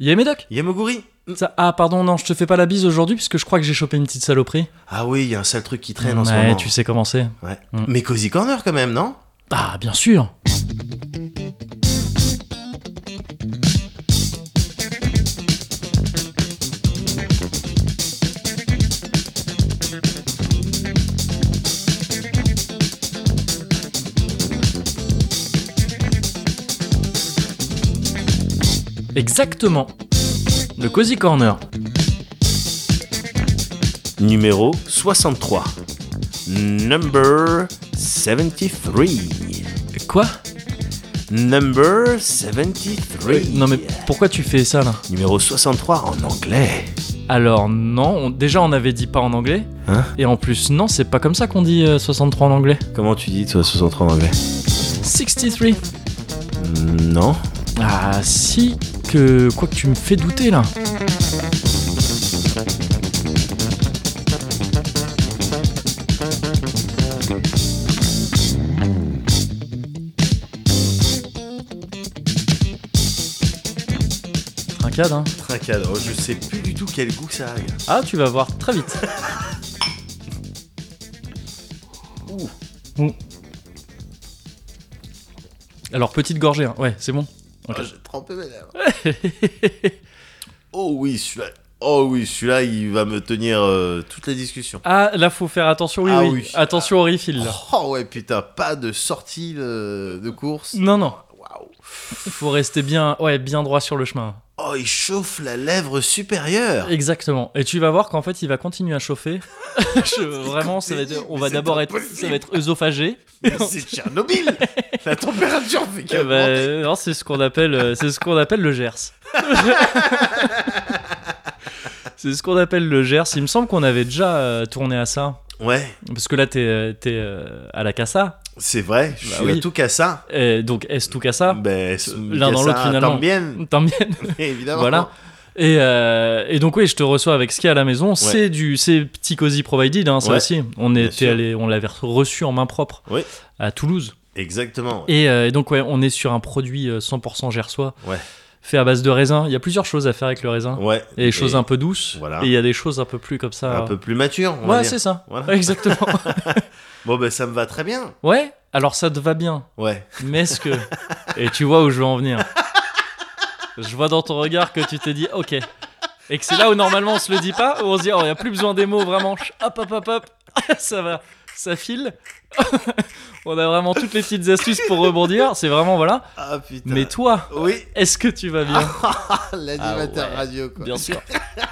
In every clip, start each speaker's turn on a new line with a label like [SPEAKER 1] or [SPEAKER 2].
[SPEAKER 1] Yé Médoc
[SPEAKER 2] Yamoguri
[SPEAKER 1] Ça- Ah, pardon, non, je te fais pas la bise aujourd'hui puisque je crois que j'ai chopé une petite saloperie.
[SPEAKER 2] Ah oui, il y a un sale truc qui traîne en ce
[SPEAKER 1] Ouais,
[SPEAKER 2] moment.
[SPEAKER 1] tu sais comment c'est.
[SPEAKER 2] Ouais.
[SPEAKER 1] Mm.
[SPEAKER 2] Mais Cozy Corner quand même, non
[SPEAKER 1] Ah, bien sûr Exactement Le Cozy Corner.
[SPEAKER 2] Numéro 63. Number 73.
[SPEAKER 1] Quoi
[SPEAKER 2] Number 73.
[SPEAKER 1] Euh, Non mais pourquoi tu fais ça là
[SPEAKER 2] Numéro 63 en anglais.
[SPEAKER 1] Alors non, on- déjà on avait dit pas en anglais.
[SPEAKER 2] Hein
[SPEAKER 1] et en plus non, c'est pas comme ça qu'on dit euh, 63 en anglais.
[SPEAKER 2] Comment tu dis, toi, 63 en anglais
[SPEAKER 1] 63.
[SPEAKER 2] Mm, Non.
[SPEAKER 1] Ah si que quoi que tu me fais douter là. Trincade hein.
[SPEAKER 2] Trincade, Oh, je sais plus du tout quel goût ça a.
[SPEAKER 1] Ah, tu vas voir très vite. Mm. Alors, petite gorgée, hein. ouais, c'est bon. Ok.
[SPEAKER 2] Oh, J'ai trempé mes lèvres. Oh oui, celui-là. Oh oui, celui-là, il va me tenir euh, toute la discussion.
[SPEAKER 1] ah, là, faut faire attention, oui,
[SPEAKER 2] Ah
[SPEAKER 1] oui. Ah.
[SPEAKER 2] oui.
[SPEAKER 1] Attention au refill, là.
[SPEAKER 2] Oh ouais, putain, pas de sortie euh, de course.
[SPEAKER 1] Non, non,
[SPEAKER 2] Waouh.
[SPEAKER 1] faut rester bien, ouais, bien droit sur le chemin.
[SPEAKER 2] Oh, il chauffe la lèvre supérieure.
[SPEAKER 1] Exactement. Et tu vas voir qu'en fait, il va continuer à chauffer. Je- vraiment, ça va être- on va
[SPEAKER 2] Mais c'est
[SPEAKER 1] d'abord être,
[SPEAKER 2] impossible.
[SPEAKER 1] ça va être œsophagé.
[SPEAKER 2] C'est Tchernobyl La température fait
[SPEAKER 1] Eh
[SPEAKER 2] qu'elle monte.
[SPEAKER 1] ben, non, c'est ce qu'on appelle, euh, c'est ce qu'on appelle le Gers. c'est ce qu'on appelle le Gers. Il me semble qu'on avait déjà euh, tourné à ça,
[SPEAKER 2] Ouais,
[SPEAKER 1] parce que là t'es, euh, t'es euh, à la Cassa,
[SPEAKER 2] c'est vrai, je
[SPEAKER 1] Bah
[SPEAKER 2] suis
[SPEAKER 1] oui.
[SPEAKER 2] à tout qu'à ça.
[SPEAKER 1] Et donc est tout Cassa,
[SPEAKER 2] Ben,
[SPEAKER 1] L'un dans l'autre, finalement.
[SPEAKER 2] bien,
[SPEAKER 1] tant mieux.
[SPEAKER 2] évidemment.
[SPEAKER 1] Voilà. Et, euh, et donc oui, je te reçois avec ce qu'il y a à la maison. C'est du, c'est petit cozy provided, hein, ça
[SPEAKER 2] Ouais,
[SPEAKER 1] aussi. On était
[SPEAKER 2] sûr.
[SPEAKER 1] allé, on l'avait reçu en main propre
[SPEAKER 2] Oui.
[SPEAKER 1] à Toulouse.
[SPEAKER 2] Exactement.
[SPEAKER 1] Et, euh, et donc, ouais, on est sur un produit euh, 100% gersois,
[SPEAKER 2] Ouais.
[SPEAKER 1] fait à base de raisin. Il y a plusieurs choses à faire avec le raisin.
[SPEAKER 2] Ouais.
[SPEAKER 1] Il y a des choses un peu douces,
[SPEAKER 2] voilà.
[SPEAKER 1] et il y a des choses un peu plus comme ça.
[SPEAKER 2] un peu plus mature, on va
[SPEAKER 1] ouais,
[SPEAKER 2] dire.
[SPEAKER 1] c'est ça.
[SPEAKER 2] Voilà.
[SPEAKER 1] Ouais, Exactement.
[SPEAKER 2] Bon, ben, ça me va très bien.
[SPEAKER 1] ouais, alors ça te va bien,
[SPEAKER 2] Ouais.
[SPEAKER 1] mais est-ce que. Et tu vois où je veux en venir. Je vois dans ton regard que tu t'es dit, ok. Et que c'est là où normalement on se le dit pas, où on se dit, oh, il n'y a plus besoin des mots, vraiment. Ch- Hop, hop, hop, hop. ça va, ça file. on a vraiment toutes les petites astuces pour rebondir. C'est vraiment, voilà.
[SPEAKER 2] Ah, putain.
[SPEAKER 1] Mais toi,
[SPEAKER 2] Oui,
[SPEAKER 1] est-ce que tu vas bien
[SPEAKER 2] l'animateur
[SPEAKER 1] Ah ouais,
[SPEAKER 2] radio, quoi.
[SPEAKER 1] Ah, Bien sûr.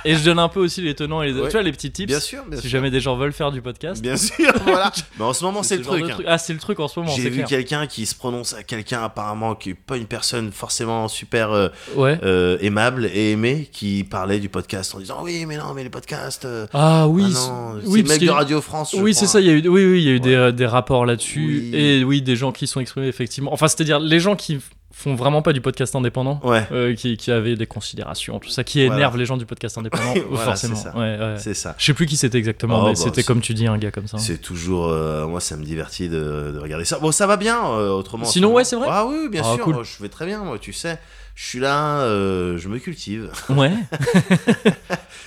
[SPEAKER 1] Et je donne un peu aussi les tenants et les
[SPEAKER 2] Ouais.
[SPEAKER 1] tu vois les petits tips.
[SPEAKER 2] Bien sûr, bien
[SPEAKER 1] si
[SPEAKER 2] sûr.
[SPEAKER 1] jamais des gens veulent faire du podcast.
[SPEAKER 2] Bien sûr, voilà. Mais en ce moment, c'est
[SPEAKER 1] ce
[SPEAKER 2] le
[SPEAKER 1] genre
[SPEAKER 2] truc.
[SPEAKER 1] de
[SPEAKER 2] hein.
[SPEAKER 1] Ah c'est le truc en ce moment.
[SPEAKER 2] J'ai
[SPEAKER 1] c'est
[SPEAKER 2] vu
[SPEAKER 1] clair.
[SPEAKER 2] quelqu'un qui se prononce à quelqu'un apparemment qui est pas une personne forcément super euh,
[SPEAKER 1] Ouais.
[SPEAKER 2] euh, aimable et aimée qui parlait du podcast en disant oui mais non mais les podcasts euh,
[SPEAKER 1] Ah oui.
[SPEAKER 2] ah
[SPEAKER 1] c'est-
[SPEAKER 2] non, c'est
[SPEAKER 1] oui,
[SPEAKER 2] le
[SPEAKER 1] parce
[SPEAKER 2] mec
[SPEAKER 1] qu'il
[SPEAKER 2] de
[SPEAKER 1] y a eu-
[SPEAKER 2] Radio France je
[SPEAKER 1] Oui, c'est
[SPEAKER 2] crois. hein.
[SPEAKER 1] ça. Il y a eu, oui, oui, il y a eu des,
[SPEAKER 2] Ouais.
[SPEAKER 1] euh, des rapports là-dessus
[SPEAKER 2] Oui.
[SPEAKER 1] et oui, des gens qui se sont exprimés effectivement. Enfin, c'est-à-dire les gens qui f- font vraiment pas du podcast indépendant,
[SPEAKER 2] ouais
[SPEAKER 1] euh, qui, qui avaient des considérations, tout ça, qui
[SPEAKER 2] Voilà.
[SPEAKER 1] énerve les gens du podcast indépendant,
[SPEAKER 2] Voilà,
[SPEAKER 1] forcément.
[SPEAKER 2] c'est ça.
[SPEAKER 1] Ouais, ouais.
[SPEAKER 2] c'est ça
[SPEAKER 1] Je sais plus qui c'était exactement,
[SPEAKER 2] Oh,
[SPEAKER 1] mais
[SPEAKER 2] bah,
[SPEAKER 1] c'était
[SPEAKER 2] c'est-
[SPEAKER 1] comme tu dis un gars comme ça. hein.
[SPEAKER 2] c'est toujours euh, moi ça me divertit de, de regarder ça bon ça va bien euh, autrement en
[SPEAKER 1] Sinon,
[SPEAKER 2] ce moment.
[SPEAKER 1] ouais, c'est vrai
[SPEAKER 2] ah oui bien
[SPEAKER 1] Ah,
[SPEAKER 2] sûr
[SPEAKER 1] cool.
[SPEAKER 2] moi, je vais très bien moi tu sais je suis là euh, je me cultive
[SPEAKER 1] Ouais.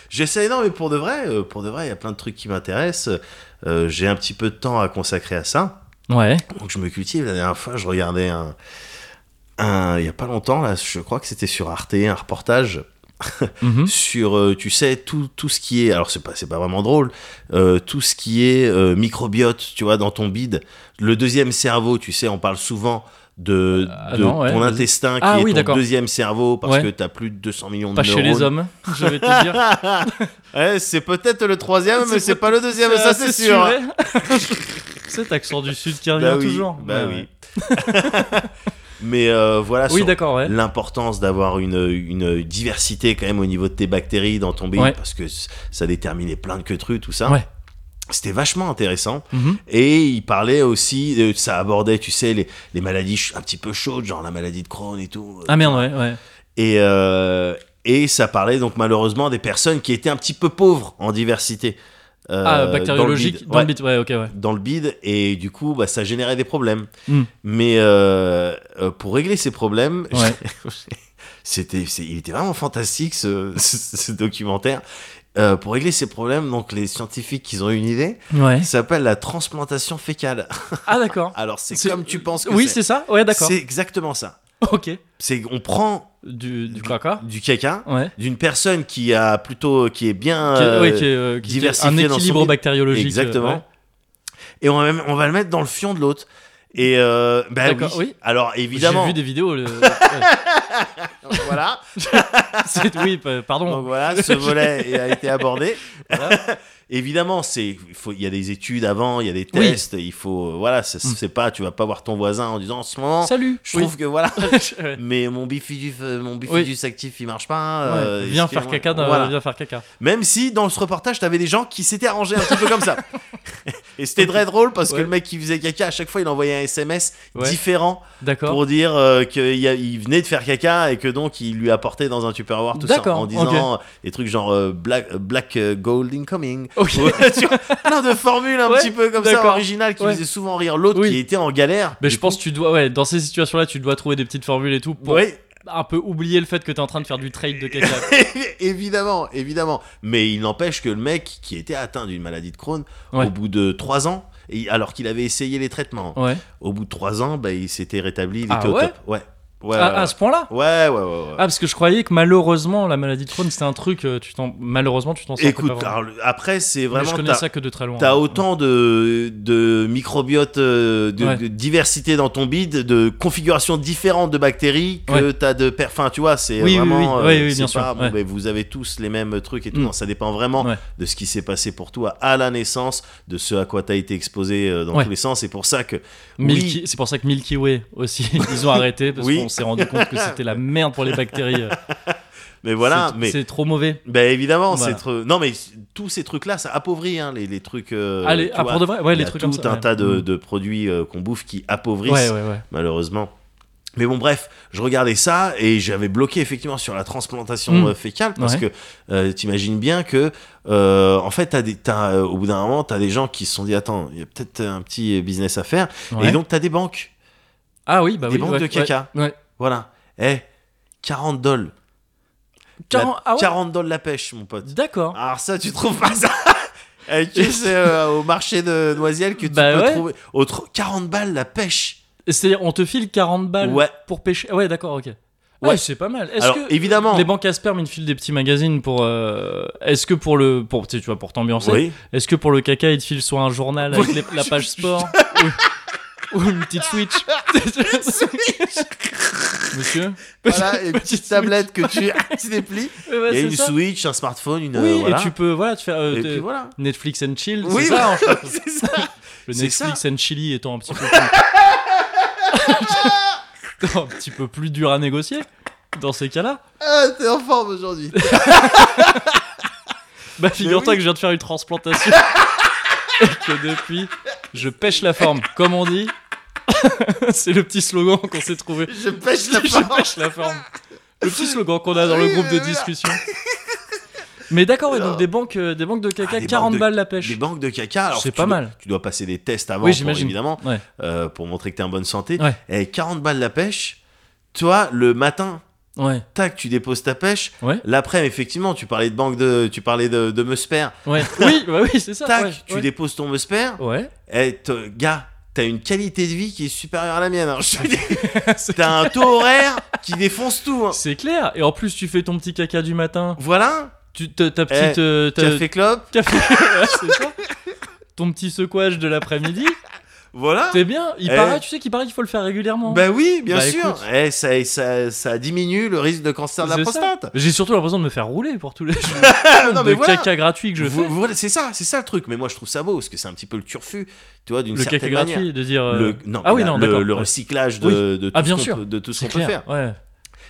[SPEAKER 2] J'essaie, non, mais pour de vrai, euh, pour de vrai, il y a plein de trucs qui m'intéressent. Euh, j'ai un petit peu de temps à consacrer à ça.
[SPEAKER 1] Ouais.
[SPEAKER 2] Donc je me cultive. La dernière fois, je regardais un. un- Il y a pas longtemps, là, je crois que c'était sur Arte, un reportage
[SPEAKER 1] Mhm.
[SPEAKER 2] sur, euh, tu sais, tout, tout ce qui est. Alors, c'est pas, c'est pas vraiment drôle. euh, tout ce qui est euh, microbiote, tu vois, dans ton bide. Le deuxième cerveau, tu sais, on parle souvent de,
[SPEAKER 1] Ah
[SPEAKER 2] de
[SPEAKER 1] non, ouais,
[SPEAKER 2] ton
[SPEAKER 1] vas-y.
[SPEAKER 2] intestin qui
[SPEAKER 1] Ah
[SPEAKER 2] est
[SPEAKER 1] oui,
[SPEAKER 2] ton
[SPEAKER 1] d'accord.
[SPEAKER 2] deuxième cerveau parce
[SPEAKER 1] Ouais.
[SPEAKER 2] que t'as plus de 200 millions de
[SPEAKER 1] Pas chez les
[SPEAKER 2] neurones.
[SPEAKER 1] hommes, je vais te dire.
[SPEAKER 2] Ouais, c'est peut-être le troisième,
[SPEAKER 1] C'est
[SPEAKER 2] mais c'est
[SPEAKER 1] peut-
[SPEAKER 2] pas le deuxième,
[SPEAKER 1] Ah,
[SPEAKER 2] ça c'est sûr.
[SPEAKER 1] hein. Cet accent du sud qui revient
[SPEAKER 2] Bah oui,
[SPEAKER 1] toujours.
[SPEAKER 2] bah
[SPEAKER 1] Ouais,
[SPEAKER 2] oui.
[SPEAKER 1] ouais.
[SPEAKER 2] mais euh, voilà,
[SPEAKER 1] Oui,
[SPEAKER 2] sur
[SPEAKER 1] d'accord, ouais.
[SPEAKER 2] l'importance d'avoir une, une diversité quand même au niveau de tes bactéries dans ton bide,
[SPEAKER 1] Ouais.
[SPEAKER 2] parce que c- ça déterminait plein de queutrues, tout ça.
[SPEAKER 1] Ouais.
[SPEAKER 2] C'était vachement intéressant.
[SPEAKER 1] Mhm.
[SPEAKER 2] Et il parlait aussi, euh, ça abordait, tu sais, les, les maladies ch- un petit peu chaudes, genre la maladie de Crohn et tout.
[SPEAKER 1] Ah merde, ouais, ouais.
[SPEAKER 2] Et, euh, et ça parlait donc malheureusement des personnes qui étaient un petit peu pauvres en diversité. euh,
[SPEAKER 1] ah,
[SPEAKER 2] dans le
[SPEAKER 1] bactériologique
[SPEAKER 2] bide.
[SPEAKER 1] dans
[SPEAKER 2] Ouais
[SPEAKER 1] le bit, ouais, ok, ouais.
[SPEAKER 2] dans le bide et du coup bah, ça générait des problèmes.
[SPEAKER 1] Mm.
[SPEAKER 2] Mais euh, euh, pour régler ces problèmes,
[SPEAKER 1] Ouais.
[SPEAKER 2] j'ai- C'était, c'est- il était vraiment fantastique ce, ce- ce documentaire. Euh, pour régler ces problèmes, donc les scientifiques qui ont une idée,
[SPEAKER 1] Ouais.
[SPEAKER 2] ça s'appelle la transplantation fécale.
[SPEAKER 1] Ah d'accord.
[SPEAKER 2] Alors c'est
[SPEAKER 1] C'est-
[SPEAKER 2] comme tu penses que
[SPEAKER 1] Oui, c'est ça. Ouais, d'accord.
[SPEAKER 2] C'est exactement ça.
[SPEAKER 1] Ok.
[SPEAKER 2] C'est on prend
[SPEAKER 1] Du du caca.
[SPEAKER 2] du caca
[SPEAKER 1] Ouais.
[SPEAKER 2] d'une personne qui a plutôt qui est bien
[SPEAKER 1] Qui est-
[SPEAKER 2] euh,
[SPEAKER 1] ouais, qui est, euh, qui- qui est
[SPEAKER 2] diversifié
[SPEAKER 1] un
[SPEAKER 2] dans son
[SPEAKER 1] équilibre
[SPEAKER 2] milieu.
[SPEAKER 1] bactériologique. euh,
[SPEAKER 2] Exactement.
[SPEAKER 1] ouais.
[SPEAKER 2] et on va, même- on va le mettre dans le fion de l'autre. Et euh, bah oui.
[SPEAKER 1] D'accord, oui.
[SPEAKER 2] Alors évidemment,
[SPEAKER 1] J'ai vu des vidéos. le- ouais.
[SPEAKER 2] voilà.
[SPEAKER 1] C'est- Oui, pa- pardon.
[SPEAKER 2] Donc voilà, ce volet a été abordé.
[SPEAKER 1] Voilà.
[SPEAKER 2] Évidemment, c'est il faut- il y a des études avant, il y a des tests. Il faut euh, voilà, c'est
[SPEAKER 1] Mm.
[SPEAKER 2] c'est pas tu vas pas voir ton voisin en disant en ce moment.
[SPEAKER 1] Salut.
[SPEAKER 2] Je
[SPEAKER 1] Oui.
[SPEAKER 2] trouve que voilà,
[SPEAKER 1] Ouais.
[SPEAKER 2] mais mon bifidus, euh, mon bifidus actif, il marche pas. euh,
[SPEAKER 1] Ouais, viens
[SPEAKER 2] est-ce que-
[SPEAKER 1] faire caca, dans-
[SPEAKER 2] Voilà.
[SPEAKER 1] viens faire caca.
[SPEAKER 2] Même si dans ce reportage, t'avais des gens qui s'étaient arrangés un petit peu comme ça. Et c'était très drôle parce que
[SPEAKER 1] Ouais.
[SPEAKER 2] le mec qui faisait caca, à chaque fois, il envoyait un SMS
[SPEAKER 1] Ouais.
[SPEAKER 2] différent
[SPEAKER 1] D'accord.
[SPEAKER 2] pour dire euh, qu'il y a- il venait de faire caca et que donc il lui apportait dans un tupperware tout ça
[SPEAKER 1] D'accord,
[SPEAKER 2] en disant euh, des trucs genre euh, black, euh, black euh, gold incoming.
[SPEAKER 1] Ok.
[SPEAKER 2] Ou- tu vois, plein de formules un
[SPEAKER 1] Ouais,
[SPEAKER 2] petit peu comme ça
[SPEAKER 1] d'accord.
[SPEAKER 2] originales qui
[SPEAKER 1] Ouais.
[SPEAKER 2] faisaient souvent rire l'autre
[SPEAKER 1] Oui.
[SPEAKER 2] qui était en galère.
[SPEAKER 1] Mais
[SPEAKER 2] Du
[SPEAKER 1] je pense que tu dois, ouais, dans ces situations-là, tu dois trouver des petites formules et tout
[SPEAKER 2] coup,
[SPEAKER 1] pour
[SPEAKER 2] ouais,
[SPEAKER 1] un peu oublier le fait que t'es en train de faire du trade de caca.
[SPEAKER 2] évidemment, évidemment. Mais il n'empêche que le mec qui était atteint d'une maladie de Crohn,
[SPEAKER 1] Ouais.
[SPEAKER 2] au bout de 3 ans, et- alors qu'il avait essayé les traitements,
[SPEAKER 1] Ouais.
[SPEAKER 2] au bout de 3 ans, bah, il s'était rétabli, il
[SPEAKER 1] Ah
[SPEAKER 2] était au
[SPEAKER 1] ouais
[SPEAKER 2] top. Ouais. Ouais,
[SPEAKER 1] Ah, à ce point-là
[SPEAKER 2] ouais, ouais, ouais, ouais, ouais.
[SPEAKER 1] Ah, parce que je croyais que malheureusement, la maladie de Crohn, c'était un truc, euh, tu t'en... malheureusement, tu t'en sortais
[SPEAKER 2] Écoute,
[SPEAKER 1] pas vraiment.
[SPEAKER 2] alors, le- après, c'est
[SPEAKER 1] Mais
[SPEAKER 2] vraiment.
[SPEAKER 1] je connais
[SPEAKER 2] t'as-
[SPEAKER 1] ça que de très loin.
[SPEAKER 2] T'as
[SPEAKER 1] Ouais.
[SPEAKER 2] autant de, de microbiote, euh, de,
[SPEAKER 1] Ouais.
[SPEAKER 2] de diversité dans ton bide, de configurations différentes de bactéries que t'as de. per- Enfin, tu vois, c'est
[SPEAKER 1] Oui, oui,
[SPEAKER 2] vraiment.
[SPEAKER 1] oui. Oui, oui,
[SPEAKER 2] c'est
[SPEAKER 1] bien
[SPEAKER 2] pas,
[SPEAKER 1] sûr,
[SPEAKER 2] bon,
[SPEAKER 1] ouais.
[SPEAKER 2] ben, vous avez tous les mêmes trucs et tout.
[SPEAKER 1] Mm.
[SPEAKER 2] Non, ça dépend vraiment
[SPEAKER 1] Ouais.
[SPEAKER 2] de ce qui s'est passé pour toi à la naissance, de ce à quoi t'as été exposé euh, dans
[SPEAKER 1] Ouais.
[SPEAKER 2] tous les sens. C'est pour ça que.
[SPEAKER 1] Milky-
[SPEAKER 2] Oui,
[SPEAKER 1] C'est pour ça que Milky Way aussi, ils ont arrêté parce
[SPEAKER 2] Oui.
[SPEAKER 1] qu'on s'est rendu compte que c'était la merde pour les bactéries. euh.
[SPEAKER 2] mais voilà.
[SPEAKER 1] C'est-
[SPEAKER 2] mais
[SPEAKER 1] C'est trop mauvais.
[SPEAKER 2] Ben évidemment,
[SPEAKER 1] Voilà.
[SPEAKER 2] c'est trop- non mais tous ces trucs-là, ça appauvrit hein, les, les trucs. euh,
[SPEAKER 1] Allez,
[SPEAKER 2] tu
[SPEAKER 1] ah,
[SPEAKER 2] vois.
[SPEAKER 1] pour de vrai, ouais,
[SPEAKER 2] Il y
[SPEAKER 1] les
[SPEAKER 2] a
[SPEAKER 1] trucs
[SPEAKER 2] tout
[SPEAKER 1] comme ça.
[SPEAKER 2] un
[SPEAKER 1] ouais. Mm.
[SPEAKER 2] tas de, de produits euh, qu'on bouffe qui appauvrissent
[SPEAKER 1] Ouais, ouais, ouais.
[SPEAKER 2] malheureusement. Mais bon, bref, je regardais ça et j'avais bloqué effectivement sur la transplantation
[SPEAKER 1] Mm.
[SPEAKER 2] euh, fécale parce
[SPEAKER 1] Ouais.
[SPEAKER 2] que euh, t'imagines bien que, euh, en fait, t'as des, t'as, euh, au bout d'un moment, t'as des gens qui se sont dit Attends, il y a peut-être un petit euh, business à faire.
[SPEAKER 1] Ouais.
[SPEAKER 2] Et donc, t'as des banques,
[SPEAKER 1] ah oui, bah
[SPEAKER 2] des
[SPEAKER 1] oui.
[SPEAKER 2] banques
[SPEAKER 1] ouais,
[SPEAKER 2] de
[SPEAKER 1] ouais.
[SPEAKER 2] caca.
[SPEAKER 1] Ouais.
[SPEAKER 2] Voilà. Eh, 40 dollars.
[SPEAKER 1] Quarante-
[SPEAKER 2] La-
[SPEAKER 1] ah ouais
[SPEAKER 2] 40 dollars la pêche, mon pote.
[SPEAKER 1] D'accord.
[SPEAKER 2] Alors, ça, tu trouves pas ça Eh, tu sais, euh, au marché de Noisiel que tu
[SPEAKER 1] Bah
[SPEAKER 2] peux
[SPEAKER 1] ouais.
[SPEAKER 2] trouver. Autre, 40 balles la pêche.
[SPEAKER 1] C'est-à-dire, on te file 40 balles
[SPEAKER 2] Ouais.
[SPEAKER 1] pour pêcher. Ouais, d'accord, ok. Ouais,
[SPEAKER 2] Ouais.
[SPEAKER 1] c'est pas mal. Est-ce
[SPEAKER 2] Alors,
[SPEAKER 1] que
[SPEAKER 2] évidemment.
[SPEAKER 1] les banques à sperme, ils te filent des petits magazines pour. euh, Est-ce que pour le. Pour, tu sais, tu vois, pour t'ambiancer.
[SPEAKER 2] Oui.
[SPEAKER 1] Est-ce que pour le caca, ils te filent soit un journal avec
[SPEAKER 2] Oui.
[SPEAKER 1] les- la page sport ou, ou une petite Switch Monsieur
[SPEAKER 2] Voilà, et une
[SPEAKER 1] Petite
[SPEAKER 2] petite tablette que tu, tu déplies.
[SPEAKER 1] Ouais, ouais,
[SPEAKER 2] Il y a
[SPEAKER 1] c'est
[SPEAKER 2] une
[SPEAKER 1] ça.
[SPEAKER 2] Switch, un smartphone, une.
[SPEAKER 1] Oui,
[SPEAKER 2] euh, voilà.
[SPEAKER 1] et tu peux. Voilà, tu fais. euh,
[SPEAKER 2] Et
[SPEAKER 1] t'es-
[SPEAKER 2] puis voilà.
[SPEAKER 1] Netflix and chill,
[SPEAKER 2] Oui,
[SPEAKER 1] c'est ça en fait.
[SPEAKER 2] c'est ça.
[SPEAKER 1] Le
[SPEAKER 2] C'est
[SPEAKER 1] Netflix and Chili étant un petit peu plus... un petit peu plus dur à négocier dans ces cas-là.
[SPEAKER 2] Ah, t'es en forme aujourd'hui.
[SPEAKER 1] Bah figure-toi
[SPEAKER 2] oui.
[SPEAKER 1] que je viens de faire une transplantation et que depuis je pêche la forme, comme on dit. C'est le petit slogan qu'on s'est trouvé.
[SPEAKER 2] Je pêche la
[SPEAKER 1] Je
[SPEAKER 2] forme.
[SPEAKER 1] pêche la forme. Le petit slogan qu'on a dans le
[SPEAKER 2] Oui,
[SPEAKER 1] groupe de
[SPEAKER 2] voilà.
[SPEAKER 1] discussion. Mais d'accord, ouais, donc
[SPEAKER 2] Non.
[SPEAKER 1] des banques, euh, des banques de caca,
[SPEAKER 2] Ah, des
[SPEAKER 1] 40
[SPEAKER 2] banques de-
[SPEAKER 1] balles la pêche.
[SPEAKER 2] Les banques de caca, alors.
[SPEAKER 1] C'est
[SPEAKER 2] tu
[SPEAKER 1] pas
[SPEAKER 2] dois-
[SPEAKER 1] mal.
[SPEAKER 2] Tu dois passer des tests avant,
[SPEAKER 1] Oui,
[SPEAKER 2] pour-
[SPEAKER 1] j'imagine.
[SPEAKER 2] évidemment,
[SPEAKER 1] Ouais.
[SPEAKER 2] euh, pour montrer que t'es en bonne santé.
[SPEAKER 1] Ouais.
[SPEAKER 2] Et 40 balles la pêche, toi, le matin,
[SPEAKER 1] Ouais,
[SPEAKER 2] tac, tu déposes ta pêche.
[SPEAKER 1] Ouais.
[SPEAKER 2] L'après, effectivement, tu parlais de banque de. Tu parlais de, de Meusper.
[SPEAKER 1] ouais. Oui, bah oui, c'est ça.
[SPEAKER 2] Tac,
[SPEAKER 1] ouais,
[SPEAKER 2] tu
[SPEAKER 1] ouais.
[SPEAKER 2] déposes ton Meusper.
[SPEAKER 1] Ouais.
[SPEAKER 2] Eh, te- gars, t'as une qualité de vie qui est supérieure à la mienne. hein, je te dis. T'as un taux horaire qui défonce tout. hein.
[SPEAKER 1] C'est clair. Et en plus, tu fais ton petit caca du matin.
[SPEAKER 2] Voilà,
[SPEAKER 1] Tu, ta, ta petite. euh, ta-
[SPEAKER 2] Eh, café club,
[SPEAKER 1] café. Ouais, c'est ça. Ton petit secouage de l'après-midi.
[SPEAKER 2] voilà.
[SPEAKER 1] T'es bien. Il
[SPEAKER 2] Eh.
[SPEAKER 1] paraît, tu sais qu'il paraît qu'il faut le faire régulièrement.
[SPEAKER 2] Bah oui, bien
[SPEAKER 1] Bah,
[SPEAKER 2] sûr.
[SPEAKER 1] écoute.
[SPEAKER 2] Eh, ça, ça, ça diminue le risque de cancer de la
[SPEAKER 1] C'est ça.
[SPEAKER 2] prostate.
[SPEAKER 1] J'ai surtout l'impression de me faire rouler pour tous les jours.
[SPEAKER 2] non,
[SPEAKER 1] de
[SPEAKER 2] mais voilà.
[SPEAKER 1] caca gratuit que je
[SPEAKER 2] Vous-
[SPEAKER 1] fais.
[SPEAKER 2] voilà, c'est ça, c'est ça le truc. Mais moi, je trouve ça beau parce que c'est un petit peu le turfu, tu vois, d'une
[SPEAKER 1] Le caca
[SPEAKER 2] certaine manière.
[SPEAKER 1] gratuit, de dire. euh,
[SPEAKER 2] Le, non,
[SPEAKER 1] Ah
[SPEAKER 2] mais
[SPEAKER 1] oui,
[SPEAKER 2] la-
[SPEAKER 1] non,
[SPEAKER 2] le,
[SPEAKER 1] d'accord.
[SPEAKER 2] le
[SPEAKER 1] Ouais.
[SPEAKER 2] recyclage de,
[SPEAKER 1] Oui.
[SPEAKER 2] de tout
[SPEAKER 1] Ah, bien
[SPEAKER 2] ce qu'on
[SPEAKER 1] sûr.
[SPEAKER 2] peut, de tout ce
[SPEAKER 1] C'est
[SPEAKER 2] qu'on peut
[SPEAKER 1] clair.
[SPEAKER 2] faire.
[SPEAKER 1] Ouais.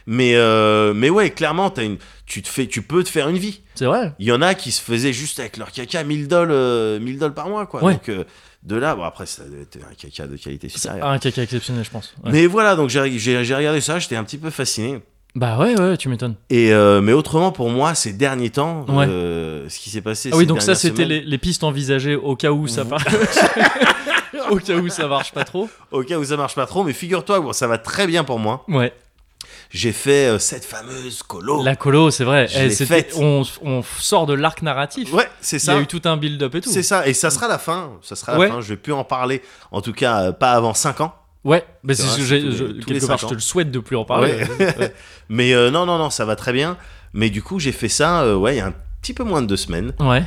[SPEAKER 2] Mais, euh, mais ouais, clairement, as une, tu, te fais, tu peux te faire une vie.
[SPEAKER 1] C'est vrai.
[SPEAKER 2] Il y en a qui se faisaient juste avec leur caca 1000 dollars, euh, 1000 dollars par mois, quoi.
[SPEAKER 1] Ouais.
[SPEAKER 2] Donc, euh, de là, bon, après, ça doit être un caca de qualité supérieure.
[SPEAKER 1] Ah, un caca exceptionnel, je pense. Ah, Ouais.
[SPEAKER 2] Mais voilà, donc j'ai j'ai- j'ai regardé ça, j'étais un petit peu fasciné.
[SPEAKER 1] Bah ouais, ouais, tu m'étonnes.
[SPEAKER 2] Et euh, mais autrement, pour moi, ces derniers temps,
[SPEAKER 1] Ouais.
[SPEAKER 2] euh, ce qui s'est passé.
[SPEAKER 1] Ah oui,
[SPEAKER 2] ces
[SPEAKER 1] donc ça,
[SPEAKER 2] dernières
[SPEAKER 1] c'était
[SPEAKER 2] semaines-
[SPEAKER 1] les, les pistes envisagées au cas où ça
[SPEAKER 2] Vous-
[SPEAKER 1] marche. au cas où ça marche pas trop.
[SPEAKER 2] Au cas où ça marche pas trop, mais figure-toi, bon, ça va très bien pour moi.
[SPEAKER 1] Ouais.
[SPEAKER 2] J'ai fait euh, cette fameuse colo.
[SPEAKER 1] La colo, c'est vrai.
[SPEAKER 2] Oh.
[SPEAKER 1] Eh,
[SPEAKER 2] Je l'ai
[SPEAKER 1] c'était-
[SPEAKER 2] faite.
[SPEAKER 1] on, on sort de l'arc narratif.
[SPEAKER 2] Ouais, c'est
[SPEAKER 1] Il y
[SPEAKER 2] ça.
[SPEAKER 1] a eu tout un build-up et tout.
[SPEAKER 2] C'est ça, et ça sera la fin. Ça sera
[SPEAKER 1] Ouais.
[SPEAKER 2] la fin. Je vais plus en parler. En tout cas, euh, pas avant 5 ans.
[SPEAKER 1] Ouais, mais
[SPEAKER 2] C'est
[SPEAKER 1] c'est
[SPEAKER 2] vrai,
[SPEAKER 1] ce que
[SPEAKER 2] c'est
[SPEAKER 1] j'ai-
[SPEAKER 2] tous
[SPEAKER 1] je-
[SPEAKER 2] les- tous les
[SPEAKER 1] quelque part,
[SPEAKER 2] cinq
[SPEAKER 1] je te
[SPEAKER 2] ans.
[SPEAKER 1] le souhaite de plus en parler.
[SPEAKER 2] Ouais.
[SPEAKER 1] Ouais.
[SPEAKER 2] Mais euh, non, non, non, ça va très bien. Mais du coup, j'ai fait ça. euh, ouais, il y a un petit peu moins de deux semaines.
[SPEAKER 1] ouais,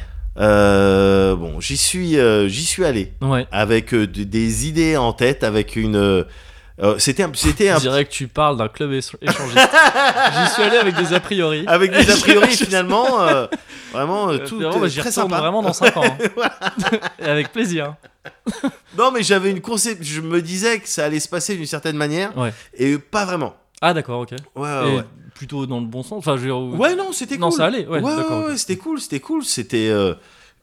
[SPEAKER 2] Euh, bon, j'y suis, euh, j'y suis allé
[SPEAKER 1] ouais.
[SPEAKER 2] avec euh, de- des idées en tête, avec une. euh, euh, c'était un, c'était un
[SPEAKER 1] Je dirais que tu parles d'un club éch- échangiste. J'y suis allé avec des a priori.
[SPEAKER 2] avec des a priori
[SPEAKER 1] Je-
[SPEAKER 2] finalement. euh, vraiment, euh,
[SPEAKER 1] Euh,
[SPEAKER 2] Ah, tout
[SPEAKER 1] mais vraiment,
[SPEAKER 2] euh,
[SPEAKER 1] j'y
[SPEAKER 2] très
[SPEAKER 1] retourne
[SPEAKER 2] sympa.
[SPEAKER 1] vraiment dans 5 ans. hein. Et avec plaisir.
[SPEAKER 2] Non, mais j'avais une concept. Je me disais que ça allait se passer d'une certaine manière,
[SPEAKER 1] Ouais.
[SPEAKER 2] et pas vraiment.
[SPEAKER 1] Ah, d'accord, ok.
[SPEAKER 2] Ouais,
[SPEAKER 1] Et
[SPEAKER 2] ouais. ouais.
[SPEAKER 1] Plutôt dans le bon sens. Enfin, je veux dire, où-
[SPEAKER 2] Ouais, non, c'était cool.
[SPEAKER 1] Non, ça allait. Ouais,
[SPEAKER 2] ouais,
[SPEAKER 1] d'accord.
[SPEAKER 2] ouais,
[SPEAKER 1] ok.
[SPEAKER 2] ouais, c'était cool, c'était cool, c'était. euh,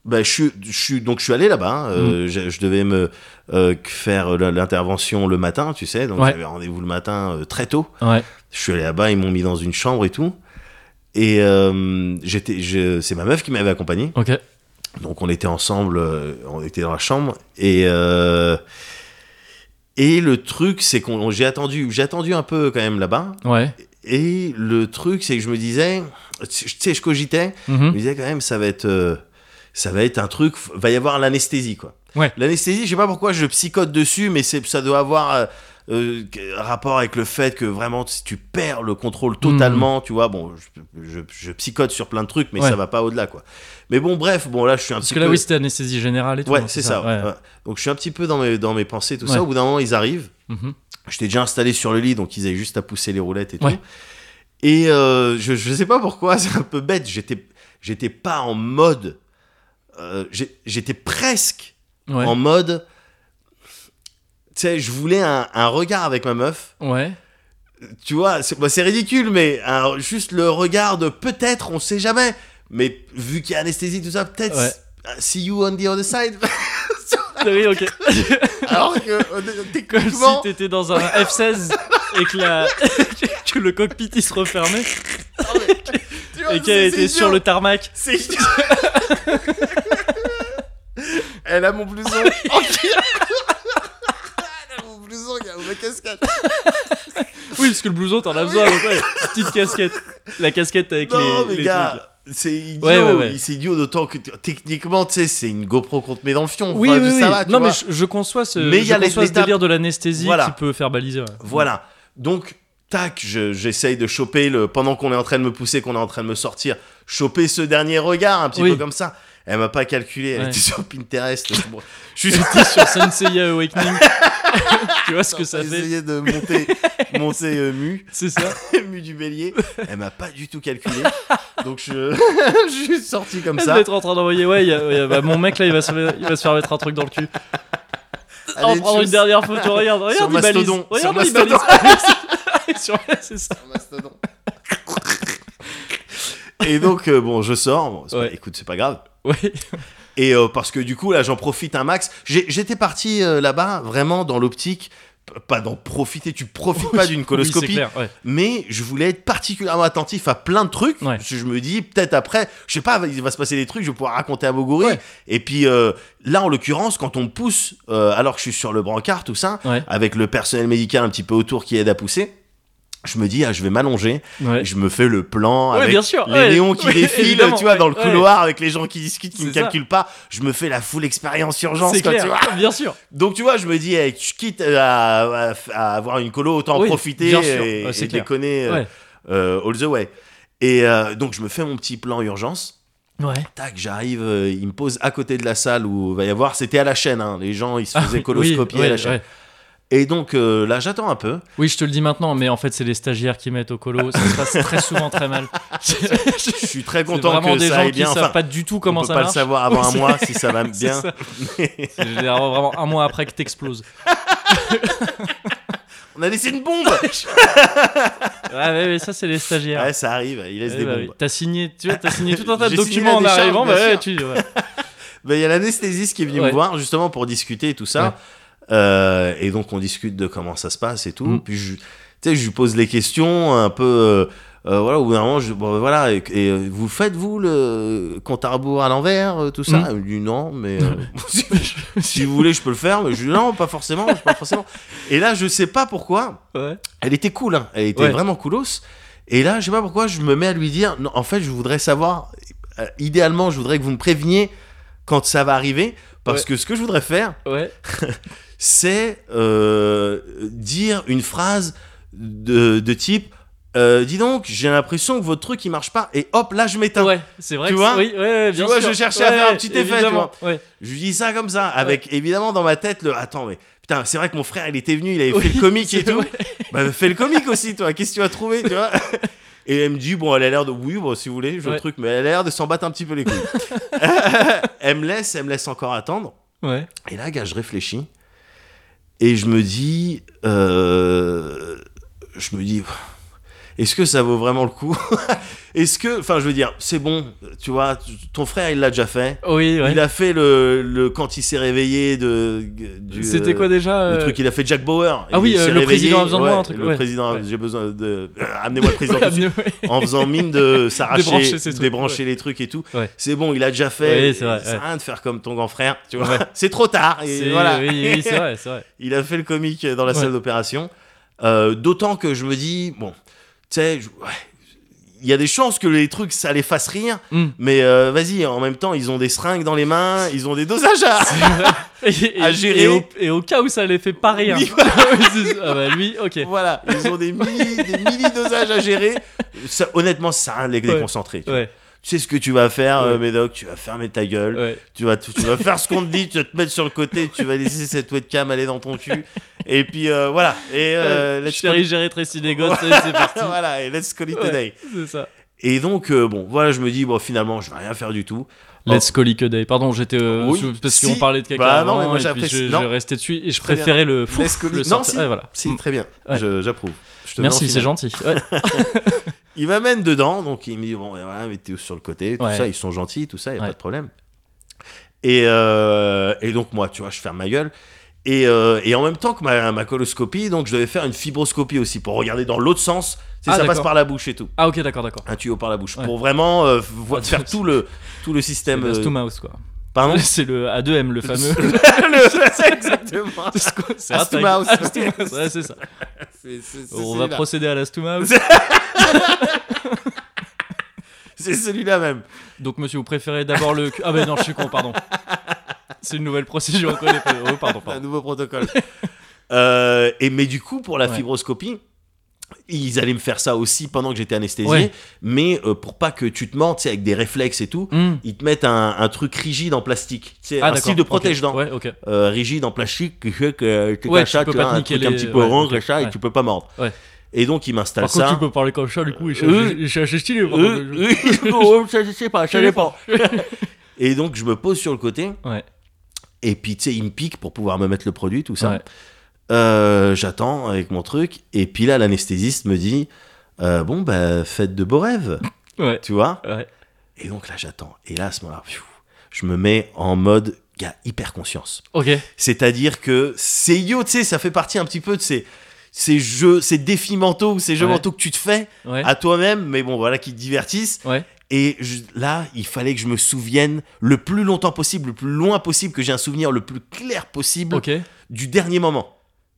[SPEAKER 2] bah, je suis, je suis- donc je suis allé là-bas. hein,
[SPEAKER 1] Mm.
[SPEAKER 2] euh, je, je devais me euh, faire la- l'intervention le matin, tu sais. Donc
[SPEAKER 1] Ouais.
[SPEAKER 2] j'avais rendez-vous le matin euh, très tôt.
[SPEAKER 1] Ouais.
[SPEAKER 2] Je suis allé là-bas, ils m'ont mis dans une chambre et tout. Et euh, j'étais, je, c'est ma meuf qui m'avait accompagné.
[SPEAKER 1] Ok.
[SPEAKER 2] Donc on était ensemble, euh, on était dans la chambre et euh, et le truc c'est qu'on j'ai attendu, j'ai attendu un peu quand même là-bas.
[SPEAKER 1] Ouais.
[SPEAKER 2] Et le truc c'est que je me disais, tu sais, je cogitais. Je
[SPEAKER 1] Mhm.
[SPEAKER 2] me disais quand même, ça va être, euh, ça va être un truc, f- va y avoir l'anesthésie, quoi.
[SPEAKER 1] Ouais.
[SPEAKER 2] L'anesthésie, je sais pas pourquoi je psychote dessus, mais c'est, ça doit avoir euh, euh, que- rapport avec le fait que vraiment si tu perds le
[SPEAKER 1] Mmh.
[SPEAKER 2] contrôle totalement, tu vois. Bon, je, je, je psychote sur plein de trucs, mais
[SPEAKER 1] Ouais.
[SPEAKER 2] ça va pas au-delà, quoi. Mais bon, bref, bon là, je suis un
[SPEAKER 1] Parce
[SPEAKER 2] petit
[SPEAKER 1] que là,
[SPEAKER 2] peu.
[SPEAKER 1] oui, c'était anesthésie générale et tout.
[SPEAKER 2] ouais,
[SPEAKER 1] hein,
[SPEAKER 2] c'est ça. ouais,
[SPEAKER 1] ouais.
[SPEAKER 2] ouais. Donc je suis un petit peu dans mes, dans mes pensées, tout
[SPEAKER 1] Ouais.
[SPEAKER 2] ça. Au bout d'un moment, ils arrivent.
[SPEAKER 1] Mhm.
[SPEAKER 2] J'étais déjà installé sur le lit, donc ils avaient juste à pousser les roulettes et
[SPEAKER 1] Ouais.
[SPEAKER 2] tout. Et euh, je, je sais pas pourquoi, c'est un peu bête. J'étais, j'étais pas en mode. euh, j'ai- j'étais presque
[SPEAKER 1] Ouais.
[SPEAKER 2] en mode. Tu sais, je voulais un, un regard avec ma meuf.
[SPEAKER 1] Ouais.
[SPEAKER 2] Tu vois, c'est, bah, c'est ridicule, mais un- juste le regard de peut-être, on sait jamais. Mais vu qu'il y a anesthésie, tout ça, peut-être. uh,
[SPEAKER 1] Ouais.
[SPEAKER 2] See you on the other side.
[SPEAKER 1] Oui, ok.
[SPEAKER 2] Alors que, euh,
[SPEAKER 1] Comme
[SPEAKER 2] Comment
[SPEAKER 1] si t'étais dans un F-16 et que, la... que le cockpit il se refermait
[SPEAKER 2] tu vois,
[SPEAKER 1] et
[SPEAKER 2] c'est-
[SPEAKER 1] qu'elle était
[SPEAKER 2] c'est
[SPEAKER 1] sur
[SPEAKER 2] idiot.
[SPEAKER 1] le tarmac.
[SPEAKER 2] C'est Elle a mon blouson. Elle a mon blouson, il y a ma casquette.
[SPEAKER 1] Oui, parce que le blouson t'en as besoin. donc ouais, Petite casquette. La casquette avec
[SPEAKER 2] Non,
[SPEAKER 1] les.
[SPEAKER 2] mais
[SPEAKER 1] les trucs, là.
[SPEAKER 2] gars, c'est idiot.
[SPEAKER 1] Ouais, ouais, ouais.
[SPEAKER 2] C'est idiot d'autant que t- techniquement, tu sais, c'est une GoPro qu'on te met dans le fion.
[SPEAKER 1] Oui,
[SPEAKER 2] Enfin,
[SPEAKER 1] oui, oui.
[SPEAKER 2] ça va, tu
[SPEAKER 1] non, mais
[SPEAKER 2] vois.
[SPEAKER 1] je, je conçois ce,
[SPEAKER 2] Mais il y
[SPEAKER 1] je
[SPEAKER 2] a les-
[SPEAKER 1] conçois ce
[SPEAKER 2] l'étape-
[SPEAKER 1] délire de l'anesthésie
[SPEAKER 2] Voilà.
[SPEAKER 1] qui peut faire baliser. ouais.
[SPEAKER 2] Voilà. Donc, tac, je- j'essaye de choper le. Pendant qu'on est en train de me pousser, qu'on est en train de me sortir, choper ce dernier regard, un petit
[SPEAKER 1] Oui.
[SPEAKER 2] peu comme ça. Elle m'a pas calculé, elle
[SPEAKER 1] Ouais.
[SPEAKER 2] était sur Pinterest. Je- je suis
[SPEAKER 1] J'étais sur Senseiya Awakening. tu vois ce que ça fait
[SPEAKER 2] essayé de monter, monter euh, mu.
[SPEAKER 1] C'est ça.
[SPEAKER 2] mu du bélier. Elle m'a pas du tout calculé. donc je, je suis sorti comme
[SPEAKER 1] Elle
[SPEAKER 2] ça.
[SPEAKER 1] doit être en train d'envoyer. Ouais, il y a- il y a- bah, mon mec là, il va, se, il va se faire mettre un truc dans le cul.
[SPEAKER 2] Elle
[SPEAKER 1] en
[SPEAKER 2] est
[SPEAKER 1] prendre
[SPEAKER 2] sur-
[SPEAKER 1] une dernière photo, regarde, regarde,
[SPEAKER 2] Sur
[SPEAKER 1] il balise.
[SPEAKER 2] Mastodon, sur
[SPEAKER 1] Regarde, il
[SPEAKER 2] Mastodon.
[SPEAKER 1] balise. Sur- c'est ça.
[SPEAKER 2] sur Mastodon. Et donc, euh, bon, je sors. Bon, c'est pas-
[SPEAKER 1] Ouais.
[SPEAKER 2] écoute, c'est pas grave.
[SPEAKER 1] Ouais.
[SPEAKER 2] Et euh, parce que du coup, là, j'en profite un max. J'ai- J'étais parti euh, là-bas vraiment dans l'optique, p- pas d'en profiter, tu profites pas d'une
[SPEAKER 1] Oui, c'est
[SPEAKER 2] coloscopie,
[SPEAKER 1] clair, ouais.
[SPEAKER 2] mais je voulais être particulièrement attentif à plein de trucs.
[SPEAKER 1] Ouais.
[SPEAKER 2] Parce que je me dis, peut-être après, je sais pas, il va se passer des trucs, je vais pouvoir raconter à Moguri.
[SPEAKER 1] Ouais.
[SPEAKER 2] Et puis euh, là, en l'occurrence, quand on me pousse, euh, alors que je suis sur le brancard, tout ça,
[SPEAKER 1] Ouais.
[SPEAKER 2] avec le personnel médical un petit peu autour qui aide à pousser, je me dis, ah, je vais m'allonger,
[SPEAKER 1] Ouais.
[SPEAKER 2] je me fais le plan
[SPEAKER 1] Ouais,
[SPEAKER 2] avec
[SPEAKER 1] bien sûr,
[SPEAKER 2] les
[SPEAKER 1] ouais,
[SPEAKER 2] néons qui
[SPEAKER 1] ouais,
[SPEAKER 2] défilent,
[SPEAKER 1] évidemment,
[SPEAKER 2] tu vois,
[SPEAKER 1] ouais,
[SPEAKER 2] dans le
[SPEAKER 1] ouais.
[SPEAKER 2] couloir, avec les gens qui discutent, qui
[SPEAKER 1] C'est
[SPEAKER 2] ne
[SPEAKER 1] ça.
[SPEAKER 2] calculent pas, je me fais la full expérience urgence,
[SPEAKER 1] C'est
[SPEAKER 2] quoi,
[SPEAKER 1] clair,
[SPEAKER 2] tu vois.
[SPEAKER 1] bien sûr.
[SPEAKER 2] Donc tu vois, je me dis, eh, je quitte à, à- à avoir une colo, autant
[SPEAKER 1] Oui,
[SPEAKER 2] en profiter
[SPEAKER 1] bien sûr.
[SPEAKER 2] et,
[SPEAKER 1] Ouais, c'est
[SPEAKER 2] et
[SPEAKER 1] clair.
[SPEAKER 2] déconner euh,
[SPEAKER 1] Ouais.
[SPEAKER 2] euh, all the way. Et euh, donc je me fais mon petit plan urgence.
[SPEAKER 1] Ouais.
[SPEAKER 2] Tac, j'arrive, euh, il me pose à côté de la salle où va y avoir. C'était à la chaîne, hein, les gens
[SPEAKER 1] Ah
[SPEAKER 2] ils se faisaient coloscopier à la chaîne.
[SPEAKER 1] ouais.
[SPEAKER 2] Et donc euh, là, j'attends un peu.
[SPEAKER 1] Oui, je te le dis maintenant, mais en fait, c'est les stagiaires qui mettent au colo. Ça se passe très souvent très mal. C'est
[SPEAKER 2] Je suis très content
[SPEAKER 1] vraiment
[SPEAKER 2] que
[SPEAKER 1] des
[SPEAKER 2] ça
[SPEAKER 1] gens
[SPEAKER 2] aille
[SPEAKER 1] qui
[SPEAKER 2] bien.
[SPEAKER 1] savent
[SPEAKER 2] Enfin,
[SPEAKER 1] pas du tout comment
[SPEAKER 2] on peut
[SPEAKER 1] ça
[SPEAKER 2] pas
[SPEAKER 1] marche.
[SPEAKER 2] le savoir avant
[SPEAKER 1] Oui,
[SPEAKER 2] un
[SPEAKER 1] c'est-
[SPEAKER 2] mois si ça va bien.
[SPEAKER 1] C'est ça. C'est généralement vraiment un mois après que t'exploses.
[SPEAKER 2] On a laissé une bombe.
[SPEAKER 1] Ouais, ouais, ouais, ça, c'est les stagiaires.
[SPEAKER 2] ouais, ça arrive. Il laisse
[SPEAKER 1] Ouais,
[SPEAKER 2] des
[SPEAKER 1] bah
[SPEAKER 2] bombes.
[SPEAKER 1] oui. T'as signé, tu vois, t'as signé tout un tas de
[SPEAKER 2] J'ai signé
[SPEAKER 1] documents
[SPEAKER 2] la
[SPEAKER 1] en
[SPEAKER 2] décharge,
[SPEAKER 1] arrivant.
[SPEAKER 2] bien
[SPEAKER 1] bah ouais,
[SPEAKER 2] sûr.
[SPEAKER 1] tu. ouais.
[SPEAKER 2] Ben, il y a l'anesthésiste qui est venu
[SPEAKER 1] Ouais.
[SPEAKER 2] me voir justement pour discuter et tout ça. Euh, et donc on discute de comment ça se passe et tout.
[SPEAKER 1] Mm.
[SPEAKER 2] Puis je, tu sais, je lui pose les questions un peu. euh, Euh, voilà, au bout d'un moment, je- bon, voilà, et, et, euh, vous faites, vous, le compte à rebours à l'envers, euh, tout ça
[SPEAKER 1] Mhm.
[SPEAKER 2] Elle me dit non, mais euh, si, si vous voulez, je peux le faire. Mais je dis non, pas forcément, pas forcément. Et là, je sais pas pourquoi,
[SPEAKER 1] Ouais.
[SPEAKER 2] elle était cool, hein. elle était
[SPEAKER 1] Ouais.
[SPEAKER 2] vraiment coolos. Et là, je sais pas pourquoi, je me mets à lui dire, non, en fait, je voudrais savoir, euh, idéalement, je voudrais que vous me préveniez quand ça va arriver, parce
[SPEAKER 1] Ouais.
[SPEAKER 2] que ce que je voudrais faire,
[SPEAKER 1] Ouais.
[SPEAKER 2] c'est euh, dire une phrase de, de type, euh, dis donc, j'ai l'impression que votre truc il marche pas, et hop, là, je m'éteins.
[SPEAKER 1] Ouais, c'est vrai.
[SPEAKER 2] Tu
[SPEAKER 1] que
[SPEAKER 2] vois
[SPEAKER 1] c'est- Oui, ouais, ouais, bien
[SPEAKER 2] vois,
[SPEAKER 1] sûr.
[SPEAKER 2] je cherchais à
[SPEAKER 1] Ouais,
[SPEAKER 2] faire un petit effet, tu
[SPEAKER 1] évidemment. Ouais.
[SPEAKER 2] Je lui dis ça comme ça, avec évidemment dans ma tête le, attends, mais putain, c'est vrai que mon frère, il était venu, il avait fait
[SPEAKER 1] Oui,
[SPEAKER 2] le comique et
[SPEAKER 1] c'est-
[SPEAKER 2] tout.
[SPEAKER 1] ouais.
[SPEAKER 2] bah fais le comique aussi toi qu'est-ce que tu as trouvé tu vois et elle me dit bon elle a l'air de oui bon si vous voulez je
[SPEAKER 1] Ouais.
[SPEAKER 2] le truc mais elle a l'air de s'en battre un petit peu les couilles elle me laisse elle me laisse encore attendre
[SPEAKER 1] Ouais.
[SPEAKER 2] et là gars je réfléchis et je me dis euh, je me dis est-ce que ça vaut vraiment le coup est-ce que enfin je veux dire c'est bon tu vois t- ton frère il l'a déjà fait
[SPEAKER 1] Oui, ouais.
[SPEAKER 2] il a fait le, le quand il s'est réveillé de du,
[SPEAKER 1] C'était
[SPEAKER 2] euh,
[SPEAKER 1] quoi déjà
[SPEAKER 2] le
[SPEAKER 1] euh,
[SPEAKER 2] truc, il a fait Jack Bauer.
[SPEAKER 1] Ah oui,
[SPEAKER 2] Il
[SPEAKER 1] euh,
[SPEAKER 2] s'est
[SPEAKER 1] le
[SPEAKER 2] réveillé,
[SPEAKER 1] président a besoin de
[SPEAKER 2] ouais,
[SPEAKER 1] moi, un truc,
[SPEAKER 2] Le
[SPEAKER 1] ouais.
[SPEAKER 2] président,
[SPEAKER 1] Ouais.
[SPEAKER 2] j'ai besoin de. euh, Amenez-moi le président
[SPEAKER 1] ouais,
[SPEAKER 2] tout de suite.
[SPEAKER 1] mieux, ouais.
[SPEAKER 2] En faisant mine de s'arracher,
[SPEAKER 1] Débrancher ses trucs,
[SPEAKER 2] débrancher les trucs et tout.
[SPEAKER 1] Ouais.
[SPEAKER 2] C'est bon, il a déjà
[SPEAKER 1] Oui,
[SPEAKER 2] fait.
[SPEAKER 1] c'est vrai,
[SPEAKER 2] ça
[SPEAKER 1] ouais.
[SPEAKER 2] sert à rien de faire comme ton grand frère, tu vois.
[SPEAKER 1] Ouais.
[SPEAKER 2] C'est trop tard. Et
[SPEAKER 1] C'est-
[SPEAKER 2] voilà.
[SPEAKER 1] Oui, oui, c'est vrai, c'est vrai.
[SPEAKER 2] il a fait le comique dans la
[SPEAKER 1] Ouais.
[SPEAKER 2] salle d'opération. Euh, D'autant que je me dis, bon, tu sais, je- ouais, il y a des chances que les trucs, ça les fasse rire.
[SPEAKER 1] Hum.
[SPEAKER 2] Mais euh, vas-y, en même temps, ils ont des seringues dans les mains, ils ont des dosages à.
[SPEAKER 1] Et, et-
[SPEAKER 2] À gérer.
[SPEAKER 1] Et au, et au cas où ça les fait pas rire.
[SPEAKER 2] Oui,
[SPEAKER 1] ah bah lui, ok.
[SPEAKER 2] Voilà, ils ont des milli, des milli dosages à gérer. Ça, honnêtement, ça sert à rien de les
[SPEAKER 1] Ouais.
[SPEAKER 2] déconcentrer. Tu,
[SPEAKER 1] Ouais,
[SPEAKER 2] tu sais ce que tu vas faire, euh,
[SPEAKER 1] Ouais.
[SPEAKER 2] Médoc, tu vas fermer ta gueule,
[SPEAKER 1] ouais.
[SPEAKER 2] tu, vas, tu, tu vas faire ce qu'on te dit, tu vas te mettre sur le côté, tu vas laisser cette webcam aller dans ton cul. Et puis euh, voilà, et euh, let's, call
[SPEAKER 1] Chérie, gérer Tracy Lagos, c'est c'est parti.
[SPEAKER 2] voilà, et let's call it
[SPEAKER 1] Ouais.
[SPEAKER 2] a day.
[SPEAKER 1] C'est ça.
[SPEAKER 2] Et donc, euh, bon, voilà, je me dis, bon, finalement, je vais rien faire du tout.
[SPEAKER 1] Let's call it a day. Pardon, j'étais euh,
[SPEAKER 2] Oui,
[SPEAKER 1] sous- parce
[SPEAKER 2] si.
[SPEAKER 1] qu'on parlait de quelqu'un
[SPEAKER 2] Bah non,
[SPEAKER 1] avant,
[SPEAKER 2] mais
[SPEAKER 1] et
[SPEAKER 2] moi,
[SPEAKER 1] puis
[SPEAKER 2] j'apprécie.
[SPEAKER 1] je, je
[SPEAKER 2] Non.
[SPEAKER 1] restais dessus et je
[SPEAKER 2] Très bien.
[SPEAKER 1] préférais le fou,
[SPEAKER 2] Let's call it-
[SPEAKER 1] le
[SPEAKER 2] Non,
[SPEAKER 1] sortir.
[SPEAKER 2] si.
[SPEAKER 1] Ouais, voilà.
[SPEAKER 2] Si,
[SPEAKER 1] Mm.
[SPEAKER 2] très bien,
[SPEAKER 1] Ouais.
[SPEAKER 2] Je- j'approuve. Je te mets en
[SPEAKER 1] Merci, c'est
[SPEAKER 2] finale.
[SPEAKER 1] gentil. Ouais.
[SPEAKER 2] Il m'amène dedans, donc il me dit bon, ben voilà, mettez-vous sur le côté, tout
[SPEAKER 1] Ouais.
[SPEAKER 2] ça, ils sont gentils, tout ça, il a
[SPEAKER 1] Ouais.
[SPEAKER 2] pas de problème. Et, euh, et donc moi, tu vois, je ferme ma gueule. Et, euh, et en même temps que ma, ma coloscopie, donc je devais faire une fibroscopie aussi pour regarder dans l'autre sens, c'est
[SPEAKER 1] Ah,
[SPEAKER 2] ça passe
[SPEAKER 1] d'accord.
[SPEAKER 2] par la bouche et tout,
[SPEAKER 1] Ah ok, d'accord, d'accord.
[SPEAKER 2] un tuyau par la bouche,
[SPEAKER 1] Ouais.
[SPEAKER 2] pour vraiment euh, vo-
[SPEAKER 1] Ah,
[SPEAKER 2] faire
[SPEAKER 1] c'est-
[SPEAKER 2] tout le tout le système.
[SPEAKER 1] Best
[SPEAKER 2] euh,
[SPEAKER 1] to mouse quoi.
[SPEAKER 2] pardon.
[SPEAKER 1] C'est le A2M, le fameux.
[SPEAKER 2] Le- c'est exactement.
[SPEAKER 1] C'est quoi C'est
[SPEAKER 2] As to
[SPEAKER 1] un tag.
[SPEAKER 2] mouse.
[SPEAKER 1] As to mouse, ouais, c'est ça.
[SPEAKER 2] C'est- c'est- c'est
[SPEAKER 1] On va
[SPEAKER 2] celui-là.
[SPEAKER 1] procéder à l'as to mouse.
[SPEAKER 2] C'est celui-là même.
[SPEAKER 1] Donc monsieur, vous préférez d'abord le... Ah ben non, je suis con, pardon. C'est une nouvelle procédure, on connaît pas. Oh, pardon,
[SPEAKER 2] un
[SPEAKER 1] pardon.
[SPEAKER 2] nouveau protocole. Euh, et mais du coup, pour la
[SPEAKER 1] Ouais.
[SPEAKER 2] fibroscopie, ils allaient me faire ça aussi pendant que j'étais anesthésié,
[SPEAKER 1] Ouais.
[SPEAKER 2] mais euh, pour pas que tu te mentes, tu sais, avec des réflexes et tout.
[SPEAKER 1] Mm.
[SPEAKER 2] Ils te mettent un, un truc rigide en plastique, c'est
[SPEAKER 1] Ah,
[SPEAKER 2] Euh, un style de
[SPEAKER 1] d'accord, ok.
[SPEAKER 2] protège-dents
[SPEAKER 1] Ouais, ok.
[SPEAKER 2] euh, rigide en plastique qui fait que t'es
[SPEAKER 1] Ouais,
[SPEAKER 2] un
[SPEAKER 1] tu
[SPEAKER 2] chat,
[SPEAKER 1] peux
[SPEAKER 2] tu
[SPEAKER 1] pas
[SPEAKER 2] as
[SPEAKER 1] te
[SPEAKER 2] un
[SPEAKER 1] niquer
[SPEAKER 2] truc un
[SPEAKER 1] les-
[SPEAKER 2] petit peu
[SPEAKER 1] ouais,
[SPEAKER 2] orange,
[SPEAKER 1] ok,
[SPEAKER 2] le chat,
[SPEAKER 1] ouais.
[SPEAKER 2] et tu peux pas mordre.
[SPEAKER 1] Ouais.
[SPEAKER 2] Et donc ils m'installent
[SPEAKER 1] Par contre,
[SPEAKER 2] ça.
[SPEAKER 1] tu peux parler comme ça, du coup, il
[SPEAKER 2] Euh,
[SPEAKER 1] cherche- il cherche assez stylé. par
[SPEAKER 2] Euh,
[SPEAKER 1] contre.
[SPEAKER 2] oui, oh, ça, je sais pas, ça dépend. et donc je me pose sur le côté.
[SPEAKER 1] Ouais.
[SPEAKER 2] Et puis tu sais, ils me piquent pour pouvoir me mettre le produit, tout ça.
[SPEAKER 1] Ouais.
[SPEAKER 2] Euh, j'attends avec mon truc. Et puis là, l'anesthésiste me dit euh, Bon, bah, faites de beaux rêves,
[SPEAKER 1] Ouais.
[SPEAKER 2] tu vois.
[SPEAKER 1] Ouais.
[SPEAKER 2] Et donc là, j'attends. Et là, à ce moment-là, pfiou, je me mets en mode gars hyper conscience.
[SPEAKER 1] Ok.
[SPEAKER 2] C'est-à-dire que c'est yo, tu sais, ça fait partie un petit peu de ces, ces jeux, ces défis mentaux ou ces jeux
[SPEAKER 1] Ouais.
[SPEAKER 2] mentaux que tu te fais
[SPEAKER 1] Ouais.
[SPEAKER 2] à toi-même, mais bon, voilà, qui te divertissent.
[SPEAKER 1] Ouais.
[SPEAKER 2] Et je- là, il fallait que je me souvienne le plus longtemps possible, le plus loin possible, que j'ai un souvenir le plus clair possible
[SPEAKER 1] Ok.
[SPEAKER 2] du dernier moment.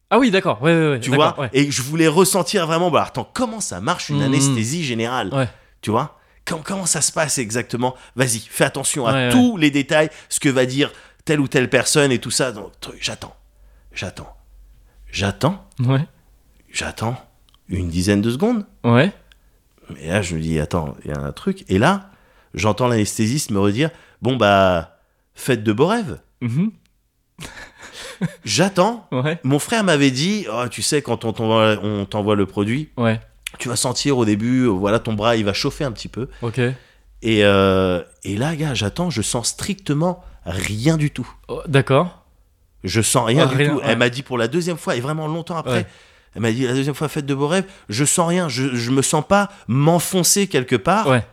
[SPEAKER 1] Ah oui, d'accord. Ouais, ouais, ouais.
[SPEAKER 2] Tu
[SPEAKER 1] d'accord,
[SPEAKER 2] vois
[SPEAKER 1] ouais.
[SPEAKER 2] Et je voulais ressentir vraiment, bah, attends, comment ça marche une
[SPEAKER 1] Mhm.
[SPEAKER 2] anesthésie générale
[SPEAKER 1] Ouais.
[SPEAKER 2] Tu vois Com- Comment ça se passe exactement Vas-y, fais attention à
[SPEAKER 1] Ouais, ouais.
[SPEAKER 2] tous les détails, ce que va dire telle ou telle personne et tout ça. Donc, truc, j'attends, j'attends, j'attends,
[SPEAKER 1] Ouais.
[SPEAKER 2] j'attends une dizaine de secondes.
[SPEAKER 1] Ouais.
[SPEAKER 2] Et là, je me dis, attends, il y a un truc. Et là, j'entends l'anesthésiste me redire, bon, bah, faites de beaux rêves.
[SPEAKER 1] Mhm.
[SPEAKER 2] J'attends.
[SPEAKER 1] Ouais.
[SPEAKER 2] Mon frère m'avait dit, Oh, tu sais, quand on t'envoie on t'envoie le produit,
[SPEAKER 1] Ouais.
[SPEAKER 2] tu vas sentir au début, euh, voilà, ton bras, il va chauffer un petit peu.
[SPEAKER 1] Ok.
[SPEAKER 2] Et, euh, et là, gars, j'attends, je sens strictement rien du tout.
[SPEAKER 1] Oh, d'accord.
[SPEAKER 2] Je sens rien
[SPEAKER 1] Ah,
[SPEAKER 2] du
[SPEAKER 1] rien,
[SPEAKER 2] tout.
[SPEAKER 1] ouais.
[SPEAKER 2] Elle m'a dit pour la deuxième fois, et vraiment longtemps après,
[SPEAKER 1] Ouais.
[SPEAKER 2] elle m'a dit la deuxième fois, faites de beaux rêves, je sens rien, je, je me sens pas m'enfoncer quelque part.
[SPEAKER 1] Ouais.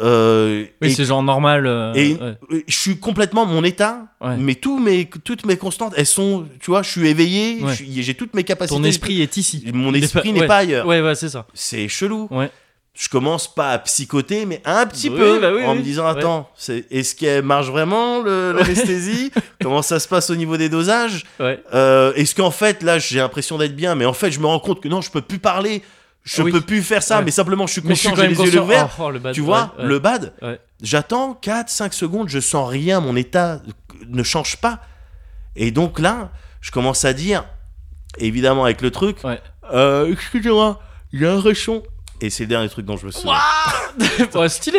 [SPEAKER 2] Euh,
[SPEAKER 1] Oui,
[SPEAKER 2] Ah, et
[SPEAKER 1] c'est genre normal. euh,
[SPEAKER 2] et-
[SPEAKER 1] ouais.
[SPEAKER 2] je suis complètement mon état,
[SPEAKER 1] Ouais.
[SPEAKER 2] mais tous mes, toutes mes constantes, elles sont, tu vois, je suis éveillé,
[SPEAKER 1] Ouais.
[SPEAKER 2] je suis- j'ai toutes mes capacités.
[SPEAKER 1] Ton esprit est ici.
[SPEAKER 2] Mon
[SPEAKER 1] Il est
[SPEAKER 2] esprit
[SPEAKER 1] pas-
[SPEAKER 2] n'est
[SPEAKER 1] ouais.
[SPEAKER 2] pas ailleurs.
[SPEAKER 1] Ouais, ouais, c'est ça.
[SPEAKER 2] C'est chelou.
[SPEAKER 1] Ouais.
[SPEAKER 2] je commence pas à psychoter, mais un petit
[SPEAKER 1] Oui,
[SPEAKER 2] peu,
[SPEAKER 1] bah oui,
[SPEAKER 2] en
[SPEAKER 1] oui.
[SPEAKER 2] me disant attends, c'est- est-ce qu'elle marche vraiment le- l'anesthésie Comment ça se passe au niveau des dosages
[SPEAKER 1] Ouais.
[SPEAKER 2] Euh, Est-ce qu'en fait là j'ai l'impression d'être bien, mais en fait je me rends compte que non, je peux plus parler, je
[SPEAKER 1] Oui.
[SPEAKER 2] peux plus faire ça,
[SPEAKER 1] Ouais.
[SPEAKER 2] mais simplement je suis
[SPEAKER 1] Mais je suis
[SPEAKER 2] conscient,
[SPEAKER 1] quand
[SPEAKER 2] j'ai
[SPEAKER 1] même
[SPEAKER 2] les yeux
[SPEAKER 1] conscient.
[SPEAKER 2] ouverts.
[SPEAKER 1] Oh, oh, le bad-
[SPEAKER 2] Tu vois,
[SPEAKER 1] ouais, ouais.
[SPEAKER 2] le bad,
[SPEAKER 1] Ouais.
[SPEAKER 2] j'attends 4-5 secondes, je sens rien, mon état ne change pas. Et donc là, je commence à dire, évidemment avec le truc,
[SPEAKER 1] Ouais.
[SPEAKER 2] Euh, excusez-moi, il y a un réchon. Et c'est le dernier truc dont je me souviens.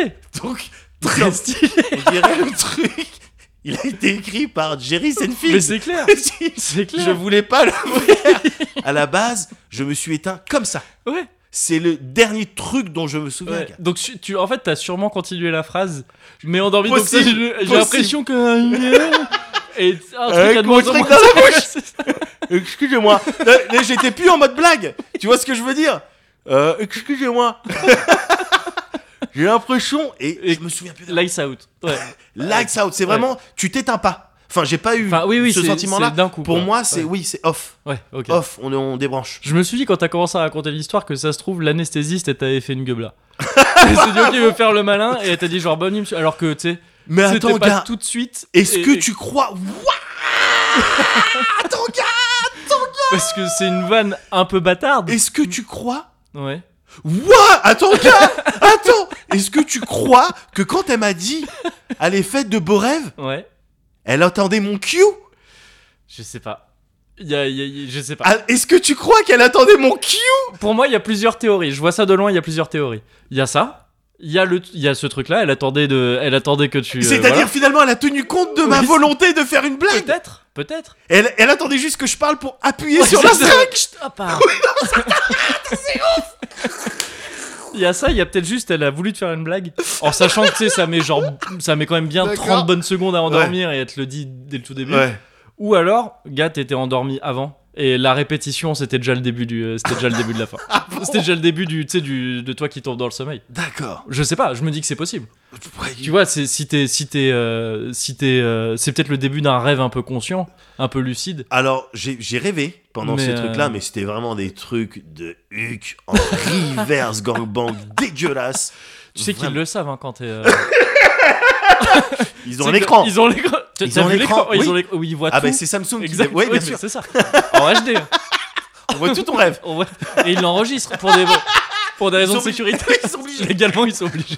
[SPEAKER 1] Ouais, stylé.
[SPEAKER 2] donc,
[SPEAKER 1] Très stylé.
[SPEAKER 2] on dirait le truc, il a été écrit par Jerry
[SPEAKER 1] Mais
[SPEAKER 2] Seinfeld.
[SPEAKER 1] c'est clair. C'est
[SPEAKER 2] je
[SPEAKER 1] clair.
[SPEAKER 2] voulais pas le faire. à la base, je me suis éteint comme ça.
[SPEAKER 1] Ouais.
[SPEAKER 2] C'est le dernier truc dont je me souviens.
[SPEAKER 1] Ouais.
[SPEAKER 2] gars.
[SPEAKER 1] Donc tu, tu- en fait t'as sûrement continué la phrase mais endormi
[SPEAKER 2] Possible,
[SPEAKER 1] donc ça, j'ai- j'ai
[SPEAKER 2] possible. Eh,
[SPEAKER 1] l'impression que euh, et un truc
[SPEAKER 2] Avec
[SPEAKER 1] à de
[SPEAKER 2] mon
[SPEAKER 1] moins en moins-
[SPEAKER 2] truc dans la bouche.
[SPEAKER 1] C'est ça.
[SPEAKER 2] Excusez-moi. Là, là, j'étais plus en mode blague. Tu vois ce que je veux dire Euh, Excusez-moi. J'ai l'impression et,
[SPEAKER 1] Et-
[SPEAKER 2] je me souviens plus. De...
[SPEAKER 1] Lights out. Ouais.
[SPEAKER 2] Lights out, c'est vraiment tu t'éteins pas. Enfin, j'ai pas eu
[SPEAKER 1] Enfin oui oui
[SPEAKER 2] ce
[SPEAKER 1] c'est-
[SPEAKER 2] sentiment-là.
[SPEAKER 1] c'est d'un coup.
[SPEAKER 2] Pour
[SPEAKER 1] quoi.
[SPEAKER 2] moi, c'est Oh.
[SPEAKER 1] ouais.
[SPEAKER 2] oui, c'est off,
[SPEAKER 1] Ouais, OK.
[SPEAKER 2] off. On, on débranche.
[SPEAKER 1] Je me suis dit quand t'as commencé à raconter l'histoire que ça se trouve l'anesthésiste elle t'avait fait une gueule là. Elle s'est dit ok veut faire le malin et elle t'a dit genre bonne nuit monsieur alors que tu sais
[SPEAKER 2] Mais attends,
[SPEAKER 1] c'était pas
[SPEAKER 2] gars,
[SPEAKER 1] tout de suite.
[SPEAKER 2] est-ce
[SPEAKER 1] et-
[SPEAKER 2] que
[SPEAKER 1] et-
[SPEAKER 2] tu crois Ouah Attends, gars,
[SPEAKER 1] parce que c'est une vanne un peu bâtarde.
[SPEAKER 2] est-ce que tu crois
[SPEAKER 1] Ouais.
[SPEAKER 2] Ouah Attends, gars, attends. Est-ce que tu crois que quand elle m'a dit à les fêtes de beaux rêves,
[SPEAKER 1] Ouais.
[SPEAKER 2] elle attendait mon cue
[SPEAKER 1] Je sais pas. Y a- y a- y a- je sais pas.
[SPEAKER 2] Ah, Est-ce que tu crois qu'elle attendait mon cue
[SPEAKER 1] Pour moi, il y a plusieurs théories. Je vois ça de loin, il y a plusieurs théories. Il y a ça, il y a le il y a ce truc là, elle attendait de elle attendait que tu euh,
[SPEAKER 2] C'est-à-dire
[SPEAKER 1] voilà.
[SPEAKER 2] finalement elle a tenu compte de ma
[SPEAKER 1] Oui,
[SPEAKER 2] volonté de faire une blague.
[SPEAKER 1] peut-être, peut-être.
[SPEAKER 2] Elle, elle attendait juste que je parle pour appuyer sur la string.
[SPEAKER 1] Ah, pardon. Il y a ça, il y a peut-être juste, elle a voulu te faire une blague. En sachant que, tu sais, ça met genre, ça met quand même bien
[SPEAKER 2] D'accord.
[SPEAKER 1] 30 bonnes secondes à endormir et elle te le dit dès le tout début.
[SPEAKER 2] Ouais.
[SPEAKER 1] Ou alors, gars, t'étais endormi avant. Et la répétition, c'était déjà le début du, euh, c'était déjà le début de la fin.
[SPEAKER 2] Ah
[SPEAKER 1] C'était déjà le début du, tu sais, du, de toi qui tombe dans le sommeil.
[SPEAKER 2] D'accord.
[SPEAKER 1] Je sais pas, je me dis que c'est possible.
[SPEAKER 2] Ouais.
[SPEAKER 1] Tu vois, c'est, si t'es, si t'es, euh, si t'es, euh, c'est peut-être le début d'un rêve un peu conscient, un peu lucide.
[SPEAKER 2] Alors j'ai j'ai rêvé pendant
[SPEAKER 1] Mais,
[SPEAKER 2] ces
[SPEAKER 1] euh,
[SPEAKER 2] trucs-là, mais c'était vraiment des trucs de huc en reverse gangbang dégueulasse.
[SPEAKER 1] Tu sais qu'ils
[SPEAKER 2] Vraiment.
[SPEAKER 1] le savent hein, quand t'es. euh,
[SPEAKER 2] Ils ont
[SPEAKER 1] C'est
[SPEAKER 2] un
[SPEAKER 1] que-
[SPEAKER 2] écran.
[SPEAKER 1] Ils ont l'écran. T'as-
[SPEAKER 2] Ils
[SPEAKER 1] t'as
[SPEAKER 2] ont
[SPEAKER 1] vu
[SPEAKER 2] l'écran,
[SPEAKER 1] l'écran Ouais,
[SPEAKER 2] oui.
[SPEAKER 1] Ils ont l'écran. Oui, ils voient
[SPEAKER 2] Ah
[SPEAKER 1] tout.
[SPEAKER 2] bah c'est Samsung. qui
[SPEAKER 1] Exact.
[SPEAKER 2] dit- Ouais,
[SPEAKER 1] oui,
[SPEAKER 2] bien
[SPEAKER 1] mais
[SPEAKER 2] sûr.
[SPEAKER 1] C'est ça. En HD.
[SPEAKER 2] On voit tout ton rêve.
[SPEAKER 1] on voit- Et ils l'enregistrent pour des pour des raisons de
[SPEAKER 2] sont obligés.
[SPEAKER 1] sécurité.
[SPEAKER 2] Ils sont obligés.
[SPEAKER 1] Légalement, ils sont obligés.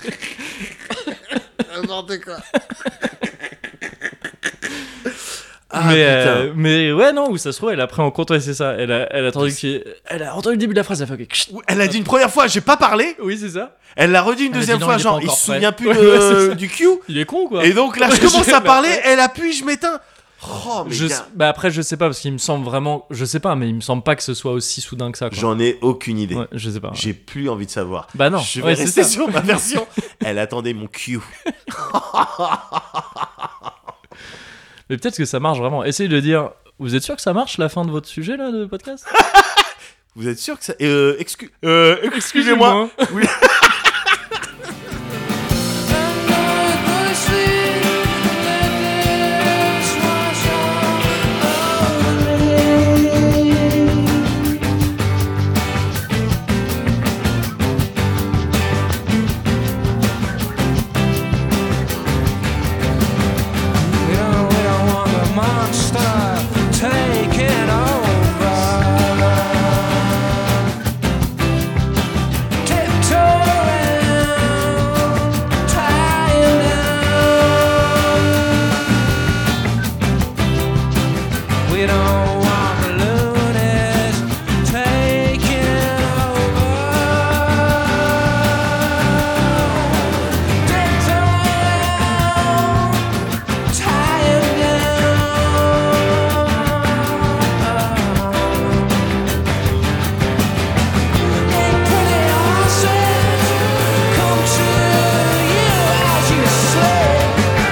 [SPEAKER 2] Ah,
[SPEAKER 1] mais,
[SPEAKER 2] putain.
[SPEAKER 1] euh, mais ouais, non, où ça se trouve, elle a pris en compte, ouais, c'est ça. Elle a, elle a entendu qu'il- Elle a entendu le début de la phrase, elle a fait. ok, chut.
[SPEAKER 2] Ouais, Elle a dit une première fois, j'ai pas parlé.
[SPEAKER 1] Oui, c'est ça.
[SPEAKER 2] Elle l'a redit une
[SPEAKER 1] Elle a
[SPEAKER 2] deuxième
[SPEAKER 1] dit non,
[SPEAKER 2] fois,
[SPEAKER 1] il est pas
[SPEAKER 2] genre il
[SPEAKER 1] encore
[SPEAKER 2] se
[SPEAKER 1] prêt.
[SPEAKER 2] souvient plus
[SPEAKER 1] Ouais,
[SPEAKER 2] de-
[SPEAKER 1] ouais, c'est ça.
[SPEAKER 2] du cue.
[SPEAKER 1] Il est con, quoi.
[SPEAKER 2] Et donc là, je
[SPEAKER 1] Ouais,
[SPEAKER 2] commence
[SPEAKER 1] j'ai-
[SPEAKER 2] à parler,
[SPEAKER 1] ouais.
[SPEAKER 2] elle appuie, je m'éteins. Oh, mais
[SPEAKER 1] Je-
[SPEAKER 2] gars.
[SPEAKER 1] bah après je sais pas parce qu'il me semble vraiment je sais pas mais il me semble pas que ce soit aussi soudain que ça quoi.
[SPEAKER 2] J'en ai aucune idée.
[SPEAKER 1] Ouais, je sais pas. ouais.
[SPEAKER 2] J'ai plus envie de savoir.
[SPEAKER 1] Bah non.
[SPEAKER 2] je vais
[SPEAKER 1] ouais, c'est
[SPEAKER 2] rester
[SPEAKER 1] ça.
[SPEAKER 2] sur ma version. Elle attendait mon cue.
[SPEAKER 1] Mais peut-être que ça marche vraiment. Essayez de dire vous êtes sûr que ça marche la fin de votre sujet là de podcast
[SPEAKER 2] Vous êtes sûr que ça. Euh, excu- euh, excusez-moi.
[SPEAKER 1] Excusez-moi.
[SPEAKER 2] Oui.
[SPEAKER 3] We don't, we don't want the monster taking over. Tiptoeing, tying down. We don't want the loonies taking over. Tiptoeing. Thank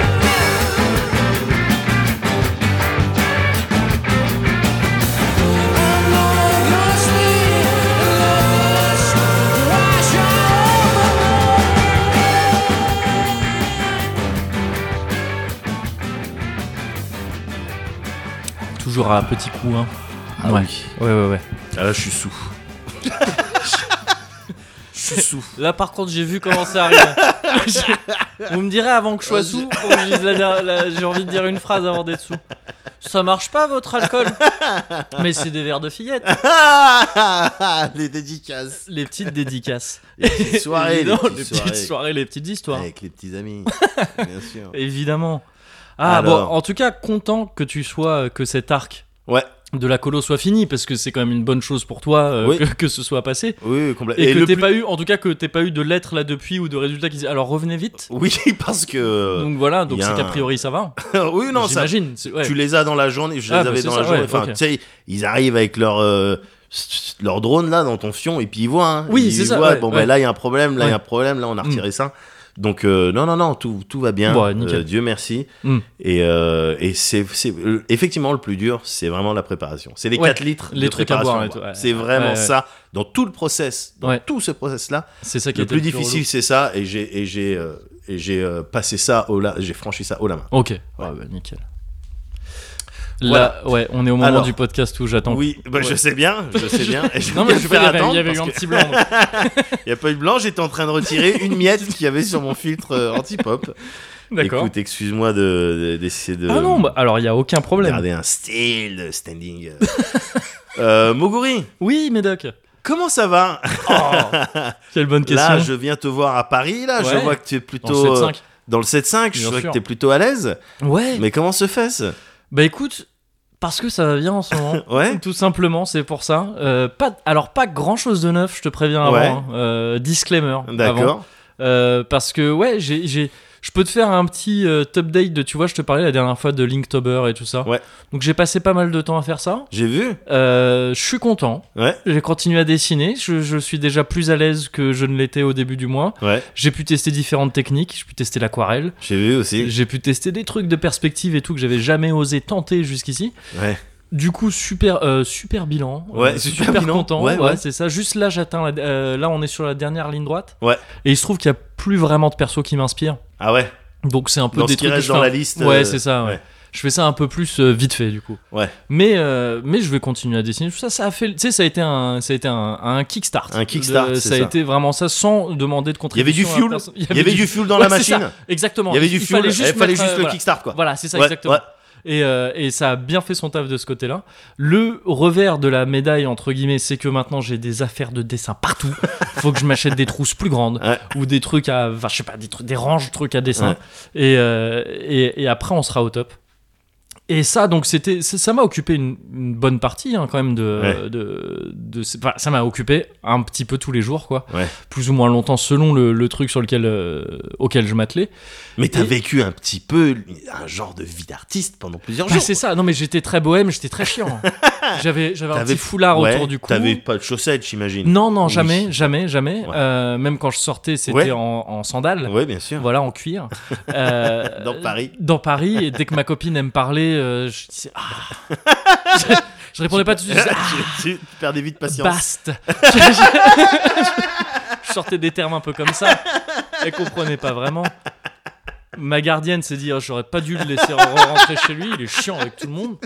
[SPEAKER 3] you
[SPEAKER 1] Toujours à petits coups hein. ouais. ouais ouais ouais.
[SPEAKER 2] Ah là, je suis sous. Je Shusu.
[SPEAKER 1] Là, par contre, j'ai vu comment ça arrive. Vous me direz avant que je sois sous, faut que je dise la- la- la- j'ai envie de dire une phrase avant d'être sous. Ça marche pas votre alcool Mais c'est des verres de fillette, Ah,
[SPEAKER 2] les dédicaces.
[SPEAKER 1] les petites dédicaces.
[SPEAKER 2] Les petites soirées. les
[SPEAKER 1] Évidemment,
[SPEAKER 2] petites
[SPEAKER 1] les petites
[SPEAKER 2] soirées.
[SPEAKER 1] soirées, les petites histoires.
[SPEAKER 2] Avec les petits amis. Bien sûr.
[SPEAKER 1] Évidemment. Ah
[SPEAKER 2] Alors.
[SPEAKER 1] bon, en tout cas, content que tu sois, euh, que cet arc
[SPEAKER 2] Ouais.
[SPEAKER 1] de la colo soit fini, parce que c'est quand même une bonne chose pour toi euh,
[SPEAKER 2] Oui.
[SPEAKER 1] que, que ce soit passé.
[SPEAKER 2] Oui, complètement.
[SPEAKER 1] Et, que
[SPEAKER 2] le
[SPEAKER 1] t'aies
[SPEAKER 2] plus-
[SPEAKER 1] pas eu, en tout cas, que t'aies pas eu de lettres là depuis ou de résultats qui disent alors revenez vite.
[SPEAKER 2] Oui, parce que.
[SPEAKER 1] donc voilà, donc
[SPEAKER 2] Euh, y a
[SPEAKER 1] c'est qu'a
[SPEAKER 2] un-
[SPEAKER 1] priori ça va.
[SPEAKER 2] oui, non, ça.
[SPEAKER 1] J'imagine. c'est- ouais.
[SPEAKER 2] Tu les as dans la journée. Je
[SPEAKER 1] Ah,
[SPEAKER 2] les
[SPEAKER 1] bah,
[SPEAKER 2] avais
[SPEAKER 1] c'est
[SPEAKER 2] dans
[SPEAKER 1] ça,
[SPEAKER 2] la journée.
[SPEAKER 1] ouais,
[SPEAKER 2] enfin,
[SPEAKER 1] ok.
[SPEAKER 2] tu sais, ils arrivent avec leur. euh, leur drone là dans ton fion et puis ils voient hein.
[SPEAKER 1] Oui,
[SPEAKER 2] Ils
[SPEAKER 1] c'est ça,
[SPEAKER 2] voient,
[SPEAKER 1] ouais,
[SPEAKER 2] bon
[SPEAKER 1] ouais.
[SPEAKER 2] bah, là il y a un problème là il y
[SPEAKER 1] Ouais.
[SPEAKER 2] a
[SPEAKER 1] Mm.
[SPEAKER 2] un problème là on a retiré ça donc euh, non non non tout, tout va bien Euh,
[SPEAKER 1] Ouais, nickel.
[SPEAKER 2] Dieu merci
[SPEAKER 1] Mm.
[SPEAKER 2] et, euh, et c'est c'est- euh, effectivement le plus dur c'est vraiment la préparation c'est les
[SPEAKER 1] Ouais,
[SPEAKER 2] 4 litres
[SPEAKER 1] les
[SPEAKER 2] de
[SPEAKER 1] trucs à
[SPEAKER 2] préparation,
[SPEAKER 1] boire et
[SPEAKER 2] quoi.
[SPEAKER 1] tout, ouais.
[SPEAKER 2] c'est vraiment
[SPEAKER 1] Ouais, ouais.
[SPEAKER 2] ça dans tout le process dans
[SPEAKER 1] Ouais.
[SPEAKER 2] tout ce process là
[SPEAKER 1] C'est ça qui
[SPEAKER 2] le
[SPEAKER 1] était
[SPEAKER 2] plus
[SPEAKER 1] relou.
[SPEAKER 2] difficile c'est ça et j'ai et j'ai euh, et j'ai euh, passé ça au la j'ai franchi ça haut la main
[SPEAKER 1] Ok. Ouais, bah, nickel. Là, ouais, on est au moment
[SPEAKER 2] Alors.
[SPEAKER 1] du podcast où j'attends.
[SPEAKER 2] oui bah, je
[SPEAKER 1] Ouais.
[SPEAKER 2] sais bien je sais bien et je
[SPEAKER 1] Non
[SPEAKER 2] voulais
[SPEAKER 1] mais je
[SPEAKER 2] te
[SPEAKER 1] sais pas,
[SPEAKER 2] faire
[SPEAKER 1] il y avait- il y
[SPEAKER 2] attendre
[SPEAKER 1] avait eu
[SPEAKER 2] parce
[SPEAKER 1] un
[SPEAKER 2] que
[SPEAKER 1] petit blanc. donc.
[SPEAKER 2] il y a pas eu de blanc j'étais en train de retirer une miette qu'il y avait sur mon filtre euh, anti-pop
[SPEAKER 1] D'accord.
[SPEAKER 2] écoute euh, excuse-moi de de- d'essayer de,
[SPEAKER 1] Ah non, bah, alors il y a aucun problème.
[SPEAKER 2] garder un style standing euh. Euh, Moguri
[SPEAKER 1] Oui, Médoc.
[SPEAKER 2] comment ça va
[SPEAKER 1] Oh, quelle bonne question.
[SPEAKER 2] Là, je viens te voir à Paris. Là, je
[SPEAKER 1] Ouais.
[SPEAKER 2] vois que tu es
[SPEAKER 1] Dans le
[SPEAKER 2] plutôt euh,
[SPEAKER 1] 7-5.
[SPEAKER 2] dans le 7-5. Je
[SPEAKER 1] Bien
[SPEAKER 2] vois que
[SPEAKER 1] sûr.
[SPEAKER 2] tu es plutôt à l'aise.
[SPEAKER 1] Ouais.
[SPEAKER 2] Mais comment se fait-ce
[SPEAKER 1] Bah écoute, parce que ça va bien en ce moment.
[SPEAKER 2] Ouais.
[SPEAKER 1] Tout simplement, c'est pour ça. Euh, pas, alors pas grand chose de neuf, je te préviens avant.
[SPEAKER 2] Ouais.
[SPEAKER 1] hein. Euh, disclaimer. avant.
[SPEAKER 2] D'accord.
[SPEAKER 1] Euh, parce que ouais, j'ai, j'ai- je peux te faire un petit euh, top date de, tu vois, je te parlais la dernière fois de Linktober et tout ça.
[SPEAKER 2] Ouais.
[SPEAKER 1] Donc j'ai passé pas mal de temps à faire ça.
[SPEAKER 2] J'ai vu.
[SPEAKER 1] Euh, je suis content.
[SPEAKER 2] Ouais.
[SPEAKER 1] J'ai continué à dessiner. Je, je suis déjà plus à l'aise que je ne l'étais au début du mois.
[SPEAKER 2] Ouais.
[SPEAKER 1] J'ai pu tester différentes techniques. J'ai pu tester l'aquarelle.
[SPEAKER 2] J'ai vu aussi.
[SPEAKER 1] J'ai pu tester des trucs de perspective et tout que j'avais jamais osé tenter jusqu'ici.
[SPEAKER 2] Ouais.
[SPEAKER 1] Du coup, super, euh, super bilan.
[SPEAKER 2] Ouais,
[SPEAKER 1] Euh,
[SPEAKER 2] super
[SPEAKER 1] super,
[SPEAKER 2] bilan.
[SPEAKER 1] content.
[SPEAKER 2] Ouais,
[SPEAKER 1] Ouais,
[SPEAKER 2] ouais.
[SPEAKER 1] c'est ça. Juste là, j'atteins. la- euh, là, on est sur la dernière ligne droite.
[SPEAKER 2] Ouais.
[SPEAKER 1] Et il se trouve qu'il n'y a plus vraiment de perso qui m'inspire.
[SPEAKER 2] Ah ouais.
[SPEAKER 1] Donc c'est un peu
[SPEAKER 2] Dans
[SPEAKER 1] des
[SPEAKER 2] ce qui
[SPEAKER 1] trucs que
[SPEAKER 2] reste
[SPEAKER 1] je
[SPEAKER 2] dans
[SPEAKER 1] fais
[SPEAKER 2] la
[SPEAKER 1] un-
[SPEAKER 2] liste.
[SPEAKER 1] Ouais,
[SPEAKER 2] euh,
[SPEAKER 1] c'est ça. ouais.
[SPEAKER 2] ouais.
[SPEAKER 1] Je fais ça un peu plus euh, vite fait du coup.
[SPEAKER 2] Ouais.
[SPEAKER 1] Mais euh, mais je vais continuer à dessiner tout ça. Ça a fait, tu sais, ça a été un, ça a été un, un kickstart.
[SPEAKER 2] Un kickstart,
[SPEAKER 1] Euh,
[SPEAKER 2] c'est
[SPEAKER 1] ça a
[SPEAKER 2] ça.
[SPEAKER 1] été vraiment ça, sans demander de
[SPEAKER 2] Il y
[SPEAKER 1] contribution.
[SPEAKER 2] avait du
[SPEAKER 1] à
[SPEAKER 2] fuel.
[SPEAKER 1] personne.
[SPEAKER 2] Il y avait du fuel dans
[SPEAKER 1] Ouais,
[SPEAKER 2] la
[SPEAKER 1] c'est ça.
[SPEAKER 2] machine.
[SPEAKER 1] Exactement.
[SPEAKER 2] Il y avait du
[SPEAKER 1] il
[SPEAKER 2] fuel.
[SPEAKER 1] fallait juste,
[SPEAKER 2] Il fallait
[SPEAKER 1] mettre, euh,
[SPEAKER 2] juste le
[SPEAKER 1] voilà.
[SPEAKER 2] kickstart quoi.
[SPEAKER 1] Voilà, c'est ça
[SPEAKER 2] Ouais,
[SPEAKER 1] exactement.
[SPEAKER 2] ouais.
[SPEAKER 1] Et, euh, et ça a bien fait son taf de ce côté-là. Le revers de la médaille, entre guillemets, c'est que maintenant j'ai des affaires de dessin partout. Faut que je m'achète des trousses plus grandes
[SPEAKER 2] Ouais.
[SPEAKER 1] ou des trucs à, enfin, je sais pas, des, trucs, des ranges trucs à dessin.
[SPEAKER 2] Ouais.
[SPEAKER 1] Et, euh, et, et après, on sera au top. Et ça, donc, c'était, ça ça m'a occupé une, une bonne partie hein, quand même de,
[SPEAKER 2] Ouais.
[SPEAKER 1] de, de- c'est- enfin, ça m'a occupé un petit peu tous les jours, quoi.
[SPEAKER 2] Ouais.
[SPEAKER 1] Plus ou moins longtemps, selon le, le truc sur lequel, euh, auquel je m'attelais.
[SPEAKER 2] Mais t'as
[SPEAKER 1] Et-
[SPEAKER 2] vécu un petit peu un genre de vie d'artiste pendant plusieurs
[SPEAKER 1] Bah,
[SPEAKER 2] jours.
[SPEAKER 1] c'est ça, non mais j'étais très bohème, j'étais très chiant. j'avais j'avais un
[SPEAKER 2] T'avais-
[SPEAKER 1] petit foulard
[SPEAKER 2] Ouais,
[SPEAKER 1] autour du cou.
[SPEAKER 2] T'avais pas de chaussettes, j'imagine.
[SPEAKER 1] Non, non,
[SPEAKER 2] Oui.
[SPEAKER 1] jamais, jamais, jamais.
[SPEAKER 2] Ouais.
[SPEAKER 1] Euh, même quand je sortais, c'était
[SPEAKER 2] Ouais.
[SPEAKER 1] en, en sandales.
[SPEAKER 2] Ouais, bien sûr.
[SPEAKER 1] Voilà, en cuir. Euh,
[SPEAKER 2] Dans Paris.
[SPEAKER 1] Dans Paris, et dès que ma copine aime parler, euh, je disais, Ah je, je répondais pas tout de suite, je disais,
[SPEAKER 2] tu, tu perdais vite
[SPEAKER 1] Ah,
[SPEAKER 2] patience.
[SPEAKER 1] Baste je, je- je sortais des termes un peu comme ça. Elle comprenait pas vraiment. Ma gardienne s'est dit, Oh, j'aurais pas dû le laisser re- rentrer chez lui, il est chiant avec tout le monde.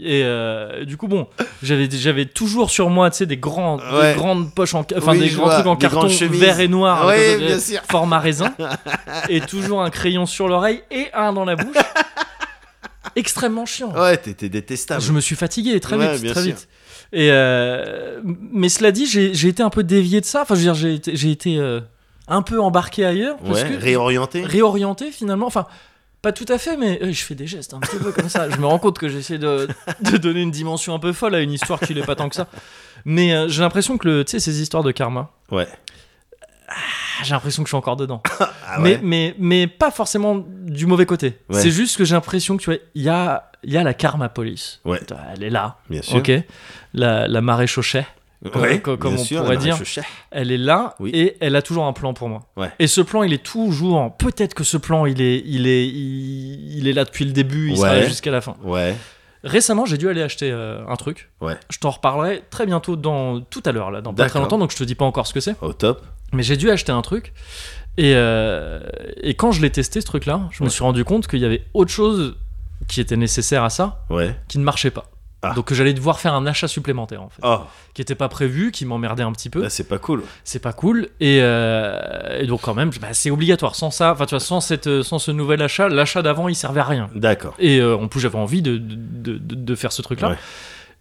[SPEAKER 1] Et euh, du coup, bon, j'avais j'avais toujours sur moi, tu sais, des, grands,
[SPEAKER 2] Ouais.
[SPEAKER 1] des grandes poches, en, ca- enfin
[SPEAKER 2] Oui,
[SPEAKER 1] des
[SPEAKER 2] je
[SPEAKER 1] grands
[SPEAKER 2] vois,
[SPEAKER 1] trucs en
[SPEAKER 2] des
[SPEAKER 1] carton
[SPEAKER 2] grandes chemises.
[SPEAKER 1] vert et noir,
[SPEAKER 2] Ouais,
[SPEAKER 1] euh,
[SPEAKER 2] bien sûr.
[SPEAKER 1] format raisin, et toujours un crayon sur l'oreille et un dans la bouche. Extrêmement chiant.
[SPEAKER 2] Ouais, t'étais détestable.
[SPEAKER 1] Je me suis fatigué très
[SPEAKER 2] Ouais, bien
[SPEAKER 1] vite, très
[SPEAKER 2] sûr.
[SPEAKER 1] vite. Et euh, mais cela dit, j'ai j'ai été un peu dévié de ça. Enfin, je veux dire, j'ai été, j'ai été euh, un peu embarqué ailleurs, parce
[SPEAKER 2] Ouais,
[SPEAKER 1] que
[SPEAKER 2] réorienté.
[SPEAKER 1] réorienté finalement. Enfin, pas tout à fait, mais euh, je fais des gestes un petit peu comme ça. Je me rends compte que j'essaie de, de donner une dimension un peu folle à une histoire qui n'est pas tant que ça. Mais euh, j'ai l'impression que le, tu sais, ces histoires de karma,
[SPEAKER 2] Ouais.
[SPEAKER 1] ah, j'ai l'impression que je suis encore dedans.
[SPEAKER 2] Ah
[SPEAKER 1] mais,
[SPEAKER 2] ouais.
[SPEAKER 1] mais, mais pas forcément du mauvais côté.
[SPEAKER 2] Ouais.
[SPEAKER 1] C'est juste que j'ai l'impression que tu vois, il y a, il y a la karma police.
[SPEAKER 2] Ouais.
[SPEAKER 1] Elle est là.
[SPEAKER 2] Bien sûr.
[SPEAKER 1] Ok, la, la marée chauchet,
[SPEAKER 2] Ouais,
[SPEAKER 1] comme- comme
[SPEAKER 2] bien
[SPEAKER 1] on
[SPEAKER 2] sûr,
[SPEAKER 1] pourrait
[SPEAKER 2] la
[SPEAKER 1] dire.
[SPEAKER 2] marche au chef.
[SPEAKER 1] elle est là
[SPEAKER 2] Oui.
[SPEAKER 1] et elle a toujours un plan pour moi.
[SPEAKER 2] Ouais.
[SPEAKER 1] Et ce plan, il est toujours. en- Peut-être que ce plan, il est, il est, il, il est là depuis le début, il sera
[SPEAKER 2] Ouais.
[SPEAKER 1] là jusqu'à la fin.
[SPEAKER 2] Ouais.
[SPEAKER 1] Récemment, j'ai dû aller acheter euh, un truc.
[SPEAKER 2] Ouais.
[SPEAKER 1] Je t'en reparlerai très bientôt, dans tout à l'heure là, dans pas très
[SPEAKER 2] D'accord.
[SPEAKER 1] longtemps, donc je te dis pas encore ce que c'est.
[SPEAKER 2] Au top.
[SPEAKER 1] Mais j'ai dû acheter un truc. Et, euh, et quand je l'ai testé ce truc-là, je me
[SPEAKER 2] Ouais.
[SPEAKER 1] suis rendu compte qu'il y avait autre chose qui était nécessaire à ça,
[SPEAKER 2] Ouais.
[SPEAKER 1] qui ne marchait pas.
[SPEAKER 2] Ah.
[SPEAKER 1] Donc que j'allais devoir faire un achat supplémentaire en fait,
[SPEAKER 2] Oh,
[SPEAKER 1] qui était pas prévu, qui m'emmerdait un petit peu.
[SPEAKER 2] là, c'est pas cool.
[SPEAKER 1] c'est pas cool. Et, euh, et donc quand même, bah, c'est obligatoire. Sans ça, enfin tu vois, sans cette, euh, sans ce nouvel achat, l'achat d'avant il servait à rien.
[SPEAKER 2] D'accord.
[SPEAKER 1] Et euh, en plus, j'avais envie de, de, de- de faire ce truc-là.
[SPEAKER 2] Ouais.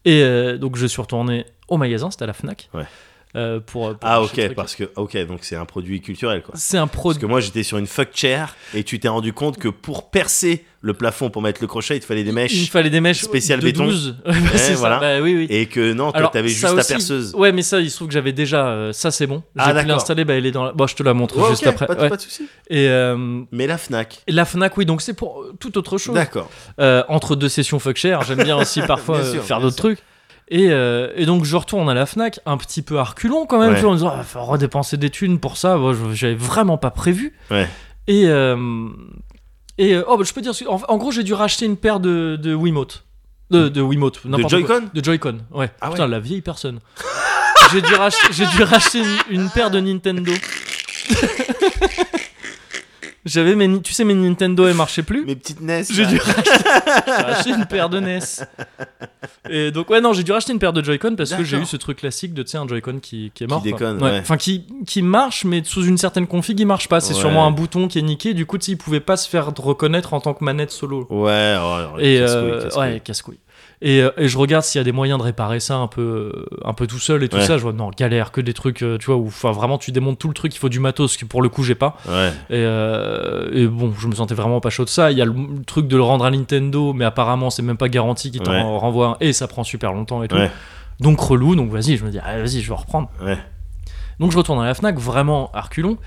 [SPEAKER 1] Et euh, donc, je suis retourné au magasin, c'était à la Fnac.
[SPEAKER 2] Ouais.
[SPEAKER 1] euh, pour, pour
[SPEAKER 2] Ah,
[SPEAKER 1] acheter ce
[SPEAKER 2] ok,
[SPEAKER 1] truc-là.
[SPEAKER 2] parce que. Ok, donc c'est un produit culturel, quoi.
[SPEAKER 1] C'est un
[SPEAKER 2] Parce
[SPEAKER 1] produit.
[SPEAKER 2] que moi j'étais sur une fuck chair et tu t'es rendu compte que pour percer le plafond pour mettre le crochet, il te fallait des
[SPEAKER 1] Il me
[SPEAKER 2] mèches
[SPEAKER 1] fallait des mèches
[SPEAKER 2] Spécial
[SPEAKER 1] de
[SPEAKER 2] béton.
[SPEAKER 1] 12. Ouais, c'est ça.
[SPEAKER 2] voilà.
[SPEAKER 1] Bah, oui, oui.
[SPEAKER 2] et que non, toi t'avais
[SPEAKER 1] ça
[SPEAKER 2] juste la
[SPEAKER 1] aussi-
[SPEAKER 2] perceuse.
[SPEAKER 1] Ouais, mais ça, il se trouve que j'avais déjà. euh, ça, c'est bon.
[SPEAKER 2] Ah,
[SPEAKER 1] J'ai pu
[SPEAKER 2] d'accord.
[SPEAKER 1] l'installer. Bah, elle est dans. La... Bon, je te la montre
[SPEAKER 2] Ouais,
[SPEAKER 1] juste
[SPEAKER 2] ok,
[SPEAKER 1] après.
[SPEAKER 2] pas, de-
[SPEAKER 1] Ouais.
[SPEAKER 2] pas de souci.
[SPEAKER 1] Et euh,
[SPEAKER 2] Mais la Fnac.
[SPEAKER 1] et la Fnac, oui. Donc, c'est pour euh, toute autre chose.
[SPEAKER 2] D'accord.
[SPEAKER 1] Euh, entre deux sessions fuck share, j'aime bien aussi parfois
[SPEAKER 2] Bien
[SPEAKER 1] euh,
[SPEAKER 2] sûr,
[SPEAKER 1] faire
[SPEAKER 2] bien
[SPEAKER 1] d'autres trucs. Et, euh, et donc je retourne à la Fnac, un petit peu à reculons quand même,
[SPEAKER 2] Ouais.
[SPEAKER 1] tu vois, en disant ah, faut redépenser des thunes pour ça, moi, je- j'avais vraiment pas prévu.
[SPEAKER 2] Ouais.
[SPEAKER 1] Et euh, et euh, oh bah, je peux dire, ce- en, en gros j'ai dû racheter une paire de, de Wiimote, de, de Wiimote, n'importe quoi.
[SPEAKER 2] Joy-Con
[SPEAKER 1] de Joy-Con, ouais.
[SPEAKER 2] Ah
[SPEAKER 1] Putain la vieille personne. j'ai dû racheter, j'ai dû racheter une, une paire de Nintendo. J'avais mes, ni- tu sais mes Nintendo elles marchaient plus.
[SPEAKER 2] Mes petites NES.
[SPEAKER 1] J'ai
[SPEAKER 2] là.
[SPEAKER 1] dû racheter, j'ai racheté une paire de NES. Et donc, ouais, non, j'ai dû racheter une paire de Joy-Con parce que
[SPEAKER 2] D'accord.
[SPEAKER 1] j'ai eu ce truc classique de, tu sais, un Joy-Con qui, qui est mort. quoi.
[SPEAKER 2] déconne, ouais.
[SPEAKER 1] Enfin, qui, qui marche, mais sous une certaine config, il marche pas. C'est
[SPEAKER 2] Ouais.
[SPEAKER 1] sûrement un bouton qui est niqué. Du coup, tu sais, il pouvait pas se faire reconnaître en tant que manette solo.
[SPEAKER 2] Ouais, ouais, oh, ouais,
[SPEAKER 1] Et
[SPEAKER 2] casse-couille,
[SPEAKER 1] euh,
[SPEAKER 2] casse-couille.
[SPEAKER 1] ouais, casse-couille. Et, euh, et je regarde s'il y a des moyens de réparer ça un peu, euh, un peu tout seul et tout
[SPEAKER 2] Ouais.
[SPEAKER 1] ça. Je vois, non, galère, que des trucs, euh, tu vois, où enfin, vraiment tu démontes tout le truc, il faut du matos, que pour le coup j'ai pas.
[SPEAKER 2] Ouais.
[SPEAKER 1] Et, euh, et bon, je me sentais vraiment pas chaud de ça. Il y a le, le truc de le rendre à Nintendo, mais apparemment, c'est même pas garanti qu'ils t'en
[SPEAKER 2] Ouais.
[SPEAKER 1] renvoient un, et ça prend super longtemps et tout.
[SPEAKER 2] Ouais.
[SPEAKER 1] Donc relou, donc vas-y, je me dis, ah, vas-y, je vais reprendre.
[SPEAKER 2] Ouais.
[SPEAKER 1] Donc je retourne à la Fnac, vraiment à reculons.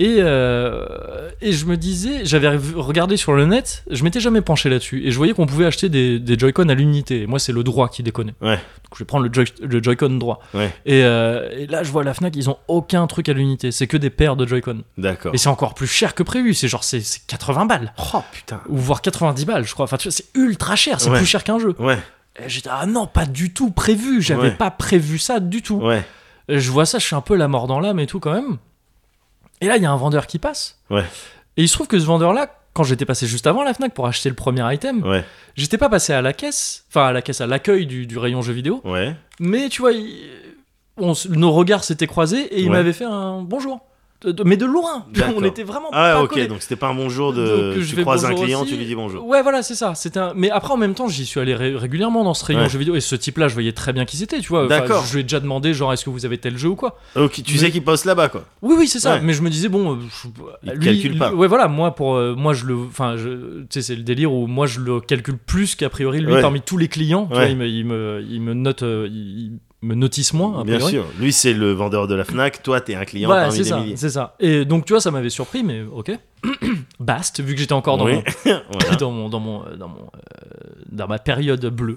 [SPEAKER 1] Et, euh, et je me disais, j'avais revu- regardé sur le net, je m'étais jamais penché là-dessus, et je voyais qu'on pouvait acheter des, des Joy-Con à l'unité. Et moi, c'est le droit qui déconne.
[SPEAKER 2] Ouais.
[SPEAKER 1] Donc je vais prendre le, Joy- le Joy-Con droit.
[SPEAKER 2] Ouais.
[SPEAKER 1] Et, euh, et là, je vois la Fnac, ils ont aucun truc à l'unité, c'est que des paires de Joy-Con.
[SPEAKER 2] D'accord.
[SPEAKER 1] Et c'est encore plus cher que prévu, c'est genre c'est c'est 80 balles,
[SPEAKER 2] Oh putain.
[SPEAKER 1] ou voire 90 balles, je crois. Enfin, tu vois, c'est ultra cher, c'est
[SPEAKER 2] Ouais.
[SPEAKER 1] plus cher qu'un jeu.
[SPEAKER 2] Ouais,
[SPEAKER 1] Et j'étais, ah non, pas du tout prévu, j'avais
[SPEAKER 2] Ouais.
[SPEAKER 1] pas prévu ça du tout.
[SPEAKER 2] ouais,
[SPEAKER 1] Et Je vois ça, je suis un peu la mort dans l'âme et tout quand même. Et là, il y a un vendeur qui passe.
[SPEAKER 2] Ouais.
[SPEAKER 1] Et il se trouve que ce vendeur-là, quand j'étais passé juste avant la Fnac pour acheter le premier item,
[SPEAKER 2] ouais,
[SPEAKER 1] j'étais pas passé à la caisse, enfin à la caisse, à l'accueil du, du rayon jeux vidéo,
[SPEAKER 2] ouais.
[SPEAKER 1] mais tu vois, il- on s- nos regards s'étaient croisés et il
[SPEAKER 2] Ouais.
[SPEAKER 1] m'avait fait un bonjour. De- de- mais de loin,
[SPEAKER 2] D'accord.
[SPEAKER 1] on était vraiment
[SPEAKER 2] Ah
[SPEAKER 1] pas
[SPEAKER 2] ouais, ok,
[SPEAKER 1] collés.
[SPEAKER 2] donc c'était pas un bonjour
[SPEAKER 1] Donc,
[SPEAKER 2] de.
[SPEAKER 1] je
[SPEAKER 2] tu
[SPEAKER 1] fais
[SPEAKER 2] croises un
[SPEAKER 1] bonjour
[SPEAKER 2] client,
[SPEAKER 1] aussi.
[SPEAKER 2] tu lui dis bonjour.
[SPEAKER 1] Ouais, voilà, c'est ça. C'était un- Mais après, en même temps, j'y suis allé ré- régulièrement dans ce rayon
[SPEAKER 2] Ouais.
[SPEAKER 1] jeux vidéo. Et ce type-là, je voyais très bien qui c'était, tu vois. Enfin,
[SPEAKER 2] D'accord.
[SPEAKER 1] je lui ai déjà demandé, genre, est-ce que vous avez tel jeu ou quoi
[SPEAKER 2] Ok, tu sais qu'il poste là-bas, quoi.
[SPEAKER 1] Oui, oui, c'est ça.
[SPEAKER 2] Ouais.
[SPEAKER 1] Mais je me disais, bon. euh, je-
[SPEAKER 2] Il calcule pas.
[SPEAKER 1] Ouais, voilà, moi, pour, euh, moi je le. Enfin, je- tu sais, c'est le délire où moi, je le calcule plus qu'a priori, lui,
[SPEAKER 2] Ouais.
[SPEAKER 1] parmi tous les clients. Tu
[SPEAKER 2] Ouais.
[SPEAKER 1] vois, il me, il, me, il me note. euh, il il me notice moins, a
[SPEAKER 2] Bien
[SPEAKER 1] priori.
[SPEAKER 2] sûr. Lui, c'est le vendeur de la Fnac, toi, t'es un client
[SPEAKER 1] Ah, bah Voilà,
[SPEAKER 2] parmi
[SPEAKER 1] c'est
[SPEAKER 2] des
[SPEAKER 1] ça,
[SPEAKER 2] milliers.
[SPEAKER 1] c'est ça. Et donc, tu vois, ça m'avait surpris, mais ok. Bast, vu que j'étais encore dans,
[SPEAKER 2] Oui.
[SPEAKER 1] mon,
[SPEAKER 2] Voilà.
[SPEAKER 1] dans mon dans mon euh, dans mon euh, dans ma période bleue.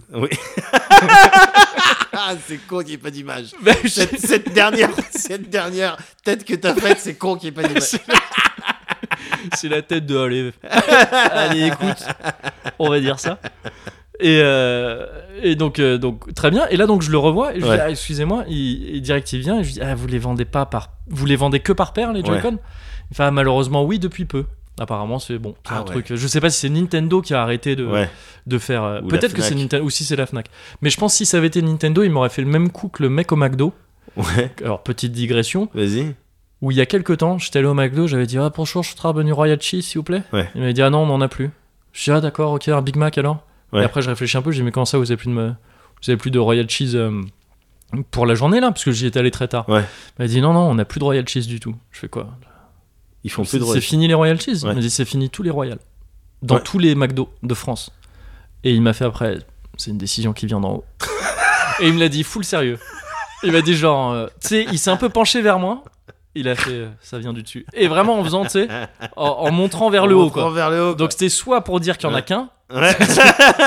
[SPEAKER 2] Ah, c'est con qu'il n'y ait pas d'image. Cette,
[SPEAKER 1] c'est
[SPEAKER 2] cette dernière, cette dernière tête que t'as faite, c'est con qu'il n'y ait pas d'image.
[SPEAKER 1] c'est la tête de allez, allez écoute, on va dire ça. Et, euh, et donc, euh, donc très bien. Et là donc je le revois et je
[SPEAKER 2] Ouais.
[SPEAKER 1] dis ah, excusez-moi, il, il- direct il vient et je dis ah vous les vendez pas par vous les vendez que par paire les
[SPEAKER 2] Ouais.
[SPEAKER 1] Joy-Con Il fait, Ah, malheureusement oui depuis peu. Apparemment c'est bon, c'est
[SPEAKER 2] Ah
[SPEAKER 1] un
[SPEAKER 2] ouais.
[SPEAKER 1] truc. Je sais pas si c'est Nintendo qui a arrêté de
[SPEAKER 2] Ouais,
[SPEAKER 1] de faire. euh,
[SPEAKER 2] Ou la
[SPEAKER 1] Peut-être que c'est
[SPEAKER 2] Fnac.
[SPEAKER 1] Nintendo ou si c'est la Fnac. Mais je pense que si ça avait été Nintendo, il m'aurait fait le même coup que le mec au McDo.
[SPEAKER 2] ouais,
[SPEAKER 1] Alors petite digression.
[SPEAKER 2] vas-y.
[SPEAKER 1] où il y a quelques temps, j'étais allé au McDo, j'avais dit Ah, bonjour, je trabe une Royal Cheese, s'il vous plaît.
[SPEAKER 2] Ouais.
[SPEAKER 1] Il m'avait dit Ah non, on n'en a plus. Je dis Ah, d'accord, ok, un Big Mac alors
[SPEAKER 2] Ouais.
[SPEAKER 1] Et après, je réfléchis un peu, j'ai dit Mais comment ça, vous avez plus de, me- vous avez plus de Royal Cheese euh, pour la journée là Parce que j'y étais allé très tard.
[SPEAKER 2] Ouais.
[SPEAKER 1] Il m'a dit Non, non, on n'a plus de Royal Cheese du tout. Je fais quoi
[SPEAKER 2] Ils font plus
[SPEAKER 1] C'est
[SPEAKER 2] de
[SPEAKER 1] c'est
[SPEAKER 2] rush.
[SPEAKER 1] fini les Royal Cheese
[SPEAKER 2] Ouais.
[SPEAKER 1] Il m'a dit C'est fini tous les Royal. Dans
[SPEAKER 2] Ouais.
[SPEAKER 1] tous les McDo de France. Et il m'a fait après C'est une décision qui vient d'en haut. Et il me l'a dit full sérieux. Il m'a dit genre, euh, tu sais, il s'est un peu penché vers moi. Il a fait, euh, ça vient du dessus. Et vraiment en faisant, tu sais, en, en montrant vers le haut, quoi.
[SPEAKER 2] Vers le haut.
[SPEAKER 1] Donc c'était soit pour dire qu'il y en a
[SPEAKER 2] Ouais.
[SPEAKER 1] qu'un,
[SPEAKER 2] Ouais.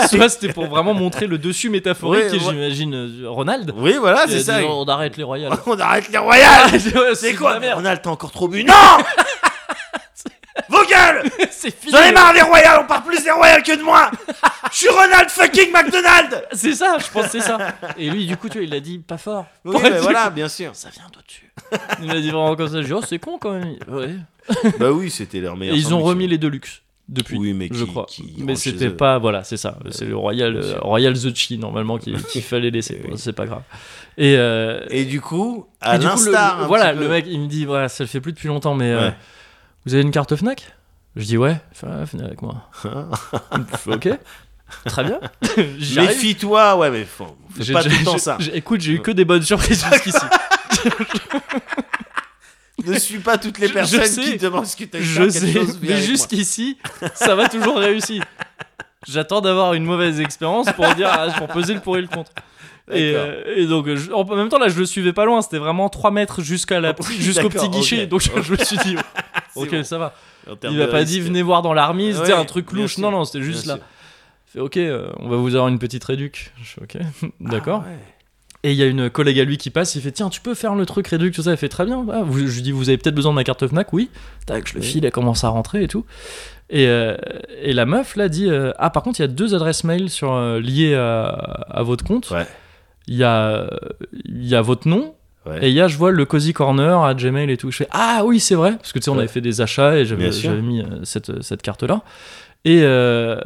[SPEAKER 1] soit c'était pour vraiment montrer le dessus métaphorique.
[SPEAKER 2] Ouais,
[SPEAKER 1] et
[SPEAKER 2] ouais.
[SPEAKER 1] j'imagine euh, Ronald.
[SPEAKER 2] Oui,
[SPEAKER 1] Il
[SPEAKER 2] voilà,
[SPEAKER 1] a
[SPEAKER 2] c'est
[SPEAKER 1] dit,
[SPEAKER 2] ça.
[SPEAKER 1] Non, on arrête les Royal.
[SPEAKER 2] On arrête les royales.
[SPEAKER 1] Ouais,
[SPEAKER 2] C'est
[SPEAKER 1] de la
[SPEAKER 2] quoi
[SPEAKER 1] merde.
[SPEAKER 2] On a le temps encore trop bu. Non Vos gueules
[SPEAKER 1] C'est fini.
[SPEAKER 2] J'en ai marre des royales, on parle plus des royales que de moi Je suis Ronald fucking McDonald
[SPEAKER 1] C'est ça, je pense que c'est ça. Et lui, du coup, tu vois, il l'a dit pas fort.
[SPEAKER 2] Oui,
[SPEAKER 1] Pour
[SPEAKER 2] bah
[SPEAKER 1] être-
[SPEAKER 2] voilà, bien sûr.
[SPEAKER 1] Ça vient d'au dessus. Il m'a dit vraiment comme ça. Je dis, oh, c'est con quand même. Ouais.
[SPEAKER 2] Bah oui, c'était leur meilleur.
[SPEAKER 1] Et ils ont
[SPEAKER 2] sandwich.
[SPEAKER 1] remis les Deluxe. depuis.
[SPEAKER 2] oui, mais
[SPEAKER 1] je
[SPEAKER 2] qui-
[SPEAKER 1] crois.
[SPEAKER 2] qui
[SPEAKER 1] mais
[SPEAKER 2] rentre chez
[SPEAKER 1] c'était
[SPEAKER 2] eux.
[SPEAKER 1] pas voilà, c'est ça. C'est le Royal
[SPEAKER 2] bien
[SPEAKER 1] euh,
[SPEAKER 2] sûr.
[SPEAKER 1] Royal Zucchi normalement qui- qu'il fallait laisser.
[SPEAKER 2] Eh oui.
[SPEAKER 1] Bon, C'est pas grave. Et, euh,
[SPEAKER 2] Et du coup,
[SPEAKER 1] et
[SPEAKER 2] à
[SPEAKER 1] du coup, le-
[SPEAKER 2] l'instar.
[SPEAKER 1] le-
[SPEAKER 2] un
[SPEAKER 1] voilà,
[SPEAKER 2] petit
[SPEAKER 1] le
[SPEAKER 2] peu-
[SPEAKER 1] mec, il me dit voilà, ça le fait plus depuis longtemps, mais euh,
[SPEAKER 2] Ouais.
[SPEAKER 1] vous avez une carte Fnac Je dis ouais. Il fait, ah, Fnac moi. Je fais, ok. Très bien. J'y arrive.
[SPEAKER 2] Méfie-toi, ouais, mais faut, fais
[SPEAKER 1] J'ai-
[SPEAKER 2] pas tout
[SPEAKER 1] j'ai-
[SPEAKER 2] le temps
[SPEAKER 1] j'ai-
[SPEAKER 2] ça.
[SPEAKER 1] j'ai- Écoute, j'ai eu que des bonnes surprises jusqu'ici.
[SPEAKER 2] Ne suis pas toutes les
[SPEAKER 1] Je- je
[SPEAKER 2] personnes
[SPEAKER 1] sais.
[SPEAKER 2] qui te demandent ce que t'as
[SPEAKER 1] Je sais,
[SPEAKER 2] chose, viens
[SPEAKER 1] mais
[SPEAKER 2] avec moi.
[SPEAKER 1] jusqu'ici, ça va toujours réussi. J'attends d'avoir une mauvaise expérience pour dire, ah, pour peser le pour et le contre. Et,
[SPEAKER 2] D'accord.
[SPEAKER 1] euh, et donc, je- en même temps, là, je le suivais pas loin. C'était vraiment 3 mètres jusqu'à la,
[SPEAKER 2] Ah Oui,
[SPEAKER 1] jusqu'au
[SPEAKER 2] d'accord,
[SPEAKER 1] petit guichet.
[SPEAKER 2] ok.
[SPEAKER 1] Donc, je me suis dit, ok,
[SPEAKER 2] bon.
[SPEAKER 1] ça va.
[SPEAKER 2] En termes
[SPEAKER 1] Il m'a
[SPEAKER 2] de
[SPEAKER 1] pas
[SPEAKER 2] risque.
[SPEAKER 1] dit, venez voir dans l'armée, c'était
[SPEAKER 2] Ouais,
[SPEAKER 1] un truc
[SPEAKER 2] bien
[SPEAKER 1] louche.
[SPEAKER 2] sûr,
[SPEAKER 1] Non, non, c'était juste
[SPEAKER 2] bien
[SPEAKER 1] là. Il fait, ok, euh, on va vous avoir une petite réduc. Je fais, ok, d'accord.
[SPEAKER 2] Ah ouais.
[SPEAKER 1] Et il y a une collègue à lui qui passe, il fait tiens tu peux faire le truc réduit tout ça, elle fait très bien. Ah, vous- je lui dis vous avez peut-être besoin de ma carte Fnac, oui. Tac, je le
[SPEAKER 2] Oui.
[SPEAKER 1] file, elle commence à rentrer et tout. Et, euh, et la meuf là dit euh, ah par contre il y a deux adresses mail sur euh, liées à, à votre compte.
[SPEAKER 2] Ouais.
[SPEAKER 1] Il y a euh, il y a votre nom
[SPEAKER 2] Ouais.
[SPEAKER 1] et il y a je vois le cozy corner à Gmail et tout. Je fais ah oui c'est vrai parce que tu sais on
[SPEAKER 2] Ouais.
[SPEAKER 1] avait fait des achats et j'avais
[SPEAKER 2] Bien sûr.
[SPEAKER 1] j'avais mis euh, cette cette carte là et euh,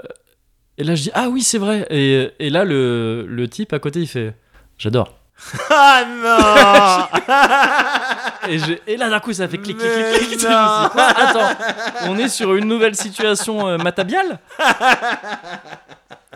[SPEAKER 1] et là je dis ah oui c'est vrai et, et là le le type à côté il fait j'adore
[SPEAKER 2] Ah non
[SPEAKER 1] Et, je- et là d'un coup ça fait clic clic
[SPEAKER 2] Mais
[SPEAKER 1] clic clic. Je me dis,
[SPEAKER 2] non.
[SPEAKER 1] quoi Attends, on est sur une nouvelle situation euh, matabiale.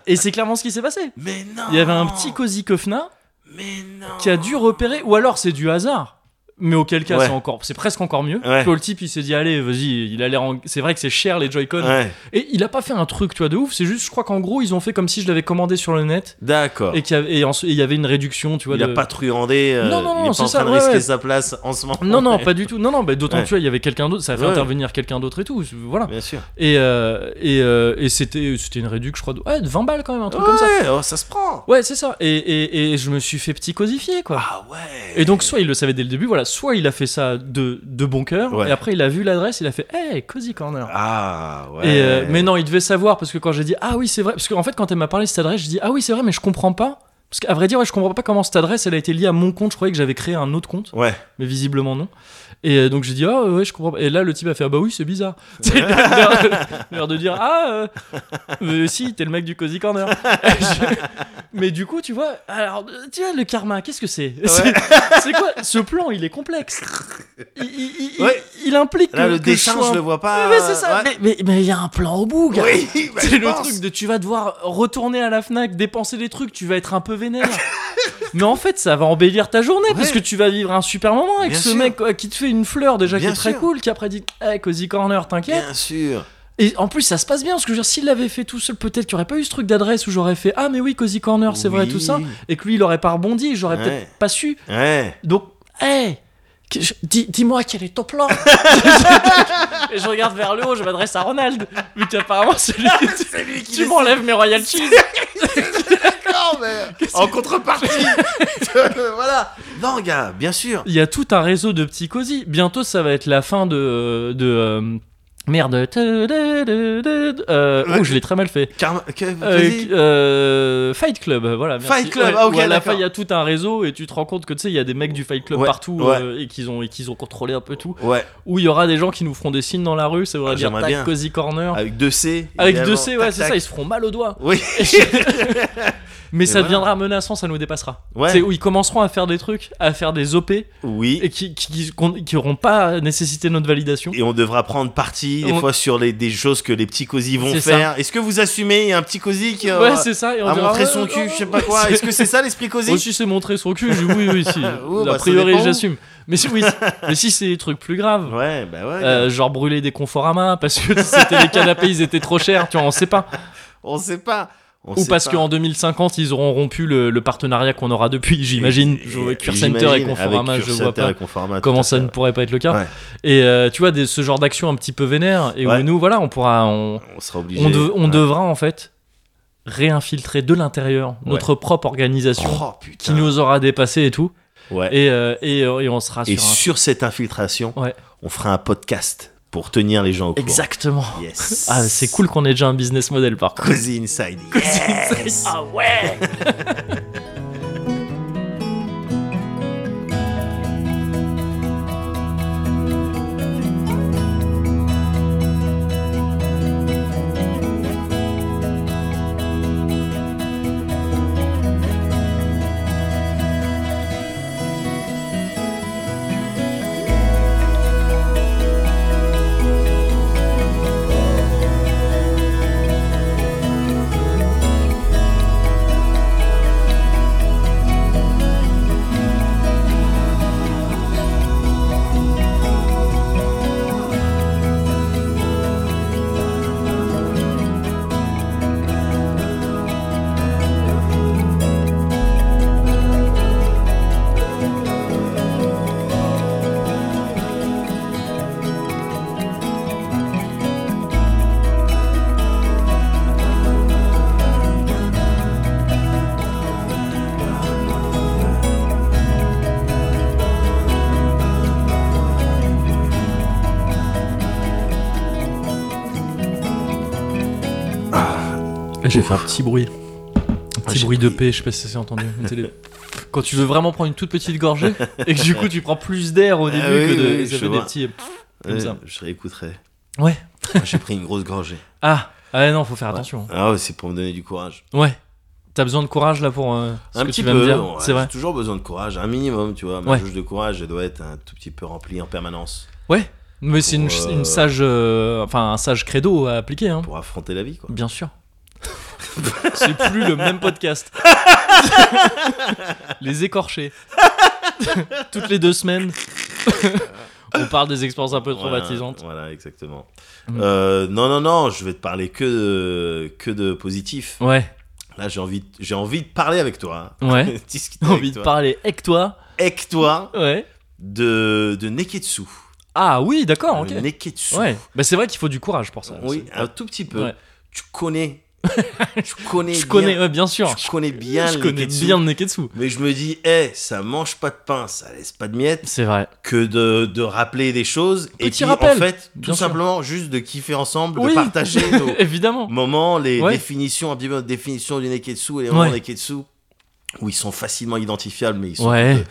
[SPEAKER 1] Et c'est clairement ce qui s'est passé.
[SPEAKER 2] Mais non
[SPEAKER 1] Il y avait un petit cosy Kofna
[SPEAKER 2] Mais non
[SPEAKER 1] qui a dû repérer, ou alors c'est du hasard. Mais auquel cas
[SPEAKER 2] Ouais.
[SPEAKER 1] c'est encore, c'est presque encore mieux.
[SPEAKER 2] Ouais.
[SPEAKER 1] Que le type il s'est dit allez vas-y, il a l'air, en- c'est vrai que c'est cher les Joy-Con.
[SPEAKER 2] Ouais,
[SPEAKER 1] Et il a pas fait un truc tu vois de ouf. C'est juste je crois qu'en gros ils ont fait comme si je l'avais commandé sur le net
[SPEAKER 2] d'accord.
[SPEAKER 1] et qu'il y avait, et ensuite- et il y avait une réduction tu vois.
[SPEAKER 2] Bah. Il a
[SPEAKER 1] de-
[SPEAKER 2] pas truandé, euh,
[SPEAKER 1] Non, non,
[SPEAKER 2] il
[SPEAKER 1] non,
[SPEAKER 2] est
[SPEAKER 1] c'est
[SPEAKER 2] pas en
[SPEAKER 1] ça,
[SPEAKER 2] train de
[SPEAKER 1] ouais,
[SPEAKER 2] risquer
[SPEAKER 1] ouais.
[SPEAKER 2] sa place en ce moment.
[SPEAKER 1] Non, non, pas du tout. Non, non, bah, d'autant
[SPEAKER 2] Ouais.
[SPEAKER 1] tu vois, il y avait quelqu'un d'autre, ça a fait
[SPEAKER 2] Ouais.
[SPEAKER 1] intervenir quelqu'un d'autre et tout. Voilà.
[SPEAKER 2] Bien sûr.
[SPEAKER 1] Et, euh, et, euh, et c'était, c'était une réduction, je crois, de ouais, de 20 balles quand même, un truc comme ça.
[SPEAKER 2] Ouais, oh, ça se prend
[SPEAKER 1] Ouais, c'est ça. Et, et, et je me suis fait petit cosifier, quoi.
[SPEAKER 2] Ah ouais
[SPEAKER 1] Et donc, soit il le savait dès le début, voilà, soit il a fait ça de, de bon cœur,
[SPEAKER 2] Ouais.
[SPEAKER 1] et après il a vu l'adresse, il a fait, hey, Cozy Corner.
[SPEAKER 2] Ah ouais
[SPEAKER 1] Et euh, mais non, il devait savoir parce que quand j'ai dit ah oui c'est vrai, parce qu'en fait quand elle m'a parlé de cette adresse, je dis ah oui c'est vrai mais je comprends pas parce qu'à vrai dire ouais, je comprends pas comment cette adresse elle a été liée à mon compte. Je croyais que j'avais créé un autre compte,
[SPEAKER 2] Ouais.
[SPEAKER 1] mais visiblement non. Et euh, donc j'ai dit ah ouais je comprends. pas. Et là le type a fait ah bah oui c'est bizarre. C'est l'air de- l'air de dire ah euh, mais si t'es le mec du cozy corner. Je- Mais du coup tu vois alors tu vois le karma qu'est-ce que c'est C'est- C'est quoi ce plan il est complexe. Il, il- il-
[SPEAKER 2] Ouais.
[SPEAKER 1] il implique que,
[SPEAKER 2] Là, le
[SPEAKER 1] que je
[SPEAKER 2] dessin,
[SPEAKER 1] sois
[SPEAKER 2] je
[SPEAKER 1] un
[SPEAKER 2] le vois pas.
[SPEAKER 1] mais c'est ça,
[SPEAKER 2] ouais.
[SPEAKER 1] mais- mais mais il y a un plan au bout, gars.
[SPEAKER 2] Oui, bah, je
[SPEAKER 1] c'est le
[SPEAKER 2] pense.
[SPEAKER 1] truc de tu vas devoir retourner à la Fnac, dépenser des trucs, tu vas être un peu vénère. mais en fait, ça va embellir ta journée parce
[SPEAKER 2] Ouais.
[SPEAKER 1] que tu vas vivre un super moment avec
[SPEAKER 2] Bien
[SPEAKER 1] ce
[SPEAKER 2] sûr.
[SPEAKER 1] mec quoi, qui te fait une fleur déjà qui
[SPEAKER 2] Bien
[SPEAKER 1] est très
[SPEAKER 2] sûr.
[SPEAKER 1] cool, qui après dit "Eh, Cozy Corner, t'inquiète."
[SPEAKER 2] Bien sûr.
[SPEAKER 1] Et en plus, ça se passe bien parce que je veux dire, s'il l'avait fait tout seul, peut-être qu'il n'y aurait pas eu ce truc d'adresse où j'aurais fait "Ah mais oui, Cozy Corner, c'est vrai tout ça"
[SPEAKER 2] Oui.
[SPEAKER 1] et que lui il aurait pas rebondi, j'aurais
[SPEAKER 2] Ouais.
[SPEAKER 1] peut-être pas su.
[SPEAKER 2] Ouais.
[SPEAKER 1] Donc, hey, que- je- dis- dis-moi quel est ton plan Et je regarde vers le haut, je m'adresse à Ronald, vu qu'apparemment c'est lui qui...
[SPEAKER 2] C'est lui qui
[SPEAKER 1] Tu m'enlèves mes royal cheese
[SPEAKER 2] Non, mais en contrepartie. voilà. Non, gars, bien sûr.
[SPEAKER 1] Il y a tout un réseau de petits cosy. Bientôt, ça va être la fin de... de euh, merde. Euh, oh, je l'ai très mal fait.
[SPEAKER 2] Karma- que-
[SPEAKER 1] Euh,
[SPEAKER 2] vas-y.
[SPEAKER 1] euh, Fight Club, voilà. merci.
[SPEAKER 2] Fight Club,
[SPEAKER 1] Ouais,
[SPEAKER 2] ah, ok,
[SPEAKER 1] où à la
[SPEAKER 2] d'accord.
[SPEAKER 1] fin, il y a tout un réseau et tu te rends compte que tu sais, il y a des mecs du Fight Club
[SPEAKER 2] Ouais,
[SPEAKER 1] partout
[SPEAKER 2] ouais.
[SPEAKER 1] euh, et qu'ils ont, et qu'ils ont contrôlé un peu tout.
[SPEAKER 2] Ouais,
[SPEAKER 1] où il y aura des gens qui nous feront des signes dans la rue, ça voudrait
[SPEAKER 2] Ah,
[SPEAKER 1] dire
[SPEAKER 2] j'aimerais
[SPEAKER 1] tac,
[SPEAKER 2] bien.
[SPEAKER 1] cozy corner.
[SPEAKER 2] avec deux C.
[SPEAKER 1] Avec deux
[SPEAKER 2] évidemment.
[SPEAKER 1] C, ouais,
[SPEAKER 2] Tac,
[SPEAKER 1] c'est
[SPEAKER 2] tac.
[SPEAKER 1] ça, ils se feront mal aux doigts.
[SPEAKER 2] Oui.
[SPEAKER 1] Mais ça
[SPEAKER 2] voilà.
[SPEAKER 1] deviendra menaçant, ça nous dépassera.
[SPEAKER 2] Ouais.
[SPEAKER 1] C'est où ils commenceront à faire des trucs, à faire des OP, et
[SPEAKER 2] Oui.
[SPEAKER 1] qui, qui, qui- qu'on- qui auront pas nécessité notre validation.
[SPEAKER 2] Et on devra prendre parti des
[SPEAKER 1] On-
[SPEAKER 2] fois sur les, des choses que les petits cosy vont
[SPEAKER 1] C'est ça.
[SPEAKER 2] faire. Est-ce que vous assumez Il y a un petit cosy qui
[SPEAKER 1] ouais,
[SPEAKER 2] euh,
[SPEAKER 1] c'est ça. Et on
[SPEAKER 2] a
[SPEAKER 1] dira,
[SPEAKER 2] montré
[SPEAKER 1] ouais,
[SPEAKER 2] son
[SPEAKER 1] ouais,
[SPEAKER 2] cul,
[SPEAKER 1] ouais,
[SPEAKER 2] je sais pas
[SPEAKER 1] ouais,
[SPEAKER 2] quoi.
[SPEAKER 1] c'est-
[SPEAKER 2] Est-ce que c'est ça l'esprit cosy
[SPEAKER 1] Aussi, c'est montrer son cul, je dis oui, oui, si.
[SPEAKER 2] Oh, bah,
[SPEAKER 1] a
[SPEAKER 2] ça
[SPEAKER 1] priori,
[SPEAKER 2] dépend où.
[SPEAKER 1] j'assume. Mais si, oui, c'est- mais si c'est des trucs plus graves.
[SPEAKER 2] Ouais, bah ouais.
[SPEAKER 1] euh, genre brûler des conforama parce que c'était les canapés, ils étaient trop chers, tu vois, on sait pas.
[SPEAKER 2] On sait pas. On
[SPEAKER 1] Ou
[SPEAKER 2] sait
[SPEAKER 1] parce
[SPEAKER 2] pas.
[SPEAKER 1] qu'en 2050, ils auront rompu le, le partenariat qu'on aura depuis, j'imagine.
[SPEAKER 2] Et-
[SPEAKER 1] Je vois Cure
[SPEAKER 2] j'imagine,
[SPEAKER 1] Center et
[SPEAKER 2] avec
[SPEAKER 1] Conforama,
[SPEAKER 2] Cure
[SPEAKER 1] je vois
[SPEAKER 2] Center
[SPEAKER 1] pas
[SPEAKER 2] et Conforama, tout
[SPEAKER 1] comment
[SPEAKER 2] à
[SPEAKER 1] ça
[SPEAKER 2] fait.
[SPEAKER 1] ne pourrait pas être le cas.
[SPEAKER 2] Ouais.
[SPEAKER 1] Et euh, tu vois, des, ce genre d'action un petit peu vénère, et
[SPEAKER 2] Ouais.
[SPEAKER 1] où nous, voilà, on pourra, on,
[SPEAKER 2] On sera obligé.
[SPEAKER 1] on, de- on
[SPEAKER 2] Ouais.
[SPEAKER 1] devra en fait réinfiltrer de l'intérieur notre propre organisation
[SPEAKER 2] Oh
[SPEAKER 1] qui
[SPEAKER 2] putain.
[SPEAKER 1] nous aura dépassé et tout.
[SPEAKER 2] Ouais.
[SPEAKER 1] Et, euh, et, euh, et on sera
[SPEAKER 2] Et
[SPEAKER 1] sur un-
[SPEAKER 2] sur cette infiltration,
[SPEAKER 1] Ouais.
[SPEAKER 2] on fera un podcast pour tenir les gens au courant.
[SPEAKER 1] Exactement.
[SPEAKER 2] Yes.
[SPEAKER 1] Ah, c'est cool qu'on ait déjà un business model par contre.
[SPEAKER 2] Cozy Inside. Yes.
[SPEAKER 1] Ah ouais!
[SPEAKER 3] Thank
[SPEAKER 1] Là, j'ai fait un petit bruit. Un petit
[SPEAKER 2] j'ai
[SPEAKER 1] bruit de
[SPEAKER 2] pris-
[SPEAKER 1] paix, je sais pas si ça s'est entendu. Mais c'est les- Quand tu veux vraiment prendre une toute petite gorgée et que du coup tu prends plus d'air au début
[SPEAKER 2] Ah oui,
[SPEAKER 1] que de.
[SPEAKER 2] oui,
[SPEAKER 1] et
[SPEAKER 2] je
[SPEAKER 1] ça fait des
[SPEAKER 2] vois.
[SPEAKER 1] petits. Comme
[SPEAKER 2] Ouais,
[SPEAKER 1] ça.
[SPEAKER 2] Je réécouterai.
[SPEAKER 1] Ouais.
[SPEAKER 2] Ah, J'ai pris une grosse gorgée.
[SPEAKER 1] Ah, ah non, faut faire attention.
[SPEAKER 2] Ah ouais, c'est pour me donner du courage.
[SPEAKER 1] Ouais. T'as besoin de courage là pour euh, ce
[SPEAKER 2] un
[SPEAKER 1] que
[SPEAKER 2] petit
[SPEAKER 1] tu vas me
[SPEAKER 2] peu.
[SPEAKER 1] dire.
[SPEAKER 2] ouais,
[SPEAKER 1] c'est vrai.
[SPEAKER 2] J'ai toujours besoin de courage, un minimum, tu vois. Ma
[SPEAKER 1] Ouais.
[SPEAKER 2] jauge de courage, elle doit être un tout petit peu remplie en permanence
[SPEAKER 1] Mais c'est une,
[SPEAKER 2] Pour, euh,
[SPEAKER 1] une sage, euh, enfin un sage credo à appliquer. Hein.
[SPEAKER 2] pour euh, affronter la vie, quoi.
[SPEAKER 1] Bien sûr. c'est plus le même podcast. les écorchés. Toutes les deux semaines. On parle des expériences un peu
[SPEAKER 2] Voilà,
[SPEAKER 1] traumatisantes.
[SPEAKER 2] Voilà, exactement.
[SPEAKER 1] Mm.
[SPEAKER 2] Euh, non, non, non, je vais te parler que de, que de positif.
[SPEAKER 1] Ouais,
[SPEAKER 2] Là, j'ai envie, de- j'ai envie de parler avec toi. hein.
[SPEAKER 1] ouais.
[SPEAKER 2] Discuter
[SPEAKER 1] J'ai
[SPEAKER 2] avec
[SPEAKER 1] envie de
[SPEAKER 2] toi.
[SPEAKER 1] parler avec toi.
[SPEAKER 2] Avec toi
[SPEAKER 1] Ouais.
[SPEAKER 2] de, de Neketsu.
[SPEAKER 1] Ah oui, d'accord, ok.
[SPEAKER 2] Le Neketsu.
[SPEAKER 1] Ouais. Bah c'est vrai qu'il faut du courage pour ça.
[SPEAKER 2] Oui,
[SPEAKER 1] C'est-
[SPEAKER 2] un tout petit peu.
[SPEAKER 1] Ouais.
[SPEAKER 2] Tu connais. tu connais
[SPEAKER 1] Je
[SPEAKER 2] bien.
[SPEAKER 1] connais, ouais, bien sûr.
[SPEAKER 2] tu connais bien
[SPEAKER 1] je
[SPEAKER 2] le
[SPEAKER 1] connais
[SPEAKER 2] Neketsu.
[SPEAKER 1] bien le Neketsu.
[SPEAKER 2] Mais je me dis, hé, ça mange pas de pain, ça laisse pas de miettes,
[SPEAKER 1] C'est vrai.
[SPEAKER 2] que de, de rappeler des choses. et
[SPEAKER 1] Petit
[SPEAKER 2] puis,
[SPEAKER 1] rappel,
[SPEAKER 2] en fait, tout
[SPEAKER 1] bien sûr.
[SPEAKER 2] simplement, juste de kiffer ensemble,
[SPEAKER 1] Oui.
[SPEAKER 2] de partager nos,
[SPEAKER 1] Évidemment.
[SPEAKER 2] moments, les
[SPEAKER 1] Ouais.
[SPEAKER 2] définitions, un petit peu de définition du Neketsu et les moments
[SPEAKER 1] Ouais.
[SPEAKER 2] Neketsu, où ils sont facilement identifiables, mais ils sont
[SPEAKER 1] Ouais.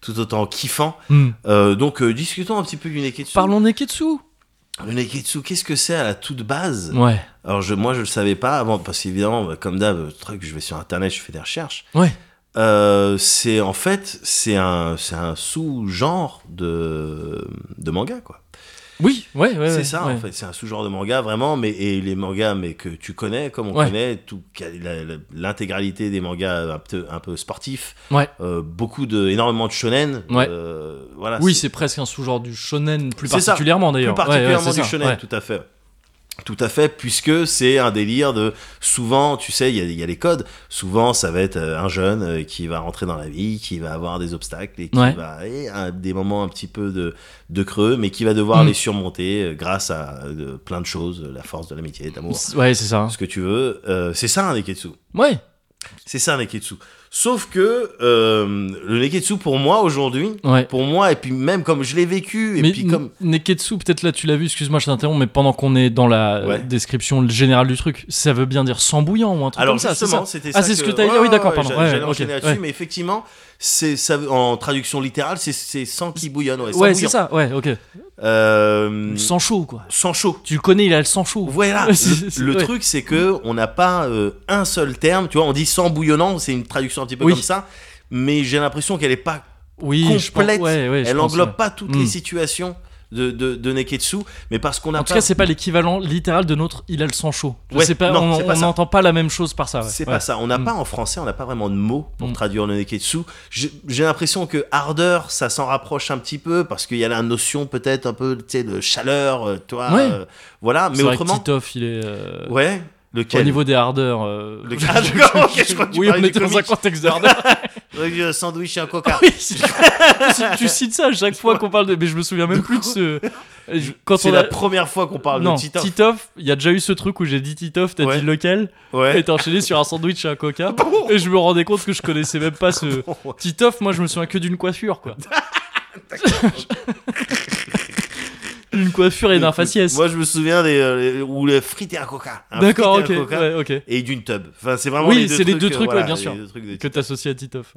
[SPEAKER 2] tout, tout autant kiffants.
[SPEAKER 1] Hmm.
[SPEAKER 2] Euh, donc, euh, discutons un petit peu du Neketsu.
[SPEAKER 1] Parlons Neketsu.
[SPEAKER 2] Le Neketsu, qu'est-ce que c'est à la toute base
[SPEAKER 1] Ouais.
[SPEAKER 2] Alors, je, moi, je le savais pas avant, parce qu'évidemment, bah, comme d'hab, le truc, je vais sur Internet, je fais des recherches.
[SPEAKER 1] Ouais.
[SPEAKER 2] Euh, c'est en fait, c'est un, c'est un sous-genre de, de manga, quoi.
[SPEAKER 1] Oui, ouais, ouais.
[SPEAKER 2] c'est
[SPEAKER 1] ouais,
[SPEAKER 2] ça
[SPEAKER 1] ouais.
[SPEAKER 2] en fait, c'est un sous-genre de manga vraiment, mais et les mangas mais que tu connais comme on
[SPEAKER 1] Ouais.
[SPEAKER 2] connaît tout la- la- l'intégralité des mangas un peu, un peu sportifs,
[SPEAKER 1] Ouais.
[SPEAKER 2] Euh, beaucoup de énormément de shonen,
[SPEAKER 1] Ouais.
[SPEAKER 2] Euh, voilà,
[SPEAKER 1] Oui, c'est presque un sous-genre du shonen, plus
[SPEAKER 2] C'est ça.
[SPEAKER 1] particulièrement
[SPEAKER 2] plus
[SPEAKER 1] d'ailleurs. Ouais, ouais,
[SPEAKER 2] particulièrement
[SPEAKER 1] c'est
[SPEAKER 2] du
[SPEAKER 1] ça,
[SPEAKER 2] shonen,
[SPEAKER 1] ouais.
[SPEAKER 2] tout à fait. Tout à fait, puisque c'est un délire de souvent, tu sais, il y a- il y, a les codes. Souvent, ça va être euh, un jeune euh, qui va rentrer dans la vie, qui va avoir des obstacles et qui
[SPEAKER 1] Ouais.
[SPEAKER 2] va et, un- des moments un petit peu de, de creux, mais qui va devoir
[SPEAKER 1] Mm.
[SPEAKER 2] les surmonter euh, grâce à euh, plein de choses, euh, la force de l'amitié, de l'amour,
[SPEAKER 1] Ouais, c'est ça. hein.
[SPEAKER 2] ce que tu veux. Euh, c'est ça un neketsu.
[SPEAKER 1] Ouais,
[SPEAKER 2] C'est ça un neketsu. Sauf que euh, le neketsu pour moi aujourd'hui,
[SPEAKER 1] ouais.
[SPEAKER 2] pour moi et puis même comme je l'ai vécu et
[SPEAKER 1] mais
[SPEAKER 2] puis comme
[SPEAKER 1] N- Neketsu, peut-être là tu l'as vu, excuse-moi, je t'interromps, mais pendant qu'on est dans la euh,
[SPEAKER 2] Ouais.
[SPEAKER 1] description générale du truc, ça veut bien dire sans bouillant ou un truc
[SPEAKER 2] Alors
[SPEAKER 1] comme ça, c'est
[SPEAKER 2] justement,
[SPEAKER 1] ça
[SPEAKER 2] c'était ça.
[SPEAKER 1] Ah, c'est ce que t'as dit. Ah oui, d'accord, pardon.
[SPEAKER 2] j'a-
[SPEAKER 1] Ouais,
[SPEAKER 2] J'allais
[SPEAKER 1] ok,
[SPEAKER 2] enchaîner là-dessus,
[SPEAKER 1] ouais.
[SPEAKER 2] mais effectivement, c'est ça en traduction littérale, c'est c'est sans qui bouillonne, ouais, sans
[SPEAKER 1] Ouais, c'est
[SPEAKER 2] bouillant.
[SPEAKER 1] ça, ouais, ok.
[SPEAKER 2] Euh,
[SPEAKER 1] Le sang chaud, quoi.
[SPEAKER 2] sans chaud.
[SPEAKER 1] Tu le connais, il a le sang chaud.
[SPEAKER 2] Voilà.
[SPEAKER 1] Ouais, c'est- c'est-
[SPEAKER 2] le
[SPEAKER 1] ouais.
[SPEAKER 2] truc, c'est que on n'a pas euh, un seul terme. Tu vois, on dit sans bouillonnant, c'est une traduction un petit peu
[SPEAKER 1] Oui.
[SPEAKER 2] comme ça, mais j'ai l'impression qu'elle est pas
[SPEAKER 1] Oui, je pense-
[SPEAKER 2] complète.
[SPEAKER 1] ouais, ouais, je
[SPEAKER 2] Elle
[SPEAKER 1] pense,
[SPEAKER 2] englobe
[SPEAKER 1] ouais.
[SPEAKER 2] pas toutes
[SPEAKER 1] Mm.
[SPEAKER 2] les situations de, de, de Neketsu, mais parce qu'on n'a
[SPEAKER 1] En tout
[SPEAKER 2] pas.
[SPEAKER 1] cas, c'est pas l'équivalent littéral de notre il a le sang chaud. Je
[SPEAKER 2] Ouais,
[SPEAKER 1] sais pas,
[SPEAKER 2] non,
[SPEAKER 1] on-
[SPEAKER 2] c'est pas
[SPEAKER 1] on
[SPEAKER 2] ça.
[SPEAKER 1] n'entend pas la même chose par ça. ouais.
[SPEAKER 2] c'est
[SPEAKER 1] Ouais.
[SPEAKER 2] pas ça. On n'a
[SPEAKER 1] Mm.
[SPEAKER 2] pas en français, on n'a pas vraiment de mots pour
[SPEAKER 1] Mm.
[SPEAKER 2] traduire le neketsu. J'ai j'ai l'impression que ardeur, ça s'en rapproche un petit peu parce qu'il y a la notion peut-être un peu, tu sais, de chaleur, euh, toi.
[SPEAKER 1] Ouais.
[SPEAKER 2] euh, voilà, mais
[SPEAKER 1] C'est vrai que
[SPEAKER 2] autrement.
[SPEAKER 1] Titoff, il est. euh,
[SPEAKER 2] Ouais, lequel
[SPEAKER 1] Au niveau des hardeurs. euh,
[SPEAKER 2] Le- Ah, d'accord, ok, je crois que tu
[SPEAKER 1] oui, on
[SPEAKER 2] parlais du
[SPEAKER 1] était dans un
[SPEAKER 2] comique.
[SPEAKER 1] contexte de hardeur.
[SPEAKER 2] Euh, Sandwich et un coca.
[SPEAKER 1] Oui, c'est- tu- tu cites ça à chaque fois qu'on parle de. Mais je me souviens même plus de ce. Je- Quand
[SPEAKER 2] C'est
[SPEAKER 1] on
[SPEAKER 2] la
[SPEAKER 1] a.
[SPEAKER 2] première fois qu'on parle
[SPEAKER 1] non,
[SPEAKER 2] de hein. Titan.
[SPEAKER 1] Titoff, il y a déjà eu ce truc où j'ai dit Titoff, t'as
[SPEAKER 2] Ouais.
[SPEAKER 1] dit lequel, et
[SPEAKER 2] Ouais. Oh.
[SPEAKER 1] t'as enchaîné sur un sandwich et un coca, et je me rendais compte que je connaissais même pas ce. Titoff, moi je me souviens que d'une coiffure, quoi. Une coiffure et d'un faciès.
[SPEAKER 2] Moi, je me souviens des, euh, les- où le frites et un coca. Un
[SPEAKER 1] D'accord, ok,
[SPEAKER 2] frites et un coca
[SPEAKER 1] ouais, ok.
[SPEAKER 2] Et d'une tub. Enfin, c'est vraiment
[SPEAKER 1] Oui,
[SPEAKER 2] les deux
[SPEAKER 1] c'est
[SPEAKER 2] trucs.
[SPEAKER 1] les deux
[SPEAKER 2] euh,
[SPEAKER 1] trucs, ouais,
[SPEAKER 2] voilà,
[SPEAKER 1] bien
[SPEAKER 2] les
[SPEAKER 1] sûr.
[SPEAKER 2] deux trucs de-
[SPEAKER 1] Que t'associes à Titoff.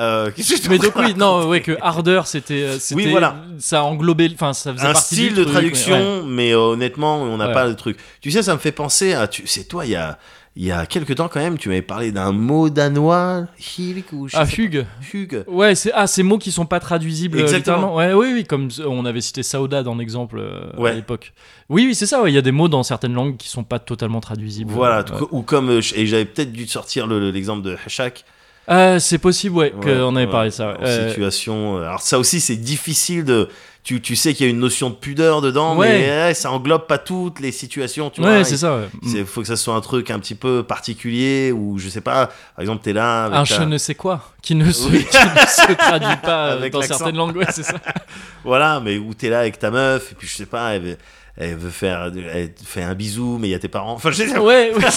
[SPEAKER 2] Euh, qu'est-ce que je te
[SPEAKER 1] Mais donc oui,
[SPEAKER 2] raconte
[SPEAKER 1] non, ouais, que ardeur, c'était, euh, c'était,
[SPEAKER 2] voilà.
[SPEAKER 1] ça englobait, enfin, ça faisait
[SPEAKER 2] un
[SPEAKER 1] partie
[SPEAKER 2] style
[SPEAKER 1] du
[SPEAKER 2] de
[SPEAKER 1] truc,
[SPEAKER 2] traduction,
[SPEAKER 1] ouais.
[SPEAKER 2] mais euh, honnêtement, on n'a
[SPEAKER 1] Ouais.
[SPEAKER 2] pas le truc. Tu sais, ça me fait penser à. tu- C'est toi, il y a, il y a quelques temps quand même, tu m'avais parlé d'un mot danois, Hirik ou je
[SPEAKER 1] Ah,
[SPEAKER 2] sais
[SPEAKER 1] fugue.
[SPEAKER 2] pas, Hug.
[SPEAKER 1] Ouais, c'est ah, ces mots qui sont pas traduisibles. euh,
[SPEAKER 2] Exactement.
[SPEAKER 1] littéralement. Ouais, oui, oui, comme euh, on avait cité Saudade en exemple euh, à
[SPEAKER 2] Ouais.
[SPEAKER 1] l'époque. Oui, oui, c'est ça. ouais, Il y a des mots dans certaines langues qui sont pas totalement traduisibles.
[SPEAKER 2] Voilà,
[SPEAKER 1] Ouais.
[SPEAKER 2] ou comme. euh, Et j'avais peut-être dû te sortir le- le- l'exemple de Hachak.
[SPEAKER 1] Ah, c'est possible, ouais,
[SPEAKER 2] Ouais,
[SPEAKER 1] qu'on avait
[SPEAKER 2] ouais,
[SPEAKER 1] parlé de ça. ouais.
[SPEAKER 2] en
[SPEAKER 1] Euh,
[SPEAKER 2] situation. euh, Alors, ça aussi, c'est difficile de. Tu, tu sais qu'il y a une notion de pudeur dedans,
[SPEAKER 1] Ouais.
[SPEAKER 2] mais euh, ça englobe pas toutes les situations, tu vois.
[SPEAKER 1] ouais,
[SPEAKER 2] Il-
[SPEAKER 1] c'est ça. ouais.
[SPEAKER 2] c'est- faut que ça soit un truc un petit peu particulier, ou je sais pas, par exemple, t'es là. Avec
[SPEAKER 1] Un
[SPEAKER 2] ta-
[SPEAKER 1] je ne sais quoi qui ne se,
[SPEAKER 2] Oui.
[SPEAKER 1] qui ne se traduit pas euh,
[SPEAKER 2] Avec
[SPEAKER 1] dans
[SPEAKER 2] l'accent.
[SPEAKER 1] certaines langues. Ouais, c'est ça.
[SPEAKER 2] Voilà, mais où t'es là avec ta meuf, et puis je sais pas, elle veut, elle veut faire elle te fait un bisou, mais il y a tes parents. Enfin, je sais pas.
[SPEAKER 1] Ouais, ouais.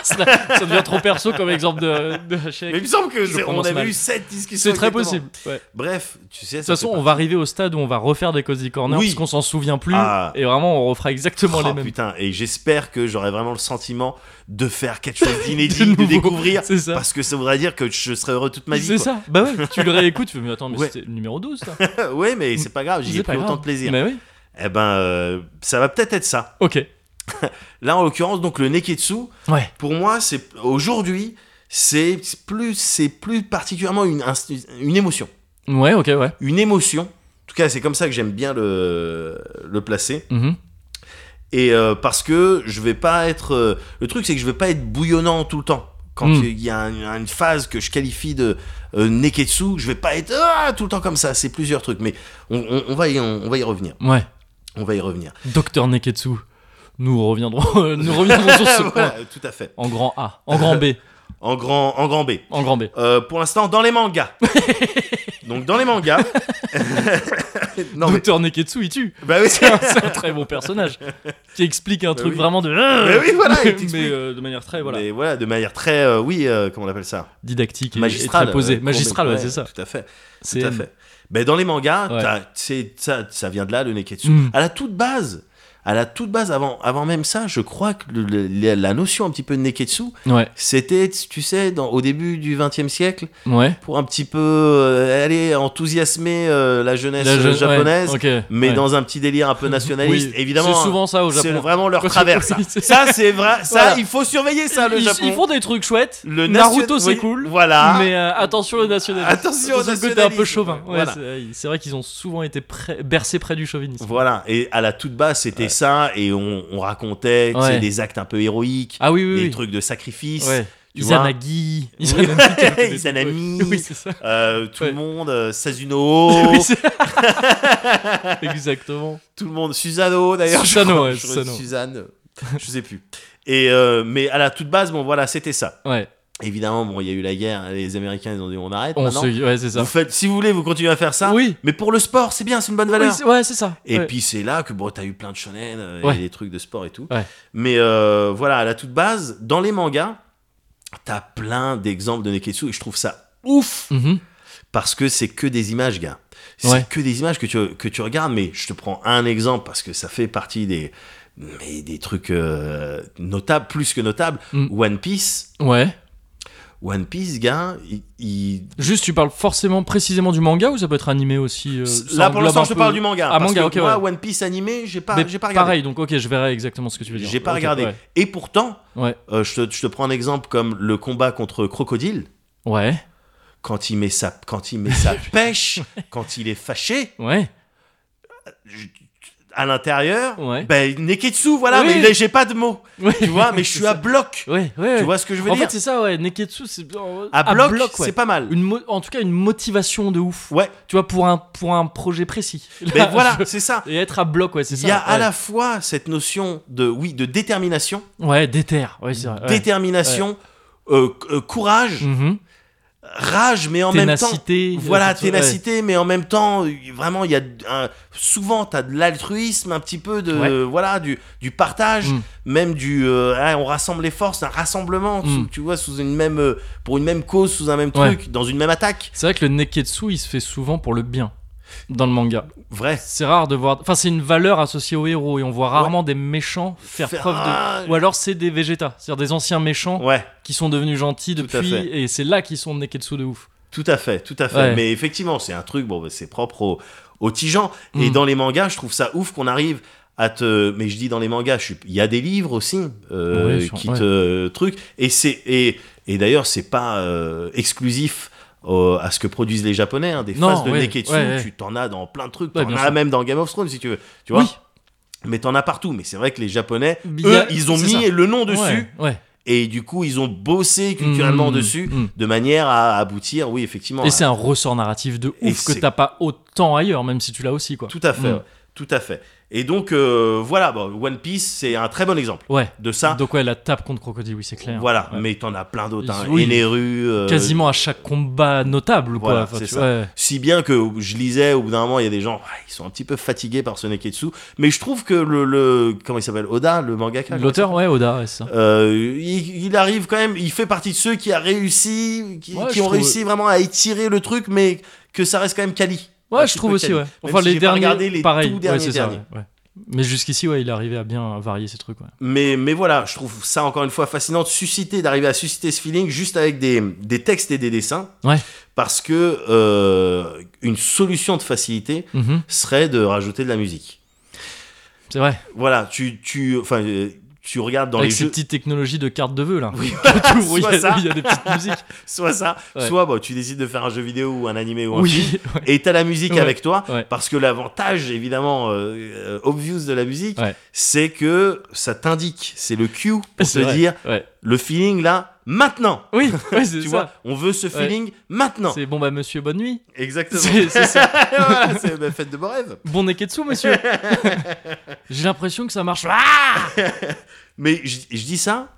[SPEAKER 1] ça, ça devient trop perso comme exemple de, de Hachek.
[SPEAKER 2] Mais il me semble que
[SPEAKER 1] Je
[SPEAKER 2] c'est- on
[SPEAKER 1] prononce
[SPEAKER 2] avait
[SPEAKER 1] mal.
[SPEAKER 2] eu cette discussion.
[SPEAKER 1] C'est très
[SPEAKER 2] exactement.
[SPEAKER 1] possible. ouais.
[SPEAKER 2] Bref, tu sais,
[SPEAKER 1] De toute façon, on va arriver au stade où on va refaire des Cozy Corner
[SPEAKER 2] Oui.
[SPEAKER 1] parce qu'on s'en souvient plus.
[SPEAKER 2] Ah.
[SPEAKER 1] Et vraiment, on refera exactement
[SPEAKER 2] Oh,
[SPEAKER 1] les mêmes.
[SPEAKER 2] putain, et j'espère que j'aurai vraiment le sentiment de faire quelque chose
[SPEAKER 1] De
[SPEAKER 2] d'inédit, de,
[SPEAKER 1] nouveau.
[SPEAKER 2] découvrir,
[SPEAKER 1] C'est ça.
[SPEAKER 2] parce que ça voudrait dire que je serai heureux toute ma vie.
[SPEAKER 1] C'est ça. Bah ouais, tu le réécoutes, tu fais, mais attends, mais
[SPEAKER 2] Ouais.
[SPEAKER 1] c'était le numéro 12, ça.
[SPEAKER 2] quoi. ouais, mais c'est pas grave, j'y
[SPEAKER 1] C'est
[SPEAKER 2] ai
[SPEAKER 1] pas
[SPEAKER 2] pris autant
[SPEAKER 1] grave.
[SPEAKER 2] de plaisir.
[SPEAKER 1] Mais oui.
[SPEAKER 2] Eh ben, euh, ça va peut-être être ça.
[SPEAKER 1] Ok.
[SPEAKER 2] Là, en l'occurrence, donc le Neketsu,
[SPEAKER 1] Ouais.
[SPEAKER 2] pour moi, c'est aujourd'hui, c'est plus, c'est plus particulièrement une, inst- une émotion.
[SPEAKER 1] Ouais, ok, ouais.
[SPEAKER 2] Une émotion. En tout cas, c'est comme ça que j'aime bien le, le placer.
[SPEAKER 1] Mhm.
[SPEAKER 2] Et euh, parce que je vais pas être. euh, le truc, c'est que je vais pas être bouillonnant tout le temps. Quand
[SPEAKER 1] Mm.
[SPEAKER 2] il y a un- une phase que je qualifie de euh, neketsu, je vais pas être ah, tout le temps comme ça. C'est plusieurs trucs, mais on, on- on va y, on, on va y revenir.
[SPEAKER 1] Ouais.
[SPEAKER 2] On va y revenir.
[SPEAKER 1] Docteur Neketsu. Nous reviendrons, nous reviendrons sur ce
[SPEAKER 2] Ah, Voilà,
[SPEAKER 1] point.
[SPEAKER 2] tout à fait.
[SPEAKER 1] En grand A, en grand B,
[SPEAKER 2] En grand, en grand B.
[SPEAKER 1] en grand B.
[SPEAKER 2] Euh, pour l'instant, dans les mangas. Donc dans les mangas. non mais,
[SPEAKER 1] Docteur Neketsu, il tue.
[SPEAKER 2] bah oui,
[SPEAKER 1] C'est un, c'est un très bon personnage qui explique un truc
[SPEAKER 2] oui.
[SPEAKER 1] vraiment de.
[SPEAKER 2] Bah oui, voilà, il t'explique.
[SPEAKER 1] mais euh, de manière très voilà,
[SPEAKER 2] Mais voilà, de magistrale très, euh, oui, euh, comment on appelle ça
[SPEAKER 1] didactique et, et
[SPEAKER 2] Magistrale.
[SPEAKER 1] très posée.
[SPEAKER 2] euh,
[SPEAKER 1] Magistrale,
[SPEAKER 2] courbe-
[SPEAKER 1] ouais, c'est ça.
[SPEAKER 2] Tout à fait.
[SPEAKER 1] C'est
[SPEAKER 2] Tout à fait. Ben, dans les mangas,
[SPEAKER 1] Ouais.
[SPEAKER 2] t'as- c'est- ça, ça vient de là, le Neketsu.
[SPEAKER 1] Mm.
[SPEAKER 2] À la toute base, à la toute base, avant, avant même ça, je crois que le- le- la notion un petit peu de Neketsu,
[SPEAKER 1] Ouais,
[SPEAKER 2] c'était, tu sais, dans, au début du XXe siècle,
[SPEAKER 1] ouais.
[SPEAKER 2] pour un petit peu euh, aller enthousiasmer euh, la jeunesse
[SPEAKER 1] La jeune-
[SPEAKER 2] japonaise,
[SPEAKER 1] ouais, ok,
[SPEAKER 2] mais
[SPEAKER 1] ouais.
[SPEAKER 2] dans un petit délire un peu nationaliste.
[SPEAKER 1] Oui,
[SPEAKER 2] Évidemment,
[SPEAKER 1] C'est souvent ça au
[SPEAKER 2] c'est
[SPEAKER 1] Japon.
[SPEAKER 2] vraiment leur
[SPEAKER 1] Quand-
[SPEAKER 2] travers, ça.
[SPEAKER 1] Oui, c'est-
[SPEAKER 2] ça, c'est vrai. Ça,
[SPEAKER 1] Voilà.
[SPEAKER 2] il faut surveiller ça, le
[SPEAKER 1] ils,
[SPEAKER 2] Japon.
[SPEAKER 1] ils font des trucs chouettes.
[SPEAKER 2] Le
[SPEAKER 1] Naruto,
[SPEAKER 2] nation-
[SPEAKER 1] c'est
[SPEAKER 2] oui,
[SPEAKER 1] cool.
[SPEAKER 2] Voilà.
[SPEAKER 1] Mais euh, attention au nationalisme.
[SPEAKER 2] Attention au
[SPEAKER 1] C'est ce côté un peu
[SPEAKER 2] nationalisme.
[SPEAKER 1] chauvin. Ouais,
[SPEAKER 2] Voilà.
[SPEAKER 1] c'est- C'est vrai qu'ils ont souvent été près- bercés près du chauvinisme.
[SPEAKER 2] Voilà, et à la toute base, c'était ça, et on, on racontait tu sais,
[SPEAKER 1] Ouais.
[SPEAKER 2] des actes un peu héroïques,
[SPEAKER 1] Ah oui, oui,
[SPEAKER 2] des
[SPEAKER 1] oui.
[SPEAKER 2] trucs de sacrifice,
[SPEAKER 1] Ouais.
[SPEAKER 2] tu vois.
[SPEAKER 1] Izanagi.
[SPEAKER 2] Oui.
[SPEAKER 1] quelques-
[SPEAKER 2] Izanami.
[SPEAKER 1] Oui, c'est ça.
[SPEAKER 2] euh, tout
[SPEAKER 1] Ouais.
[SPEAKER 2] le monde, euh, Sasuno,
[SPEAKER 1] Oui, c'est- Exactement.
[SPEAKER 2] tout le monde, Susano d'ailleurs, je
[SPEAKER 1] Susano,
[SPEAKER 2] crois,
[SPEAKER 1] ouais,
[SPEAKER 2] je crois,
[SPEAKER 1] Susano.
[SPEAKER 2] Suzanne, je sais plus. Et euh, mais à la toute base, bon voilà, c'était ça.
[SPEAKER 1] Ouais.
[SPEAKER 2] Évidemment, bon, il y a eu la guerre, les Américains ils ont dit on arrête.
[SPEAKER 1] On
[SPEAKER 2] maintenant.
[SPEAKER 1] se. Ouais, c'est ça.
[SPEAKER 2] Ah Vous faites, si vous voulez, vous continuez à faire ça.
[SPEAKER 1] Oui.
[SPEAKER 2] Mais pour le sport, c'est bien, c'est une bonne
[SPEAKER 1] Oui,
[SPEAKER 2] valeur.
[SPEAKER 1] c'est- ouais, c'est ça.
[SPEAKER 2] Et
[SPEAKER 1] Ouais.
[SPEAKER 2] puis c'est là que bon, t'as eu plein de shonen euh,
[SPEAKER 1] Ouais.
[SPEAKER 2] et des trucs de sport et tout.
[SPEAKER 1] Ouais.
[SPEAKER 2] Mais euh, voilà, à la toute base, dans les mangas, t'as plein d'exemples de Neketsu et je trouve ça ouf
[SPEAKER 1] Mhm.
[SPEAKER 2] parce que c'est que des images, gars. C'est
[SPEAKER 1] Ouais.
[SPEAKER 2] que des images que tu, que tu regardes, mais je te prends un exemple parce que ça fait partie des, mais des trucs euh, notables, plus que notables.
[SPEAKER 1] Mm.
[SPEAKER 2] One Piece,
[SPEAKER 1] Ouais.
[SPEAKER 2] One Piece, gars, il- il,
[SPEAKER 1] Juste, tu parles forcément précisément du manga ou ça peut être animé aussi euh, ça
[SPEAKER 2] Là pour
[SPEAKER 1] englobe
[SPEAKER 2] l'instant,
[SPEAKER 1] un
[SPEAKER 2] je te
[SPEAKER 1] peu-
[SPEAKER 2] parle du manga.
[SPEAKER 1] Ah,
[SPEAKER 2] parce
[SPEAKER 1] manga,
[SPEAKER 2] que
[SPEAKER 1] ok,
[SPEAKER 2] Moi,
[SPEAKER 1] ouais.
[SPEAKER 2] One Piece animé, j'ai pas,
[SPEAKER 1] Mais
[SPEAKER 2] j'ai pas regardé.
[SPEAKER 1] Pareil, donc ok, je verrai exactement ce que tu veux dire.
[SPEAKER 2] J'ai pas
[SPEAKER 1] Ok,
[SPEAKER 2] regardé.
[SPEAKER 1] Ouais.
[SPEAKER 2] Et pourtant,
[SPEAKER 1] Ouais.
[SPEAKER 2] euh, je, te, je te prends un exemple comme le combat contre Crocodile.
[SPEAKER 1] Ouais.
[SPEAKER 2] Quand il met sa, quand il met sa pêche, quand il est fâché,
[SPEAKER 1] Ouais.
[SPEAKER 2] je- à l'intérière,
[SPEAKER 1] Ouais.
[SPEAKER 2] ben, Neketsu, voilà,
[SPEAKER 1] Oui.
[SPEAKER 2] mais là, j'ai pas de mots.
[SPEAKER 1] Ouais.
[SPEAKER 2] Tu vois, mais je suis à bloc.
[SPEAKER 1] Ouais, ouais.
[SPEAKER 2] Tu vois ce que je veux
[SPEAKER 1] en
[SPEAKER 2] dire
[SPEAKER 1] fait, c'est ça, ouais. Neketsu, c'est. euh,
[SPEAKER 2] À bloc,
[SPEAKER 1] ouais.
[SPEAKER 2] c'est pas mal.
[SPEAKER 1] Une mo- En tout cas, une motivation de ouf.
[SPEAKER 2] Ouais.
[SPEAKER 1] Tu vois, pour un, pour un projet précis.
[SPEAKER 2] Mais
[SPEAKER 1] Là,
[SPEAKER 2] voilà,
[SPEAKER 1] je-
[SPEAKER 2] c'est ça.
[SPEAKER 1] Et être à bloc, ouais, c'est
[SPEAKER 2] Il
[SPEAKER 1] ça.
[SPEAKER 2] y a à
[SPEAKER 1] ouais.
[SPEAKER 2] la fois cette notion de, oui, de détermination,
[SPEAKER 1] Ouais, déterre. Ouais, c'est vrai. ouais.
[SPEAKER 2] détermination, euh, c- euh, courage,
[SPEAKER 1] Mhm.
[SPEAKER 2] rage, mais en même temps,
[SPEAKER 1] Ténacité. euh,
[SPEAKER 2] Voilà,
[SPEAKER 1] tout ça, ouais.
[SPEAKER 2] ténacité, mais en même temps, y- vraiment, il y a un- souvent, t'as de l'altruisme, un petit peu de
[SPEAKER 1] Ouais.
[SPEAKER 2] euh, voilà, du, du partage,
[SPEAKER 1] Mm.
[SPEAKER 2] même du, euh, ah, on rassemble les forces, un rassemblement, sous-
[SPEAKER 1] Mm.
[SPEAKER 2] tu vois, sous une même, euh, pour une même cause, sous un même
[SPEAKER 1] Ouais.
[SPEAKER 2] truc, dans une même attaque.
[SPEAKER 1] C'est vrai que le Neketsu, il se fait souvent pour le bien dans le manga.
[SPEAKER 2] Vrai.
[SPEAKER 1] C'est rare de voir. Enfin, c'est une valeur associée aux héros et on voit rarement des méchants faire, preuve de.
[SPEAKER 2] ah,
[SPEAKER 1] Ou alors c'est des végétas, c'est-à-dire des anciens méchants
[SPEAKER 2] Ouais,
[SPEAKER 1] qui sont devenus gentils
[SPEAKER 2] Tout à
[SPEAKER 1] depuis
[SPEAKER 2] fait.
[SPEAKER 1] et c'est là qu'ils sont Neketsu de ouf.
[SPEAKER 2] tout à fait, tout à fait.
[SPEAKER 1] Ouais.
[SPEAKER 2] Mais effectivement, c'est un truc, bon, bah, c'est propre au, au tigeant. Et
[SPEAKER 1] Mm.
[SPEAKER 2] dans les mangas, je trouve ça ouf qu'on arrive à te. Mais je dis dans les mangas, je suis- il y a des livres aussi euh,
[SPEAKER 1] Ouais, sur-
[SPEAKER 2] qui
[SPEAKER 1] ouais.
[SPEAKER 2] te truc. Et c'est et, et d'ailleurs, c'est pas euh, exclusif. euh, à ce que produisent les japonais, hein. des
[SPEAKER 1] Non,
[SPEAKER 2] phases de
[SPEAKER 1] ouais,
[SPEAKER 2] Neketsu,
[SPEAKER 1] ouais, ouais.
[SPEAKER 2] tu t'en as dans plein de trucs,
[SPEAKER 1] Ouais,
[SPEAKER 2] t'en
[SPEAKER 1] bien
[SPEAKER 2] as
[SPEAKER 1] sûr.
[SPEAKER 2] même dans Game of Thrones si tu veux, tu vois,
[SPEAKER 1] oui,
[SPEAKER 2] mais t'en as partout. Mais c'est vrai que les japonais,
[SPEAKER 1] Il y
[SPEAKER 2] eux,
[SPEAKER 1] a-
[SPEAKER 2] ils ont
[SPEAKER 1] c'est
[SPEAKER 2] mis
[SPEAKER 1] ça.
[SPEAKER 2] le nom dessus
[SPEAKER 1] Ouais, ouais.
[SPEAKER 2] et du coup, ils ont bossé culturellement
[SPEAKER 1] Mmh,
[SPEAKER 2] dessus
[SPEAKER 1] mmh.
[SPEAKER 2] de manière à aboutir, oui, effectivement.
[SPEAKER 1] Et
[SPEAKER 2] à-
[SPEAKER 1] c'est un ressort narratif de
[SPEAKER 2] Et
[SPEAKER 1] ouf que
[SPEAKER 2] c'est-
[SPEAKER 1] t'as pas autant ailleurs, même si tu l'as aussi quoi.
[SPEAKER 2] Tout à fait,
[SPEAKER 1] Mm.
[SPEAKER 2] ouais. tout à fait. Et donc euh, voilà, bon, One Piece c'est un très bon exemple
[SPEAKER 1] Ouais.
[SPEAKER 2] de ça.
[SPEAKER 1] Donc ouais, la tape contre Crocodile, oui, c'est clair.
[SPEAKER 2] voilà,
[SPEAKER 1] Ouais.
[SPEAKER 2] mais t'en as plein d'autres. Hein.
[SPEAKER 1] Oui.
[SPEAKER 2] Eneru, euh,
[SPEAKER 1] Quasiment à chaque combat notable quoi.
[SPEAKER 2] Voilà,
[SPEAKER 1] Enfin,
[SPEAKER 2] c'est
[SPEAKER 1] tu-
[SPEAKER 2] ça.
[SPEAKER 1] ouais.
[SPEAKER 2] Si bien que je lisais au bout d'un moment, il y a des gens, ouais, ils sont un petit peu fatigués par ce Neketsu, mais je trouve que le, le- comment il s'appelle, Oda, le mangaka, comment
[SPEAKER 1] L'auteur, ouais, Oda, ouais, c'est ça.
[SPEAKER 2] il s'appelle Euh, il, il arrive quand même, il fait partie de ceux qui a réussi, qui,
[SPEAKER 1] Ouais,
[SPEAKER 2] qui
[SPEAKER 1] je
[SPEAKER 2] ont
[SPEAKER 1] trouve-
[SPEAKER 2] réussi vraiment à étirer le truc, mais que ça reste quand même quali. un
[SPEAKER 1] Ouais,
[SPEAKER 2] petit
[SPEAKER 1] je trouve
[SPEAKER 2] peu
[SPEAKER 1] aussi,
[SPEAKER 2] quali-
[SPEAKER 1] ouais.
[SPEAKER 2] Même
[SPEAKER 1] Enfin,
[SPEAKER 2] si
[SPEAKER 1] les
[SPEAKER 2] j'ai pas
[SPEAKER 1] derniers.
[SPEAKER 2] regardé les
[SPEAKER 1] pareil,
[SPEAKER 2] tout
[SPEAKER 1] ouais,
[SPEAKER 2] derniers
[SPEAKER 1] c'est ça,
[SPEAKER 2] derniers.
[SPEAKER 1] ouais, ouais. Mais jusqu'ici, ouais, il arrivait à bien varier ces trucs, ouais.
[SPEAKER 2] Mais, mais voilà, je trouve ça encore une fois fascinant de susciter, d'arriver à susciter ce feeling juste avec des, des textes et des dessins.
[SPEAKER 1] Ouais.
[SPEAKER 2] Parce que euh, une solution de facilité
[SPEAKER 1] Mhm,
[SPEAKER 2] serait de rajouter de la musique.
[SPEAKER 1] c'est vrai.
[SPEAKER 2] Voilà, tu, tu, enfin, euh, tu regardes dans
[SPEAKER 1] Avec
[SPEAKER 2] les
[SPEAKER 1] ces
[SPEAKER 2] jeux.
[SPEAKER 1] petites technologies de cartes de vœux, là.
[SPEAKER 2] Oui,
[SPEAKER 1] Tu ouvres, il, y
[SPEAKER 2] soit ça,
[SPEAKER 1] a, il y a des petites musiques.
[SPEAKER 2] soit ça,
[SPEAKER 1] Ouais.
[SPEAKER 2] soit bon, tu décides de faire un jeu vidéo ou un animé ou un film.
[SPEAKER 1] Oui, ouais.
[SPEAKER 2] et t'as la musique
[SPEAKER 1] Ouais,
[SPEAKER 2] avec toi
[SPEAKER 1] ouais.
[SPEAKER 2] parce que l'avantage évidemment euh, euh, obvious de la musique
[SPEAKER 1] Ouais.
[SPEAKER 2] c'est que ça t'indique c'est le cue pour te
[SPEAKER 1] C'est vrai,
[SPEAKER 2] dire
[SPEAKER 1] ouais.
[SPEAKER 2] le feeling là maintenant
[SPEAKER 1] Oui, ouais, c'est
[SPEAKER 2] tu
[SPEAKER 1] ça.
[SPEAKER 2] vois on veut ce feeling maintenant
[SPEAKER 1] C'est bon, bah, monsieur, bonne nuit.
[SPEAKER 2] exactement
[SPEAKER 1] C'est c'est ça.
[SPEAKER 2] Voilà, c'est ma fête de bon rêve
[SPEAKER 1] Bon Neketsu, monsieur. J'ai l'impression que ça marche. Ah
[SPEAKER 2] mais je je dis ça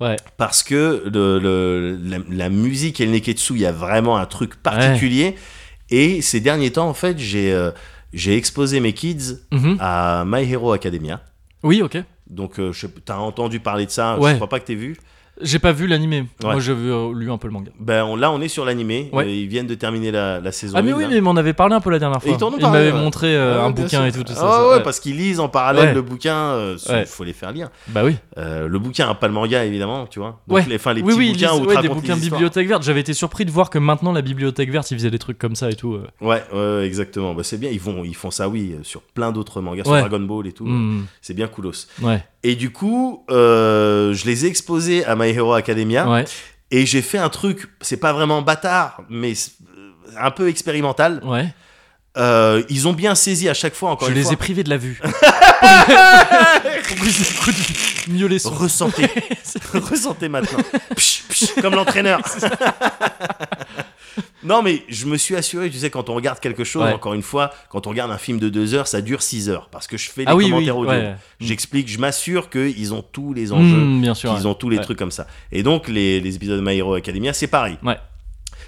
[SPEAKER 1] Ouais.
[SPEAKER 2] parce que le- le- la, la musique et le neketsu il y a vraiment un truc particulier et ces derniers temps en fait j'ai euh, j'ai exposé mes kids
[SPEAKER 1] Mhm.
[SPEAKER 2] à My Hero Academia
[SPEAKER 1] Oui, ok.
[SPEAKER 2] Donc, euh, je sais- t'as entendu parler de ça,
[SPEAKER 1] Ouais.
[SPEAKER 2] je crois pas que t'aies vu.
[SPEAKER 1] J'ai pas vu l'animé. Moi,
[SPEAKER 2] Ouais.
[SPEAKER 1] j'ai vu, euh, lu un peu le manga.
[SPEAKER 2] Ben, on- là, on est sur l'animé.
[SPEAKER 1] Ouais.
[SPEAKER 2] Euh, Ils viennent de terminer la, la saison
[SPEAKER 1] Ah, mais
[SPEAKER 2] 1,
[SPEAKER 1] oui,
[SPEAKER 2] là.
[SPEAKER 1] mais il m'en avait parlé un peu la dernière
[SPEAKER 2] Et
[SPEAKER 1] fois.
[SPEAKER 2] ils t'en ont
[SPEAKER 1] il
[SPEAKER 2] parlé,
[SPEAKER 1] m'avait
[SPEAKER 2] ouais.
[SPEAKER 1] montré euh,
[SPEAKER 2] Ah,
[SPEAKER 1] un
[SPEAKER 2] bien
[SPEAKER 1] bouquin
[SPEAKER 2] sûr.
[SPEAKER 1] et tout. tout ça,
[SPEAKER 2] Ah
[SPEAKER 1] ça,
[SPEAKER 2] ouais,
[SPEAKER 1] ouais.
[SPEAKER 2] parce qu'ils lisent en parallèle
[SPEAKER 1] Ouais.
[SPEAKER 2] le bouquin. euh, c'est-
[SPEAKER 1] Ouais.
[SPEAKER 2] faut les faire lire.
[SPEAKER 1] Bah oui.
[SPEAKER 2] Euh, le bouquin, hein, pas le manga, évidemment, tu vois. Donc,
[SPEAKER 1] Ouais.
[SPEAKER 2] les, enfin, les
[SPEAKER 1] oui,
[SPEAKER 2] petits
[SPEAKER 1] oui, ils
[SPEAKER 2] bouquins
[SPEAKER 1] lisent-
[SPEAKER 2] où
[SPEAKER 1] ouais,
[SPEAKER 2] tu
[SPEAKER 1] des
[SPEAKER 2] racontes
[SPEAKER 1] bouquins
[SPEAKER 2] les histoires.
[SPEAKER 1] bibliothèque verte. J'avais été surpris de voir que maintenant la bibliothèque verte, ils faisaient des trucs comme ça et tout. euh.
[SPEAKER 2] Ouais, ouais, exactement. Ben, c'est bien. Ils, vont, ils font ça, oui, euh, sur plein d'autres mangas,
[SPEAKER 1] Ouais.
[SPEAKER 2] sur Dragon Ball et tout.
[SPEAKER 1] Mm,
[SPEAKER 2] C'est bien coolos.
[SPEAKER 1] Ouais.
[SPEAKER 2] Et du coup, euh, je les ai exposés à My Hero Academia.
[SPEAKER 1] Ouais.
[SPEAKER 2] Et j'ai fait un truc, c'est pas vraiment bâtard, mais c'est, euh, un peu expérimental.
[SPEAKER 1] Ouais.
[SPEAKER 2] Euh, ils ont bien saisi à chaque fois, encore
[SPEAKER 1] Je
[SPEAKER 2] une
[SPEAKER 1] les ai
[SPEAKER 2] fois.
[SPEAKER 1] privés de la vue. Pour qu'ils écoutent mieux les sons.
[SPEAKER 2] Ressentez, ressentez maintenant. Psh, psh, comme l'entraîneur. non, mais je me suis assuré, tu sais, quand on regarde quelque chose,
[SPEAKER 1] Ouais.
[SPEAKER 2] encore une fois, quand on regarde un film de deux heures, ça dure six heures. Parce que je fais des
[SPEAKER 1] Ah oui, oui.
[SPEAKER 2] commentaires audio.
[SPEAKER 1] Ouais.
[SPEAKER 2] J'explique, je m'assure qu'ils ont tous les enjeux,
[SPEAKER 1] Mm, bien sûr. ouais.
[SPEAKER 2] qu'ils ont tous les
[SPEAKER 1] Ouais.
[SPEAKER 2] trucs comme ça. Et donc, les, les épisodes de My Hero Academia, c'est pareil.
[SPEAKER 1] Ouais.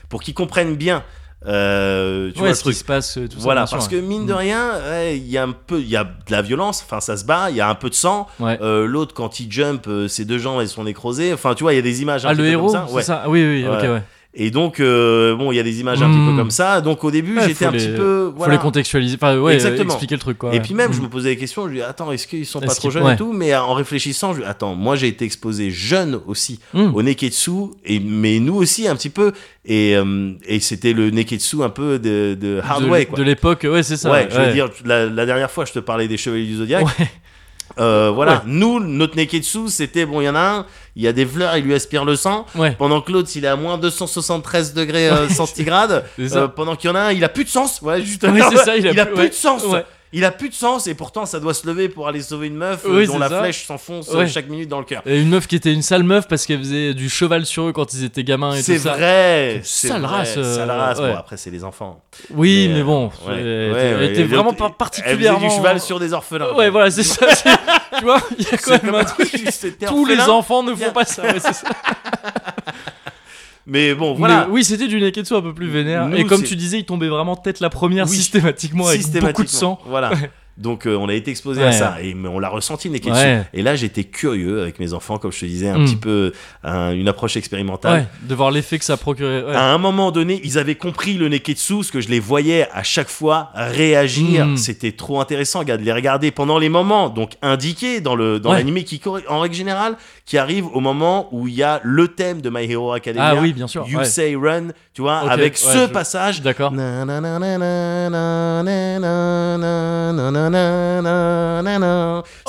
[SPEAKER 2] Pour qu'ils comprennent bien. euh,
[SPEAKER 1] ouais,
[SPEAKER 2] tu vois le
[SPEAKER 1] ce qui
[SPEAKER 2] truc
[SPEAKER 1] se passe, euh, tout ça,
[SPEAKER 2] voilà
[SPEAKER 1] bien sûr,
[SPEAKER 2] parce
[SPEAKER 1] ouais.
[SPEAKER 2] que mine de
[SPEAKER 1] Mm.
[SPEAKER 2] rien ouais, il y a un peu il y a de la violence enfin ça se bat il y a un peu de sang
[SPEAKER 1] Ouais.
[SPEAKER 2] Euh, l'autre quand il jump euh, ses deux jambes elles sont nécrosées enfin tu vois il y a des images un
[SPEAKER 1] Ah,
[SPEAKER 2] petit
[SPEAKER 1] le
[SPEAKER 2] peu
[SPEAKER 1] héros,
[SPEAKER 2] comme ça
[SPEAKER 1] c'est
[SPEAKER 2] Ouais.
[SPEAKER 1] ça Ah Oui, oui, ok,
[SPEAKER 2] Ouais.
[SPEAKER 1] ouais.
[SPEAKER 2] et donc euh, bon il y a des images un
[SPEAKER 1] Mm.
[SPEAKER 2] petit peu comme ça donc au début
[SPEAKER 1] Ouais,
[SPEAKER 2] j'étais
[SPEAKER 1] faut
[SPEAKER 2] un petit
[SPEAKER 1] les-
[SPEAKER 2] peu
[SPEAKER 1] Faut les
[SPEAKER 2] voilà
[SPEAKER 1] contextualiser, enfin, ouais, euh,
[SPEAKER 2] Exactement.
[SPEAKER 1] expliquer le truc, quoi.
[SPEAKER 2] et
[SPEAKER 1] ouais.
[SPEAKER 2] puis même
[SPEAKER 1] Mm.
[SPEAKER 2] je me posais des questions je me dis attends est-ce qu'ils sont pas
[SPEAKER 1] Est-ce
[SPEAKER 2] trop
[SPEAKER 1] qu'ils-
[SPEAKER 2] jeunes
[SPEAKER 1] ouais.
[SPEAKER 2] et tout mais euh, en réfléchissant je dis attends moi j'ai été exposé jeune aussi
[SPEAKER 1] Mm.
[SPEAKER 2] au neketsu et mais nous aussi un petit peu et, euh, et c'était le neketsu un peu de, de
[SPEAKER 1] de,
[SPEAKER 2] hardway quoi
[SPEAKER 1] de l'époque, ouais, c'est ça.
[SPEAKER 2] ouais, je veux dire la, la dernière fois je te parlais des chevaliers du zodiaque
[SPEAKER 1] Ouais.
[SPEAKER 2] Euh, voilà,
[SPEAKER 1] Ouais.
[SPEAKER 2] nous, notre Neketsu, c'était bon, il y en a un, il y a des fleurs, il lui aspire le sang.
[SPEAKER 1] Ouais,
[SPEAKER 2] Pendant que l'autre, il est à moins 273 degrés euh, centigrades.
[SPEAKER 1] c'est ça.
[SPEAKER 2] Euh, pendant qu'il y en a un, il a plus de sens. Ouais, juste
[SPEAKER 1] Oui, c'est ça, il a plus-
[SPEAKER 2] plus,
[SPEAKER 1] ouais.
[SPEAKER 2] de sens.
[SPEAKER 1] Ouais.
[SPEAKER 2] Il a plus de sens et pourtant, ça doit se lever pour aller sauver une meuf euh,
[SPEAKER 1] Oui,
[SPEAKER 2] dont
[SPEAKER 1] c'est
[SPEAKER 2] la
[SPEAKER 1] ça.
[SPEAKER 2] flèche s'enfonce euh,
[SPEAKER 1] Ouais.
[SPEAKER 2] chaque minute dans le cœur.
[SPEAKER 1] Et une meuf qui était une sale meuf parce qu'elle faisait du cheval sur eux quand ils étaient gamins et
[SPEAKER 2] C'est
[SPEAKER 1] tout ça.
[SPEAKER 2] vrai,
[SPEAKER 1] Quelle
[SPEAKER 2] c'est
[SPEAKER 1] sale
[SPEAKER 2] vrai,
[SPEAKER 1] race, euh,
[SPEAKER 2] sale race.
[SPEAKER 1] ouais.
[SPEAKER 2] Bon, après, c'est les enfants.
[SPEAKER 1] Oui,
[SPEAKER 2] Mais,
[SPEAKER 1] mais,
[SPEAKER 2] euh,
[SPEAKER 1] bon,
[SPEAKER 2] ouais,
[SPEAKER 1] elle
[SPEAKER 2] ouais,
[SPEAKER 1] était- elle
[SPEAKER 2] ouais,
[SPEAKER 1] était
[SPEAKER 2] et
[SPEAKER 1] vraiment
[SPEAKER 2] l'autre,
[SPEAKER 1] pas
[SPEAKER 2] Elle faisait
[SPEAKER 1] particulièrement.
[SPEAKER 2] du cheval sur des orphelins.
[SPEAKER 1] Ouais, voilà, c'est ça. c'est- tu vois, il y a
[SPEAKER 2] C'est
[SPEAKER 1] quand même un
[SPEAKER 2] comme-
[SPEAKER 1] truc.
[SPEAKER 2] c'était
[SPEAKER 1] Tous les
[SPEAKER 2] orphelin.
[SPEAKER 1] enfants ne font
[SPEAKER 2] Bien.
[SPEAKER 1] pas ça. ouais, c'est ça.
[SPEAKER 2] Mais bon,
[SPEAKER 1] Voilà.
[SPEAKER 2] voilà.
[SPEAKER 1] oui, c'était du Neketsu un peu plus vénère.
[SPEAKER 2] Nous,
[SPEAKER 1] et comme
[SPEAKER 2] c'est-
[SPEAKER 1] tu disais, il tombait vraiment tête la première
[SPEAKER 2] Oui.
[SPEAKER 1] systématiquement avec beaucoup de sang.
[SPEAKER 2] Voilà. Donc euh, on a été exposé
[SPEAKER 1] Ouais.
[SPEAKER 2] à ça et mais on l'a ressenti Neketsu.
[SPEAKER 1] Ouais.
[SPEAKER 2] Et là j'étais curieux avec mes enfants, comme je te disais, un
[SPEAKER 1] Mm.
[SPEAKER 2] petit peu un- une approche expérimentale.
[SPEAKER 1] Ouais, de voir l'effet que ça procurait. ouais.
[SPEAKER 2] À un moment donné, ils avaient compris le Neketsu, ce que je les voyais à chaque fois réagir.
[SPEAKER 1] Mm.
[SPEAKER 2] C'était trop intéressant, regarde, les regarder pendant les moments, donc indiqués dans le dans
[SPEAKER 1] Ouais.
[SPEAKER 2] l'animé qui corre- en règle générale qui arrive au moment où il y a le thème de My Hero Academia.
[SPEAKER 1] Ah oui, bien sûr.
[SPEAKER 2] You
[SPEAKER 1] ouais.
[SPEAKER 2] say run, tu vois,
[SPEAKER 1] Ok,
[SPEAKER 2] avec
[SPEAKER 1] ouais,
[SPEAKER 2] ce
[SPEAKER 1] je-
[SPEAKER 2] passage
[SPEAKER 1] D'accord. Ok,
[SPEAKER 2] ce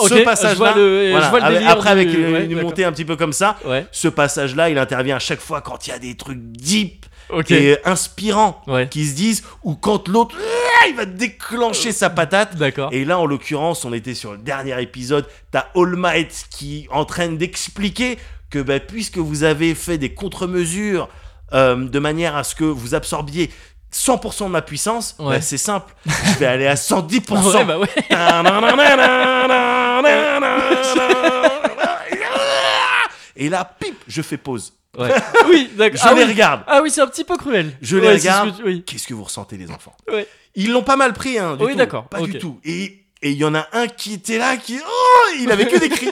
[SPEAKER 1] je vois
[SPEAKER 2] passage-là,
[SPEAKER 1] le- je
[SPEAKER 2] voilà,
[SPEAKER 1] vois le
[SPEAKER 2] avec-
[SPEAKER 1] délire
[SPEAKER 2] après avec
[SPEAKER 1] du-
[SPEAKER 2] une,
[SPEAKER 1] ouais,
[SPEAKER 2] une
[SPEAKER 1] d'accord.
[SPEAKER 2] montée un petit peu comme ça,
[SPEAKER 1] Ouais.
[SPEAKER 2] ce passage-là, il intervient à chaque fois quand il y a des trucs deep
[SPEAKER 1] Ok.
[SPEAKER 2] et inspirants
[SPEAKER 1] Ouais.
[SPEAKER 2] qui se disent, ou quand l'autre, ah, il va déclencher sa patate.
[SPEAKER 1] D'accord.
[SPEAKER 2] Et là, en l'occurrence, on était sur le dernier épisode. T'as All Might qui est en train d'expliquer que bah, puisque vous avez fait des contre-mesures euh, de manière à ce que vous absorbiez 100% de ma puissance, bah,
[SPEAKER 1] Ouais.
[SPEAKER 2] c'est simple. Je vais aller à
[SPEAKER 1] Ouais,
[SPEAKER 2] 110%.
[SPEAKER 1] bah ouais. bah.
[SPEAKER 2] Et là, pip, je fais pause.
[SPEAKER 1] Ouais. oui,
[SPEAKER 2] Je
[SPEAKER 1] d'accord. Ah
[SPEAKER 2] les
[SPEAKER 1] oui.
[SPEAKER 2] regarde.
[SPEAKER 1] Ah oui, c'est un petit peu cruel.
[SPEAKER 2] Je
[SPEAKER 1] Ouais,
[SPEAKER 2] les
[SPEAKER 1] c'est ce que
[SPEAKER 2] regarde.
[SPEAKER 1] tu- oui.
[SPEAKER 2] Qu'est-ce que vous ressentez, les enfants
[SPEAKER 1] Ouais.
[SPEAKER 2] Ils l'ont pas mal pris, hein, du
[SPEAKER 1] Oui,
[SPEAKER 2] tout.
[SPEAKER 1] d'accord,
[SPEAKER 2] Pas
[SPEAKER 1] ok.
[SPEAKER 2] du tout. Et Et il y en a un qui était là, qui. Oh Il avait que des cris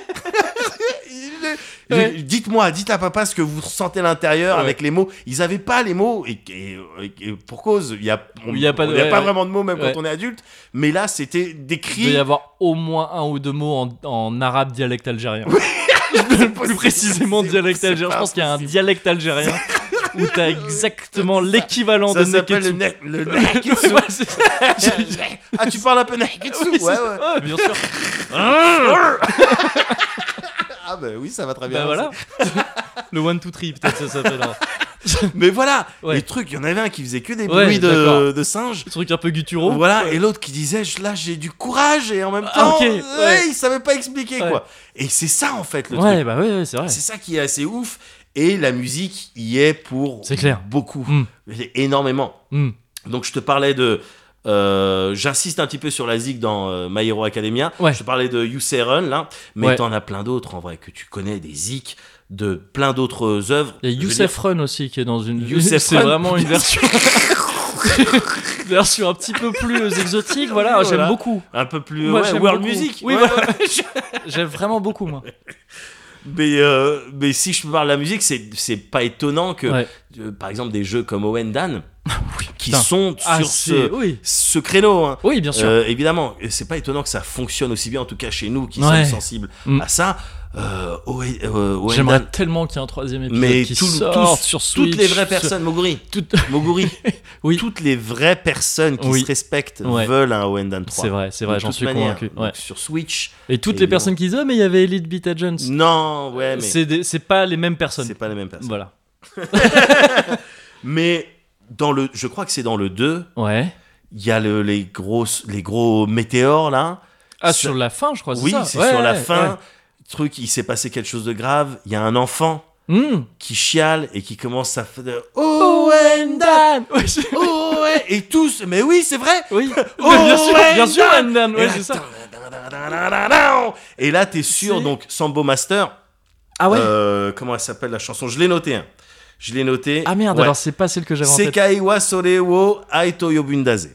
[SPEAKER 2] Il est- J'ai-
[SPEAKER 1] Ouais.
[SPEAKER 2] Dites-moi, dites à papa ce que vous ressentez à l'intérieur
[SPEAKER 1] Ouais.
[SPEAKER 2] avec les mots. Ils n'avaient pas les mots, et, et- et pour cause, il n'y a, on-
[SPEAKER 1] Il y a pas de-
[SPEAKER 2] il y a
[SPEAKER 1] ouais,
[SPEAKER 2] pas
[SPEAKER 1] ouais.
[SPEAKER 2] vraiment de mots, même
[SPEAKER 1] Ouais.
[SPEAKER 2] quand on est adulte. Mais là, c'était des
[SPEAKER 1] Il doit
[SPEAKER 2] cris.
[SPEAKER 1] y avoir au moins un ou deux mots en, en arabe dialecte algérien. Plus précisément dialecte algérien. Je pense qu'il y a un dialecte algérien où t'as exactement l'équivalent de
[SPEAKER 2] Ça s'appelle le
[SPEAKER 1] neketsu.
[SPEAKER 2] ne- le neketsu.
[SPEAKER 1] Ouais, c'est ça. Oh,
[SPEAKER 2] ah, tu parles un peu neketsu
[SPEAKER 1] Oui, c'est
[SPEAKER 2] Ouais,
[SPEAKER 1] ça.
[SPEAKER 2] ouais.
[SPEAKER 1] Ouais, bien sûr.
[SPEAKER 2] Ah, bah oui, ça va très bien.
[SPEAKER 1] Bah voilà. Le one two three peut-être ça s'appelle. hein.
[SPEAKER 2] Mais voilà,
[SPEAKER 1] Ouais.
[SPEAKER 2] les trucs, il y en avait un qui faisait que des
[SPEAKER 1] Ouais,
[SPEAKER 2] bruits de,
[SPEAKER 1] d'accord.
[SPEAKER 2] de singes.
[SPEAKER 1] Le truc un peu gutturaux.
[SPEAKER 2] Voilà, et l'autre qui disait je- là j'ai du courage et en même temps
[SPEAKER 1] Oh, Ah, ok,
[SPEAKER 2] ouais,
[SPEAKER 1] ouais.
[SPEAKER 2] il savait pas expliquer
[SPEAKER 1] Ouais.
[SPEAKER 2] quoi. Et c'est ça en fait le
[SPEAKER 1] ouais,
[SPEAKER 2] truc.
[SPEAKER 1] bah ouais, ouais, c'est vrai.
[SPEAKER 2] C'est ça qui est assez ouf et la musique y est pour
[SPEAKER 1] C'est clair.
[SPEAKER 2] beaucoup,
[SPEAKER 1] Mm.
[SPEAKER 2] énormément.
[SPEAKER 1] Hmm.
[SPEAKER 2] Donc je te parlais de euh, j'insiste un petit peu sur la zig dans euh, My Hero Academia.
[SPEAKER 1] Ouais.
[SPEAKER 2] Je te parlais de You Say Run là, mais
[SPEAKER 1] Ouais.
[SPEAKER 2] t'en as plein d'autres en vrai que tu connais des zik de plein d'autres œuvres.
[SPEAKER 1] Il y a
[SPEAKER 2] Je veux
[SPEAKER 1] Youssef
[SPEAKER 2] dire,
[SPEAKER 1] Run aussi qui est dans une.
[SPEAKER 2] Youssef
[SPEAKER 1] c'est
[SPEAKER 2] Run.
[SPEAKER 1] vraiment une version. une version un petit peu plus exotique, voilà.
[SPEAKER 2] Oui,
[SPEAKER 1] J'aime
[SPEAKER 2] voilà.
[SPEAKER 1] beaucoup.
[SPEAKER 2] un peu plus
[SPEAKER 1] Moi,
[SPEAKER 2] Euh, ouais,
[SPEAKER 1] j'aime
[SPEAKER 2] world
[SPEAKER 1] beaucoup.
[SPEAKER 2] music.
[SPEAKER 1] Oui,
[SPEAKER 2] Ouais,
[SPEAKER 1] voilà.
[SPEAKER 2] ouais.
[SPEAKER 1] J'aime vraiment beaucoup, moi.
[SPEAKER 2] Mais, euh, mais si je parle de la musique, c'est, c'est pas étonnant que,
[SPEAKER 1] Ouais.
[SPEAKER 2] euh, par exemple, des jeux comme Owen Dan, qui
[SPEAKER 1] putain.
[SPEAKER 2] sont
[SPEAKER 1] Ah,
[SPEAKER 2] sur
[SPEAKER 1] c'est-
[SPEAKER 2] ce,
[SPEAKER 1] Oui.
[SPEAKER 2] ce créneau, hein.
[SPEAKER 1] Oui, bien sûr.
[SPEAKER 2] Euh, évidemment, et c'est pas étonnant que ça fonctionne aussi bien, en tout cas chez nous qui
[SPEAKER 1] Ouais.
[SPEAKER 2] sommes sensibles
[SPEAKER 1] Mm.
[SPEAKER 2] à ça. Euh, Owen, euh, Owen
[SPEAKER 1] J'aimerais
[SPEAKER 2] Dan,
[SPEAKER 1] tellement qu'il y ait un troisième épisode
[SPEAKER 2] mais
[SPEAKER 1] qui
[SPEAKER 2] tout-
[SPEAKER 1] sorte
[SPEAKER 2] tous-
[SPEAKER 1] sur Switch.
[SPEAKER 2] toutes les vraies
[SPEAKER 1] sur-
[SPEAKER 2] personnes, Moguri,
[SPEAKER 1] toutes-
[SPEAKER 2] Moguri,
[SPEAKER 1] Oui.
[SPEAKER 2] toutes les vraies personnes qui
[SPEAKER 1] Oui.
[SPEAKER 2] se respectent
[SPEAKER 1] Ouais.
[SPEAKER 2] veulent un Owen Dan 3.
[SPEAKER 1] C'est vrai, c'est vrai,
[SPEAKER 2] De
[SPEAKER 1] j'en
[SPEAKER 2] toute
[SPEAKER 1] suis
[SPEAKER 2] manière.
[SPEAKER 1] convaincu.
[SPEAKER 2] Donc,
[SPEAKER 1] ouais.
[SPEAKER 2] Sur Switch,
[SPEAKER 1] Et toutes les
[SPEAKER 2] évidemment.
[SPEAKER 1] personnes qui disent, oh, mais il y avait Elite Beat Agents.
[SPEAKER 2] non, ouais, mais c'est,
[SPEAKER 1] C'est des- c'est pas les mêmes personnes.
[SPEAKER 2] pas les mêmes personnes.
[SPEAKER 1] Voilà.
[SPEAKER 2] Mais dans le, je crois que c'est dans le 2,
[SPEAKER 1] Ouais.
[SPEAKER 2] il y a le- les, grosses, les gros météores là.
[SPEAKER 1] Ah,
[SPEAKER 2] Ça-
[SPEAKER 1] sur la fin, je crois.
[SPEAKER 2] Oui,
[SPEAKER 1] ça.
[SPEAKER 2] c'est
[SPEAKER 1] Ouais,
[SPEAKER 2] sur la
[SPEAKER 1] ouais,
[SPEAKER 2] fin.
[SPEAKER 1] ouais.
[SPEAKER 2] Truc, il s'est passé quelque chose de grave. Il y a un enfant
[SPEAKER 1] Hmm.
[SPEAKER 2] qui chiale et qui commence à faire de- Oh, Owen Dan
[SPEAKER 1] Oh, Ouais, c'est-
[SPEAKER 2] Owen Et tous, mais oui, c'est vrai
[SPEAKER 1] Oui.
[SPEAKER 2] Oh,
[SPEAKER 1] Mais bien sûr, bien
[SPEAKER 2] Wendan
[SPEAKER 1] sûr, Wendan.
[SPEAKER 2] Et
[SPEAKER 1] Ouais,
[SPEAKER 2] là,
[SPEAKER 1] c'est ça.
[SPEAKER 2] Et là, t'es sûr,
[SPEAKER 1] C'est-
[SPEAKER 2] donc Sambo Master.
[SPEAKER 1] Ah ouais.
[SPEAKER 2] euh, comment elle s'appelle la chanson Je l'ai noté. hein. Je l'ai noté.
[SPEAKER 1] Ah merde,
[SPEAKER 2] Ouais.
[SPEAKER 1] alors c'est pas celle que j'avais en tête.
[SPEAKER 2] Sekai wa sore wo aito yobundaze.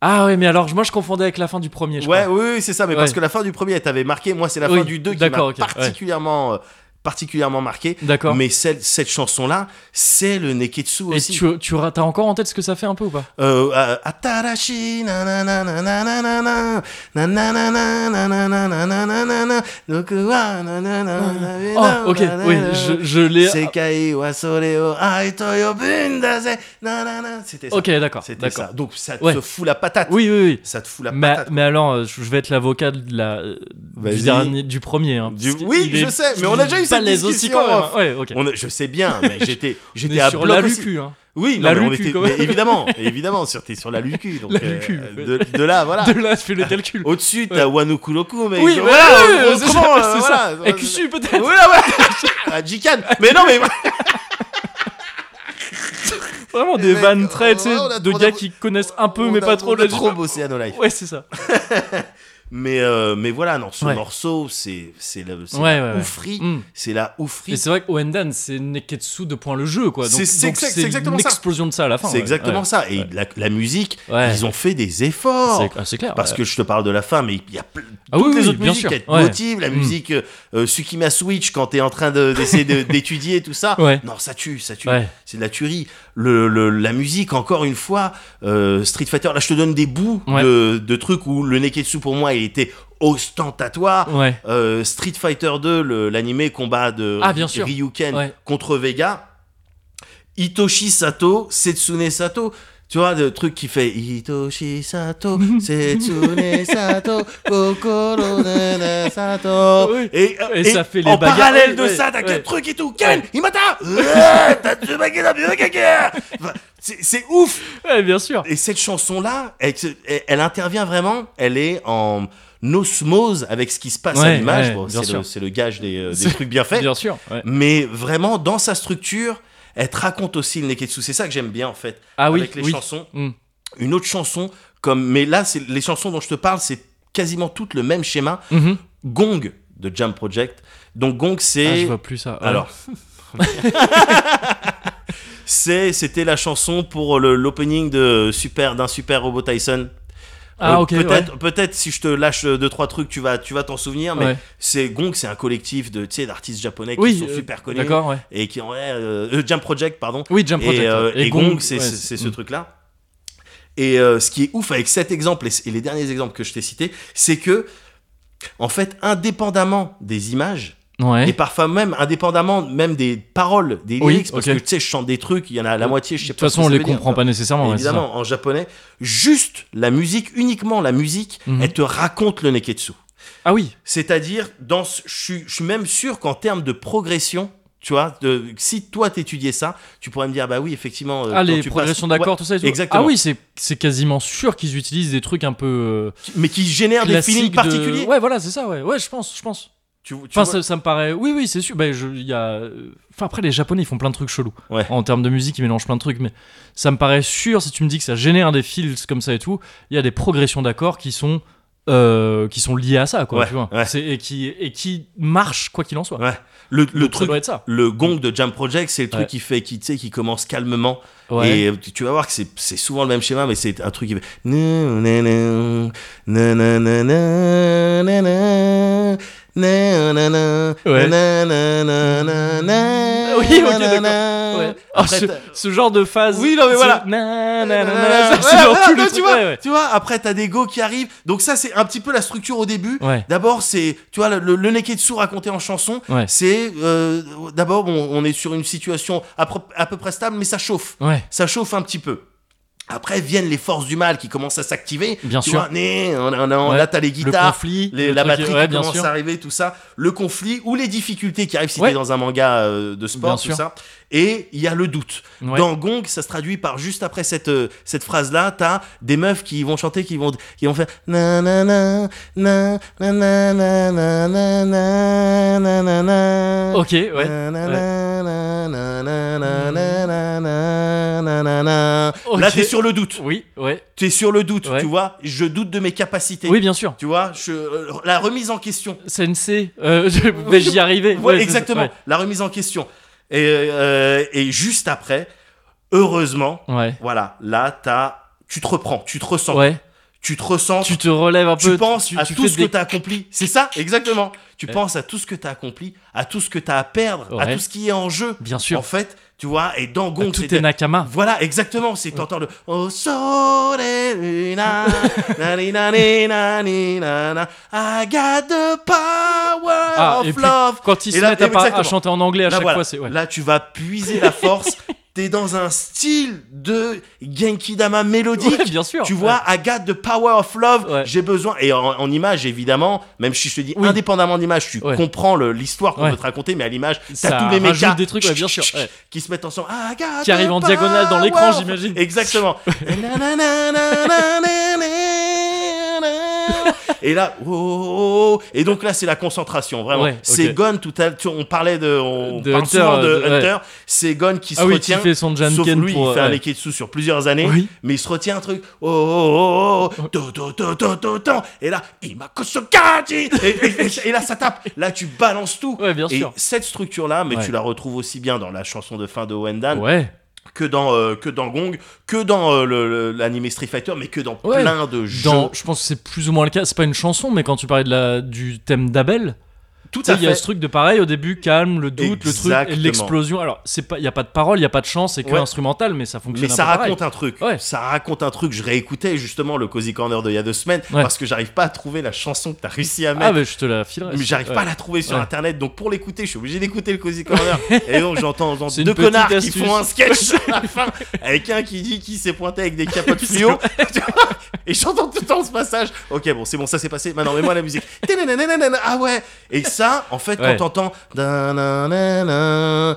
[SPEAKER 1] Ah ouais, mais alors moi je confondais avec la fin du premier. Je
[SPEAKER 2] Ouais,
[SPEAKER 1] crois.
[SPEAKER 2] oui, oui, c'est ça, mais
[SPEAKER 1] Ouais.
[SPEAKER 2] parce que la fin du premier, elle t'avait marqué. Moi, c'est la
[SPEAKER 1] Oui,
[SPEAKER 2] fin du 2 qui m'a
[SPEAKER 1] d'accord, ok, ouais.
[SPEAKER 2] particulièrement, euh, particulièrement marqué.
[SPEAKER 1] D'accord.
[SPEAKER 2] Mais celle, cette chanson-là, c'est le Neketsu
[SPEAKER 1] Et
[SPEAKER 2] aussi.
[SPEAKER 1] tu, tu as encore en tête ce que ça fait un peu ou pas
[SPEAKER 2] Euh, euh, Atarashi, nanana, nanana, nanana, nanana, nanana, nanana, nokuwa, nanana, nanana,
[SPEAKER 1] Oh, ok, oui, je, je l'ai.
[SPEAKER 2] Sekai wa sore wo aito yobundaze, nanana. C'était ça.
[SPEAKER 1] Ok, d'accord.
[SPEAKER 2] C'était
[SPEAKER 1] d'accord.
[SPEAKER 2] ça. Donc, ça
[SPEAKER 1] Ouais.
[SPEAKER 2] te fout la patate.
[SPEAKER 1] Oui, oui, oui.
[SPEAKER 2] Ça te fout la
[SPEAKER 1] Mais,
[SPEAKER 2] patate.
[SPEAKER 1] mais alors, euh, je je vais être l'avocat de la, euh, du,
[SPEAKER 2] Vas-y.
[SPEAKER 1] dernier, du premier. hein,
[SPEAKER 2] Du-
[SPEAKER 1] parce
[SPEAKER 2] oui,
[SPEAKER 1] qu'il
[SPEAKER 2] je
[SPEAKER 1] est-
[SPEAKER 2] sais, mais on a déjà eu cette
[SPEAKER 1] balèze aussi
[SPEAKER 2] discussion,
[SPEAKER 1] quand même. hein. Ouais, ok.
[SPEAKER 2] On est- je sais bien, mais j'étais,
[SPEAKER 1] On
[SPEAKER 2] j'étais
[SPEAKER 1] est
[SPEAKER 2] à
[SPEAKER 1] sur
[SPEAKER 2] bloc
[SPEAKER 1] la
[SPEAKER 2] aussi.
[SPEAKER 1] lucu, hein.
[SPEAKER 2] Oui,
[SPEAKER 1] La
[SPEAKER 2] non, mais on
[SPEAKER 1] lucu,
[SPEAKER 2] était-
[SPEAKER 1] quand même.
[SPEAKER 2] mais évidemment, évidemment, sur, t'es sur la lucu, donc
[SPEAKER 1] La
[SPEAKER 2] euh,
[SPEAKER 1] lucu,
[SPEAKER 2] de, de là, voilà.
[SPEAKER 1] De là, je fais le calcul.
[SPEAKER 2] Au-dessus, t'as Wanukuloku, mais
[SPEAKER 1] oui,
[SPEAKER 2] ils-
[SPEAKER 1] bah,
[SPEAKER 2] voilà,
[SPEAKER 1] oui, oui,
[SPEAKER 2] autrement,
[SPEAKER 1] c'est ça,
[SPEAKER 2] euh,
[SPEAKER 1] c'est
[SPEAKER 2] voilà,
[SPEAKER 1] ça. Et QSU, peut-être.
[SPEAKER 2] Voilà, ouais, à Jikan. Mais non, mais
[SPEAKER 1] Vraiment des
[SPEAKER 2] Mec,
[SPEAKER 1] vannes très, tu sais,
[SPEAKER 2] on a-
[SPEAKER 1] de
[SPEAKER 2] on a-
[SPEAKER 1] gars qui connaissent un peu,
[SPEAKER 2] on
[SPEAKER 1] mais
[SPEAKER 2] a-
[SPEAKER 1] pas trop.
[SPEAKER 2] on a
[SPEAKER 1] la-
[SPEAKER 2] trop bossé à No Life.
[SPEAKER 1] Ouais, c'est ça.
[SPEAKER 2] Mais, euh, mais voilà, non, ce
[SPEAKER 1] Ouais.
[SPEAKER 2] morceau, c'est, c'est la, c'est
[SPEAKER 1] Ouais,
[SPEAKER 2] la
[SPEAKER 1] ouais, ouais.
[SPEAKER 2] oufrie,
[SPEAKER 1] Mm.
[SPEAKER 2] c'est la
[SPEAKER 1] Et
[SPEAKER 2] oufrie.
[SPEAKER 1] c'est vrai que Oendan, c'est Neketsu de point le jeu, quoi. Donc,
[SPEAKER 2] C'est- c'est
[SPEAKER 1] donc
[SPEAKER 2] exact-
[SPEAKER 1] c'est
[SPEAKER 2] c'est exactement
[SPEAKER 1] une
[SPEAKER 2] ça.
[SPEAKER 1] explosion de ça à la fin.
[SPEAKER 2] C'est
[SPEAKER 1] ouais.
[SPEAKER 2] exactement
[SPEAKER 1] Ouais.
[SPEAKER 2] ça. Et la, la musique,
[SPEAKER 1] Ouais.
[SPEAKER 2] ils ont fait des efforts.
[SPEAKER 1] C'est- ah, C'est clair.
[SPEAKER 2] Parce
[SPEAKER 1] ouais.
[SPEAKER 2] que je te parle de la fin, mais il y a plein
[SPEAKER 1] Ah
[SPEAKER 2] toutes
[SPEAKER 1] oui,
[SPEAKER 2] les
[SPEAKER 1] oui,
[SPEAKER 2] autres
[SPEAKER 1] bien
[SPEAKER 2] musiques
[SPEAKER 1] sûr,
[SPEAKER 2] qui te
[SPEAKER 1] ouais.
[SPEAKER 2] motivent, la
[SPEAKER 1] Mm.
[SPEAKER 2] musique euh, euh, Tsukima Switch quand t'es en train de- d'essayer de- d'étudier tout ça.
[SPEAKER 1] Ouais.
[SPEAKER 2] Non, ça tue, ça tue.
[SPEAKER 1] Ouais.
[SPEAKER 2] C'est de la tuerie. Le, le- la musique, encore une fois, euh, Street Fighter, là je te donne des bouts
[SPEAKER 1] Ouais.
[SPEAKER 2] de, de trucs où le Neketsu pour moi il était ostentatoire.
[SPEAKER 1] Ouais.
[SPEAKER 2] Euh, Street Fighter 2, le- l'animé combat de
[SPEAKER 1] Ah, bien sûr.
[SPEAKER 2] Ryuken
[SPEAKER 1] Ouais.
[SPEAKER 2] contre Vega. Hitoshi Sato, Setsune Sato. Tu vois, le truc qui fait Hitoshi Sato, Setsune Sato, Kokoro Nana Sato.
[SPEAKER 1] Oui.
[SPEAKER 2] Et, euh,
[SPEAKER 1] Et ça fait les
[SPEAKER 2] en
[SPEAKER 1] bagarres.
[SPEAKER 2] parallèle de
[SPEAKER 1] Ouais,
[SPEAKER 2] ça, t'as
[SPEAKER 1] ouais.
[SPEAKER 2] quatre trucs et tout. Ken,
[SPEAKER 1] Ouais.
[SPEAKER 2] Imata Ouais, Tatsumaki no Byukake Enfin, c'est- C'est ouf
[SPEAKER 1] Ouais, bien sûr.
[SPEAKER 2] et cette chanson-là, elle, elle- elle intervient vraiment, elle est en osmose avec ce qui se passe à
[SPEAKER 1] Ouais,
[SPEAKER 2] l'image.
[SPEAKER 1] ouais,
[SPEAKER 2] Bon,
[SPEAKER 1] bien
[SPEAKER 2] c'est,
[SPEAKER 1] sûr.
[SPEAKER 2] le, c'est le gage des, euh, des
[SPEAKER 1] C'est-
[SPEAKER 2] trucs bien faits.
[SPEAKER 1] Bien sûr. ouais.
[SPEAKER 2] Mais vraiment, dans sa structure, elle te raconte aussi le Neketsu. C'est ça que j'aime bien, en fait,
[SPEAKER 1] Ah oui,
[SPEAKER 2] avec les
[SPEAKER 1] oui.
[SPEAKER 2] chansons.
[SPEAKER 1] Mm.
[SPEAKER 2] Une autre chanson, comme, mais là, c'est, les chansons dont je te parle, c'est quasiment toutes le même schéma.
[SPEAKER 1] Mhm.
[SPEAKER 2] Gong de Jam Project. Donc, Gong,
[SPEAKER 1] Ah, je
[SPEAKER 2] c'est.
[SPEAKER 1] vois plus ça. ouais.
[SPEAKER 2] Alors. C'est, c'était la chanson pour le- l'opening de super d'un super robot Tyson.
[SPEAKER 1] Ah,
[SPEAKER 2] Euh,
[SPEAKER 1] ok,
[SPEAKER 2] Peut-être, peut-être si je te lâche euh, deux trois trucs, tu vas, tu vas t'en souvenir. Mais
[SPEAKER 1] Ouais.
[SPEAKER 2] c'est Gong, c'est un collectif de, tu sais, d'artistes japonais qui
[SPEAKER 1] Oui,
[SPEAKER 2] sont
[SPEAKER 1] euh,
[SPEAKER 2] super connus
[SPEAKER 1] D'accord, ouais.
[SPEAKER 2] et qui ont ouais, euh, euh, Jump Project, pardon.
[SPEAKER 1] Oui, Jump Project.
[SPEAKER 2] et, euh,
[SPEAKER 1] ouais.
[SPEAKER 2] et Gong, c'est
[SPEAKER 1] ouais, mm.
[SPEAKER 2] c'est- c'est ce truc-là. Et euh, ce qui est ouf avec cet exemple et, c- et les derniers exemples que je t'ai cités, c'est que, en fait, indépendamment des images,
[SPEAKER 1] Ouais.
[SPEAKER 2] et parfois même indépendamment même des paroles, des
[SPEAKER 1] Hein Oui,
[SPEAKER 2] lyrics, parce
[SPEAKER 1] ok.
[SPEAKER 2] que tu sais, je chante des trucs, il y en a la moitié, je
[SPEAKER 1] De
[SPEAKER 2] sais
[SPEAKER 1] toute
[SPEAKER 2] pas. ce
[SPEAKER 1] façon,
[SPEAKER 2] que
[SPEAKER 1] on
[SPEAKER 2] ça
[SPEAKER 1] les
[SPEAKER 2] veut dire,
[SPEAKER 1] comprend pas nécessairement. ouais, c'est
[SPEAKER 2] Évidemment, en japonais, juste la musique, uniquement la musique,
[SPEAKER 1] Mhm.
[SPEAKER 2] elle te raconte le neketsu.
[SPEAKER 1] ça. Ah oui.
[SPEAKER 2] C'est-à-dire, dans ce- je suis- je suis même sûr qu'en termes de progression, tu vois, de, si toi t'étudiais ça, tu pourrais me dire, bah oui, effectivement.
[SPEAKER 1] Ah,
[SPEAKER 2] euh, quand
[SPEAKER 1] les
[SPEAKER 2] tu
[SPEAKER 1] progressions
[SPEAKER 2] passes-
[SPEAKER 1] d'accords, tout ça et tout.
[SPEAKER 2] exactement.
[SPEAKER 1] Ah oui, c'est c'est quasiment sûr qu'ils utilisent des trucs un peu. euh,
[SPEAKER 2] Ouais, mais qui génèrent des
[SPEAKER 1] classiques
[SPEAKER 2] feelings
[SPEAKER 1] de-
[SPEAKER 2] particuliers.
[SPEAKER 1] Ouais, voilà, c'est ça, ouais. Ouais, je pense, je pense.
[SPEAKER 2] Tu, tu
[SPEAKER 1] Enfin,
[SPEAKER 2] vois-
[SPEAKER 1] ça, ça me paraît. Oui, oui, c'est sûr. Bah, je, il y a... Enfin, après, les Japonais, ils font plein de trucs chelous.
[SPEAKER 2] Ouais.
[SPEAKER 1] En termes de musique, ils mélangent plein de trucs. Mais ça me paraît sûr, si tu me dis que ça génère des feels comme ça et tout, il y a des progressions d'accords qui sont. euh, qui sont liées à ça, quoi,
[SPEAKER 2] Ouais,
[SPEAKER 1] tu vois.
[SPEAKER 2] ouais.
[SPEAKER 1] C'est- Et, qui, et qui marchent, quoi qu'il en soit.
[SPEAKER 2] Ouais. le,
[SPEAKER 1] Donc,
[SPEAKER 2] le
[SPEAKER 1] ça
[SPEAKER 2] truc.
[SPEAKER 1] doit être ça.
[SPEAKER 2] Le gong de Jam Project, c'est le truc
[SPEAKER 1] Ouais.
[SPEAKER 2] qui fait, qui, tu sais, qui commence calmement.
[SPEAKER 1] Ouais.
[SPEAKER 2] Et euh, tu- tu vas voir que c'est c'est souvent le même schéma, mais c'est un truc qui fait. Na, na, na, na, na, na, na, na, na, na, na, na,
[SPEAKER 1] Ouais. Ah
[SPEAKER 2] na, na, na, na, na,
[SPEAKER 1] Oui, ok,
[SPEAKER 2] na, na,
[SPEAKER 1] d'accord.
[SPEAKER 2] na.
[SPEAKER 1] Ouais.
[SPEAKER 2] Après,
[SPEAKER 1] Ah, ce,
[SPEAKER 2] t'as-
[SPEAKER 1] ce genre de phase.
[SPEAKER 2] Oui, non, mais
[SPEAKER 1] ce-
[SPEAKER 2] voilà.
[SPEAKER 1] na, na, na, na,
[SPEAKER 2] Nanana,
[SPEAKER 1] ça, c'est
[SPEAKER 2] ouais,
[SPEAKER 1] genre
[SPEAKER 2] ouais,
[SPEAKER 1] tout le
[SPEAKER 2] non,
[SPEAKER 1] truc,
[SPEAKER 2] tu vois,
[SPEAKER 1] ouais, ouais.
[SPEAKER 2] tu vois, après t'as des go qui arrivent. Donc ça c'est un petit peu la structure au début.
[SPEAKER 1] Ouais.
[SPEAKER 2] D'abord c'est, tu vois, le, le, le neketsu raconté en chanson,
[SPEAKER 1] Ouais.
[SPEAKER 2] c'est euh, d'abord on, on est sur une situation à, pro- à peu près stable, mais ça chauffe,
[SPEAKER 1] Ouais.
[SPEAKER 2] ça chauffe un petit peu. Après viennent les forces du mal qui commencent à s'activer.
[SPEAKER 1] Bien
[SPEAKER 2] tu
[SPEAKER 1] sûr.
[SPEAKER 2] vois, né, on, on- on-
[SPEAKER 1] Ouais.
[SPEAKER 2] là t'as les
[SPEAKER 1] Le
[SPEAKER 2] guitares.
[SPEAKER 1] conflit,
[SPEAKER 2] les-
[SPEAKER 1] le
[SPEAKER 2] la
[SPEAKER 1] truc-
[SPEAKER 2] batterie
[SPEAKER 1] ouais,
[SPEAKER 2] qui
[SPEAKER 1] bien
[SPEAKER 2] commence
[SPEAKER 1] sûr.
[SPEAKER 2] à arriver, tout ça, le conflit ou les difficultés qui arrivent si
[SPEAKER 1] Ouais.
[SPEAKER 2] t'es dans un manga euh, de
[SPEAKER 1] Bien
[SPEAKER 2] sport, tout
[SPEAKER 1] sûr.
[SPEAKER 2] ça. Et il y a le doute.
[SPEAKER 1] Ouais.
[SPEAKER 2] Dans Gong, ça se traduit par juste après cette, euh, cette phrase-là, t'as des meufs qui vont chanter, qui vont, qui vont faire na na na na na na na na na na na na na.
[SPEAKER 1] Ok, ouais.
[SPEAKER 2] Na, na, na, na, na, na, na, na, na, na, na, na.
[SPEAKER 1] Ok.
[SPEAKER 2] Là, t'es sur le doute.
[SPEAKER 1] Oui, ouais.
[SPEAKER 2] T'es sur le doute.
[SPEAKER 1] Ouais.
[SPEAKER 2] Tu vois, je doute de mes capacités.
[SPEAKER 1] Oui, bien sûr.
[SPEAKER 2] Tu vois, je, euh, la remise en question.
[SPEAKER 1] Sensei, euh, je- vais-je y arriver
[SPEAKER 2] Ouais,
[SPEAKER 1] Ouais, c'est-
[SPEAKER 2] exactement.
[SPEAKER 1] ouais.
[SPEAKER 2] La remise en question. Et, euh, et juste après, heureusement,
[SPEAKER 1] Ouais.
[SPEAKER 2] voilà, là, t'as, tu te reprends, tu te ressens,
[SPEAKER 1] Ouais.
[SPEAKER 2] tu te ressens,
[SPEAKER 1] Tu
[SPEAKER 2] tu,
[SPEAKER 1] te relèves un peu.
[SPEAKER 2] penses à
[SPEAKER 1] tu
[SPEAKER 2] tout
[SPEAKER 1] fais
[SPEAKER 2] ce
[SPEAKER 1] des-
[SPEAKER 2] que t'as accompli. C'est ça, exactement. Tu
[SPEAKER 1] Ouais.
[SPEAKER 2] penses à tout ce que t'as accompli, à tout ce que t'as à perdre, à
[SPEAKER 1] Ouais.
[SPEAKER 2] tout ce qui est en jeu.
[SPEAKER 1] Bien
[SPEAKER 2] En
[SPEAKER 1] sûr.
[SPEAKER 2] fait, tu vois, et dans
[SPEAKER 1] à
[SPEAKER 2] Gong,
[SPEAKER 1] Tout
[SPEAKER 2] c'était-
[SPEAKER 1] est Nakama.
[SPEAKER 2] Voilà, exactement, c'est t'entends le Oh sole luna, na ni na ni na ni na na, I got the power
[SPEAKER 1] Ah, et
[SPEAKER 2] of
[SPEAKER 1] puis
[SPEAKER 2] love.
[SPEAKER 1] quand ils
[SPEAKER 2] Et
[SPEAKER 1] se
[SPEAKER 2] là-
[SPEAKER 1] mettent à, par- à
[SPEAKER 2] exactement.
[SPEAKER 1] chanter en anglais à
[SPEAKER 2] Là,
[SPEAKER 1] chaque
[SPEAKER 2] voilà.
[SPEAKER 1] fois, c'est. ouais.
[SPEAKER 2] Là, tu vas puiser la force. T'es dans un style de Genki Dama mélodique.
[SPEAKER 1] Ouais, bien sûr.
[SPEAKER 2] Tu vois, I got the power of love.
[SPEAKER 1] Ouais.
[SPEAKER 2] J'ai besoin. Et en, en image, évidemment, même si je te dis
[SPEAKER 1] Oui.
[SPEAKER 2] indépendamment d'image, tu
[SPEAKER 1] Ouais.
[SPEAKER 2] comprends le- l'histoire qu'on
[SPEAKER 1] Ouais.
[SPEAKER 2] veut te raconter, mais à l'image,
[SPEAKER 1] Ça
[SPEAKER 2] t'as tous les
[SPEAKER 1] rajoute
[SPEAKER 2] mécas
[SPEAKER 1] des trucs, ouais, bien sûr, ouais.
[SPEAKER 2] qui se mettent ensemble. I got
[SPEAKER 1] Qui arrivent en
[SPEAKER 2] the
[SPEAKER 1] diagonale dans l'écran,
[SPEAKER 2] power.
[SPEAKER 1] j'imagine.
[SPEAKER 2] Exactement. Et là, oh, oh, oh. et donc là, c'est la concentration, vraiment.
[SPEAKER 1] Ouais, ok.
[SPEAKER 2] C'est Gon tout à l'heure. tu- On parlait de, on
[SPEAKER 1] De
[SPEAKER 2] parle
[SPEAKER 1] Hunter,
[SPEAKER 2] souvent de
[SPEAKER 1] euh, de- ouais.
[SPEAKER 2] Hunter. C'est Gon qui se
[SPEAKER 1] Ah oui, qui
[SPEAKER 2] retient.
[SPEAKER 1] fait son
[SPEAKER 2] Sauf
[SPEAKER 1] Janken
[SPEAKER 2] lui,
[SPEAKER 1] pour.
[SPEAKER 2] il fait un
[SPEAKER 1] ouais.
[SPEAKER 2] Neketsu sur plusieurs années,
[SPEAKER 1] Oui.
[SPEAKER 2] mais il se retient un truc. Oh, oh, oh, oh, do, do, do, do, do, do. Et là, il m'a Et, et, et- et là, ça tape. Là, tu balances tout.
[SPEAKER 1] Ouais, bien
[SPEAKER 2] et
[SPEAKER 1] sûr.
[SPEAKER 2] cette structure-là, mais
[SPEAKER 1] Ouais.
[SPEAKER 2] tu la retrouves aussi bien dans la chanson de fin de Wendan
[SPEAKER 1] Ouais.
[SPEAKER 2] que dans euh, que dans Gong, que dans euh, le- le- l'anime Street Fighter, mais que dans
[SPEAKER 1] Ouais.
[SPEAKER 2] plein de jeux.
[SPEAKER 1] Dans, je pense que c'est plus ou moins le cas. C'est pas une chanson, mais quand tu parlais de la, du thème d'Abel,
[SPEAKER 2] Tout
[SPEAKER 1] Tu
[SPEAKER 2] à
[SPEAKER 1] sais, il y a
[SPEAKER 2] fait.
[SPEAKER 1] ce truc de pareil au début, calme, le doute, le truc, et
[SPEAKER 2] Exactement.
[SPEAKER 1] l'explosion. Alors, c'est pas, il y a pas de parole, il y a pas de chant, c'est que
[SPEAKER 2] Ouais.
[SPEAKER 1] instrumental, mais ça fonctionne.
[SPEAKER 2] Mais
[SPEAKER 1] un
[SPEAKER 2] ça
[SPEAKER 1] peu pareil.
[SPEAKER 2] raconte un truc.
[SPEAKER 1] Ouais.
[SPEAKER 2] Ça raconte un truc. Je réécoutais justement le Cozy Corner de il y a deux semaines
[SPEAKER 1] Ouais.
[SPEAKER 2] parce que j'arrive pas à trouver la chanson que t'as réussi à mettre.
[SPEAKER 1] Ah, mais je te la filerai.
[SPEAKER 2] Mais j'arrive pas à
[SPEAKER 1] Ouais.
[SPEAKER 2] la trouver sur
[SPEAKER 1] Ouais.
[SPEAKER 2] internet, donc pour l'écouter, je suis obligé d'écouter le Cozy Corner. et donc j'entends j'entends
[SPEAKER 1] C'est une
[SPEAKER 2] deux
[SPEAKER 1] petite
[SPEAKER 2] connards
[SPEAKER 1] astuce.
[SPEAKER 2] qui font un sketch à la fin, avec un qui dit qui s'est pointé avec des capotes
[SPEAKER 1] Oui, c'est
[SPEAKER 2] fluo. Tu vois et j'entends tout le temps ce passage. Ok, bon, c'est bon, ça s'est passé. Maintenant, mets-moi la musique. Tadadadadadada. Ah ouais. Et ça, en fait,
[SPEAKER 1] Ouais.
[SPEAKER 2] quand t'entends. Dananana,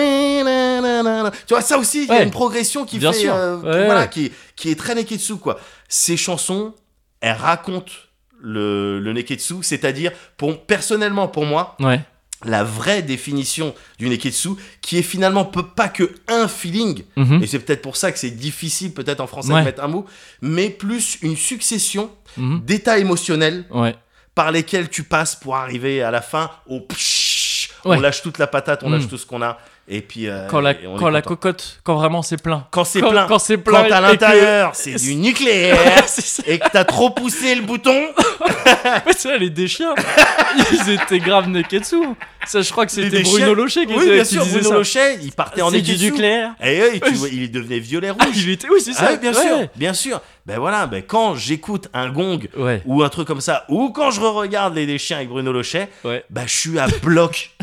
[SPEAKER 2] nanananananana. Tu vois, ça aussi, il y a
[SPEAKER 1] Ouais.
[SPEAKER 2] une progression qui
[SPEAKER 1] Bien
[SPEAKER 2] fait.
[SPEAKER 1] sûr.
[SPEAKER 2] euh, qui-
[SPEAKER 1] Ouais,
[SPEAKER 2] voilà,
[SPEAKER 1] ouais.
[SPEAKER 2] qui, qui est très Neketsu, quoi. Ces chansons, elles racontent le, le Neketsu, c'est-à-dire, pour, personnellement pour moi,
[SPEAKER 1] Ouais.
[SPEAKER 2] la vraie définition du Neketsu, qui est finalement peu- pas que un feeling,
[SPEAKER 1] Mhm.
[SPEAKER 2] et c'est peut-être pour ça que c'est difficile, peut-être en français,
[SPEAKER 1] Ouais.
[SPEAKER 2] de mettre un mot, mais plus une succession
[SPEAKER 1] Mhm.
[SPEAKER 2] d'états émotionnels
[SPEAKER 1] Ouais.
[SPEAKER 2] par lesquels tu passes pour arriver à la fin au pshhh,
[SPEAKER 1] Ouais.
[SPEAKER 2] on lâche toute la patate, on
[SPEAKER 1] Mm.
[SPEAKER 2] lâche tout ce qu'on a. Et puis. euh,
[SPEAKER 1] Quand la,
[SPEAKER 2] et on est
[SPEAKER 1] quand la
[SPEAKER 2] content.
[SPEAKER 1] cocotte, quand vraiment c'est plein.
[SPEAKER 2] Quand c'est
[SPEAKER 1] Quand-
[SPEAKER 2] plein.
[SPEAKER 1] Quand c'est plein.
[SPEAKER 2] Quand à
[SPEAKER 1] et que-
[SPEAKER 2] l'intérieur, c'est du nucléaire.
[SPEAKER 1] C'est ça.
[SPEAKER 2] et que t'as trop poussé le bouton,
[SPEAKER 1] Mais ça, les déchiens, ils étaient grave neketsu. Ça, je crois que c'était
[SPEAKER 2] Les déchiens-
[SPEAKER 1] Bruno Lochet qui,
[SPEAKER 2] oui,
[SPEAKER 1] était,
[SPEAKER 2] bien
[SPEAKER 1] qui
[SPEAKER 2] sûr,
[SPEAKER 1] disait
[SPEAKER 2] Bruno
[SPEAKER 1] ça.
[SPEAKER 2] Lochet, il partait en
[SPEAKER 1] C'est du
[SPEAKER 2] étude
[SPEAKER 1] nucléaire.
[SPEAKER 2] Et eux, tu
[SPEAKER 1] Oui.
[SPEAKER 2] vois, il devenait violet rouge.
[SPEAKER 1] Ah, il était, oui, c'est
[SPEAKER 2] Ah
[SPEAKER 1] ça.
[SPEAKER 2] oui, bien sûr,
[SPEAKER 1] ouais.
[SPEAKER 2] bien sûr. Ben voilà, ben quand j'écoute un gong
[SPEAKER 1] Ouais,
[SPEAKER 2] ou un truc comme ça, ou quand je re-regarde les, les chiens avec Bruno Lochet,
[SPEAKER 1] ouais.
[SPEAKER 2] ben je suis à bloc.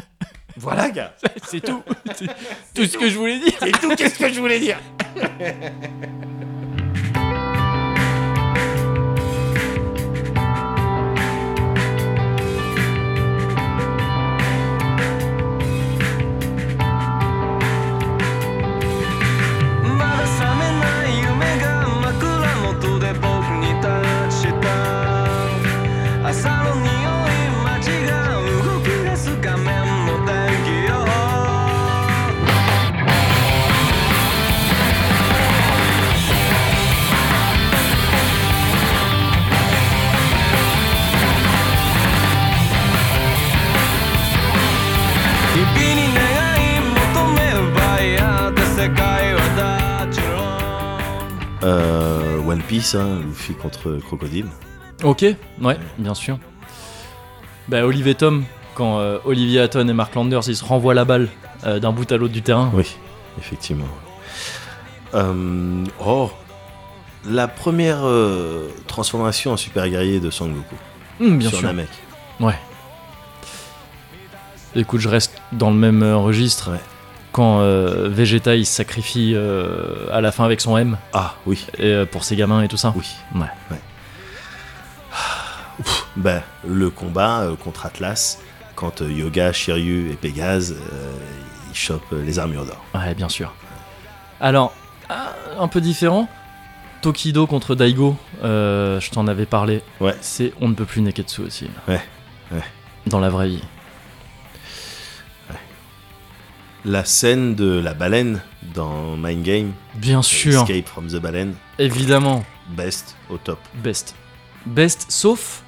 [SPEAKER 2] voilà, gars.
[SPEAKER 1] C'est tout. C'est tout ce que je voulais dire.
[SPEAKER 2] Et tout, qu'est-ce que je voulais dire
[SPEAKER 3] まだ覚めない夢が枕元で僕に立ちした朝の匂い街が動き出す仮面の天気よ日々に願い求めばやって世界は立ちろ
[SPEAKER 2] euh, One Piece, hein, Luffy contre Crocodile.
[SPEAKER 1] Ok, ouais, bien sûr. Bah, Olivier Tom, quand euh, Olivier Hatton et Mark Landers, ils se renvoient la balle euh, d'un bout à l'autre du terrain.
[SPEAKER 2] Oui, effectivement. Euh, oh La première euh, transformation en super guerrier de Son Goku
[SPEAKER 1] Hum, bien
[SPEAKER 2] sur
[SPEAKER 1] sûr.
[SPEAKER 2] Namek.
[SPEAKER 1] Ouais. Écoute, je reste dans le même euh, registre.
[SPEAKER 2] Ouais.
[SPEAKER 1] Quand euh, Vegeta il se sacrifie euh, à la fin avec son M
[SPEAKER 2] Ah, oui,
[SPEAKER 1] et, euh, pour ses gamins et tout ça.
[SPEAKER 2] oui.
[SPEAKER 1] Ouais.
[SPEAKER 2] Ben, le combat euh, contre Atlas, quand euh, Yoga, Shiryu et Pégase, euh, ils chopent euh, les armures d'or.
[SPEAKER 1] Ouais, bien sûr. Alors, ah, un peu différent. Tokido contre Daigo, euh, je t'en avais parlé.
[SPEAKER 2] Ouais.
[SPEAKER 1] C'est on ne peut plus Neketsu aussi.
[SPEAKER 2] Ouais, ouais.
[SPEAKER 1] Dans la vraie vie.
[SPEAKER 2] La scène de la baleine dans Mind Game, euh,
[SPEAKER 1] Bien sûr,
[SPEAKER 2] Escape from the Baleine,
[SPEAKER 1] évidemment.
[SPEAKER 2] best, au top.
[SPEAKER 1] Best. Best, sauf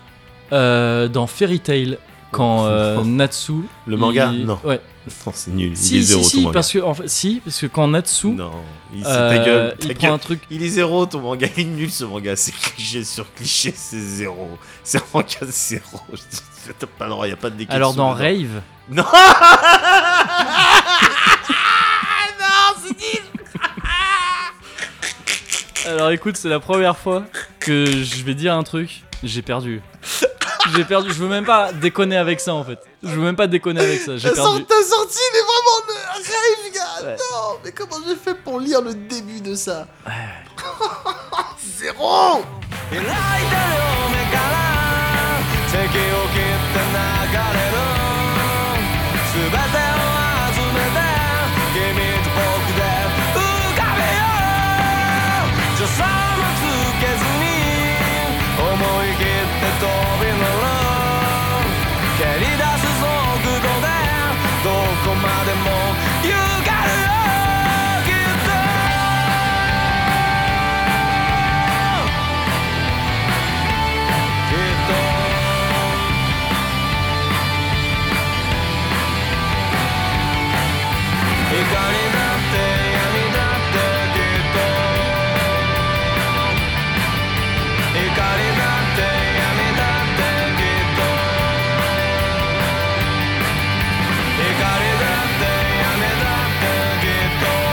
[SPEAKER 1] euh, dans Fairy Tail, quand euh, Natsu.
[SPEAKER 2] Oh. Le manga, non.
[SPEAKER 1] Ouais.
[SPEAKER 2] Non, c'est nul. il est
[SPEAKER 1] Si, si,
[SPEAKER 2] zéro ton
[SPEAKER 1] si,
[SPEAKER 2] manga.
[SPEAKER 1] parce que, en fait, si, parce que quand Natsu.
[SPEAKER 2] Non, il, c'est
[SPEAKER 1] euh,
[SPEAKER 2] ta gueule. ta
[SPEAKER 1] il prend
[SPEAKER 2] gueule.
[SPEAKER 1] un truc.
[SPEAKER 2] Il est zéro ton manga, il est nul ce manga, c'est cliché sur cliché, c'est zéro. C'est un manga zéro. Je dis, T'as pas le droit, y a pas de décalage.
[SPEAKER 1] Alors dans Rave,
[SPEAKER 2] Non Non, c'est nul
[SPEAKER 1] Alors écoute, c'est la première fois que je vais dire un truc, j'ai perdu. J'ai perdu, je veux même pas déconner avec ça en fait. Je veux même pas déconner avec ça, j'ai
[SPEAKER 2] T'as
[SPEAKER 1] perdu.
[SPEAKER 2] sorti, Euh, t'as sorti, il est vraiment le rêve, gars
[SPEAKER 1] Ouais.
[SPEAKER 2] Non, mais comment j'ai fait pour lire le début de ça Zéro
[SPEAKER 3] う開いてる目から敵を切って流れる全てを集めて君と僕で浮かべよう助走もつけずに思い切って飛び乗ろう蹴り出す速度でどこまでも行かれよきっときっと光だって闇だってきっと光だって闇だってきっと光だって闇だってきっと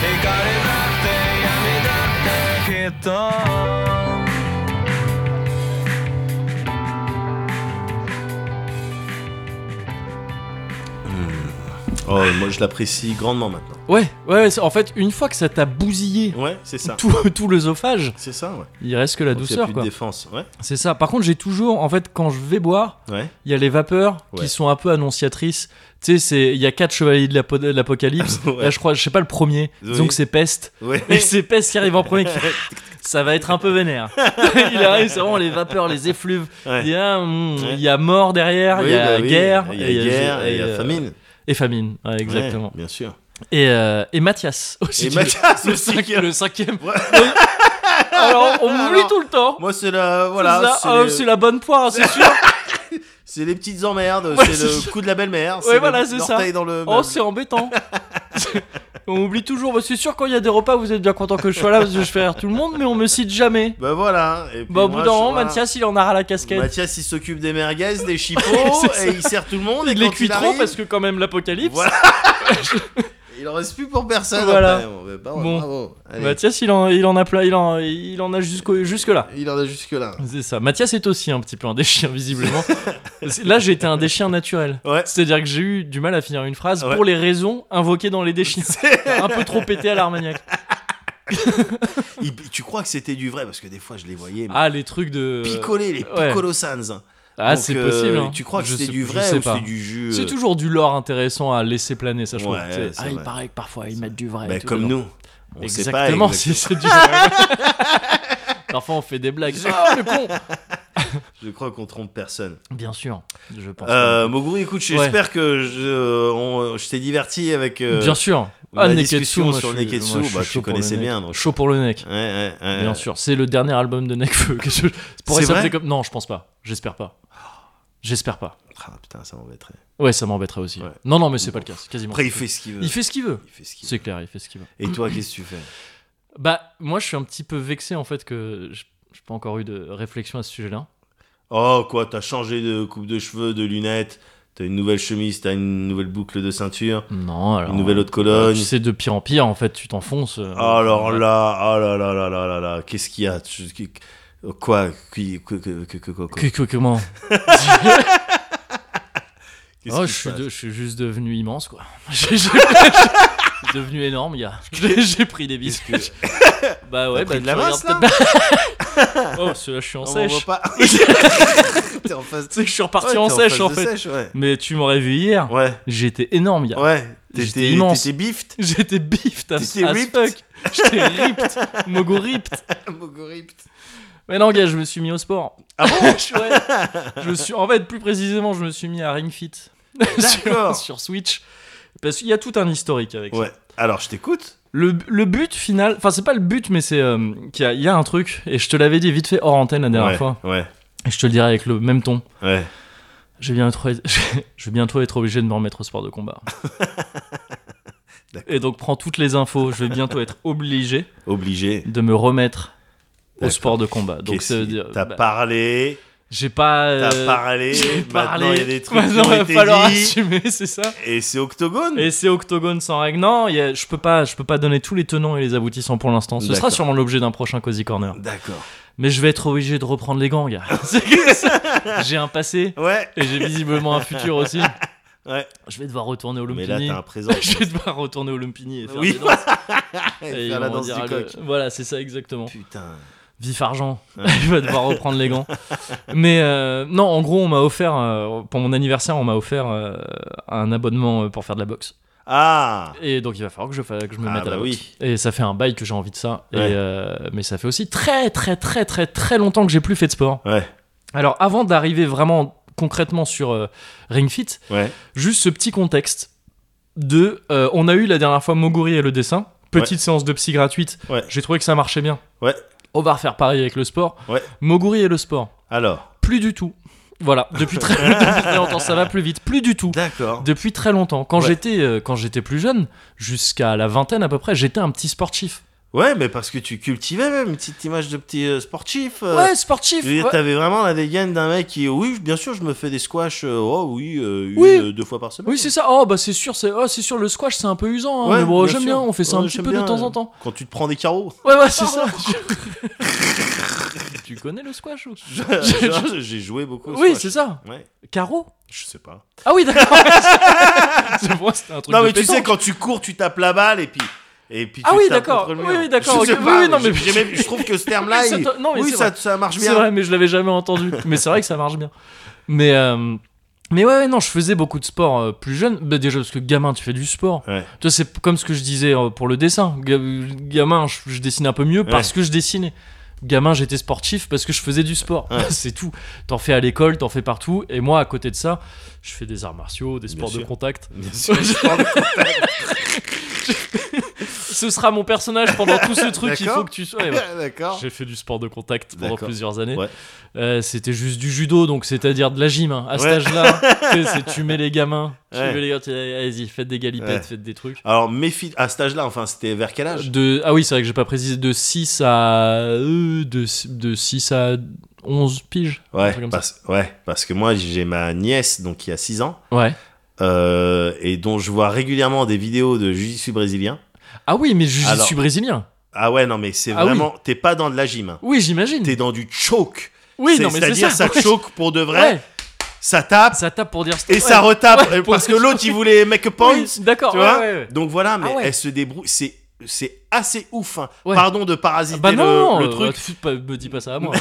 [SPEAKER 3] 光だって闇だってきっと
[SPEAKER 2] Oh, moi je l'apprécie grandement maintenant.
[SPEAKER 1] Ouais, ouais, ouais, c'est- en fait, une fois que ça t'a bousillé
[SPEAKER 2] Ouais, c'est ça.
[SPEAKER 1] tout, tout l'œsophage,
[SPEAKER 2] C'est ça, ouais.
[SPEAKER 1] il reste que la
[SPEAKER 2] Quand y a
[SPEAKER 1] douceur
[SPEAKER 2] plus
[SPEAKER 1] quoi.
[SPEAKER 2] de défense, ouais.
[SPEAKER 1] C'est ça. Par contre, j'ai toujours, en fait, quand je vais boire,
[SPEAKER 2] Ouais.
[SPEAKER 1] il y a les vapeurs
[SPEAKER 2] Ouais.
[SPEAKER 1] qui sont un peu annonciatrices. Tu sais, c'est- il y a quatre chevaliers de l'apo- de l'apocalypse.
[SPEAKER 2] Ouais.
[SPEAKER 1] Là, je crois, je sais pas le premier.
[SPEAKER 2] Oui.
[SPEAKER 1] Donc c'est peste.
[SPEAKER 2] Ouais.
[SPEAKER 1] Et c'est Pest qui arrive en premier. qui fait, Ça va être un peu vénère. il arrive, c'est vraiment les vapeurs, les effluves.
[SPEAKER 2] Ouais.
[SPEAKER 1] Il, y a, mm,
[SPEAKER 2] Ouais.
[SPEAKER 1] il y a mort derrière, il
[SPEAKER 2] Oui,
[SPEAKER 1] y a
[SPEAKER 2] bah oui,
[SPEAKER 1] guerre,
[SPEAKER 2] il y a guerre, et il y a
[SPEAKER 1] euh,
[SPEAKER 2] famine.
[SPEAKER 1] Et famine, ouais, exactement.
[SPEAKER 2] Ouais, bien sûr.
[SPEAKER 1] Et, euh, et Mathias aussi.
[SPEAKER 2] Et
[SPEAKER 1] qui-
[SPEAKER 2] Mathias
[SPEAKER 1] le,
[SPEAKER 2] aussi
[SPEAKER 1] cinq-
[SPEAKER 2] qui-
[SPEAKER 1] le cinquième.
[SPEAKER 2] Ouais.
[SPEAKER 1] Alors, on m'oublie
[SPEAKER 2] Alors,
[SPEAKER 1] tout le temps.
[SPEAKER 2] Moi, c'est la. Voilà.
[SPEAKER 1] C'est la-
[SPEAKER 2] c'est
[SPEAKER 1] ah,
[SPEAKER 2] le-
[SPEAKER 1] c'est la bonne poire, c'est sûr.
[SPEAKER 2] C'est les petites emmerdes,
[SPEAKER 1] Ouais,
[SPEAKER 2] c'est
[SPEAKER 1] c'est
[SPEAKER 2] le
[SPEAKER 1] ça.
[SPEAKER 2] coup de la belle-mère,
[SPEAKER 1] Ouais,
[SPEAKER 2] c'est
[SPEAKER 1] voilà,
[SPEAKER 2] le
[SPEAKER 1] c'est ça.
[SPEAKER 2] l'orteil dans le
[SPEAKER 1] Oh, c'est embêtant. on oublie toujours. Bah, c'est sûr, quand il y a des repas, vous êtes bien content que je sois là parce que je fais rire tout le monde, mais on me cite jamais.
[SPEAKER 2] Bah voilà. Et puis
[SPEAKER 1] Bah, au
[SPEAKER 2] moi,
[SPEAKER 1] bout
[SPEAKER 2] je-
[SPEAKER 1] d'un moment,
[SPEAKER 2] voilà.
[SPEAKER 1] Mathias, il en a ras la casquette.
[SPEAKER 2] Mathias, il s'occupe des merguez, des
[SPEAKER 1] C'est
[SPEAKER 2] chipots,
[SPEAKER 1] ça.
[SPEAKER 2] et il sert tout le monde. et
[SPEAKER 1] il les
[SPEAKER 2] quand
[SPEAKER 1] cuit trop
[SPEAKER 2] arrive,
[SPEAKER 1] parce que, quand même, l'apocalypse.
[SPEAKER 2] Voilà. il en reste plus pour personne.
[SPEAKER 1] Voilà.
[SPEAKER 2] après. Bon, bah, bravo,
[SPEAKER 1] Bon.
[SPEAKER 2] bravo. Allez.
[SPEAKER 1] Mathias, il en, il en a plein, il en, il en a jusqu'au- jusque-là.
[SPEAKER 2] Il en a jusque-là.
[SPEAKER 1] C'est ça. Mathias est aussi un petit peu un déchir, visiblement. Là, j'ai été un déchir naturel.
[SPEAKER 2] Ouais.
[SPEAKER 1] C'est-à-dire que j'ai eu du mal à finir une phrase
[SPEAKER 2] Ouais.
[SPEAKER 1] pour les raisons invoquées dans les déchirs. un peu trop pété à l'armagnac.
[SPEAKER 2] Il- tu crois que c'était du vrai Parce que des fois, je les voyais mais
[SPEAKER 1] Ah, les trucs de.
[SPEAKER 2] picoler, les
[SPEAKER 1] ouais.
[SPEAKER 2] Piccolo Sans.
[SPEAKER 1] Ah,
[SPEAKER 2] Donc,
[SPEAKER 1] c'est
[SPEAKER 2] euh,
[SPEAKER 1] possible. hein.
[SPEAKER 2] Tu crois que
[SPEAKER 1] Je
[SPEAKER 2] c'était
[SPEAKER 1] sais-
[SPEAKER 2] du
[SPEAKER 1] je
[SPEAKER 2] vrai
[SPEAKER 1] sais
[SPEAKER 2] ou
[SPEAKER 1] pas.
[SPEAKER 2] c'est du jus
[SPEAKER 1] C'est
[SPEAKER 2] euh,
[SPEAKER 1] toujours du lore intéressant à laisser planer, ça je
[SPEAKER 2] Ouais,
[SPEAKER 1] trouve. C'est-
[SPEAKER 2] c'est
[SPEAKER 1] Ah, il
[SPEAKER 2] vrai.
[SPEAKER 1] paraît que parfois ils mettent du vrai. et
[SPEAKER 2] bah,
[SPEAKER 1] tout
[SPEAKER 2] Comme
[SPEAKER 1] dedans.
[SPEAKER 2] nous. On sait pas
[SPEAKER 1] Exactement, si c'est du Parfois on fait des blagues. Ah, le con
[SPEAKER 2] Je crois qu'on trompe personne.
[SPEAKER 1] Bien sûr, je pense.
[SPEAKER 2] Euh, Moguri, écoute,
[SPEAKER 1] Ouais.
[SPEAKER 2] j'espère que je, euh, on- je t'ai diverti avec. euh,
[SPEAKER 1] Bien sûr.
[SPEAKER 2] la discussion
[SPEAKER 1] moi,
[SPEAKER 2] sur
[SPEAKER 1] je
[SPEAKER 2] le
[SPEAKER 1] suis-
[SPEAKER 2] Neketsu,
[SPEAKER 1] moi, je suis
[SPEAKER 2] bah,
[SPEAKER 1] chaud
[SPEAKER 2] tu
[SPEAKER 1] pour le
[SPEAKER 2] connaissais
[SPEAKER 1] Nek.
[SPEAKER 2] bien, donc.
[SPEAKER 1] Chaud pour le nec.
[SPEAKER 2] Ouais, ouais, ouais.
[SPEAKER 1] Bien sûr, c'est le dernier album de Necfeu. que je- pourrait
[SPEAKER 2] C'est vrai
[SPEAKER 1] s'appeler comme. Non, je pense pas. J'espère pas. J'espère pas.
[SPEAKER 2] Ah, putain, ça m'embêterait.
[SPEAKER 1] Ouais, ça m'embêterait aussi.
[SPEAKER 2] Ouais.
[SPEAKER 1] Non, non, mais c'est pas le cas. c'est Quasiment.
[SPEAKER 2] Après, il fait ce qu'il veut.
[SPEAKER 1] Il fait ce qu'il veut.
[SPEAKER 2] Il fait ce qu'il veut.
[SPEAKER 1] C'est clair, il fait ce qu'il veut.
[SPEAKER 2] Et toi, qu'est-ce que tu fais
[SPEAKER 1] Bah, moi, je suis un petit peu vexé en fait que je- j'ai pas encore eu de réflexion à ce sujet-là.
[SPEAKER 2] Oh, quoi, t'as changé de coupe de cheveux, de lunettes, t'as une nouvelle chemise, t'as une nouvelle boucle de ceinture,
[SPEAKER 1] Non, alors.
[SPEAKER 2] une nouvelle eau de
[SPEAKER 1] euh,
[SPEAKER 2] cologne.
[SPEAKER 1] Tu sais, de pire en pire, en fait, tu t'enfonces. euh,
[SPEAKER 2] Alors
[SPEAKER 1] euh,
[SPEAKER 2] là, oh là là là là là là, qu'est-ce qu'il y a Tu- qui- Quoi qui- que- que- que- que- quoi, quoi
[SPEAKER 1] que- que- comment
[SPEAKER 2] Qu'est-ce
[SPEAKER 1] Oh,
[SPEAKER 2] qui
[SPEAKER 1] je
[SPEAKER 2] se
[SPEAKER 1] suis,
[SPEAKER 2] passe
[SPEAKER 1] de- je suis juste devenu immense, quoi. J'ai- j'ai- j'ai- devenu énorme, gars. J'ai j'ai pris des biscuits.
[SPEAKER 2] Qu'est-ce que-
[SPEAKER 1] Bah ouais,
[SPEAKER 2] T'as
[SPEAKER 1] bah
[SPEAKER 2] pris de
[SPEAKER 1] tu
[SPEAKER 2] la
[SPEAKER 1] regardes
[SPEAKER 2] masse, là
[SPEAKER 1] peut-être- Oh, ceux-là, je suis en
[SPEAKER 2] Non, On
[SPEAKER 1] sèche.
[SPEAKER 2] voit pas. T'es en face.
[SPEAKER 1] C'est que je suis reparti
[SPEAKER 2] Ouais,
[SPEAKER 1] en
[SPEAKER 2] t'es
[SPEAKER 1] sèche,
[SPEAKER 2] face
[SPEAKER 1] en
[SPEAKER 2] de
[SPEAKER 1] fait.
[SPEAKER 2] sèche, ouais.
[SPEAKER 1] Mais tu m'aurais vu hier.
[SPEAKER 2] Ouais,
[SPEAKER 1] J'étais énorme, gars.
[SPEAKER 2] ouais.
[SPEAKER 1] J'étais
[SPEAKER 2] T'étais
[SPEAKER 1] immense.
[SPEAKER 2] T'étais bift.
[SPEAKER 1] J'étais beef, t'as
[SPEAKER 2] T'étais ripped.
[SPEAKER 1] fuck. J'étais ripped. Mogo ripped. Mais non, gars, je me suis mis au sport.
[SPEAKER 2] Ah bon
[SPEAKER 1] Ouais. Je suis, en fait, plus précisément, je me suis mis à Ring Fit sur,
[SPEAKER 2] D'accord.
[SPEAKER 1] sur Switch. Parce qu'il y a tout un historique avec ça.
[SPEAKER 2] Ouais. Alors, je t'écoute.
[SPEAKER 1] Le, le but final, enfin, c'est pas le but, mais c'est euh, qu'il y, a- il y a un truc, et je te l'avais dit vite fait hors antenne la dernière
[SPEAKER 2] ouais,
[SPEAKER 1] fois,
[SPEAKER 2] Ouais,
[SPEAKER 1] et je te le dirai avec le même ton.
[SPEAKER 2] ouais.
[SPEAKER 1] Je vais bientôt être, je vais bientôt être obligé de me remettre au sport de combat.
[SPEAKER 2] D'accord.
[SPEAKER 1] et donc, prends toutes les infos, je vais bientôt être obligé
[SPEAKER 2] Obligé.
[SPEAKER 1] de me remettre au
[SPEAKER 2] D'accord.
[SPEAKER 1] sport de combat. Donc,
[SPEAKER 2] Qu'est-ce
[SPEAKER 1] ça veut
[SPEAKER 2] qui-
[SPEAKER 1] dire.
[SPEAKER 2] T'as
[SPEAKER 1] bah,
[SPEAKER 2] parlé,
[SPEAKER 1] J'ai pas. euh,
[SPEAKER 2] t'as parlé,
[SPEAKER 1] J'ai
[SPEAKER 2] maintenant il y a des trucs qui
[SPEAKER 1] Maintenant,
[SPEAKER 2] ont
[SPEAKER 1] va
[SPEAKER 2] été
[SPEAKER 1] falloir
[SPEAKER 2] dits,
[SPEAKER 1] assumer, c'est ça.
[SPEAKER 2] et c'est Octogone
[SPEAKER 1] Et c'est Octogone sans règle. Non, il y a- je peux pas, je peux pas donner tous les tenants et les aboutissants pour l'instant. Ce sera
[SPEAKER 2] D'accord.
[SPEAKER 1] sûrement l'objet d'un prochain cozy corner.
[SPEAKER 2] D'accord.
[SPEAKER 1] Mais je vais être obligé de reprendre les gants, gars. C'est que ça. j'ai un passé
[SPEAKER 2] Ouais,
[SPEAKER 1] et j'ai visiblement un futur aussi.
[SPEAKER 2] ouais.
[SPEAKER 1] Je vais devoir retourner au
[SPEAKER 2] Mais là,
[SPEAKER 1] Lumpini.
[SPEAKER 2] t'as un présent.
[SPEAKER 1] je vais devoir retourner au Lumpini et faire
[SPEAKER 2] Oui.
[SPEAKER 1] des danses.
[SPEAKER 2] Et
[SPEAKER 1] Et
[SPEAKER 2] faire
[SPEAKER 1] on
[SPEAKER 2] la danse
[SPEAKER 1] dira
[SPEAKER 2] du
[SPEAKER 1] le-
[SPEAKER 2] coq.
[SPEAKER 1] Voilà, c'est ça exactement.
[SPEAKER 2] Putain.
[SPEAKER 1] Vif argent.
[SPEAKER 2] Ouais.
[SPEAKER 1] je vais devoir reprendre les gants. Mais euh, non, en gros, on m'a offert euh, pour mon anniversaire, on m'a offert euh, un abonnement euh, pour faire de la boxe.
[SPEAKER 2] Ah
[SPEAKER 1] Et donc il va falloir que je, fa- que je me
[SPEAKER 2] Ah,
[SPEAKER 1] mette à la
[SPEAKER 2] bah
[SPEAKER 1] boxe.
[SPEAKER 2] oui.
[SPEAKER 1] Et ça fait un bail que j'ai envie de ça. Et,
[SPEAKER 2] Ouais.
[SPEAKER 1] euh, mais ça fait aussi très très très très très longtemps que j'ai plus fait de sport.
[SPEAKER 2] Ouais,
[SPEAKER 1] Alors avant d'arriver vraiment concrètement sur euh, Ring Fit,
[SPEAKER 2] ouais.
[SPEAKER 1] juste ce petit contexte de euh, on a eu la dernière fois Moguri et le dessin, petite séance de psy gratuite.
[SPEAKER 2] Ouais.
[SPEAKER 1] J'ai trouvé que ça marchait bien.
[SPEAKER 2] Ouais.
[SPEAKER 1] On va refaire pareil avec le sport.
[SPEAKER 2] Ouais.
[SPEAKER 1] Moguri et le sport,
[SPEAKER 2] Alors,
[SPEAKER 1] plus du tout. Voilà, depuis très, depuis très longtemps, ça va plus vite, plus du tout.
[SPEAKER 2] d'accord.
[SPEAKER 1] Depuis très longtemps. Quand
[SPEAKER 2] Ouais.
[SPEAKER 1] j'étais euh, quand j'étais plus jeune, jusqu'à la vingtaine à peu près, j'étais un petit sportif.
[SPEAKER 2] Ouais, mais parce que tu cultivais même une petite image de petit euh, sportif. euh.
[SPEAKER 1] ouais,
[SPEAKER 2] Je
[SPEAKER 1] sportif.
[SPEAKER 2] veux dire,
[SPEAKER 1] ouais.
[SPEAKER 2] T'avais vraiment la dégaine d'un mec qui, oui, bien sûr, je me fais des squash, euh, oh oui, euh, une,
[SPEAKER 1] Oui.
[SPEAKER 2] euh, deux fois par semaine.
[SPEAKER 1] Oui, c'est ça. Oh bah c'est sûr, c'est oh, c'est sûr le squash, c'est un peu usant hein,
[SPEAKER 2] Ouais,
[SPEAKER 1] mais bon,
[SPEAKER 2] bien
[SPEAKER 1] j'aime
[SPEAKER 2] sûr.
[SPEAKER 1] bien, on fait ça
[SPEAKER 2] Ouais,
[SPEAKER 1] un petit
[SPEAKER 2] j'aime
[SPEAKER 1] peu
[SPEAKER 2] bien,
[SPEAKER 1] de temps en
[SPEAKER 2] euh,
[SPEAKER 1] temps.
[SPEAKER 2] Quand tu te prends des carreaux.
[SPEAKER 1] Ouais, ouais, c'est ça. tu connais le squash ou
[SPEAKER 2] J'ai j'ai joué beaucoup. au
[SPEAKER 1] Oui,
[SPEAKER 2] squash.
[SPEAKER 1] c'est ça.
[SPEAKER 2] Ouais,
[SPEAKER 1] Carreau
[SPEAKER 2] je sais pas.
[SPEAKER 1] Ah oui, d'accord. c'est pour moi, c'était un truc
[SPEAKER 2] Non
[SPEAKER 1] de
[SPEAKER 2] mais tu sais
[SPEAKER 1] pétanque.
[SPEAKER 2] quand tu cours, tu tapes la balle et puis et puis tu
[SPEAKER 1] Ah oui,
[SPEAKER 2] tapes
[SPEAKER 1] d'accord.
[SPEAKER 2] contre le
[SPEAKER 1] Oui,
[SPEAKER 2] mur.
[SPEAKER 1] oui, d'accord,
[SPEAKER 2] Je sais
[SPEAKER 1] ok.
[SPEAKER 2] pas,
[SPEAKER 1] Oui, oui, non, mais-
[SPEAKER 2] j'ai même- je trouve que ce terme-là,
[SPEAKER 1] Oui, ça
[SPEAKER 2] il-
[SPEAKER 1] te- non, mais
[SPEAKER 2] oui,
[SPEAKER 1] c'est
[SPEAKER 2] ça, ça marche
[SPEAKER 1] C'est
[SPEAKER 2] bien.
[SPEAKER 1] vrai, mais je l'avais jamais entendu. Mais c'est vrai que ça marche bien. Mais euh, mais ouais, ouais, non, je faisais beaucoup de sport euh, plus jeune. Bah, déjà parce que gamin, tu fais du sport.
[SPEAKER 2] Ouais.
[SPEAKER 1] Tu vois, c'est comme ce que je disais euh, pour le dessin. Ga- Gamin, je, je dessine un peu mieux parce que je dessinais. Gamin, j'étais sportif parce que je faisais du sport.
[SPEAKER 2] Ouais.
[SPEAKER 1] c'est tout. T'en fais à l'école, t'en fais partout. Et moi, à côté de ça, je fais des arts martiaux, des
[SPEAKER 2] Bien
[SPEAKER 1] sports de
[SPEAKER 2] sûr.
[SPEAKER 1] contact.
[SPEAKER 2] Bien sûr, je parle de contact.
[SPEAKER 1] ce sera mon personnage pendant tout ce truc. Il
[SPEAKER 2] D'accord.
[SPEAKER 1] faut que tu sois. Ouais, ouais.
[SPEAKER 2] D'accord.
[SPEAKER 1] J'ai fait du sport de contact pendant
[SPEAKER 2] D'accord.
[SPEAKER 1] plusieurs années.
[SPEAKER 2] Ouais.
[SPEAKER 1] Euh, c'était juste du judo, donc c'est-à-dire de la gym. hein. À cet
[SPEAKER 2] Ouais.
[SPEAKER 1] âge-là, tu sais, c'est tu mets les gamins, tu
[SPEAKER 2] Ouais.
[SPEAKER 1] mets les gars, tu dis, allez-y, faites des galipettes,
[SPEAKER 2] Ouais.
[SPEAKER 1] faites des trucs.
[SPEAKER 2] Alors, méfie à cet âge-là, enfin, c'était vers quel âge
[SPEAKER 1] De, ah oui, c'est vrai que j'ai pas précisé, de 6 à. euh, de, de 6 à 11 piges. un
[SPEAKER 2] Ouais,
[SPEAKER 1] truc comme ça.
[SPEAKER 2] parce, ouais, parce que moi, j'ai ma nièce, donc qui a 6 ans,
[SPEAKER 1] Ouais.
[SPEAKER 2] euh, et dont je vois régulièrement des vidéos de jiu-jitsu brésilien.
[SPEAKER 1] Ah oui, mais je, je
[SPEAKER 2] Alors-
[SPEAKER 1] suis brésilien.
[SPEAKER 2] Ah ouais, non, mais c'est
[SPEAKER 1] Ah oui.
[SPEAKER 2] vraiment. T'es pas dans de la gym. hein.
[SPEAKER 1] Oui, j'imagine.
[SPEAKER 2] T'es dans du choke.
[SPEAKER 1] Oui,
[SPEAKER 2] C'est-
[SPEAKER 1] non, mais c'est
[SPEAKER 2] C'est-à-dire, ça
[SPEAKER 1] ouais.
[SPEAKER 2] choke pour de vrai,
[SPEAKER 1] Ouais,
[SPEAKER 2] ça tape,
[SPEAKER 1] ça tape pour dire stop.
[SPEAKER 2] et
[SPEAKER 1] Ouais.
[SPEAKER 2] ça retape.
[SPEAKER 1] Ouais, pour
[SPEAKER 2] parce que
[SPEAKER 1] dire
[SPEAKER 2] l'autre, il voulait make a point.
[SPEAKER 1] Oui, D'accord,
[SPEAKER 2] tu
[SPEAKER 1] ouais,
[SPEAKER 2] vois
[SPEAKER 1] ouais, ouais.
[SPEAKER 2] Donc voilà, mais
[SPEAKER 1] Ah ouais.
[SPEAKER 2] elle se débrouille. C'est, c'est assez ouf. hein.
[SPEAKER 1] Ouais.
[SPEAKER 2] Pardon de parasiter
[SPEAKER 1] Bah
[SPEAKER 2] le,
[SPEAKER 1] non,
[SPEAKER 2] le
[SPEAKER 1] euh,
[SPEAKER 2] truc.
[SPEAKER 1] tu- pas- me dis pas ça à moi.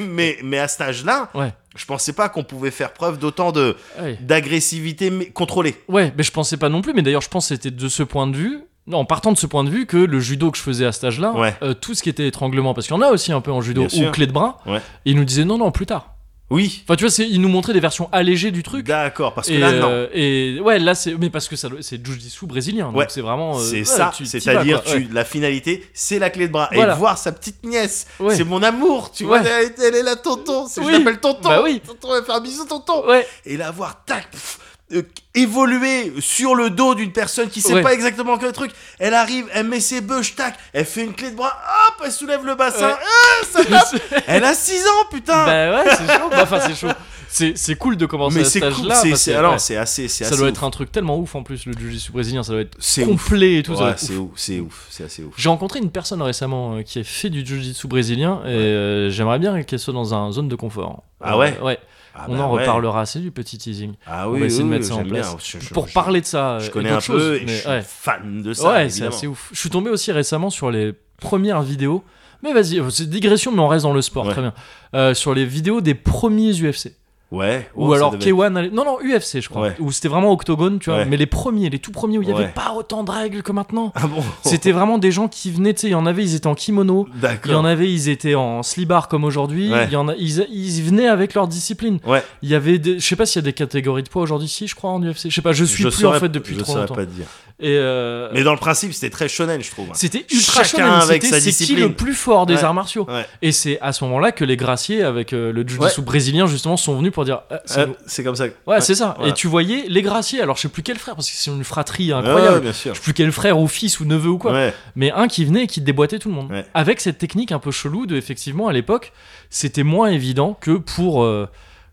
[SPEAKER 2] mais, mais à cet âge-là,
[SPEAKER 1] Ouais.
[SPEAKER 2] je pensais pas qu'on pouvait faire preuve d'autant de,
[SPEAKER 1] Ouais.
[SPEAKER 2] d'agressivité mais contrôlée.
[SPEAKER 1] Ouais, mais je pensais pas non plus, mais d'ailleurs je pense que c'était de ce point de vue, non, en partant de ce point de vue que le judo que je faisais à cet âge-là,
[SPEAKER 2] Ouais.
[SPEAKER 1] euh, tout ce qui était étranglement, parce qu'il y en a aussi un peu en judo,
[SPEAKER 2] Bien
[SPEAKER 1] ou
[SPEAKER 2] sûr.
[SPEAKER 1] clé de bras,
[SPEAKER 2] Ouais.
[SPEAKER 1] et ils nous disaient non, non, plus tard.
[SPEAKER 2] Oui.
[SPEAKER 1] Enfin tu vois, c'est- ils nous montraient des versions allégées du truc.
[SPEAKER 2] D'accord, parce que
[SPEAKER 1] et,
[SPEAKER 2] là, non.
[SPEAKER 1] euh, et ouais, là c'est. Mais parce que ça doit- c'est jiu-jitsu brésilien, donc
[SPEAKER 2] Ouais.
[SPEAKER 1] c'est vraiment. euh,
[SPEAKER 2] c'est
[SPEAKER 1] ouais,
[SPEAKER 2] ça,
[SPEAKER 1] tu- t'y
[SPEAKER 2] c'est-à-dire
[SPEAKER 1] vas, quoi. Ouais.
[SPEAKER 2] tu- la finalité, c'est la clé de bras.
[SPEAKER 1] Voilà.
[SPEAKER 2] Et voir sa petite nièce,
[SPEAKER 1] Ouais.
[SPEAKER 2] c'est mon amour, tu
[SPEAKER 1] Ouais.
[SPEAKER 2] vois, elle, elle est là, tonton, c'est,
[SPEAKER 1] Oui.
[SPEAKER 2] je l'appelle tonton,
[SPEAKER 1] Bah oui.
[SPEAKER 2] tonton, elle fait un bisou, tonton.
[SPEAKER 1] Ouais,
[SPEAKER 2] Et la voir, tac, pff, euh, évoluer sur le dos d'une personne qui sait
[SPEAKER 1] Ouais.
[SPEAKER 2] pas exactement quel truc. Elle arrive, elle met ses bûches, tac, elle fait une clé de bras, hop, elle soulève le bassin,
[SPEAKER 1] Ouais.
[SPEAKER 2] ah, ça tape. Elle a 6 ans, putain
[SPEAKER 1] bah ouais, c'est chaud. Bah, Enfin, c'est chaud. C'est- C'est cool de commencer
[SPEAKER 2] Mais
[SPEAKER 1] à
[SPEAKER 2] c'est
[SPEAKER 1] cet
[SPEAKER 2] cool,
[SPEAKER 1] âge-là.
[SPEAKER 2] c'est-
[SPEAKER 1] parce
[SPEAKER 2] c'est
[SPEAKER 1] que,
[SPEAKER 2] alors,
[SPEAKER 1] ouais,
[SPEAKER 2] c'est assez, c'est
[SPEAKER 1] ça
[SPEAKER 2] assez
[SPEAKER 1] doit
[SPEAKER 2] ouf.
[SPEAKER 1] être un truc tellement ouf en plus, le jiu-jitsu brésilien, ça doit être
[SPEAKER 2] C'est ouf.
[SPEAKER 1] complet et tout. ça doit
[SPEAKER 2] Ouais,
[SPEAKER 1] être ouf.
[SPEAKER 2] c'est ouf, c'est ouf, c'est assez ouf.
[SPEAKER 1] J'ai rencontré une personne récemment euh, qui a fait du jiu-jitsu brésilien et euh, j'aimerais bien qu'elle soit dans un zone de confort. Euh,
[SPEAKER 2] Ah ouais
[SPEAKER 1] Ouais.
[SPEAKER 2] Ah
[SPEAKER 1] On
[SPEAKER 2] bah
[SPEAKER 1] en
[SPEAKER 2] ouais.
[SPEAKER 1] reparlera, c'est du petit teasing.
[SPEAKER 2] Ah
[SPEAKER 1] On
[SPEAKER 2] oui,
[SPEAKER 1] va essayer de
[SPEAKER 2] oui,
[SPEAKER 1] mettre ça en
[SPEAKER 2] j'aime
[SPEAKER 1] place.
[SPEAKER 2] bien. Je- je-
[SPEAKER 1] Pour
[SPEAKER 2] je-
[SPEAKER 1] parler de ça,
[SPEAKER 2] je
[SPEAKER 1] et
[SPEAKER 2] connais un peu
[SPEAKER 1] d'autres choses,
[SPEAKER 2] et
[SPEAKER 1] mais
[SPEAKER 2] je suis
[SPEAKER 1] ouais.
[SPEAKER 2] fan de ça.
[SPEAKER 1] ouais, c'est
[SPEAKER 2] évidemment.
[SPEAKER 1] assez ouf. Je suis tombé aussi récemment sur les premières vidéos. Mais vas-y, euh, c'est digression, mais on reste dans le sport,
[SPEAKER 2] Ouais.
[SPEAKER 1] très bien. Euh, sur les vidéos des premiers UFC.
[SPEAKER 2] Ouais.
[SPEAKER 1] Ou
[SPEAKER 2] oh, ça
[SPEAKER 1] alors
[SPEAKER 2] devait être-
[SPEAKER 1] K1. allait- Non, non, UFC, je crois.
[SPEAKER 2] Ouais.
[SPEAKER 1] Où c'était vraiment octogone, tu vois.
[SPEAKER 2] Ouais.
[SPEAKER 1] Mais les premiers, les tout premiers où il n'y avait
[SPEAKER 2] Ouais.
[SPEAKER 1] pas autant de règles que maintenant.
[SPEAKER 2] Ah bon
[SPEAKER 1] C'était vraiment des gens qui venaient, tu sais, il y en avait, ils étaient en kimono. Il y en
[SPEAKER 2] D'accord.
[SPEAKER 1] avait, ils étaient en slibard comme aujourd'hui.
[SPEAKER 2] Ouais.
[SPEAKER 1] Il y en a, ils, ils venaient avec leur discipline.
[SPEAKER 2] Ouais.
[SPEAKER 1] Il y avait, des, je sais pas s'il y a des catégories de poids aujourd'hui, si je crois en UFC. Je sais pas, je suis
[SPEAKER 2] Je
[SPEAKER 1] plus
[SPEAKER 2] saurais-
[SPEAKER 1] en fait depuis
[SPEAKER 2] je
[SPEAKER 1] trop
[SPEAKER 2] saurais
[SPEAKER 1] longtemps.
[SPEAKER 2] pas te dire.
[SPEAKER 1] Et euh,
[SPEAKER 2] Mais dans le principe, c'était très shonen, je trouve. hein.
[SPEAKER 1] c'était ultra
[SPEAKER 2] Chacun
[SPEAKER 1] shonen,
[SPEAKER 2] avec
[SPEAKER 1] c'était
[SPEAKER 2] sa
[SPEAKER 1] c'est qui
[SPEAKER 2] discipline.
[SPEAKER 1] le plus fort des
[SPEAKER 2] Ouais.
[SPEAKER 1] arts martiaux.
[SPEAKER 2] Ouais.
[SPEAKER 1] Et c'est à ce moment-là que les graciers avec euh, le jiu-jitsu brésilien justement sont venus pour dire. Ah, c'est
[SPEAKER 2] Euh,
[SPEAKER 1] nous.
[SPEAKER 2] C'est comme ça. que-
[SPEAKER 1] Ouais, c'est ça.
[SPEAKER 2] voilà.
[SPEAKER 1] Et tu voyais les graciers, alors je sais plus quel frère, parce que c'est une fratrie
[SPEAKER 2] Ouais, ouais,
[SPEAKER 1] incroyable.
[SPEAKER 2] bien sûr.
[SPEAKER 1] je sais plus quel frère ou fils ou neveu ou quoi.
[SPEAKER 2] Ouais.
[SPEAKER 1] mais un qui venait et qui déboîtait tout le monde.
[SPEAKER 2] Ouais.
[SPEAKER 1] Avec cette technique un peu chelou de, effectivement, à l'époque, c'était moins évident que pour. euh,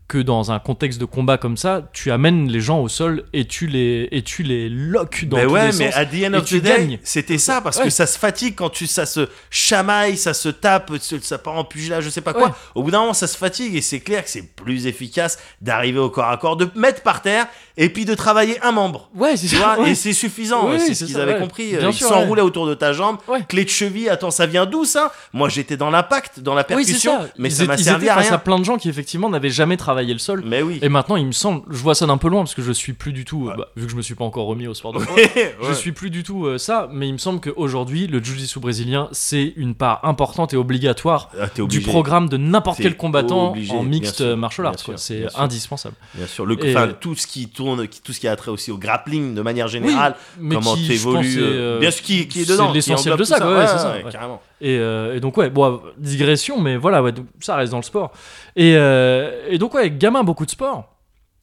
[SPEAKER 1] que dans un contexte de combat comme ça, tu amènes les gens au sol et tu les et tu les loques dans
[SPEAKER 2] mais
[SPEAKER 1] tous
[SPEAKER 2] ouais,
[SPEAKER 1] les
[SPEAKER 2] mais
[SPEAKER 1] sens.
[SPEAKER 2] à the end
[SPEAKER 1] Et
[SPEAKER 2] of the
[SPEAKER 1] tu
[SPEAKER 2] day,
[SPEAKER 1] gagnes.
[SPEAKER 2] c'était ça parce
[SPEAKER 1] Ouais.
[SPEAKER 2] que ça se fatigue quand tu ça se chamaille, ça se tape, ça ça part en pugilat, je sais pas quoi.
[SPEAKER 1] Ouais.
[SPEAKER 2] Au bout d'un moment, ça se fatigue et c'est clair que c'est plus efficace d'arriver au corps à corps, de mettre par terre et puis de travailler un membre.
[SPEAKER 1] Ouais, c'est
[SPEAKER 2] Tu
[SPEAKER 1] ça.
[SPEAKER 2] vois,
[SPEAKER 1] ouais.
[SPEAKER 2] et c'est suffisant,
[SPEAKER 1] Oui,
[SPEAKER 2] c'est
[SPEAKER 1] oui,
[SPEAKER 2] ce
[SPEAKER 1] c'est
[SPEAKER 2] qu'ils
[SPEAKER 1] ça,
[SPEAKER 2] avaient
[SPEAKER 1] ouais.
[SPEAKER 2] compris. euh,
[SPEAKER 1] Bien
[SPEAKER 2] Ils
[SPEAKER 1] sûr,
[SPEAKER 2] s'enroulaient autour de ta jambe,
[SPEAKER 1] Ouais.
[SPEAKER 2] clé de cheville, attends, ça vient d'où ça Moi j'étais dans l'impact, dans la
[SPEAKER 1] Oui, c'est
[SPEAKER 2] percussion,
[SPEAKER 1] ça.
[SPEAKER 2] mais
[SPEAKER 1] ils
[SPEAKER 2] ça
[SPEAKER 1] étaient-
[SPEAKER 2] m'a
[SPEAKER 1] ils
[SPEAKER 2] servi
[SPEAKER 1] étaient
[SPEAKER 2] à
[SPEAKER 1] face
[SPEAKER 2] rien. Mm.
[SPEAKER 1] à plein de gens qui effectivement n'avaient jamais travaillé le sol.
[SPEAKER 2] Mais oui.
[SPEAKER 1] Et maintenant, il me semble, je vois ça d'un peu loin parce que je suis plus du tout, euh, bah, vu que je me suis pas encore remis au sport de combat, Je
[SPEAKER 2] Ouais.
[SPEAKER 1] suis plus du tout euh, ça, mais il me semble qu'aujourd'hui, le jiu-jitsu brésilien, c'est une part importante et obligatoire
[SPEAKER 2] Ah, t'es
[SPEAKER 1] du
[SPEAKER 2] obligé,
[SPEAKER 1] programme de n'importe
[SPEAKER 2] T'es
[SPEAKER 1] quel combattant
[SPEAKER 2] obligé,
[SPEAKER 1] en
[SPEAKER 2] bien
[SPEAKER 1] mixte
[SPEAKER 2] sûr,
[SPEAKER 1] euh, martial
[SPEAKER 2] bien
[SPEAKER 1] arts. quoi.
[SPEAKER 2] sûr,
[SPEAKER 1] C'est
[SPEAKER 2] bien sûr.
[SPEAKER 1] indispensable.
[SPEAKER 2] Bien sûr, le,
[SPEAKER 1] Et-
[SPEAKER 2] enfin, tout ce qui tourne, qui- tout ce qui a trait aussi au grappling de manière générale,
[SPEAKER 1] mais
[SPEAKER 2] comment
[SPEAKER 1] qui, je pense,
[SPEAKER 2] t'évolues,
[SPEAKER 1] est,
[SPEAKER 2] euh,
[SPEAKER 1] euh,
[SPEAKER 2] bien sûr, qui, qui est
[SPEAKER 1] c'est
[SPEAKER 2] dedans, qui
[SPEAKER 1] l'essentiel
[SPEAKER 2] englobe
[SPEAKER 1] de
[SPEAKER 2] tout
[SPEAKER 1] ça, quoi, ouais, c'est ça, ouais.
[SPEAKER 2] carrément.
[SPEAKER 1] Et, euh, et donc, ouais, bon, euh, digression, mais voilà, ouais, donc, ça reste dans le sport. Et, euh, et donc, ouais, gamin, beaucoup de sport.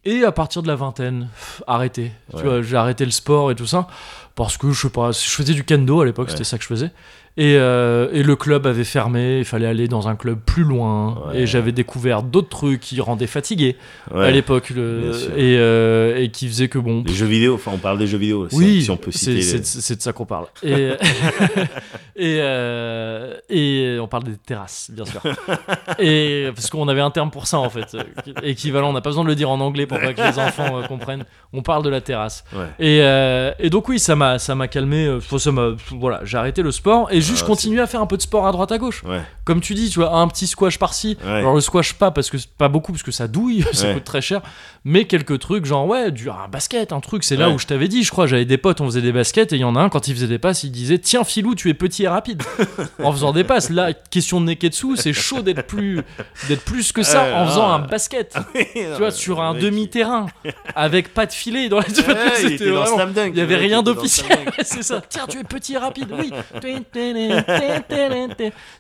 [SPEAKER 1] Et à partir de la vingtaine, pff, arrêté.
[SPEAKER 2] Ouais.
[SPEAKER 1] Tu vois, j'ai arrêté le sport et tout ça. Parce que je sais pas, je faisais du kendo à l'époque,
[SPEAKER 2] Ouais.
[SPEAKER 1] c'était ça que je faisais. Et, euh, et le club avait fermé, il fallait aller dans un club plus loin.
[SPEAKER 2] Ouais.
[SPEAKER 1] Et j'avais découvert d'autres trucs qui rendaient fatigué à
[SPEAKER 2] Ouais.
[SPEAKER 1] l'époque. le-
[SPEAKER 2] Bien sûr.
[SPEAKER 1] Et, euh, et qui faisait que bon.
[SPEAKER 2] Les jeux vidéo, enfin, on parle des jeux vidéo, si
[SPEAKER 1] Oui,
[SPEAKER 2] on- si on peut
[SPEAKER 1] c'est-
[SPEAKER 2] citer.
[SPEAKER 1] c'est
[SPEAKER 2] les-
[SPEAKER 1] c'est de ça qu'on parle. Et, et, euh, et on parle des terrasses, bien sûr. Et parce qu'on avait un terme pour ça en fait, euh, équivalent. On n'a pas besoin de le dire en anglais pour pas que les enfants euh, comprennent. On parle de la terrasse.
[SPEAKER 2] Ouais.
[SPEAKER 1] Et, euh, et donc oui, ça m'a ça m'a calmé. euh, faut- ça m'a- voilà, j'ai arrêté le sport et juste
[SPEAKER 2] Ah,
[SPEAKER 1] continuer à faire un peu de sport à droite à gauche.
[SPEAKER 2] Ouais.
[SPEAKER 1] Comme tu dis, tu vois, un petit squash par-ci.
[SPEAKER 2] Ouais.
[SPEAKER 1] Alors le squash pas parce que pas beaucoup parce que ça douille, ça
[SPEAKER 2] Ouais.
[SPEAKER 1] coûte très cher. Mais quelques trucs genre ouais, du un basket, un truc. C'est là
[SPEAKER 2] Ouais.
[SPEAKER 1] où je t'avais dit, je crois, j'avais des potes, on faisait des baskets et il y en a un quand il faisait des passes, il disait tiens filou, tu es petit et rapide. en faisant des passes. Là, question de Neketsu, c'est chaud d'être plus d'être plus que ça
[SPEAKER 2] Ouais,
[SPEAKER 1] en
[SPEAKER 2] non,
[SPEAKER 1] faisant
[SPEAKER 2] ouais.
[SPEAKER 1] un basket.
[SPEAKER 2] tu
[SPEAKER 1] Tu vois, sur un demi-terrain, avec pas de filet dans la tu vois,
[SPEAKER 2] il
[SPEAKER 1] c'était
[SPEAKER 2] était dans
[SPEAKER 1] vraiment-
[SPEAKER 2] Slam Dunk.
[SPEAKER 1] il n'y avait
[SPEAKER 2] le mec
[SPEAKER 1] rien
[SPEAKER 2] était dans Slam
[SPEAKER 1] d'officiel,
[SPEAKER 2] Dunk.
[SPEAKER 1] ouais, c'est ça. Tiens, tu es petit et rapide, oui.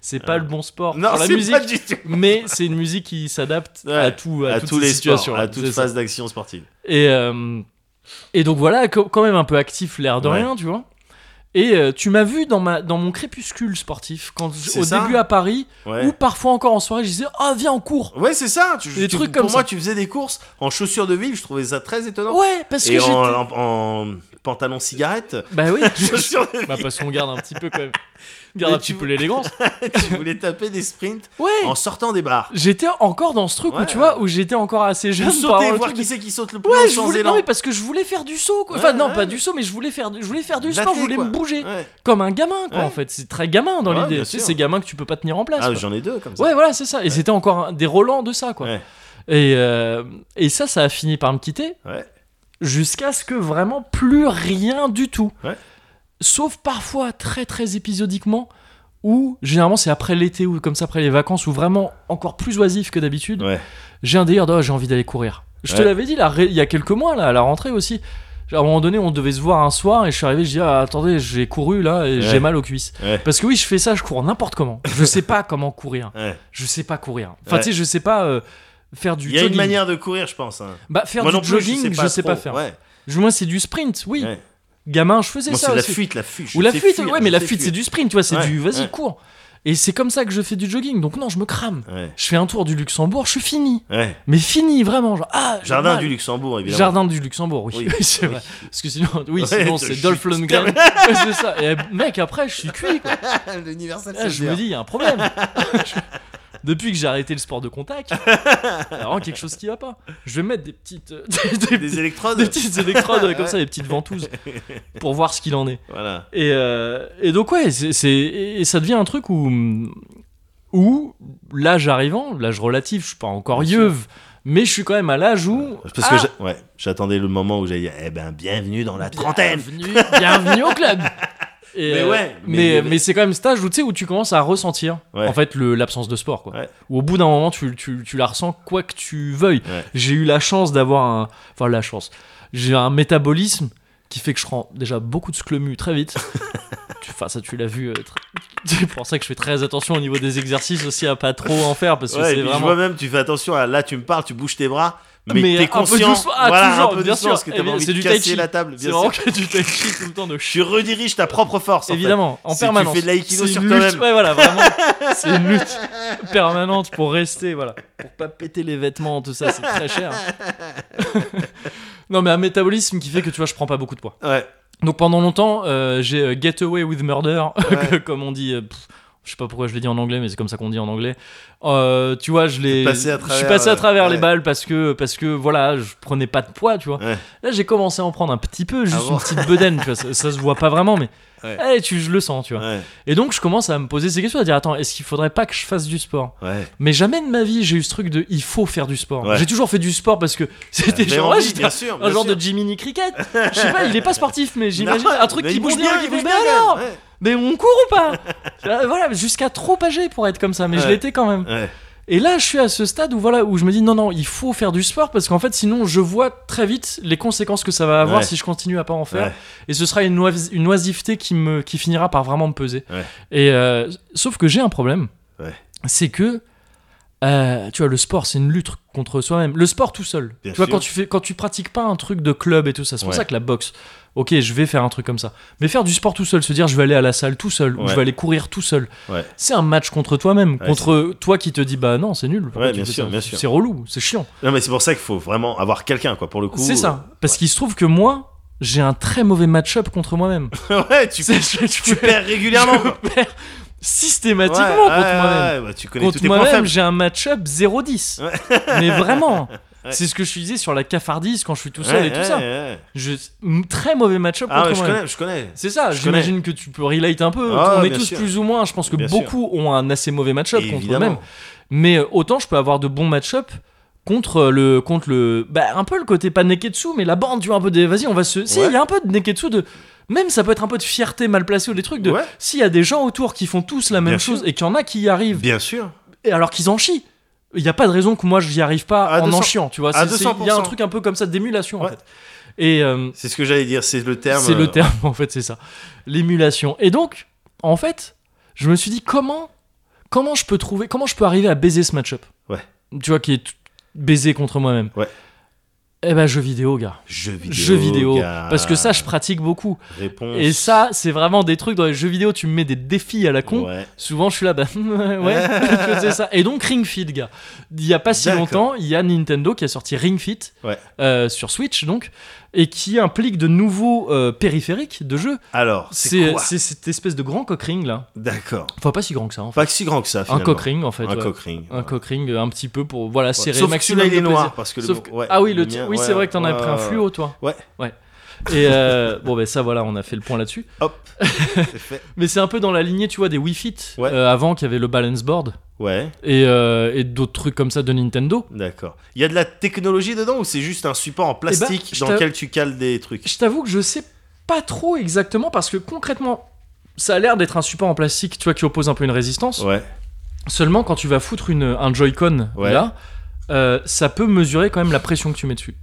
[SPEAKER 1] C'est pas le bon sport
[SPEAKER 2] Non,
[SPEAKER 1] pour la
[SPEAKER 2] c'est
[SPEAKER 1] musique,
[SPEAKER 2] pas du tout.
[SPEAKER 1] mais c'est une musique qui s'adapte
[SPEAKER 2] Ouais,
[SPEAKER 1] à, tout, à,
[SPEAKER 2] À
[SPEAKER 1] toutes
[SPEAKER 2] tous
[SPEAKER 1] les
[SPEAKER 2] les
[SPEAKER 1] situations.
[SPEAKER 2] sports, à
[SPEAKER 1] ouais,
[SPEAKER 2] toute
[SPEAKER 1] c'est ça.
[SPEAKER 2] phase d'action sportive.
[SPEAKER 1] Et, euh, et donc voilà, co- quand même un peu actif, l'air de
[SPEAKER 2] Ouais.
[SPEAKER 1] rien, tu vois. Et euh, tu m'as vu dans, ma, dans mon crépuscule sportif, quand,
[SPEAKER 2] C'est
[SPEAKER 1] au
[SPEAKER 2] ça.
[SPEAKER 1] début à Paris,
[SPEAKER 2] Ouais.
[SPEAKER 1] ou parfois encore en soirée, je disais Ah, viens, on court
[SPEAKER 2] Ouais, c'est ça. Tu,
[SPEAKER 1] Des
[SPEAKER 2] tu-
[SPEAKER 1] trucs
[SPEAKER 2] pour
[SPEAKER 1] comme
[SPEAKER 2] moi,
[SPEAKER 1] ça.
[SPEAKER 2] tu faisais des courses en chaussures de ville. Je trouvais ça très étonnant.
[SPEAKER 1] Ouais, parce que
[SPEAKER 2] Et en,
[SPEAKER 1] j'étais.
[SPEAKER 2] en- en pantalon cigarette.
[SPEAKER 1] Bah oui,
[SPEAKER 2] chaussures de
[SPEAKER 1] bah,
[SPEAKER 2] ville.
[SPEAKER 1] parce qu'on garde un petit peu quand même. On Garde
[SPEAKER 2] Mais
[SPEAKER 1] un petit
[SPEAKER 2] tu-
[SPEAKER 1] peu l'élégance.
[SPEAKER 2] tu voulais taper des sprints
[SPEAKER 1] Ouais,
[SPEAKER 2] en sortant des bars.
[SPEAKER 1] j'étais encore dans ce truc où
[SPEAKER 2] Ouais.
[SPEAKER 1] tu vois où j'étais encore assez
[SPEAKER 2] Je
[SPEAKER 1] jeune pour avoir
[SPEAKER 2] sautais
[SPEAKER 1] le
[SPEAKER 2] voir
[SPEAKER 1] truc
[SPEAKER 2] qui
[SPEAKER 1] de-
[SPEAKER 2] c'est qui saute le plus haut
[SPEAKER 1] ouais je
[SPEAKER 2] sans
[SPEAKER 1] voulais
[SPEAKER 2] élan.
[SPEAKER 1] non mais parce que je voulais faire du saut quoi enfin
[SPEAKER 2] Ouais,
[SPEAKER 1] non
[SPEAKER 2] ouais.
[SPEAKER 1] pas du saut mais je voulais faire du- je voulais faire du
[SPEAKER 2] Daté,
[SPEAKER 1] sport je voulais
[SPEAKER 2] quoi.
[SPEAKER 1] me bouger
[SPEAKER 2] Ouais.
[SPEAKER 1] comme un gamin quoi
[SPEAKER 2] Ouais.
[SPEAKER 1] en fait c'est très gamin dans
[SPEAKER 2] Ouais,
[SPEAKER 1] l'idée
[SPEAKER 2] bien
[SPEAKER 1] tu sais
[SPEAKER 2] sûr.
[SPEAKER 1] c'est gamin que tu peux pas tenir en place
[SPEAKER 2] Ah,
[SPEAKER 1] quoi.
[SPEAKER 2] j'en ai deux comme ça.
[SPEAKER 1] ouais voilà c'est ça et c'était encore un- des Roland de ça quoi
[SPEAKER 2] Ouais.
[SPEAKER 1] et euh, et ça ça a fini par me quitter
[SPEAKER 2] Ouais.
[SPEAKER 1] jusqu'à ce que vraiment plus rien du tout.
[SPEAKER 2] Ouais.
[SPEAKER 1] Sauf parfois très très épisodiquement où généralement c'est après l'été ou comme ça après les vacances ou vraiment encore plus oisif que d'habitude.
[SPEAKER 2] Ouais.
[SPEAKER 1] J'ai un délire de oh, j'ai envie d'aller courir. Je te
[SPEAKER 2] Ouais.
[SPEAKER 1] l'avais dit là, ré- il y a quelques mois là à la rentrée aussi. À un moment donné, on devait se voir un soir et je suis arrivé, je dis ah, attendez, j'ai couru là et
[SPEAKER 2] Ouais.
[SPEAKER 1] j'ai mal aux cuisses.
[SPEAKER 2] Ouais.
[SPEAKER 1] Parce que oui, je fais ça, je cours n'importe comment. Je sais pas comment courir.
[SPEAKER 2] Ouais.
[SPEAKER 1] Je sais pas courir. Enfin,
[SPEAKER 2] Ouais.
[SPEAKER 1] tu sais, je sais pas euh, faire du
[SPEAKER 2] Il y a une
[SPEAKER 1] jogging.
[SPEAKER 2] manière de courir, je pense. hein.
[SPEAKER 1] Bah, faire
[SPEAKER 2] Moi
[SPEAKER 1] du
[SPEAKER 2] non plus,
[SPEAKER 1] jogging,
[SPEAKER 2] je sais pas, trop.
[SPEAKER 1] faire.
[SPEAKER 2] Ouais.
[SPEAKER 1] Je- Moi, c'est du sprint, oui.
[SPEAKER 2] Ouais.
[SPEAKER 1] Gamin, je faisais
[SPEAKER 2] Moi,
[SPEAKER 1] ça
[SPEAKER 2] c'est la
[SPEAKER 1] aussi.
[SPEAKER 2] fuite, la fuite. je
[SPEAKER 1] Ou la
[SPEAKER 2] sais
[SPEAKER 1] fuite,
[SPEAKER 2] fuir,
[SPEAKER 1] ouais, mais
[SPEAKER 2] je
[SPEAKER 1] la
[SPEAKER 2] sais
[SPEAKER 1] fuite, c'est
[SPEAKER 2] fuir.
[SPEAKER 1] du sprint, tu vois, c'est
[SPEAKER 2] Ouais,
[SPEAKER 1] du vas-y,
[SPEAKER 2] ouais.
[SPEAKER 1] cours. Et c'est comme ça que je fais du jogging. Donc, non, je me crame.
[SPEAKER 2] Ouais.
[SPEAKER 1] Je fais un tour du Luxembourg, je suis fini.
[SPEAKER 2] Ouais.
[SPEAKER 1] Mais fini, vraiment. Genre, ah, j'ai
[SPEAKER 2] Jardin
[SPEAKER 1] mal.
[SPEAKER 2] du Luxembourg, évidemment.
[SPEAKER 1] Jardin du Luxembourg, oui.
[SPEAKER 2] Oui.
[SPEAKER 1] Oui, c'est
[SPEAKER 2] Oui.
[SPEAKER 1] vrai. Parce que sinon, oui,
[SPEAKER 2] Ouais,
[SPEAKER 1] sinon
[SPEAKER 2] je
[SPEAKER 1] c'est
[SPEAKER 2] suis-
[SPEAKER 1] Dolph Lundgren. Ouais, c'est ça. Et mec, après, je suis cuit, quoi.
[SPEAKER 2] L'universal
[SPEAKER 1] Là, Ah, je me dis, il y a un problème. Depuis que j'ai arrêté le sport de contact, il y a vraiment quelque chose qui va pas. Je vais mettre des petites, euh, des- des-
[SPEAKER 2] Des électrodes.
[SPEAKER 1] des petites électrodes euh, comme ça, des petites ventouses, pour voir ce qu'il en est.
[SPEAKER 2] Voilà.
[SPEAKER 1] Et, euh, et donc ouais, c'est c'est- et et ça devient un truc où où l'âge arrivant, l'âge relatif, je suis pas encore
[SPEAKER 2] Bien
[SPEAKER 1] vieux, mais je suis quand même à l'âge où
[SPEAKER 2] Parce que j'a- ouais, j'attendais le moment où j'allais dire Eh ben, bienvenue dans la trentaine
[SPEAKER 1] bienvenue, bienvenue au club. Et,
[SPEAKER 2] Mais
[SPEAKER 1] euh,
[SPEAKER 2] ouais,
[SPEAKER 1] mais,
[SPEAKER 2] mais-
[SPEAKER 1] mais c'est quand même stage où tu sais où tu commences à ressentir
[SPEAKER 2] Ouais.
[SPEAKER 1] en fait le- l'absence de sport quoi.
[SPEAKER 2] Ouais.
[SPEAKER 1] Où au bout d'un moment tu, tu, tu la ressens quoi que tu veuilles.
[SPEAKER 2] Ouais.
[SPEAKER 1] J'ai eu la chance d'avoir un enfin la chance. J'ai un métabolisme qui fait que je prends déjà beaucoup de sclemu très vite. Tu- Enfin ça tu l'as vu. euh, tr- C'est pour ça que je fais très attention au niveau des exercices aussi à pas trop en faire parce que
[SPEAKER 2] Ouais, et
[SPEAKER 1] c'est
[SPEAKER 2] puis je
[SPEAKER 1] vraiment Ah,
[SPEAKER 2] vois même, tu fais attention, à, là, tu me parles, tu bouges tes bras, mais,
[SPEAKER 1] Mais un
[SPEAKER 2] t'es
[SPEAKER 1] peu
[SPEAKER 2] conscient.
[SPEAKER 1] doucement. Ah,
[SPEAKER 2] voilà,
[SPEAKER 1] toujours,
[SPEAKER 2] un peu
[SPEAKER 1] bien
[SPEAKER 2] doucement,
[SPEAKER 1] sûr.
[SPEAKER 2] parce que
[SPEAKER 1] Eh bien,
[SPEAKER 2] t'avais envie
[SPEAKER 1] c'est
[SPEAKER 2] de
[SPEAKER 1] du tai
[SPEAKER 2] casser
[SPEAKER 1] chi.
[SPEAKER 2] la table,
[SPEAKER 1] c'est
[SPEAKER 2] bien
[SPEAKER 1] vraiment
[SPEAKER 2] sûr.
[SPEAKER 1] que du tai chi tout le temps de
[SPEAKER 2] Tu rediriges ta propre force, en fait.
[SPEAKER 1] Évidemment, en
[SPEAKER 2] Si tu
[SPEAKER 1] permanence.
[SPEAKER 2] fais de l'aïkido
[SPEAKER 1] C'est
[SPEAKER 2] sur
[SPEAKER 1] une lutte.
[SPEAKER 2] toi-même.
[SPEAKER 1] Ouais, voilà, vraiment. C'est une lutte permanente pour rester, voilà. Pour pas péter les vêtements, tout ça, c'est très cher. non, mais un métabolisme qui fait que tu vois, je prends pas beaucoup de poids.
[SPEAKER 2] Ouais,
[SPEAKER 1] Donc pendant longtemps, euh, j'ai euh, Get Away with Murder,
[SPEAKER 2] Ouais.
[SPEAKER 1] que, comme on dit. euh, pff, je sais pas pourquoi je l'ai dit en anglais, mais c'est comme ça qu'on dit en anglais. Euh, tu vois, je l'ai.
[SPEAKER 2] T'es passé
[SPEAKER 1] je
[SPEAKER 2] à
[SPEAKER 1] suis
[SPEAKER 2] travers,
[SPEAKER 1] passé à
[SPEAKER 2] euh,
[SPEAKER 1] travers les
[SPEAKER 2] ouais.
[SPEAKER 1] balles parce que, parce que voilà, je prenais pas de poids, tu vois.
[SPEAKER 2] ouais.
[SPEAKER 1] Là, j'ai commencé à en prendre un petit peu, juste
[SPEAKER 2] Ah bon
[SPEAKER 1] une petite bedaine, tu vois. Ça, ça se voit pas vraiment, mais
[SPEAKER 2] Ouais.
[SPEAKER 1] eh, tu, je le sens, tu vois.
[SPEAKER 2] Ouais,
[SPEAKER 1] Et donc, je commence à me poser ces questions, à dire attends, est-ce qu'il faudrait pas que je fasse du sport
[SPEAKER 2] ouais.
[SPEAKER 1] Mais jamais de ma vie, j'ai eu ce truc de il faut faire du sport.
[SPEAKER 2] Ouais.
[SPEAKER 1] J'ai toujours fait du sport parce que c'était
[SPEAKER 2] J'avais
[SPEAKER 1] genre,
[SPEAKER 2] envie,
[SPEAKER 1] ouais, j'étais
[SPEAKER 2] bien
[SPEAKER 1] un,
[SPEAKER 2] sûr,
[SPEAKER 1] un
[SPEAKER 2] bien
[SPEAKER 1] genre
[SPEAKER 2] sûr.
[SPEAKER 1] de Jiminy Cricket. Je sais pas, il est pas sportif, mais j'imagine
[SPEAKER 2] Non,
[SPEAKER 1] un truc
[SPEAKER 2] mais
[SPEAKER 1] qui
[SPEAKER 2] il bouge
[SPEAKER 1] bouge bien,
[SPEAKER 2] il
[SPEAKER 1] qui
[SPEAKER 2] bouge
[SPEAKER 1] bouge bien.
[SPEAKER 2] bien,
[SPEAKER 1] alors
[SPEAKER 2] ouais.
[SPEAKER 1] Mais on court ou pas Euh, Voilà, jusqu'à trop âgé pour être comme ça, mais je
[SPEAKER 2] Ouais.
[SPEAKER 1] l'étais quand même.
[SPEAKER 2] Ouais,
[SPEAKER 1] Et là, je suis à ce stade où voilà, où je me dis non, non, il faut faire du sport parce qu'en fait, sinon, je vois très vite les conséquences que ça va avoir
[SPEAKER 2] Ouais.
[SPEAKER 1] si je continue à pas en faire.
[SPEAKER 2] Ouais.
[SPEAKER 1] Et ce sera une, ois- une oisiveté qui me, qui finira par vraiment me peser.
[SPEAKER 2] Ouais.
[SPEAKER 1] Et euh, sauf que j'ai un problème,
[SPEAKER 2] Ouais.
[SPEAKER 1] c'est que euh, tu vois, le sport, c'est une lutte contre soi-même. Le sport tout seul.
[SPEAKER 2] Bien
[SPEAKER 1] tu vois,
[SPEAKER 2] sûr.
[SPEAKER 1] quand tu fais, quand tu pratiques pas un truc de club et tout ça, c'est pour
[SPEAKER 2] Ouais.
[SPEAKER 1] ça que la boxe. Ok, je vais faire un truc comme ça. Mais faire du sport tout seul, se dire je vais aller à la salle tout seul, ou je
[SPEAKER 2] Ouais.
[SPEAKER 1] vais aller courir tout seul,
[SPEAKER 2] ouais.
[SPEAKER 1] c'est un match contre toi-même,
[SPEAKER 2] Ouais,
[SPEAKER 1] contre toi qui te dis bah non, c'est nul. pourquoi
[SPEAKER 2] Ouais,
[SPEAKER 1] tu
[SPEAKER 2] bien
[SPEAKER 1] fais
[SPEAKER 2] sûr,
[SPEAKER 1] ça
[SPEAKER 2] bien sûr.
[SPEAKER 1] C'est relou, c'est chiant.
[SPEAKER 2] Non, mais c'est pour ça qu'il faut vraiment avoir quelqu'un, quoi, pour le coup. euh,
[SPEAKER 1] C'est ça. Parce qu'il se trouve que moi, j'ai un très mauvais match-up contre moi-même.
[SPEAKER 2] ouais, tu,
[SPEAKER 1] C'est- je- je
[SPEAKER 2] tu perds régulièrement, quoi.
[SPEAKER 1] je perds
[SPEAKER 2] Ouais,
[SPEAKER 1] systématiquement
[SPEAKER 2] ouais,
[SPEAKER 1] contre moi-même.
[SPEAKER 2] ouais, ouais, bah, tu connais tous
[SPEAKER 1] Contre
[SPEAKER 2] tes points
[SPEAKER 1] moi-même,
[SPEAKER 2] faibles.
[SPEAKER 1] j'ai un match-up 0-10. Mais vraiment.
[SPEAKER 2] Ouais.
[SPEAKER 1] C'est ce que je te disais sur la cafardise quand je suis tout
[SPEAKER 2] Ouais,
[SPEAKER 1] seul et tout
[SPEAKER 2] ouais,
[SPEAKER 1] ça.
[SPEAKER 2] ouais.
[SPEAKER 1] Je... m- Très mauvais match-up
[SPEAKER 2] Ah,
[SPEAKER 1] contre
[SPEAKER 2] ouais, je
[SPEAKER 1] moi-même.
[SPEAKER 2] connais, je connais.
[SPEAKER 1] C'est ça,
[SPEAKER 2] Je
[SPEAKER 1] j'imagine que tu peux relate un peu.
[SPEAKER 2] Ah,
[SPEAKER 1] on est
[SPEAKER 2] bien
[SPEAKER 1] tous
[SPEAKER 2] sûr.
[SPEAKER 1] plus ou moins, je pense que
[SPEAKER 2] Bien
[SPEAKER 1] beaucoup ont un assez mauvais match-up contre
[SPEAKER 2] Évidemment.
[SPEAKER 1] eux-mêmes. Mais euh, autant je peux avoir de bons match-up contre euh, le. contre le bah, un peu le côté pas Neketsu, mais la bande, tu vois, un peu des. Vas-y, on va se. Si, il
[SPEAKER 2] Ouais.
[SPEAKER 1] y a un peu de Neketsu de. Même ça peut être un peu de fierté mal placée ou des trucs de.
[SPEAKER 2] Ouais.
[SPEAKER 1] S'il y a des gens autour qui font tous la même
[SPEAKER 2] Bien
[SPEAKER 1] chose
[SPEAKER 2] sûr.
[SPEAKER 1] et qu'il y en a qui y arrivent,
[SPEAKER 2] Bien sûr.
[SPEAKER 1] et alors qu'ils en chient. Il n'y a pas de raison que moi j'y arrive pas
[SPEAKER 2] À
[SPEAKER 1] en en
[SPEAKER 2] 200.
[SPEAKER 1] chiant, tu vois.
[SPEAKER 2] À
[SPEAKER 1] C'est- c'est- Il y a un
[SPEAKER 2] 200%.
[SPEAKER 1] truc un peu comme ça d'émulation en
[SPEAKER 2] Ouais.
[SPEAKER 1] fait. Et. euh,
[SPEAKER 2] C'est ce que j'allais dire, c'est le terme.
[SPEAKER 1] c'est
[SPEAKER 2] euh,
[SPEAKER 1] le terme, en fait, c'est ça. L'émulation. Et donc, en fait, je me suis dit comment, comment je peux trouver, comment je peux arriver à baiser ce match-up.
[SPEAKER 2] Ouais.
[SPEAKER 1] Tu vois, qui est tout- baiser contre moi-même.
[SPEAKER 2] Ouais.
[SPEAKER 1] Eh ben, jeux vidéo, gars.
[SPEAKER 2] Jeux vidéo.
[SPEAKER 1] Jeux vidéo.
[SPEAKER 2] gars.
[SPEAKER 1] Parce que ça, je pratique beaucoup.
[SPEAKER 2] Réponse.
[SPEAKER 1] Et ça, c'est vraiment des trucs dans les jeux vidéo, tu me mets des défis à la con.
[SPEAKER 2] Ouais.
[SPEAKER 1] Souvent, je suis là, bah ouais, c'est ça. Et donc Ring Fit, gars. Il y a pas si
[SPEAKER 2] D'accord.
[SPEAKER 1] longtemps, il y a Nintendo qui a sorti Ring Fit
[SPEAKER 2] Ouais.
[SPEAKER 1] euh, sur Switch, donc, et qui implique de nouveaux euh, périphériques de jeu.
[SPEAKER 2] Alors, c'est
[SPEAKER 1] C'est
[SPEAKER 2] quoi
[SPEAKER 1] c'est cette espèce de grand cock ring là.
[SPEAKER 2] D'accord.
[SPEAKER 1] Enfin, pas si grand que ça en fait.
[SPEAKER 2] Pas si grand que ça,
[SPEAKER 1] Un
[SPEAKER 2] finalement.
[SPEAKER 1] cock ring en fait.
[SPEAKER 2] Un
[SPEAKER 1] ouais.
[SPEAKER 2] cock ring.
[SPEAKER 1] Un cock ring euh, un petit peu pour voilà,
[SPEAKER 2] Ouais.
[SPEAKER 1] serrer
[SPEAKER 2] Sauf que
[SPEAKER 1] maximum
[SPEAKER 2] celui-là, il
[SPEAKER 1] de
[SPEAKER 2] est noir.
[SPEAKER 1] plaisir.
[SPEAKER 2] Parce que le-
[SPEAKER 1] Sauf que-
[SPEAKER 2] ouais,
[SPEAKER 1] ah oui, le,
[SPEAKER 2] le
[SPEAKER 1] ti-
[SPEAKER 2] mien,
[SPEAKER 1] oui,
[SPEAKER 2] ouais,
[SPEAKER 1] c'est vrai que t'en as
[SPEAKER 2] ouais,
[SPEAKER 1] pris un
[SPEAKER 2] ouais,
[SPEAKER 1] fluo toi.
[SPEAKER 2] ouais.
[SPEAKER 1] Ouais. Et euh, bon ben ça voilà, on a fait le point là-dessus.
[SPEAKER 2] Hop. c'est fait.
[SPEAKER 1] Mais c'est un peu dans la lignée, tu vois, des Wii Fit
[SPEAKER 2] Ouais.
[SPEAKER 1] euh, avant qu'il y avait le balance board
[SPEAKER 2] Ouais,
[SPEAKER 1] et, euh, et d'autres trucs comme ça de Nintendo.
[SPEAKER 2] d'accord. Il y a de la technologie dedans ou c'est juste un support en plastique
[SPEAKER 1] Eh ben, je
[SPEAKER 2] dans
[SPEAKER 1] t'a-
[SPEAKER 2] lequel tu cales des trucs
[SPEAKER 1] Je t'avoue que je sais pas trop exactement parce que concrètement, ça a l'air d'être un support en plastique, tu vois, qui oppose un peu une résistance.
[SPEAKER 2] Ouais,
[SPEAKER 1] Seulement, quand tu vas foutre une, un Joy-Con
[SPEAKER 2] Ouais.
[SPEAKER 1] là, euh, ça peut mesurer quand même la pression que tu mets dessus.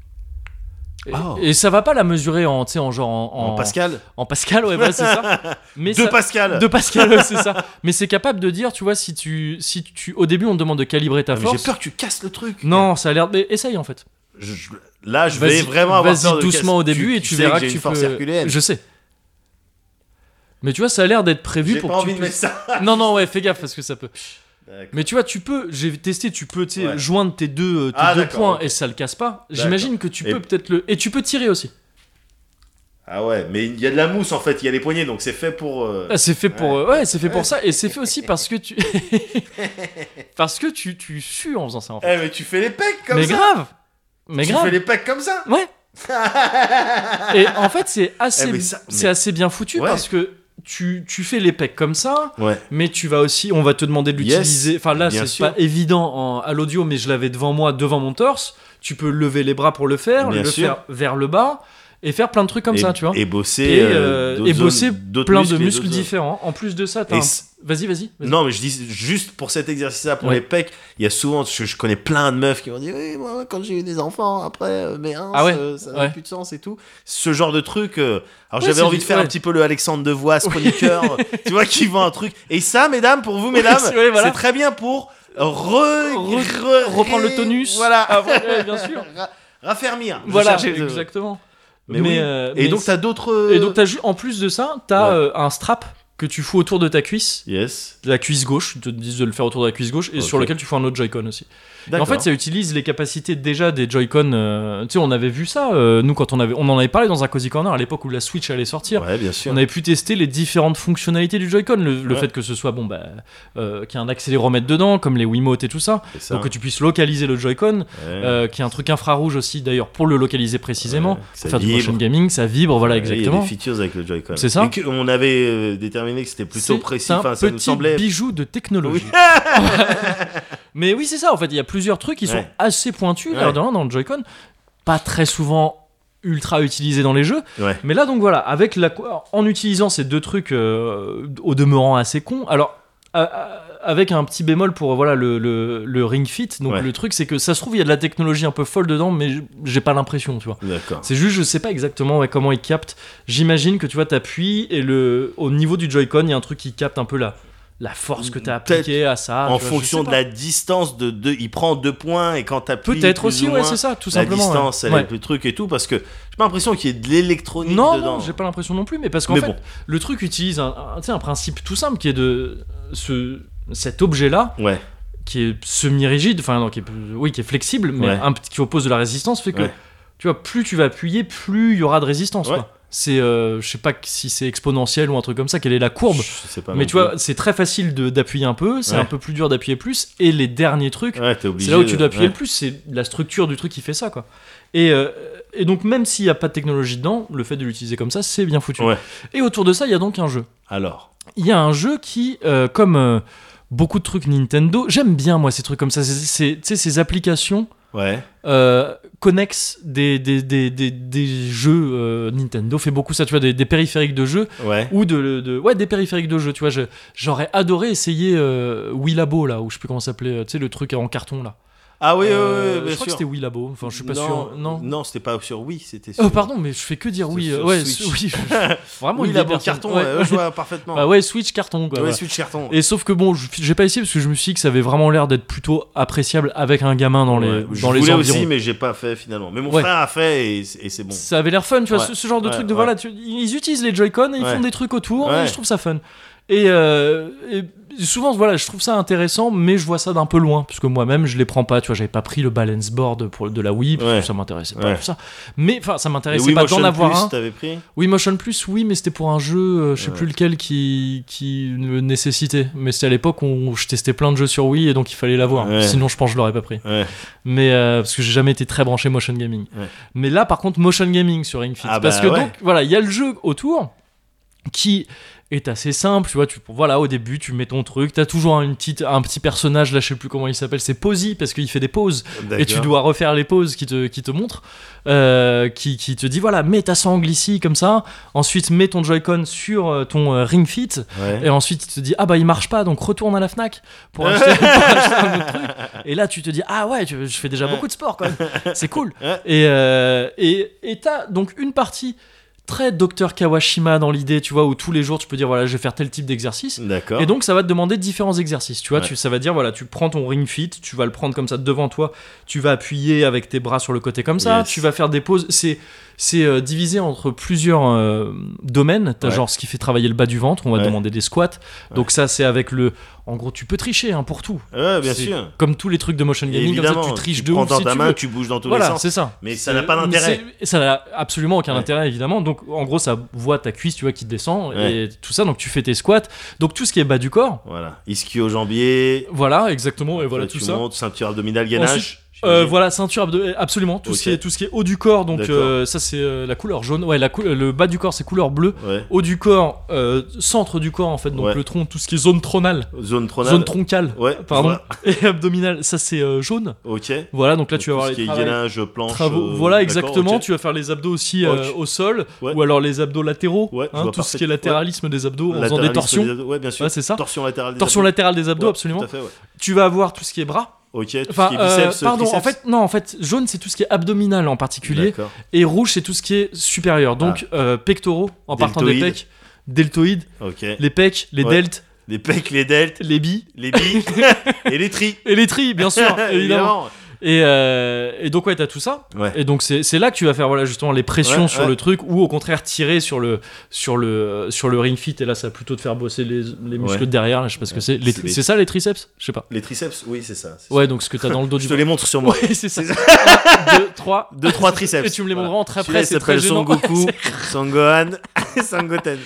[SPEAKER 1] Et,
[SPEAKER 2] Oh.
[SPEAKER 1] et ça va pas la mesurer en, tu sais, en genre en,
[SPEAKER 2] en, Pascal
[SPEAKER 1] en Pascal, ouais, voilà, c'est ça. Oh. Mais
[SPEAKER 2] Deux
[SPEAKER 1] ça-
[SPEAKER 2] Pascal
[SPEAKER 1] de Pascal, ouais, c'est ça. Mais c'est capable de dire, tu vois, si tu, si tu, au début on te demande de calibrer ta
[SPEAKER 2] Ah, mais J'ai
[SPEAKER 1] force.
[SPEAKER 2] peur que tu casses le truc.
[SPEAKER 1] Non, ça a l'air. mais Essaye en fait.
[SPEAKER 2] Je- je- là, je
[SPEAKER 1] Vas-y-
[SPEAKER 2] vais vraiment avoir
[SPEAKER 1] Vas-y
[SPEAKER 2] peur de
[SPEAKER 1] doucement
[SPEAKER 2] casser-
[SPEAKER 1] au début et tu,
[SPEAKER 2] sais
[SPEAKER 1] verras
[SPEAKER 2] j'ai
[SPEAKER 1] que tu
[SPEAKER 2] une force
[SPEAKER 1] peux.
[SPEAKER 2] herculéenne.
[SPEAKER 1] Je sais. Mais tu vois, ça a l'air d'être prévu
[SPEAKER 2] J'ai
[SPEAKER 1] pour
[SPEAKER 2] pas
[SPEAKER 1] que
[SPEAKER 2] envie
[SPEAKER 1] tu
[SPEAKER 2] de
[SPEAKER 1] puisses-
[SPEAKER 2] mettre ça.
[SPEAKER 1] Non, non, ouais, fais gaffe parce que ça peut.
[SPEAKER 2] D'accord.
[SPEAKER 1] Mais tu vois, tu peux, j'ai testé, tu peux tu sais,
[SPEAKER 2] Ouais.
[SPEAKER 1] joindre tes deux, euh, tes
[SPEAKER 2] Ah,
[SPEAKER 1] deux
[SPEAKER 2] d'accord,
[SPEAKER 1] points
[SPEAKER 2] ok.
[SPEAKER 1] et ça le casse pas.
[SPEAKER 2] D'accord.
[SPEAKER 1] J'imagine que tu peux
[SPEAKER 2] Et-
[SPEAKER 1] peut-être le. Et tu peux tirer aussi.
[SPEAKER 2] Ah ouais, mais il y a de la mousse en fait, il y a les poignées donc c'est fait pour. euh,
[SPEAKER 1] Ah, c'est fait pour.
[SPEAKER 2] Ouais.
[SPEAKER 1] euh, Ouais, c'est fait pour ça et c'est fait aussi parce que tu. parce que tu, tu sues en faisant ça en fait.
[SPEAKER 2] Eh, mais tu fais les pecs comme
[SPEAKER 1] Mais
[SPEAKER 2] ça
[SPEAKER 1] grave Mais
[SPEAKER 2] Tu
[SPEAKER 1] grave
[SPEAKER 2] fais les pecs comme ça
[SPEAKER 1] Ouais Et en fait, c'est assez,
[SPEAKER 2] Eh, mais ça-
[SPEAKER 1] c'est
[SPEAKER 2] mais-
[SPEAKER 1] assez bien foutu
[SPEAKER 2] Ouais.
[SPEAKER 1] parce que. Tu, tu fais les pecs comme ça,
[SPEAKER 2] Ouais,
[SPEAKER 1] mais tu vas aussi, on va te demander de
[SPEAKER 2] Yes,
[SPEAKER 1] l'utiliser. enfin là,
[SPEAKER 2] bien
[SPEAKER 1] c'est
[SPEAKER 2] sûr.
[SPEAKER 1] pas évident en- à l'audio, mais je l'avais devant moi, devant mon torse. Tu peux lever les bras pour le faire,
[SPEAKER 2] Bien
[SPEAKER 1] le
[SPEAKER 2] sûr.
[SPEAKER 1] faire vers le bas et faire plein de trucs comme
[SPEAKER 2] et,
[SPEAKER 1] ça, tu vois.
[SPEAKER 2] Et bosser.
[SPEAKER 1] Et,
[SPEAKER 2] euh,
[SPEAKER 1] euh,
[SPEAKER 2] d'autres
[SPEAKER 1] et bosser
[SPEAKER 2] zones- d'autres
[SPEAKER 1] plein
[SPEAKER 2] muscles
[SPEAKER 1] de
[SPEAKER 2] et
[SPEAKER 1] muscles
[SPEAKER 2] d'autres zones.
[SPEAKER 1] différents. En plus de ça, t'as
[SPEAKER 2] Et
[SPEAKER 1] un-
[SPEAKER 2] c-
[SPEAKER 1] vas-y, vas-y. vas-y.
[SPEAKER 2] Non, mais je dis juste pour cet exercice-là, pour
[SPEAKER 1] Ouais.
[SPEAKER 2] les pecs, il y a souvent, je, je connais plein de meufs qui m'ont dit Oui, moi, quand j'ai eu des enfants, après, euh, mes uns,
[SPEAKER 1] Ah ouais,
[SPEAKER 2] euh, ça n'a
[SPEAKER 1] ouais.
[SPEAKER 2] plus de sens et tout. Ce genre de truc. euh, alors,
[SPEAKER 1] Ouais,
[SPEAKER 2] j'avais
[SPEAKER 1] c'est
[SPEAKER 2] envie
[SPEAKER 1] du-
[SPEAKER 2] de faire
[SPEAKER 1] ouais.
[SPEAKER 2] un petit peu le Alexandre Devois, chroniqueur, tu vois, qui vend un truc. Et ça, mesdames, pour vous, mesdames,
[SPEAKER 1] c'est- ouais, voilà.
[SPEAKER 2] c'est très bien pour re,
[SPEAKER 1] Re-
[SPEAKER 2] re-
[SPEAKER 1] reprendre le tonus.
[SPEAKER 2] Voilà,
[SPEAKER 1] Ah, ouais, ouais, bien sûr.
[SPEAKER 2] ra- raffermir. Je
[SPEAKER 1] Voilà,
[SPEAKER 2] cherchais le-
[SPEAKER 1] exactement.
[SPEAKER 2] Mais oui.
[SPEAKER 1] euh,
[SPEAKER 2] Et
[SPEAKER 1] mais
[SPEAKER 2] donc,
[SPEAKER 1] c'est-
[SPEAKER 2] t'as d'autres.
[SPEAKER 1] et donc, t'as ju- en plus de ça, t'as
[SPEAKER 2] Ouais.
[SPEAKER 1] euh, un strap que tu fous autour de ta cuisse,
[SPEAKER 2] Yes.
[SPEAKER 1] de la cuisse gauche. Ils te disent de le faire autour de la cuisse gauche et sur
[SPEAKER 2] Ok.
[SPEAKER 1] lequel tu fous un autre Joy-Con aussi. Et en
[SPEAKER 2] D'accord.
[SPEAKER 1] fait, ça utilise les capacités déjà des Joy-Con. euh, tu sais, on avait vu ça, euh, nous, quand on, avait, on en avait parlé dans un Cozy Corner à l'époque où la Switch allait sortir.
[SPEAKER 2] Ouais, bien sûr.
[SPEAKER 1] On avait pu tester les différentes fonctionnalités du Joy-Con, le, le
[SPEAKER 2] Ouais.
[SPEAKER 1] fait que ce soit bon, bah, euh, qu'il y a un accéléromètre dedans, comme les Wiimote et tout ça,
[SPEAKER 2] C'est ça.
[SPEAKER 1] donc que tu puisses localiser le Joy-Con,
[SPEAKER 2] Ouais.
[SPEAKER 1] euh, qu'il y a un truc infrarouge aussi d'ailleurs pour le localiser précisément,
[SPEAKER 2] Ouais,
[SPEAKER 1] pour
[SPEAKER 2] ça
[SPEAKER 1] faire du
[SPEAKER 2] vibre.
[SPEAKER 1] motion gaming, ça vibre, voilà
[SPEAKER 2] Ouais, Il y a
[SPEAKER 1] exactement.
[SPEAKER 2] des features avec le Joy-Con.
[SPEAKER 1] C'est ça.
[SPEAKER 2] Et que- on avait euh, déterminé que c'était plutôt
[SPEAKER 1] C'est
[SPEAKER 2] précis.
[SPEAKER 1] un
[SPEAKER 2] Enfin, ça nous
[SPEAKER 1] petit
[SPEAKER 2] semblait.
[SPEAKER 1] bijou de technologie. Mais oui, c'est ça. En fait, il y a plusieurs trucs qui sont
[SPEAKER 2] Ouais.
[SPEAKER 1] assez pointus
[SPEAKER 2] Ouais.
[SPEAKER 1] l'air de rien, dans le Joy-Con, pas très souvent ultra utilisés dans les jeux.
[SPEAKER 2] Ouais.
[SPEAKER 1] Mais là, donc voilà, avec la, en utilisant ces deux trucs euh, au demeurant assez cons, alors à- à- avec un petit bémol pour euh, voilà le, le- le Ring Fit. Donc
[SPEAKER 2] Ouais.
[SPEAKER 1] le truc, c'est que ça se trouve il y a de la technologie un peu folle dedans, mais j- j'ai pas l'impression, tu vois.
[SPEAKER 2] D'accord.
[SPEAKER 1] C'est juste, je sais pas exactement ouais, comment il capte. J'imagine que tu vois, t'appuies et le, au niveau du Joy-Con, il y a un truc qui capte un peu la, la force que t'as
[SPEAKER 2] Peut-être
[SPEAKER 1] appliquée à ça.
[SPEAKER 2] en
[SPEAKER 1] tu vois,
[SPEAKER 2] fonction
[SPEAKER 1] je
[SPEAKER 2] de
[SPEAKER 1] sais pas.
[SPEAKER 2] la distance de deux, il prend deux points et quand t'appuies.
[SPEAKER 1] Peut-être
[SPEAKER 2] plus
[SPEAKER 1] aussi,
[SPEAKER 2] ou
[SPEAKER 1] ouais,
[SPEAKER 2] moins,
[SPEAKER 1] c'est ça, tout
[SPEAKER 2] La
[SPEAKER 1] simplement. ouais.
[SPEAKER 2] distance, elle
[SPEAKER 1] Ouais.
[SPEAKER 2] est plus truc et tout parce que j'ai pas l'impression qu'il y ait de l'électronique
[SPEAKER 1] Non,
[SPEAKER 2] dedans.
[SPEAKER 1] non, j'ai pas l'impression non plus, mais parce qu'en
[SPEAKER 2] Mais
[SPEAKER 1] fait,
[SPEAKER 2] bon.
[SPEAKER 1] le truc utilise un, un- tu sais, un principe tout simple qui est de ce, cet objet-là,
[SPEAKER 2] Ouais.
[SPEAKER 1] qui est semi-rigide, enfin, non, qui est, oui, qui est flexible, mais
[SPEAKER 2] Ouais.
[SPEAKER 1] un, qui oppose de la résistance, fait que,
[SPEAKER 2] Ouais.
[SPEAKER 1] tu vois, plus tu vas appuyer, plus il y aura de résistance.
[SPEAKER 2] Ouais,
[SPEAKER 1] quoi. c'est, euh, je sais pas si c'est exponentiel ou un truc comme ça, quelle est la courbe.
[SPEAKER 2] Je sais pas
[SPEAKER 1] mais
[SPEAKER 2] non
[SPEAKER 1] tu
[SPEAKER 2] plus.
[SPEAKER 1] vois, c'est très facile de- d'appuyer un peu, c'est
[SPEAKER 2] Ouais.
[SPEAKER 1] un peu plus dur d'appuyer plus. Et les derniers trucs,
[SPEAKER 2] Ouais, t'es obligé
[SPEAKER 1] c'est là où tu
[SPEAKER 2] de-
[SPEAKER 1] dois appuyer
[SPEAKER 2] ouais.
[SPEAKER 1] le plus, c'est la structure du truc qui fait ça, quoi. Et, euh, et donc, même s'il n'y a pas de technologie dedans, le fait de l'utiliser comme ça, c'est bien foutu.
[SPEAKER 2] Ouais.
[SPEAKER 1] Et autour de ça, il y a donc un jeu.
[SPEAKER 2] Alors,
[SPEAKER 1] Il y a un jeu qui, euh, comme euh, beaucoup de trucs Nintendo, j'aime bien, moi, ces trucs comme ça. C'est- c'est- Tu sais, ces applications
[SPEAKER 2] ouais.
[SPEAKER 1] euh, connexes des, des, des, des, des jeux euh, Nintendo. Fait beaucoup ça, tu vois, des, des périphériques de jeux
[SPEAKER 2] Ouais.
[SPEAKER 1] ou de, de- ouais des périphériques de jeu tu vois je- j'aurais adoré essayer euh, Willabo là ou je sais plus comment ça s'appelait euh, tu sais le truc en carton là
[SPEAKER 2] Ah oui, oui,
[SPEAKER 1] Euh,
[SPEAKER 2] oui,
[SPEAKER 1] je
[SPEAKER 2] bien
[SPEAKER 1] crois que
[SPEAKER 2] sûr.
[SPEAKER 1] c'était Willabo enfin je suis pas
[SPEAKER 2] non,
[SPEAKER 1] sûr non
[SPEAKER 2] Non, c'était pas sur Wii, c'était sur.
[SPEAKER 1] oh pardon mais je fais que dire
[SPEAKER 2] C'est
[SPEAKER 1] oui
[SPEAKER 2] sur
[SPEAKER 1] euh, ouais
[SPEAKER 2] Switch.
[SPEAKER 1] su- oui je- vraiment
[SPEAKER 2] Oui,
[SPEAKER 1] une
[SPEAKER 2] la
[SPEAKER 1] vieille personne.
[SPEAKER 2] banque carton,
[SPEAKER 1] Ouais,
[SPEAKER 2] ouais,
[SPEAKER 1] ouais.
[SPEAKER 2] je vois parfaitement.
[SPEAKER 1] Bah ouais Switch carton quoi
[SPEAKER 2] Ouais,
[SPEAKER 1] voilà.
[SPEAKER 2] Switch carton.
[SPEAKER 1] et sauf que bon je- j'ai pas essayé parce que je me suis dit que ça avait vraiment l'air d'être plutôt appréciable avec un gamin dans les
[SPEAKER 2] Ouais, je
[SPEAKER 1] dans les
[SPEAKER 2] voulais
[SPEAKER 1] environs
[SPEAKER 2] aussi, mais j'ai pas fait finalement. Mais mon
[SPEAKER 1] Ouais.
[SPEAKER 2] frère a fait et, et c'est bon.
[SPEAKER 1] ça avait l'air fun, tu vois,
[SPEAKER 2] Ouais,
[SPEAKER 1] ce, ce genre de
[SPEAKER 2] ouais,
[SPEAKER 1] truc de
[SPEAKER 2] ouais.
[SPEAKER 1] voilà, tu- ils utilisent les Joy-Con et ils
[SPEAKER 2] Ouais.
[SPEAKER 1] font des trucs autour, et
[SPEAKER 2] Ouais.
[SPEAKER 1] je trouve ça fun. Et, euh, et souvent, voilà, je trouve ça intéressant, mais je vois ça d'un peu loin, parce que moi-même, je les prends pas, tu vois, j'avais pas pris le balance board pour, de la Wii, parce
[SPEAKER 2] Ouais.
[SPEAKER 1] que ça m'intéressait pas,
[SPEAKER 2] Ouais.
[SPEAKER 1] tout ça. Mais, enfin, ça
[SPEAKER 2] Et
[SPEAKER 1] m'intéressait
[SPEAKER 2] Wii
[SPEAKER 1] pas d'en
[SPEAKER 2] Motion
[SPEAKER 1] avoir
[SPEAKER 2] Plus,
[SPEAKER 1] un.
[SPEAKER 2] t'avais pris
[SPEAKER 1] Wii Motion Plus, oui, mais c'était pour un jeu, euh, je sais
[SPEAKER 2] Ouais.
[SPEAKER 1] plus lequel, qui, qui le nécessitait. Mais c'était à l'époque où je testais plein de jeux sur Wii, et donc il fallait l'avoir.
[SPEAKER 2] Ouais.
[SPEAKER 1] Sinon, je pense que je l'aurais pas pris
[SPEAKER 2] Ouais.
[SPEAKER 1] mais euh, parce que j'ai jamais été très branché motion gaming.
[SPEAKER 2] Ouais.
[SPEAKER 1] Mais là, par contre, motion gaming sur Ring Fit,
[SPEAKER 2] Ah
[SPEAKER 1] parce
[SPEAKER 2] bah
[SPEAKER 1] que
[SPEAKER 2] ouais.
[SPEAKER 1] donc voilà, il y a le jeu autour qui est assez simple, tu vois, tu voilà, au début, tu mets ton truc, t'as toujours une petite, un petit personnage, là, je sais plus comment il s'appelle, c'est Posy parce qu'il fait des pauses et tu
[SPEAKER 2] D'accord.
[SPEAKER 1] dois refaire les pauses qui te, qui te montrent, euh, qui, qui te dit voilà, mets ta sangle ici comme ça, ensuite mets ton Joy-Con sur euh, ton euh, Ring Fit,
[SPEAKER 2] Ouais.
[SPEAKER 1] et ensuite, il te dit, ah bah il marche pas, donc retourne à la Fnac pour acheter, pour acheter un autre truc. Et là, tu te dis, ah ouais, tu- je fais déjà beaucoup de sport quand même. C'est cool.
[SPEAKER 2] Ouais.
[SPEAKER 1] Et euh, et et t'as donc une partie très docteur Kawashima dans l'idée, tu vois, où tous les jours, tu peux dire, voilà, je vais faire tel type d'exercice.
[SPEAKER 2] D'accord.
[SPEAKER 1] Et donc ça va te demander différents exercices. Tu vois,
[SPEAKER 2] Ouais.
[SPEAKER 1] tu, ça va dire voilà, tu prends ton ring fit, tu vas le prendre comme ça devant toi, tu vas appuyer avec tes bras sur le côté comme ça,
[SPEAKER 2] Yes.
[SPEAKER 1] tu vas faire des pauses. C'est c'est euh, divisé entre plusieurs euh, domaines. T'as
[SPEAKER 2] Ouais.
[SPEAKER 1] genre ce qui fait travailler le bas du ventre, on va
[SPEAKER 2] Ouais.
[SPEAKER 1] demander des squats. Donc ça c'est avec le. En gros, tu peux tricher hein, pour tout.
[SPEAKER 2] Ouais, Ah, bien
[SPEAKER 1] C'est
[SPEAKER 2] sûr.
[SPEAKER 1] Comme tous les trucs de motion
[SPEAKER 2] Et
[SPEAKER 1] gaming, comme ça,
[SPEAKER 2] Évidemment,
[SPEAKER 1] tu triches de
[SPEAKER 2] prends
[SPEAKER 1] ouf
[SPEAKER 2] dans
[SPEAKER 1] si
[SPEAKER 2] ta
[SPEAKER 1] tu
[SPEAKER 2] main,
[SPEAKER 1] veux.
[SPEAKER 2] tu bouges dans tous les
[SPEAKER 1] Voilà,
[SPEAKER 2] sens.
[SPEAKER 1] c'est ça.
[SPEAKER 2] Mais
[SPEAKER 1] C'est-
[SPEAKER 2] ça n'a pas d'intérêt.
[SPEAKER 1] mais c'est- Ça n'a absolument aucun
[SPEAKER 2] Ouais.
[SPEAKER 1] intérêt, évidemment. Donc, en gros, ça voit ta cuisse, tu vois, qui te descend
[SPEAKER 2] Ouais.
[SPEAKER 1] et tout ça. Donc, tu fais tes squats. Donc, tout ce qui est bas du corps,
[SPEAKER 2] Voilà. Ischio jambier.
[SPEAKER 1] voilà, exactement, et voilà
[SPEAKER 2] Après,
[SPEAKER 1] tout
[SPEAKER 2] tu
[SPEAKER 1] ça.
[SPEAKER 2] montes, ceinture abdominale, gainage.
[SPEAKER 1] Ensuite, Euh, voilà, ceinture, abdo- absolument, tout, ce
[SPEAKER 2] Ok.
[SPEAKER 1] qui est, tout ce qui est haut du corps, donc
[SPEAKER 2] D'accord.
[SPEAKER 1] euh, ça c'est euh, la couleur jaune, ouais, la cou- euh, le bas du corps c'est couleur bleue,
[SPEAKER 2] Ouais.
[SPEAKER 1] haut du corps, euh, centre du corps en fait, donc
[SPEAKER 2] Ouais.
[SPEAKER 1] le tronc, tout ce qui est zone tronale,
[SPEAKER 2] Zone tronale.
[SPEAKER 1] zone troncale,
[SPEAKER 2] Ouais.
[SPEAKER 1] pardon,
[SPEAKER 2] voilà.
[SPEAKER 1] et abdominale, ça c'est euh, jaune,
[SPEAKER 2] Ok.
[SPEAKER 1] voilà, donc là tu vas
[SPEAKER 2] Tout
[SPEAKER 1] avoir
[SPEAKER 2] ce
[SPEAKER 1] les
[SPEAKER 2] qui est
[SPEAKER 1] travails-
[SPEAKER 2] gainage, planche.
[SPEAKER 1] travaux,
[SPEAKER 2] euh,
[SPEAKER 1] voilà
[SPEAKER 2] d'accord,
[SPEAKER 1] exactement,
[SPEAKER 2] ok.
[SPEAKER 1] tu vas faire les abdos aussi euh,
[SPEAKER 2] Ok.
[SPEAKER 1] au sol,
[SPEAKER 2] Ouais.
[SPEAKER 1] ou alors les abdos latéraux,
[SPEAKER 2] Ouais, je
[SPEAKER 1] hein,
[SPEAKER 2] vois
[SPEAKER 1] tout ce
[SPEAKER 2] parfait.
[SPEAKER 1] qui est latéralisme des abdos en faisant des
[SPEAKER 2] Latéralisme
[SPEAKER 1] torsions,
[SPEAKER 2] abdos. Ouais, bien sûr.
[SPEAKER 1] Ouais, c'est ça.
[SPEAKER 2] Torsion latérale. des
[SPEAKER 1] torsion
[SPEAKER 2] abdos.
[SPEAKER 1] latérale des abdos
[SPEAKER 2] Ouais,
[SPEAKER 1] absolument,
[SPEAKER 2] Tout à fait, ouais.
[SPEAKER 1] tu vas avoir tout ce qui est bras,
[SPEAKER 2] Ok, tout
[SPEAKER 1] Enfin,
[SPEAKER 2] ce qui est biceps,
[SPEAKER 1] euh, pardon,
[SPEAKER 2] triceps.
[SPEAKER 1] en fait, non, en fait, jaune c'est tout ce qui est abdominal en particulier,
[SPEAKER 2] D'accord. Ah.
[SPEAKER 1] et rouge c'est tout ce qui est supérieur, donc euh, pectoraux en partant des
[SPEAKER 2] Deltoïdes.
[SPEAKER 1] pecs, deltoïdes,
[SPEAKER 2] Ok.
[SPEAKER 1] les pecs, les
[SPEAKER 2] Ouais.
[SPEAKER 1] deltes,
[SPEAKER 2] Les pecs, les deltes,
[SPEAKER 1] les billes
[SPEAKER 2] les billes et les tris.
[SPEAKER 1] et les tris, bien sûr, évidemment. Et, euh, et donc ouais, t'as tout ça.
[SPEAKER 2] Ouais.
[SPEAKER 1] Et donc c'est c'est là que tu vas faire voilà justement les pressions
[SPEAKER 2] Ouais,
[SPEAKER 1] sur
[SPEAKER 2] ouais.
[SPEAKER 1] le truc ou au contraire tirer sur le sur le sur le ring fit et là ça va plutôt te faire bosser les, les muscles
[SPEAKER 2] Ouais.
[SPEAKER 1] de derrière, là, je sais pas ce que
[SPEAKER 2] Ouais.
[SPEAKER 1] c'est. Les-
[SPEAKER 2] C'est des-
[SPEAKER 1] C'est ça les triceps Je sais pas.
[SPEAKER 2] Les triceps, oui, c'est ça. c'est ça.
[SPEAKER 1] Ouais, donc ce que t'as dans le dos du
[SPEAKER 2] Je te les montre sur moi.
[SPEAKER 1] Ouais, c'est ça. 1, 2, 3,
[SPEAKER 2] 2 trois triceps.
[SPEAKER 1] Et tu me les
[SPEAKER 2] Voilà.
[SPEAKER 1] montreras en très près,
[SPEAKER 2] Celui-là, il
[SPEAKER 1] c'est très
[SPEAKER 2] s'appelle
[SPEAKER 1] gênant.
[SPEAKER 2] Son Goku, Son Gohan, Son Goten.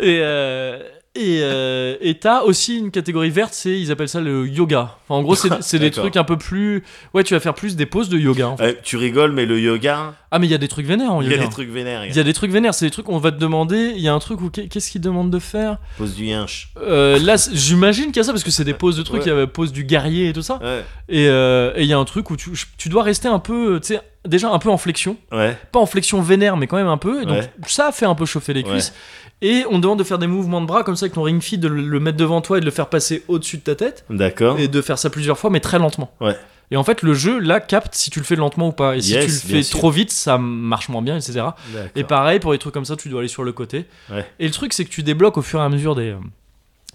[SPEAKER 1] Et euh, et euh, et t'as aussi une catégorie verte, c'est ils appellent ça le yoga. Enfin, en gros, c'est c'est des
[SPEAKER 2] D'accord.
[SPEAKER 1] trucs un peu plus. Ouais, tu vas faire plus des poses de yoga. en fait.
[SPEAKER 2] Ouais, tu rigoles, mais le yoga,
[SPEAKER 1] Ah, mais il y a des trucs vénères en
[SPEAKER 2] il y a
[SPEAKER 1] yoga.
[SPEAKER 2] des trucs vénères.
[SPEAKER 1] Il
[SPEAKER 2] regarde.
[SPEAKER 1] y a des trucs vénères, c'est des trucs qu'on va te demander. Il y a un truc où qu'est- qu'est-ce qu'ils demandent de faire
[SPEAKER 2] Pose du hinch.
[SPEAKER 1] Euh, Là, c'est- j'imagine qu'il y a ça parce que c'est des poses de trucs.
[SPEAKER 2] Ouais.
[SPEAKER 1] Il y a la pose du guerrier et tout ça.
[SPEAKER 2] Ouais.
[SPEAKER 1] Et euh, et il y a un truc où tu, tu dois rester un peu, tu sais, déjà un peu en flexion.
[SPEAKER 2] Ouais.
[SPEAKER 1] pas en flexion vénère, mais quand même un peu. Et donc,
[SPEAKER 2] Ouais.
[SPEAKER 1] ça fait un peu chauffer les
[SPEAKER 2] Ouais.
[SPEAKER 1] cuisses. Et on demande de faire des mouvements de bras comme ça, avec ton ring fit, de le- le mettre devant toi et de le faire passer au-dessus de ta tête.
[SPEAKER 2] D'accord.
[SPEAKER 1] Et de faire ça plusieurs fois, mais très lentement.
[SPEAKER 2] Hein Ouais.
[SPEAKER 1] Et en fait, le jeu, là, capte si tu le fais lentement ou pas. Et si
[SPEAKER 2] Yes,
[SPEAKER 1] tu le
[SPEAKER 2] bien
[SPEAKER 1] fais
[SPEAKER 2] sûr.
[SPEAKER 1] trop vite, ça marche moins bien, etc.
[SPEAKER 2] D'accord.
[SPEAKER 1] Et pareil, pour les trucs comme ça, tu dois aller sur le côté.
[SPEAKER 2] Ouais.
[SPEAKER 1] Et le truc, c'est que tu débloques au fur et à mesure des, euh,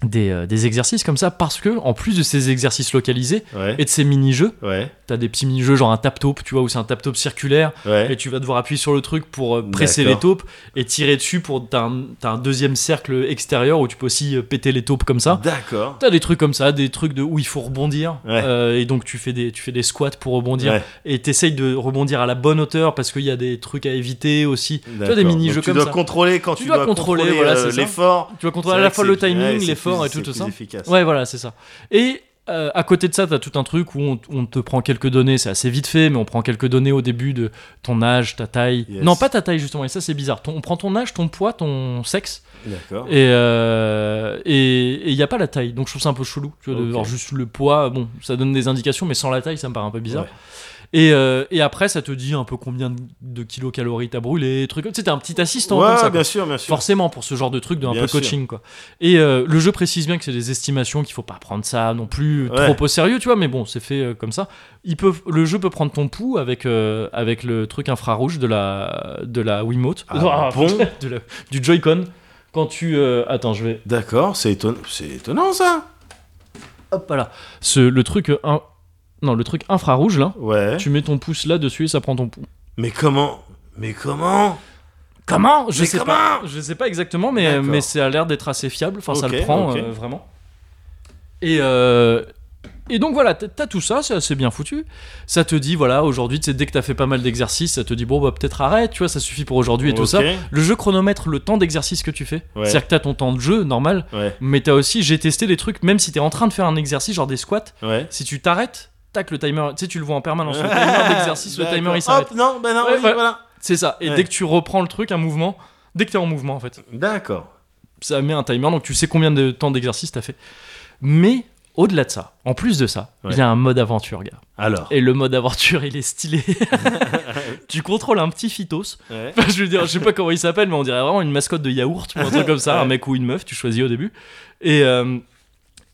[SPEAKER 1] des, euh, des exercices comme ça parce que, en plus de ces exercices localisés
[SPEAKER 2] Ouais.
[SPEAKER 1] et de ces mini-jeux,
[SPEAKER 2] Ouais.
[SPEAKER 1] t'as des petits mini-jeux genre un tap-taupe, tu vois, où c'est un tap-taupe circulaire et
[SPEAKER 2] Ouais.
[SPEAKER 1] tu vas devoir appuyer sur le truc pour euh, presser les
[SPEAKER 2] D'accord.
[SPEAKER 1] taupes et tirer dessus pour. T'as un, t'as un deuxième cercle extérieur où tu peux aussi euh, péter les taupes comme ça.
[SPEAKER 2] D'accord.
[SPEAKER 1] T'as des trucs comme ça, des trucs de où il faut rebondir,
[SPEAKER 2] Mm. Ouais.
[SPEAKER 1] euh, et donc tu fais des, tu fais des squats pour rebondir,
[SPEAKER 2] Ouais.
[SPEAKER 1] et t'essayes de rebondir à la bonne hauteur parce qu'il y a des trucs à éviter aussi. Tu as
[SPEAKER 2] D'accord.
[SPEAKER 1] des
[SPEAKER 2] Donc
[SPEAKER 1] mini-jeux
[SPEAKER 2] Tu
[SPEAKER 1] comme
[SPEAKER 2] dois
[SPEAKER 1] ça.
[SPEAKER 2] contrôler quand tu,
[SPEAKER 1] Tu dois contrôler, voilà,
[SPEAKER 2] euh,
[SPEAKER 1] c'est ça.
[SPEAKER 2] l'effort.
[SPEAKER 1] Tu vas
[SPEAKER 2] C'est
[SPEAKER 1] contrôler à
[SPEAKER 2] vrai
[SPEAKER 1] la
[SPEAKER 2] que
[SPEAKER 1] fois
[SPEAKER 2] c'est
[SPEAKER 1] le
[SPEAKER 2] plus- ouais,
[SPEAKER 1] timing,
[SPEAKER 2] c'est
[SPEAKER 1] l'effort
[SPEAKER 2] plus-
[SPEAKER 1] et tout, tout
[SPEAKER 2] c'est
[SPEAKER 1] ça.
[SPEAKER 2] plus efficace.
[SPEAKER 1] Ouais, voilà, c'est ça. Et euh, à côté de ça, t'as tout un truc où on, t- on te prend quelques données, c'est assez vite fait, mais on prend quelques données au début de ton âge, ta taille.
[SPEAKER 2] Yes.
[SPEAKER 1] Non, pas ta taille justement, et ça c'est bizarre. Ton- on prend ton âge, ton poids, ton sexe,
[SPEAKER 2] D'accord.
[SPEAKER 1] Et euh, il n'y a pas la taille, donc je trouve ça un peu chelou. Tu vois, de
[SPEAKER 2] Ok.
[SPEAKER 1] voir juste le poids, bon, ça donne des indications, mais sans la taille, ça me paraît un peu bizarre.
[SPEAKER 2] Ouais.
[SPEAKER 1] Et, euh, et après, ça te dit un peu combien de- de kilocalories t'as brûlé, truc comme. Tu sais, t'as un petit assistant
[SPEAKER 2] Ouais,
[SPEAKER 1] comme ça. quoi.
[SPEAKER 2] bien sûr, bien sûr.
[SPEAKER 1] Forcément, pour ce genre de truc, d'un
[SPEAKER 2] Bien
[SPEAKER 1] peu
[SPEAKER 2] sûr.
[SPEAKER 1] coaching, quoi. Et euh, le jeu précise bien que c'est des estimations, qu'il faut pas prendre ça non plus euh,
[SPEAKER 2] Ouais.
[SPEAKER 1] trop au sérieux, tu vois, mais bon, c'est fait euh, comme ça. Il peut, le jeu peut prendre ton pouls avec, euh, avec le truc infrarouge de la, de la Wiimote,
[SPEAKER 2] Ah, bon
[SPEAKER 1] bon. du Joy-Con. Quand tu. euh, attends, je vais.
[SPEAKER 2] D'accord, c'est étonnant, c'est étonnant ça.
[SPEAKER 1] Hop là. Ce, le truc euh, in- non, le truc infrarouge là.
[SPEAKER 2] Ouais.
[SPEAKER 1] Tu mets ton pouce là dessus et ça prend ton pouls.
[SPEAKER 2] Mais comment Mais comment
[SPEAKER 1] Comment Je
[SPEAKER 2] Mais
[SPEAKER 1] sais
[SPEAKER 2] comment
[SPEAKER 1] pas. Je sais pas exactement, mais euh,
[SPEAKER 2] D'accord.
[SPEAKER 1] mais ça a l'air d'être assez fiable. Enfin, ça
[SPEAKER 2] Ok,
[SPEAKER 1] le prend
[SPEAKER 2] ok.
[SPEAKER 1] euh, vraiment. Et euh, et donc voilà, t'as- t'as tout ça, c'est assez bien foutu. Ça te dit voilà, aujourd'hui, tu sais, dès que t'as fait pas mal d'exercices, ça te dit bon bah peut-être arrête, tu vois, ça suffit pour aujourd'hui et tout
[SPEAKER 2] Ok,
[SPEAKER 1] ça. Le jeu chronomètre le temps d'exercice que tu fais.
[SPEAKER 2] Ouais.
[SPEAKER 1] C'est-à-dire que t'as ton temps de jeu normal,
[SPEAKER 2] Ouais,
[SPEAKER 1] mais t'as aussi, j'ai testé des trucs, même si t'es en train de faire un exercice, genre des squats,
[SPEAKER 2] ouais.
[SPEAKER 1] si tu t'arrêtes, tac, le timer, tu sais, tu le vois en permanence, le timer d'exercice, le timer il s'arrête.
[SPEAKER 2] Hop, non, bah non,
[SPEAKER 1] Ouais,
[SPEAKER 2] oui,
[SPEAKER 1] voilà.
[SPEAKER 2] voilà.
[SPEAKER 1] C'est ça. Et
[SPEAKER 2] Ouais.
[SPEAKER 1] dès que tu reprends le truc, un mouvement, dès que t'es en mouvement en fait,
[SPEAKER 2] D'accord.
[SPEAKER 1] ça met un timer, donc tu sais combien de temps d'exercice t'as fait. Mais au-delà de ça, en plus de ça, il
[SPEAKER 2] Ouais.
[SPEAKER 1] y a un mode aventure, gars.
[SPEAKER 2] Alors.
[SPEAKER 1] Et le mode aventure, il est stylé. tu contrôles un petit phytos.
[SPEAKER 2] Ouais.
[SPEAKER 1] Enfin, je veux dire, je sais pas comment il s'appelle, mais on dirait vraiment une mascotte de yaourt ou un truc comme ça, un mec ou une meuf, tu choisis au début. Et euh,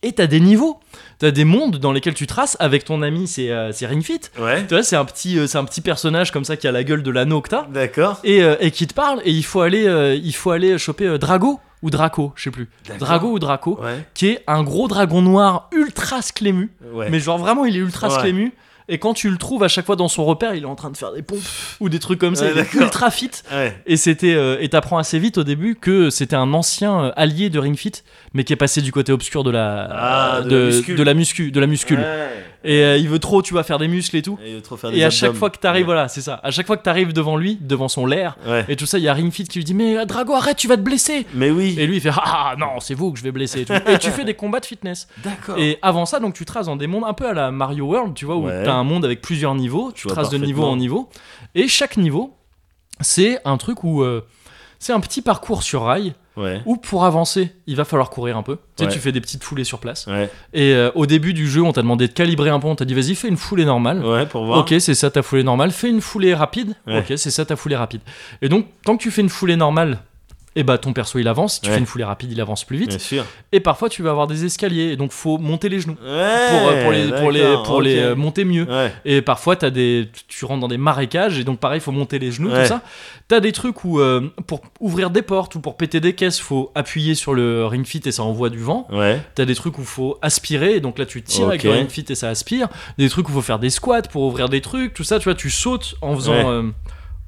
[SPEAKER 1] et t'as des niveaux, t'as des mondes dans lesquels tu traces avec ton ami, c'est euh, c'est Ring Fit.
[SPEAKER 2] Ouais.
[SPEAKER 1] Tu vois, c'est un petit, euh, c'est un petit personnage comme ça qui a la gueule de l'anneau que t'as
[SPEAKER 2] D'accord.
[SPEAKER 1] et, euh, et qui te parle. Et il faut aller, euh, il faut aller choper euh, Drago ou Draco, je sais plus.
[SPEAKER 2] D'accord.
[SPEAKER 1] Drago ou Draco,
[SPEAKER 2] Ouais.
[SPEAKER 1] qui est un gros dragon noir ultra sclému.
[SPEAKER 2] Ouais.
[SPEAKER 1] Mais genre vraiment, il est ultra
[SPEAKER 2] Ouais.
[SPEAKER 1] sclému. Et quand tu le trouves à chaque fois dans son repère, il est en train de faire des pompes ou des trucs comme ça.
[SPEAKER 2] Ouais,
[SPEAKER 1] il est
[SPEAKER 2] d'accord.
[SPEAKER 1] ultra fit.
[SPEAKER 2] Ouais.
[SPEAKER 1] Et c'était, euh, et t'apprends assez vite au début que c'était un ancien euh, allié de Ring Fit, mais qui est passé du côté obscur de la,
[SPEAKER 2] Ah, de la muscule.
[SPEAKER 1] de la muscu, de la muscule.
[SPEAKER 2] Ouais.
[SPEAKER 1] Et euh, il veut trop, tu vas faire des muscles et tout.
[SPEAKER 2] Et, de trop faire
[SPEAKER 1] Et
[SPEAKER 2] des
[SPEAKER 1] à chaque
[SPEAKER 2] abdoms.
[SPEAKER 1] fois que t'arrives, voilà, c'est ça. À chaque fois que t'arrives devant lui, devant son lair,
[SPEAKER 2] Ouais.
[SPEAKER 1] et tout ça, il y a Ringfit qui lui dit Mais euh, Drago, arrête, tu vas te blesser
[SPEAKER 2] Mais oui.
[SPEAKER 1] Et lui, il fait Ah non, c'est vous que je vais blesser. Et, tout. Et tu fais des combats de fitness.
[SPEAKER 2] D'accord.
[SPEAKER 1] Et avant ça, donc tu traces dans des mondes un peu à la Mario World, tu vois, où
[SPEAKER 2] Ouais.
[SPEAKER 1] t'as un monde avec plusieurs niveaux, tu
[SPEAKER 2] vois
[SPEAKER 1] traces de niveau en
[SPEAKER 2] parfaitement.
[SPEAKER 1] niveau. Et chaque niveau, c'est un truc où. euh, c'est un petit parcours sur rail
[SPEAKER 2] Ouais.
[SPEAKER 1] où pour avancer, il va falloir courir un peu. Tu sais,
[SPEAKER 2] Ouais.
[SPEAKER 1] tu fais des petites foulées sur place.
[SPEAKER 2] Ouais.
[SPEAKER 1] Et euh, au début du jeu, on t'a demandé de calibrer un peu, on t'a dit vas-y, fais une foulée normale.
[SPEAKER 2] Ouais, pour voir.
[SPEAKER 1] Ok, c'est ça ta foulée normale. Fais une foulée rapide.
[SPEAKER 2] Ouais.
[SPEAKER 1] Ok, c'est ça ta foulée rapide. Et donc, tant que tu fais une foulée normale, et bah ton perso il avance. Si tu
[SPEAKER 2] Ouais.
[SPEAKER 1] fais une foulée rapide, il avance plus vite.
[SPEAKER 2] Bien sûr.
[SPEAKER 1] Et parfois, tu vas avoir des escaliers. Et donc, faut monter les genoux pour,
[SPEAKER 2] Ouais.
[SPEAKER 1] euh, pour les, pour les,
[SPEAKER 2] d'accord,
[SPEAKER 1] pour les
[SPEAKER 2] ok.
[SPEAKER 1] euh, monter mieux.
[SPEAKER 2] Ouais.
[SPEAKER 1] Et parfois, as des, tu rentres dans des marécages, et donc pareil, faut monter les genoux,
[SPEAKER 2] Ouais.
[SPEAKER 1] tout ça. T'as des trucs où, euh, pour ouvrir des portes ou pour péter des caisses, faut appuyer sur le ring fit et ça envoie du vent.
[SPEAKER 2] Ouais.
[SPEAKER 1] T'as des trucs où faut aspirer, et donc là tu tires avec
[SPEAKER 2] Ok.
[SPEAKER 1] le ring fit et ça aspire. Des trucs où faut faire des squats pour ouvrir des trucs, tout ça, tu vois, tu sautes en faisant.
[SPEAKER 2] Ouais.
[SPEAKER 1] euh,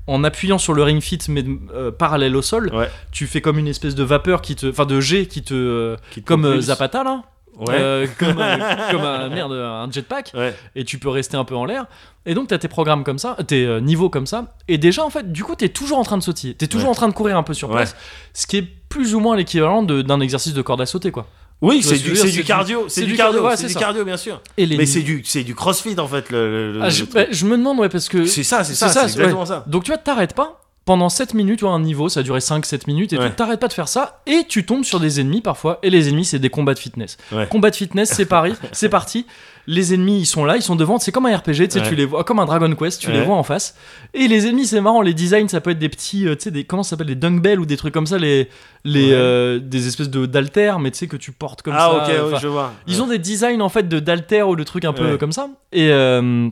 [SPEAKER 1] en appuyant sur le ring fit mais euh, parallèle au sol,
[SPEAKER 2] Ouais.
[SPEAKER 1] tu fais comme une espèce de vapeur qui te, enfin de jet qui te, euh,
[SPEAKER 2] Qui te
[SPEAKER 1] comme euh,
[SPEAKER 2] propulse.
[SPEAKER 1] Zapata là,
[SPEAKER 2] Ouais.
[SPEAKER 1] Euh, comme, euh, comme un merde un jetpack,
[SPEAKER 2] Ouais.
[SPEAKER 1] et tu peux rester un peu en l'air. Et donc t'as tes programmes comme ça, tes euh, niveaux comme ça, et déjà en fait, du coup t'es toujours en train de sautiller, t'es toujours
[SPEAKER 2] Ouais.
[SPEAKER 1] en train de courir un peu sur
[SPEAKER 2] Ouais.
[SPEAKER 1] place, ce qui est plus ou moins l'équivalent de- d'un exercice de corde à sauter quoi.
[SPEAKER 2] Oui,
[SPEAKER 1] Tu vois
[SPEAKER 2] c'est
[SPEAKER 1] ce que je
[SPEAKER 2] du,
[SPEAKER 1] veux dire,
[SPEAKER 2] c'est
[SPEAKER 1] c'est
[SPEAKER 2] du
[SPEAKER 1] du-
[SPEAKER 2] cardio, c'est du cardio,
[SPEAKER 1] ouais,
[SPEAKER 2] c'est
[SPEAKER 1] c'est
[SPEAKER 2] du
[SPEAKER 1] ça.
[SPEAKER 2] cardio, bien sûr.
[SPEAKER 1] Et les
[SPEAKER 2] Mais c'est du, c'est du crossfit en fait le. le-
[SPEAKER 1] Ah,
[SPEAKER 2] Euh, le
[SPEAKER 1] je,
[SPEAKER 2] truc.
[SPEAKER 1] bah, je me demande, ouais, parce que.
[SPEAKER 2] C'est ça, c'est
[SPEAKER 1] c'est
[SPEAKER 2] ça,
[SPEAKER 1] ça,
[SPEAKER 2] c'est
[SPEAKER 1] c'est-
[SPEAKER 2] exactement ça.
[SPEAKER 1] Donc, tu vois, t'arrêtes pas. Pendant 7 minutes ou un niveau, ça a duré 5-7 minutes, et
[SPEAKER 2] Ouais.
[SPEAKER 1] tu t'arrêtes pas de faire ça, et tu tombes sur des ennemis parfois, et les ennemis, c'est des combats de fitness.
[SPEAKER 2] Ouais.
[SPEAKER 1] Combats de fitness, c'est pari, c'est parti. Les ennemis, ils sont là, ils sont devant, c'est comme un RPG, tu sais,
[SPEAKER 2] Ouais.
[SPEAKER 1] tu les vois, comme un Dragon Quest, tu les
[SPEAKER 2] Ouais.
[SPEAKER 1] vois en face. Et les ennemis, c'est marrant, les designs, ça peut être des petits, euh, tu sais, des, comment ça s'appelle, des dumbbells ou des trucs comme ça, les, les,
[SPEAKER 2] Ouais.
[SPEAKER 1] euh, des espèces de d'haltères, mais tu sais, que tu portes comme
[SPEAKER 2] ah
[SPEAKER 1] ça. euh,
[SPEAKER 2] ok, ouais,
[SPEAKER 1] enfin,
[SPEAKER 2] je vois.
[SPEAKER 1] ils ont des designs en fait de d'alter ou de trucs un peu
[SPEAKER 2] Ouais.
[SPEAKER 1] comme ça. Et, euh,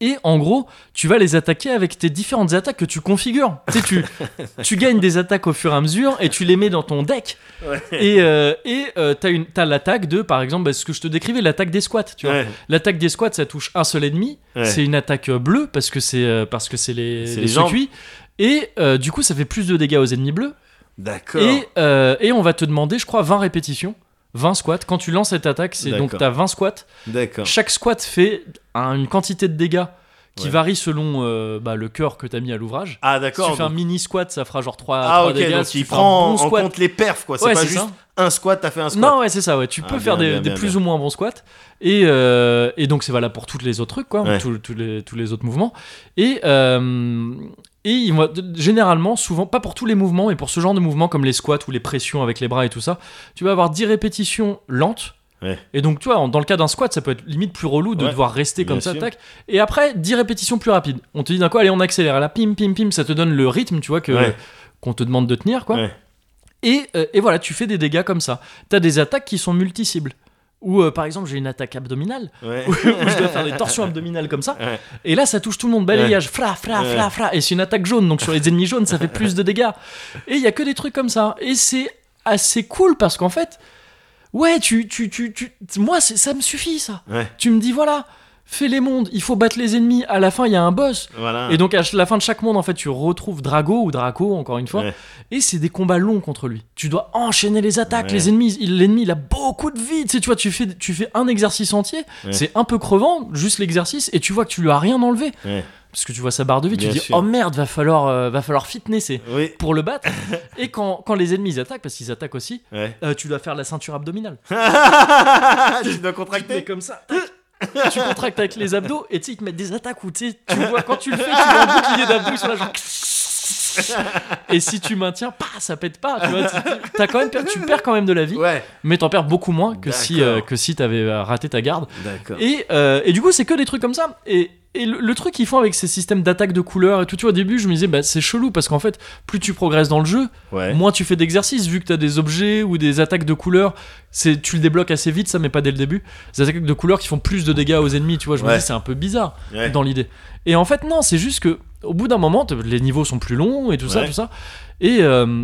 [SPEAKER 1] Et en gros, tu vas les attaquer avec tes différentes attaques que tu configures. Tu, sais, tu, tu gagnes des attaques au fur et à mesure et tu les mets dans ton deck.
[SPEAKER 2] Ouais.
[SPEAKER 1] Et euh, et, euh, t'as une- t'as l'attaque de, par exemple, bah, ce que je te décrivais, l'attaque des squats. Tu vois.
[SPEAKER 2] Ouais.
[SPEAKER 1] L'attaque des squats, ça touche un seul ennemi.
[SPEAKER 2] Ouais.
[SPEAKER 1] C'est une attaque euh, bleue parce que c'est euh, parce que c'est les,
[SPEAKER 2] C'est
[SPEAKER 1] les
[SPEAKER 2] les jambes.
[SPEAKER 1] secuits. Et euh, du coup, ça fait plus de dégâts aux ennemis bleus.
[SPEAKER 2] D'accord.
[SPEAKER 1] Et, euh, et on va te demander, je crois, 20 répétitions. 20 squats. Quand tu lances cette attaque, c'est donc
[SPEAKER 2] D'accord.
[SPEAKER 1] t'as 20 squats.
[SPEAKER 2] D'accord.
[SPEAKER 1] Chaque squat fait un- une quantité de dégâts qui
[SPEAKER 2] Ouais.
[SPEAKER 1] varie selon euh, bah, le cœur que t'as mis à l'ouvrage.
[SPEAKER 2] Ah,
[SPEAKER 1] Si
[SPEAKER 2] d'accord.
[SPEAKER 1] tu fais un
[SPEAKER 2] donc-
[SPEAKER 1] mini squat, ça fera genre 3,
[SPEAKER 2] Ah, ok,
[SPEAKER 1] dégâts.
[SPEAKER 2] donc
[SPEAKER 1] Si
[SPEAKER 2] il
[SPEAKER 1] tu fais un
[SPEAKER 2] prend
[SPEAKER 1] bon
[SPEAKER 2] en
[SPEAKER 1] squat,
[SPEAKER 2] compte les perfs, quoi. C'est
[SPEAKER 1] Ouais,
[SPEAKER 2] pas
[SPEAKER 1] c'est
[SPEAKER 2] juste
[SPEAKER 1] ça.
[SPEAKER 2] un squat, t'as fait un squat.
[SPEAKER 1] Non, ouais, c'est ça, ouais. Tu
[SPEAKER 2] Ah,
[SPEAKER 1] peux
[SPEAKER 2] bien,
[SPEAKER 1] faire des,
[SPEAKER 2] bien,
[SPEAKER 1] des
[SPEAKER 2] bien,
[SPEAKER 1] plus
[SPEAKER 2] bien.
[SPEAKER 1] ou moins bons squats. Et, euh, et donc, c'est valable pour tous les autres trucs, quoi.
[SPEAKER 2] Ouais.
[SPEAKER 1] Tous, tous les, tous les autres mouvements. Et, euh, et ils vont- généralement, souvent, pas pour tous les mouvements, mais pour ce genre de mouvements comme les squats ou les pressions avec les bras et tout ça, tu vas avoir 10 répétitions lentes.
[SPEAKER 2] Ouais.
[SPEAKER 1] Et donc, toi, en- dans le cas d'un squat, ça peut être limite plus relou de
[SPEAKER 2] Ouais.
[SPEAKER 1] devoir rester comme
[SPEAKER 2] Bien
[SPEAKER 1] ça,
[SPEAKER 2] sûr.
[SPEAKER 1] tac. Et après, 10 répétitions plus rapides. On te dit d'un coup, allez, on accélère. Là, pim, pim, pim, ça te donne le rythme, tu vois, que
[SPEAKER 2] Ouais.
[SPEAKER 1] qu'on te demande de tenir, quoi.
[SPEAKER 2] Ouais.
[SPEAKER 1] Et, euh, et voilà, tu fais des dégâts comme ça. T'as des attaques qui sont multi-cibles. Ou euh, par exemple, j'ai une attaque abdominale,
[SPEAKER 2] Ouais.
[SPEAKER 1] où, où je dois faire des torsions abdominales comme ça.
[SPEAKER 2] Ouais.
[SPEAKER 1] Et là, ça touche tout le monde. Balayage, fra, fra, fra,
[SPEAKER 2] Ouais.
[SPEAKER 1] fra. Et c'est une attaque jaune, donc sur les ennemis jaunes, ça fait plus de dégâts. Et il y a que des trucs comme ça. Et c'est assez cool parce qu'en fait, ouais, tu, tu, tu, tu- moi, c'est- ça me suffit ça.
[SPEAKER 2] Ouais.
[SPEAKER 1] Tu me dis, voilà, fais les mondes, il faut battre les ennemis. À la fin, il y a un boss.
[SPEAKER 2] Voilà.
[SPEAKER 1] Et donc à la fin de chaque monde, en fait, tu retrouves Drago ou Draco, encore une fois,
[SPEAKER 2] Ouais.
[SPEAKER 1] et c'est des combats longs contre lui. Tu dois enchaîner les attaques,
[SPEAKER 2] Ouais.
[SPEAKER 1] les ennemis, il- l'ennemi il a beaucoup de vie, tu sais, tu vois, tu fais, tu fais un exercice entier,
[SPEAKER 2] Ouais.
[SPEAKER 1] c'est un peu crevant, juste l'exercice, et tu vois que tu lui as rien enlevé,
[SPEAKER 2] Ouais.
[SPEAKER 1] parce que tu vois sa barre de vie,
[SPEAKER 2] Bien
[SPEAKER 1] tu dis,
[SPEAKER 2] sûr.
[SPEAKER 1] oh merde, va falloir, euh, va falloir fitnesser
[SPEAKER 2] Oui.
[SPEAKER 1] pour le battre, et quand, quand les ennemis ils attaquent, parce qu'ils attaquent aussi,
[SPEAKER 2] Ouais.
[SPEAKER 1] euh, tu dois faire la ceinture abdominale. Ah,
[SPEAKER 2] tu dois
[SPEAKER 1] Mais
[SPEAKER 2] contracter.
[SPEAKER 1] comme ça. tac. tu contractes avec les abdos et tu sais, ils te mettent des attaques où tu sais, tu vois, quand tu le fais, tu vois un bouclier d'abdos sur la jambe. Et si tu maintiens, pas, ça pète pas. Tu, vois, tu- tu- t'as quand même, per- tu perds quand même de la vie,
[SPEAKER 2] Ouais.
[SPEAKER 1] mais t'en perds beaucoup moins que si,
[SPEAKER 2] D'accord.
[SPEAKER 1] euh, que si t'avais euh, raté ta garde.
[SPEAKER 2] D'accord.
[SPEAKER 1] Et, euh, et du coup, c'est que des trucs comme ça. Et, et le, le truc qu'ils font avec ces systèmes d'attaque de couleurs et tout, tu vois, au début, je me disais, bah, c'est chelou parce qu'en fait, plus tu progresses dans le jeu,
[SPEAKER 2] Ouais.
[SPEAKER 1] moins tu fais d'exercices vu que t'as des objets ou des attaques de couleurs c'est tu le débloques assez vite ça mais pas dès le début des attaques de couleurs qui font plus de dégâts aux ennemis tu vois je me
[SPEAKER 2] Ouais.
[SPEAKER 1] dis c'est un peu bizarre
[SPEAKER 2] Ouais.
[SPEAKER 1] dans l'idée et en fait non c'est juste que au bout d'un moment t'as- les niveaux sont plus longs et tout ça
[SPEAKER 2] Ouais.
[SPEAKER 1] tout ça et euh,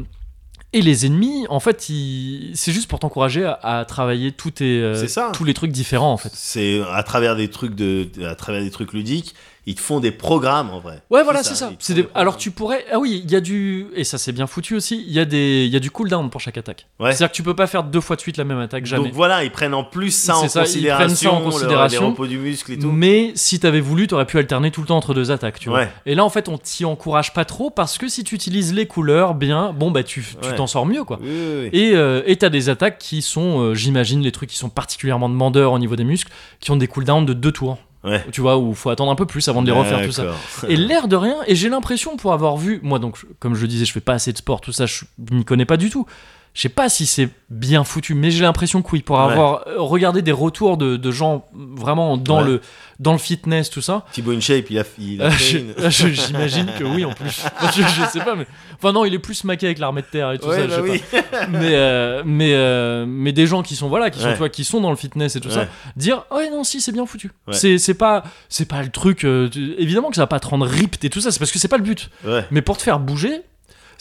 [SPEAKER 1] et les ennemis en fait ils- c'est juste pour t'encourager à, à travailler tous tes euh,
[SPEAKER 2] C'est ça.
[SPEAKER 1] tous les trucs différents en fait
[SPEAKER 2] C'est à travers des trucs de, à travers des trucs ludiques, ils te font des programmes en vrai.
[SPEAKER 1] Ouais, voilà, c'est ça.
[SPEAKER 2] ils te
[SPEAKER 1] C'est
[SPEAKER 2] font
[SPEAKER 1] des-
[SPEAKER 2] des programmes.
[SPEAKER 1] Alors tu pourrais. Ah oui, il y a du. Et ça, c'est bien foutu aussi. Il y, a des... il y a du cooldown pour chaque attaque.
[SPEAKER 2] Ouais.
[SPEAKER 1] C'est-à-dire que tu peux pas faire deux fois de suite la même attaque, jamais.
[SPEAKER 2] Donc voilà, ils prennent en plus ça en
[SPEAKER 1] C'est ça, ils
[SPEAKER 2] considération,
[SPEAKER 1] prennent ça en
[SPEAKER 2] le-
[SPEAKER 1] considération.
[SPEAKER 2] les repos du muscle et tout.
[SPEAKER 1] Mais si t'avais voulu, t'aurais pu alterner tout le temps entre deux attaques, tu vois.
[SPEAKER 2] Ouais.
[SPEAKER 1] Et là, en fait, on t'y encourage pas trop parce que si tu utilises les couleurs bien, bon, bah, tu tu
[SPEAKER 2] Ouais.
[SPEAKER 1] t'en sors mieux, quoi.
[SPEAKER 2] Oui, oui, oui.
[SPEAKER 1] Et euh, et t'as des attaques qui sont, euh, j'imagine, les trucs qui sont particulièrement demandeurs au niveau des muscles, qui ont des cooldowns de deux tours.
[SPEAKER 2] Ouais.
[SPEAKER 1] Tu vois, où faut attendre un peu plus avant de les refaire, tout ça.
[SPEAKER 2] D'accord.
[SPEAKER 1] Et l'air de rien, et j'ai l'impression pour avoir vu, moi donc je- comme je le disais, je fais pas assez de sport, tout ça, je m'y connais pas du tout. Je sais pas si c'est bien foutu, mais j'ai l'impression que oui, pour
[SPEAKER 2] Ouais.
[SPEAKER 1] avoir euh, regardé des retours de, de gens vraiment dans
[SPEAKER 2] Ouais.
[SPEAKER 1] le dans le fitness, tout ça.
[SPEAKER 2] Thibaut InShape, il a, il a
[SPEAKER 1] euh,
[SPEAKER 2] fait
[SPEAKER 1] je-
[SPEAKER 2] une-
[SPEAKER 1] euh, je- J'imagine que oui en plus. Enfin, je, je sais pas, mais enfin non, il est plus maqué avec l'armée de terre et tout
[SPEAKER 2] Ouais,
[SPEAKER 1] ça.
[SPEAKER 2] bah
[SPEAKER 1] je sais
[SPEAKER 2] oui.
[SPEAKER 1] pas. Mais euh, mais euh, mais des gens qui sont voilà, qui sont
[SPEAKER 2] Ouais.
[SPEAKER 1] tu vois, qui sont dans le fitness et tout ça,
[SPEAKER 2] Ouais.
[SPEAKER 1] dire ouais non si c'est bien foutu.
[SPEAKER 2] Ouais.
[SPEAKER 1] C'est c'est pas c'est pas le truc. euh, tu- évidemment que ça va pas te rendre ripped et tout ça, c'est parce que c'est pas le but.
[SPEAKER 2] Ouais.
[SPEAKER 1] Mais pour te faire bouger,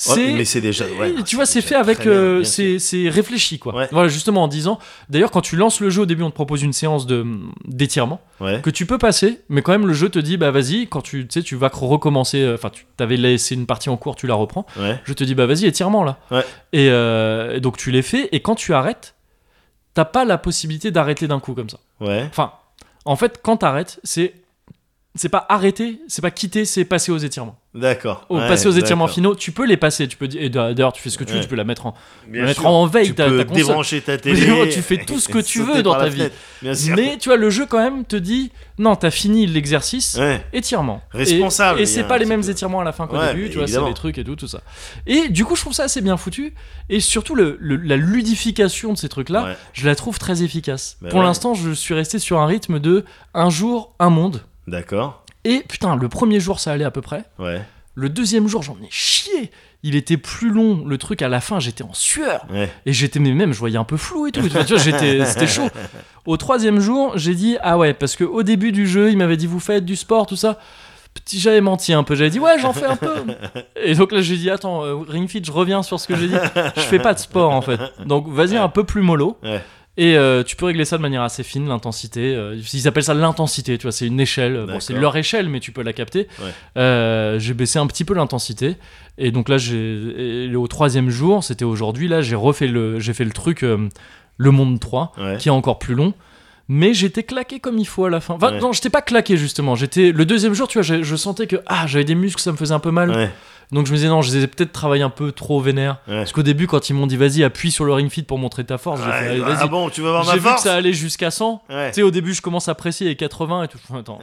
[SPEAKER 2] Ouais,
[SPEAKER 1] c'est.
[SPEAKER 2] mais c'est déjà. ouais,
[SPEAKER 1] tu vois, c'est
[SPEAKER 2] déjà
[SPEAKER 1] fait avec.
[SPEAKER 2] très bien,
[SPEAKER 1] euh,
[SPEAKER 2] bien sûr.
[SPEAKER 1] c'est c'est réfléchi, quoi.
[SPEAKER 2] Ouais.
[SPEAKER 1] Voilà, justement en disant. D'ailleurs, quand tu lances le jeu, au début, on te propose une séance de d'étirement
[SPEAKER 2] Ouais.
[SPEAKER 1] que tu peux passer, mais quand même, le jeu te dit, bah vas-y, quand tu tu sais, tu vas recommencer. euh, Enfin, tu t'avais laissé une partie en cours, tu la reprends.
[SPEAKER 2] Ouais.
[SPEAKER 1] Je te dis, bah vas-y, étirement là.
[SPEAKER 2] Ouais.
[SPEAKER 1] Et, euh, et donc tu les fais, et quand tu arrêtes, t'as pas la possibilité d'arrêter d'un coup comme ça.
[SPEAKER 2] Ouais.
[SPEAKER 1] Enfin, en fait, quand t'arrêtes, c'est. C'est pas arrêter, c'est pas quitter, c'est passer aux étirements.
[SPEAKER 2] D'accord.
[SPEAKER 1] Au-
[SPEAKER 2] Ouais,
[SPEAKER 1] passer aux étirements
[SPEAKER 2] d'accord.
[SPEAKER 1] finaux, tu peux les passer. Tu peux dire, et d'ailleurs, tu fais ce que tu veux,
[SPEAKER 2] Ouais.
[SPEAKER 1] tu peux la mettre en,
[SPEAKER 2] Bien
[SPEAKER 1] la mettre
[SPEAKER 2] sûr.
[SPEAKER 1] en veille.
[SPEAKER 2] Tu
[SPEAKER 1] ta,
[SPEAKER 2] peux
[SPEAKER 1] ta console.
[SPEAKER 2] débrancher ta
[SPEAKER 1] Mais
[SPEAKER 2] télé.
[SPEAKER 1] tu fais tout ce que
[SPEAKER 2] et
[SPEAKER 1] tu
[SPEAKER 2] sauter
[SPEAKER 1] veux dans
[SPEAKER 2] par la
[SPEAKER 1] ta vie.
[SPEAKER 2] fenêtre. Bien sûr.
[SPEAKER 1] Mais tu vois, le jeu quand même te dit, non, t'as fini l'exercice.
[SPEAKER 2] Ouais.
[SPEAKER 1] Étirement.
[SPEAKER 2] Responsable,
[SPEAKER 1] Et, et
[SPEAKER 2] il y
[SPEAKER 1] c'est
[SPEAKER 2] a
[SPEAKER 1] pas
[SPEAKER 2] un
[SPEAKER 1] les
[SPEAKER 2] petit
[SPEAKER 1] mêmes
[SPEAKER 2] peu.
[SPEAKER 1] étirements à la fin qu'au
[SPEAKER 2] Ouais,
[SPEAKER 1] début,
[SPEAKER 2] mais
[SPEAKER 1] tu vois, c'est
[SPEAKER 2] évidemment.
[SPEAKER 1] les trucs et tout, tout ça. Et du coup, je trouve ça assez bien foutu. Et surtout, le, le- la ludification de ces trucs-là,
[SPEAKER 2] Ouais.
[SPEAKER 1] je la trouve très efficace.
[SPEAKER 2] Bah
[SPEAKER 1] Pour
[SPEAKER 2] ouais.
[SPEAKER 1] l'instant, je suis resté sur un rythme de un jour, un monde.
[SPEAKER 2] D'accord.
[SPEAKER 1] Et putain, le premier jour, ça allait à peu près.
[SPEAKER 2] Ouais.
[SPEAKER 1] Le deuxième jour, j'en ai chié. il était plus long. Le truc à la fin, j'étais en sueur.
[SPEAKER 2] Ouais.
[SPEAKER 1] Et j'étais, mais même, je voyais un peu flou et tout. Tu vois, tu vois, j'étais, c'était chaud. Au troisième jour, j'ai dit, ah ouais, parce que au début du jeu, il m'avait dit, vous faites du sport, tout ça. Petit, j'avais menti un peu. J'avais dit, ouais, j'en fais un peu. Et donc là, j'ai dit, attends, euh, Ring Fit, je reviens sur ce que j'ai dit. Je fais pas de sport, en fait. Donc, vas-y, un peu plus mollo.
[SPEAKER 2] Ouais.
[SPEAKER 1] Et euh, tu peux régler ça de manière assez fine, l'intensité. euh, ils appellent ça l'intensité, tu vois, c'est une échelle. Euh, Bon,
[SPEAKER 2] D'accord.
[SPEAKER 1] c'est leur échelle, mais tu peux la capter.
[SPEAKER 2] Ouais.
[SPEAKER 1] Euh, j'ai baissé un petit peu l'intensité. Et donc là, j'ai, et au troisième jour, c'était aujourd'hui, là, j'ai refait le, j'ai fait le truc, euh, le monde 3,
[SPEAKER 2] Ouais.
[SPEAKER 1] qui est encore plus long. Mais j'étais claqué comme il faut à la fin. Enfin,
[SPEAKER 2] Ouais.
[SPEAKER 1] non, j'étais pas claqué justement. J'étais le deuxième jour, tu vois, j'ai- je sentais que ah, j'avais des muscles, ça me faisait un peu mal.
[SPEAKER 2] Ouais.
[SPEAKER 1] Donc je me disais non, je les ai peut-être travaillé un peu trop vénère.
[SPEAKER 2] Ouais.
[SPEAKER 1] Parce qu'au début, quand ils m'ont dit vas-y, appuie sur le ring fit pour montrer ta force, j'ai fait allez,
[SPEAKER 2] ah
[SPEAKER 1] vas-y,
[SPEAKER 2] bon, tu veux voir
[SPEAKER 1] j'ai
[SPEAKER 2] ma
[SPEAKER 1] vu que
[SPEAKER 2] force
[SPEAKER 1] ça allait jusqu'à 100.
[SPEAKER 2] Ouais.
[SPEAKER 1] Tu sais, au début, je commence à presser et 80 et tout. Enfin, Attends.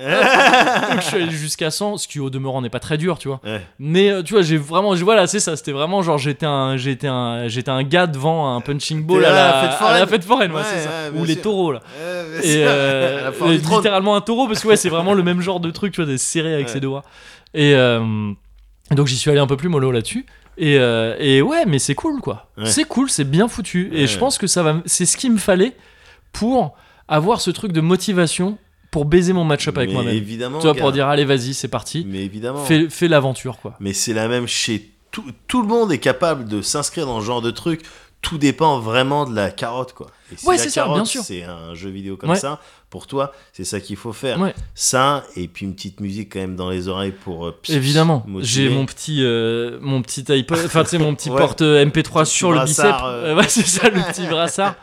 [SPEAKER 1] Donc, je suis allé jusqu'à 100, ce qui au demeurant n'est pas très dur, tu vois.
[SPEAKER 2] Ouais.
[SPEAKER 1] Mais euh, tu vois, j'ai vraiment. j'ai- Voilà, c'est ça. C'était vraiment genre, j'étais un, j'étais un, j'étais un gars devant un punching ball
[SPEAKER 2] Euh, T'es
[SPEAKER 1] à
[SPEAKER 2] là,
[SPEAKER 1] la,
[SPEAKER 2] à la fête
[SPEAKER 1] à la
[SPEAKER 2] foraine.
[SPEAKER 1] fête foraine, ouais,
[SPEAKER 2] Ouais,
[SPEAKER 1] c'est ça.
[SPEAKER 2] ouais, bien
[SPEAKER 1] Ou les
[SPEAKER 2] sûr.
[SPEAKER 1] taureaux, là.
[SPEAKER 2] Euh,
[SPEAKER 1] Et euh,
[SPEAKER 2] à la force du trône.
[SPEAKER 1] littéralement un taureau, parce que ouais, c'est vraiment le même genre de truc, tu vois, des serrés avec
[SPEAKER 2] Ouais.
[SPEAKER 1] ses doigts. Et euh, donc, j'y suis allé un peu plus mollo là-dessus. Et, euh, et ouais, mais c'est cool, quoi.
[SPEAKER 2] Ouais.
[SPEAKER 1] C'est cool, c'est bien foutu. Et
[SPEAKER 2] Ouais.
[SPEAKER 1] je pense que ça va. m- C'est ce qu'il me fallait pour avoir ce truc de motivation pour baiser mon match-up avec
[SPEAKER 2] Mais
[SPEAKER 1] moi-même.
[SPEAKER 2] Évidemment.
[SPEAKER 1] Tu vois,
[SPEAKER 2] gars.
[SPEAKER 1] pour dire, allez, vas-y, c'est parti.
[SPEAKER 2] Mais évidemment.
[SPEAKER 1] Fais, fais l'aventure, quoi.
[SPEAKER 2] Mais c'est la même chez tout. Tout le monde est capable de s'inscrire dans ce genre de truc. Tout dépend vraiment de la carotte, quoi. Et si
[SPEAKER 1] Ouais,
[SPEAKER 2] la
[SPEAKER 1] c'est ça,
[SPEAKER 2] carotte,
[SPEAKER 1] bien sûr.
[SPEAKER 2] C'est un jeu vidéo comme
[SPEAKER 1] Ouais.
[SPEAKER 2] ça. Pour toi, c'est ça qu'il faut faire.
[SPEAKER 1] Ouais.
[SPEAKER 2] Ça, et puis une petite musique quand même dans les oreilles pour. euh, pss-
[SPEAKER 1] Évidemment,
[SPEAKER 2] motiver.
[SPEAKER 1] j'ai mon petit, euh, mon petit iPod, enfin tu sais mon petit
[SPEAKER 2] Ouais.
[SPEAKER 1] porte euh, MP3 sur le bicep.
[SPEAKER 2] brassard, euh.
[SPEAKER 1] Euh, ouais, c'est ça, le petit brassard,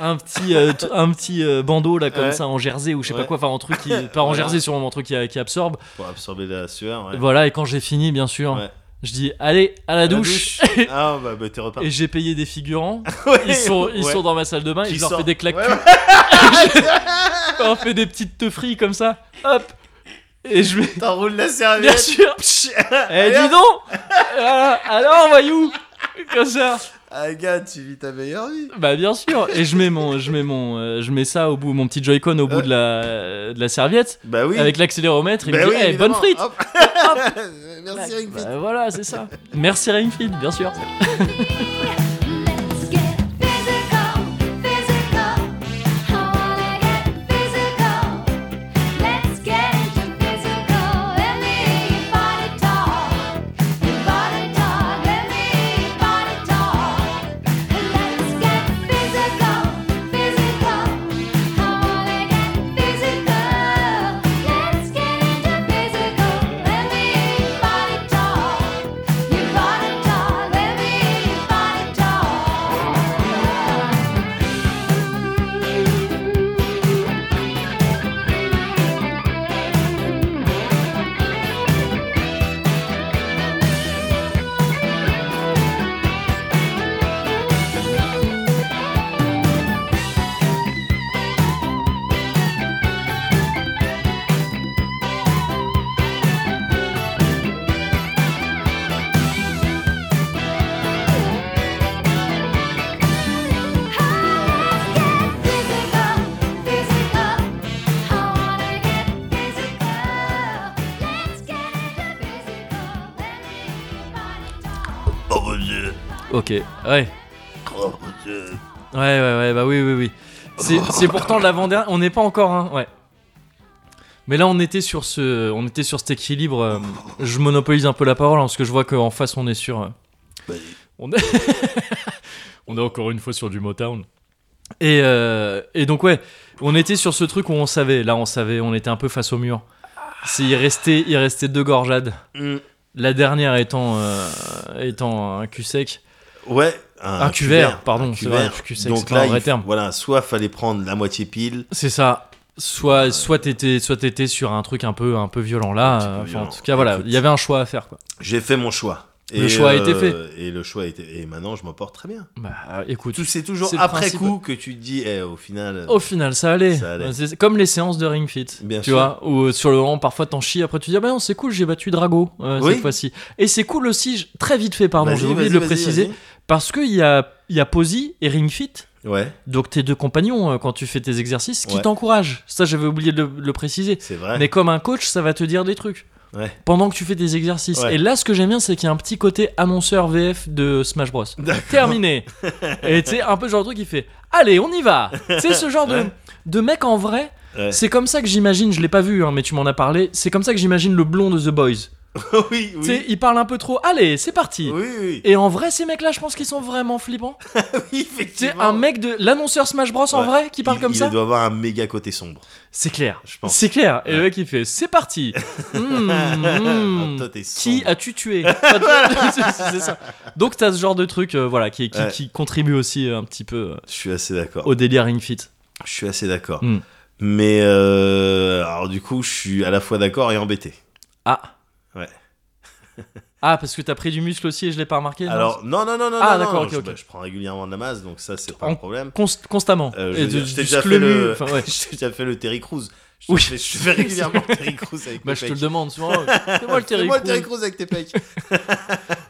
[SPEAKER 1] un petit, euh, t- un petit euh, bandeau là comme
[SPEAKER 2] Ouais.
[SPEAKER 1] ça en jersey ou je sais
[SPEAKER 2] Ouais.
[SPEAKER 1] pas quoi, enfin en truc qui, pas en
[SPEAKER 2] Voilà.
[SPEAKER 1] jersey sûrement, en truc qui, qui absorbe.
[SPEAKER 2] Pour absorber la sueur. ouais.
[SPEAKER 1] Voilà et quand j'ai fini, bien sûr,
[SPEAKER 2] Ouais.
[SPEAKER 1] je dis allez à la,
[SPEAKER 2] La
[SPEAKER 1] douche.
[SPEAKER 2] douche. ah, bah, bah, t'es reparti.
[SPEAKER 1] Et j'ai payé des figurants,
[SPEAKER 2] Ouais,
[SPEAKER 1] ils sont, ils
[SPEAKER 2] ouais.
[SPEAKER 1] sont dans ma salle de bain,
[SPEAKER 2] Qui
[SPEAKER 1] et je leur
[SPEAKER 2] sort.
[SPEAKER 1] fais des claques
[SPEAKER 2] Ouais, ouais.
[SPEAKER 1] on fait des petites teufries comme ça, hop, et je vais,
[SPEAKER 2] T'enroules la
[SPEAKER 1] bien
[SPEAKER 2] serviette.
[SPEAKER 1] sûr, Eh dis donc Voilà. Alors voyou Comme ça
[SPEAKER 2] Ah, gars, tu vis ta meilleure vie.
[SPEAKER 1] Bah bien sûr Et je mets mon je mets mon euh, je mets ça au bout mon petit Joy-Con au bout de la euh, de la serviette
[SPEAKER 2] Bah oui.
[SPEAKER 1] avec l'accéléromètre il
[SPEAKER 2] Bah
[SPEAKER 1] me dit
[SPEAKER 2] oui,
[SPEAKER 1] Eh, bonne
[SPEAKER 2] évidemment.
[SPEAKER 1] frite
[SPEAKER 2] Hop. Euh, Merci Ring Fit.
[SPEAKER 1] Bah, voilà c'est ça Merci Ring Fit bien sûr
[SPEAKER 4] Let's get physical, physical. I wanna get physical. Let's get into physical. Let me body talk, body talk. Let me body talk. Let's get physical, physical. I wanna get physical. Let's get into physical. Let me body talk. Your body talk, let me body Physical, physical. I wanna get physical. Let's get into physical. Let me body talk.
[SPEAKER 2] Oh mon dieu.
[SPEAKER 1] Ok ouais
[SPEAKER 2] Oh mon dieu.
[SPEAKER 1] ouais ouais ouais bah oui oui oui c'est c'est pourtant l'avant dernier on n'est pas encore hein ouais mais là on était sur ce on était sur cet équilibre euh, je monopolise un peu la parole hein, parce que je vois qu'en face on est sur euh,
[SPEAKER 2] Vas-y.
[SPEAKER 1] On est... on est encore une fois sur du Motown. Et, euh, et donc ouais, on était sur ce truc où on savait, là on savait, on était un peu face au mur. C'est- Il restait, il restait deux gorgeades.
[SPEAKER 2] Mm.
[SPEAKER 1] La dernière étant, euh, étant un cul sec.
[SPEAKER 2] Ouais.
[SPEAKER 1] Un cul vert, pardon,
[SPEAKER 2] un
[SPEAKER 1] c'est
[SPEAKER 2] cul
[SPEAKER 1] vrai,
[SPEAKER 2] vert.
[SPEAKER 1] un cul sec, c'est
[SPEAKER 2] Donc
[SPEAKER 1] pas
[SPEAKER 2] là,
[SPEAKER 1] un vrai
[SPEAKER 2] il-
[SPEAKER 1] terme.
[SPEAKER 2] voilà, soit fallait prendre la moitié pile.
[SPEAKER 1] C'est ça. Soit soit t'étais soit t'étais sur un truc un peu un peu violent là.
[SPEAKER 2] peu
[SPEAKER 1] euh, enfin,
[SPEAKER 2] violent.
[SPEAKER 1] en tout cas voilà,
[SPEAKER 2] Écoute.
[SPEAKER 1] il y avait un choix à faire quoi.
[SPEAKER 2] J'ai fait mon choix. euh,
[SPEAKER 1] Le choix a été fait.
[SPEAKER 2] Et le choix a été. Et maintenant, je m'en porte très bien.
[SPEAKER 1] Bah euh, écoute,
[SPEAKER 2] Tout- C'est toujours
[SPEAKER 1] C'est le
[SPEAKER 2] après
[SPEAKER 1] principe. Oh,
[SPEAKER 2] coup que tu te dis, eh, au final.
[SPEAKER 1] Au final, ça allait.
[SPEAKER 2] Ça allait.
[SPEAKER 1] C'est Comme les séances de Ring Fit.
[SPEAKER 2] Bien
[SPEAKER 1] tu
[SPEAKER 2] sûr.
[SPEAKER 1] vois, où euh, sur le moment, parfois t'en chies, après tu dis, ah bah non, c'est cool, j'ai battu Drago euh,
[SPEAKER 2] Oui.
[SPEAKER 1] cette fois-ci. Et c'est cool aussi, je- très vite fait, pardon,
[SPEAKER 2] Vas-y,
[SPEAKER 1] j'ai oublié
[SPEAKER 2] vas-y,
[SPEAKER 1] de le
[SPEAKER 2] vas-y,
[SPEAKER 1] préciser, parce qu'il y a, il y a Posy et Ring Fit,
[SPEAKER 2] vas-y. Ouais,
[SPEAKER 1] donc tes deux compagnons, euh, quand tu fais tes exercices, qui
[SPEAKER 2] Ouais.
[SPEAKER 1] t'encouragent. Ça, j'avais oublié de le, de le préciser.
[SPEAKER 2] c'est vrai.
[SPEAKER 1] Mais comme un coach, ça va te dire des trucs.
[SPEAKER 2] Ouais.
[SPEAKER 1] pendant que tu fais des exercices.
[SPEAKER 2] Ouais.
[SPEAKER 1] Et là, ce que j'aime bien, c'est qu'il y a un petit côté annonceur VF de Smash Bros.
[SPEAKER 2] D'accord.
[SPEAKER 1] Terminé. Et tu sais, un peu genre le truc qui fait Allez, on y va C'est ce genre de,
[SPEAKER 2] Ouais.
[SPEAKER 1] de mec en vrai.
[SPEAKER 2] Ouais.
[SPEAKER 1] C'est comme ça que j'imagine, je l'ai pas vu, hein, mais tu m'en as parlé. C'est comme ça que j'imagine le blond de The Boys.
[SPEAKER 2] oui,
[SPEAKER 1] Tu sais,
[SPEAKER 2] oui.
[SPEAKER 1] il parle un peu trop. Allez, c'est parti.
[SPEAKER 2] Oui, oui.
[SPEAKER 1] Et en vrai, ces mecs-là, je pense qu'ils sont vraiment flippants.
[SPEAKER 2] oui,
[SPEAKER 1] Tu sais,
[SPEAKER 2] effectivement.
[SPEAKER 1] un mec de l'annonceur Smash Bros en
[SPEAKER 2] Ouais.
[SPEAKER 1] vrai qui parle
[SPEAKER 2] il,
[SPEAKER 1] comme
[SPEAKER 2] il
[SPEAKER 1] ça,
[SPEAKER 2] doit avoir un méga côté sombre,
[SPEAKER 1] c'est clair.
[SPEAKER 2] je pense.
[SPEAKER 1] C'est clair. Et le mec, il fait C'est parti. Hmm, hmm.
[SPEAKER 2] Ah, toi, t'es
[SPEAKER 1] Qui
[SPEAKER 2] sombre.
[SPEAKER 1] as-tu tué Enfin, tu- c'est- C'est ça. Donc t'as ce genre de truc, euh, voilà, qui, qui,
[SPEAKER 2] Ouais.
[SPEAKER 1] qui contribue aussi euh, un petit peu euh,
[SPEAKER 2] Je suis assez d'accord.
[SPEAKER 1] au délire Ring Fit.
[SPEAKER 2] Je suis assez d'accord.
[SPEAKER 1] Mm.
[SPEAKER 2] Mais euh, alors du coup, je suis à la fois d'accord et embêté.
[SPEAKER 1] Ah.
[SPEAKER 2] Ouais.
[SPEAKER 1] ah, parce que t'as pris du muscle aussi et je l'ai pas remarqué. non
[SPEAKER 2] Alors non non non non
[SPEAKER 1] Ah,
[SPEAKER 2] non,
[SPEAKER 1] d'accord,
[SPEAKER 2] non,
[SPEAKER 1] ok,
[SPEAKER 2] je,
[SPEAKER 1] ok.
[SPEAKER 2] bah, je prends régulièrement de la masse donc ça c'est pas
[SPEAKER 1] En-
[SPEAKER 2] un problème.
[SPEAKER 1] Const- constamment.
[SPEAKER 2] Euh, je
[SPEAKER 1] Et
[SPEAKER 2] veux
[SPEAKER 1] de-
[SPEAKER 2] dire, je t'ai
[SPEAKER 1] du
[SPEAKER 2] déjà fait
[SPEAKER 1] sclemu,
[SPEAKER 2] le-
[SPEAKER 1] enfin, ouais.
[SPEAKER 2] je t'ai déjà fait le Terry Crews. Je te
[SPEAKER 1] Oui.
[SPEAKER 2] fais, je te fais régulièrement le Terry Crews avec
[SPEAKER 1] Bah,
[SPEAKER 2] tes
[SPEAKER 1] je te le
[SPEAKER 2] pecs.
[SPEAKER 1] demande souvent. euh, Fais-moi le Terry
[SPEAKER 2] Fais-moi le
[SPEAKER 1] Crews.
[SPEAKER 2] Terry Crews avec tes pecs.
[SPEAKER 1] Tu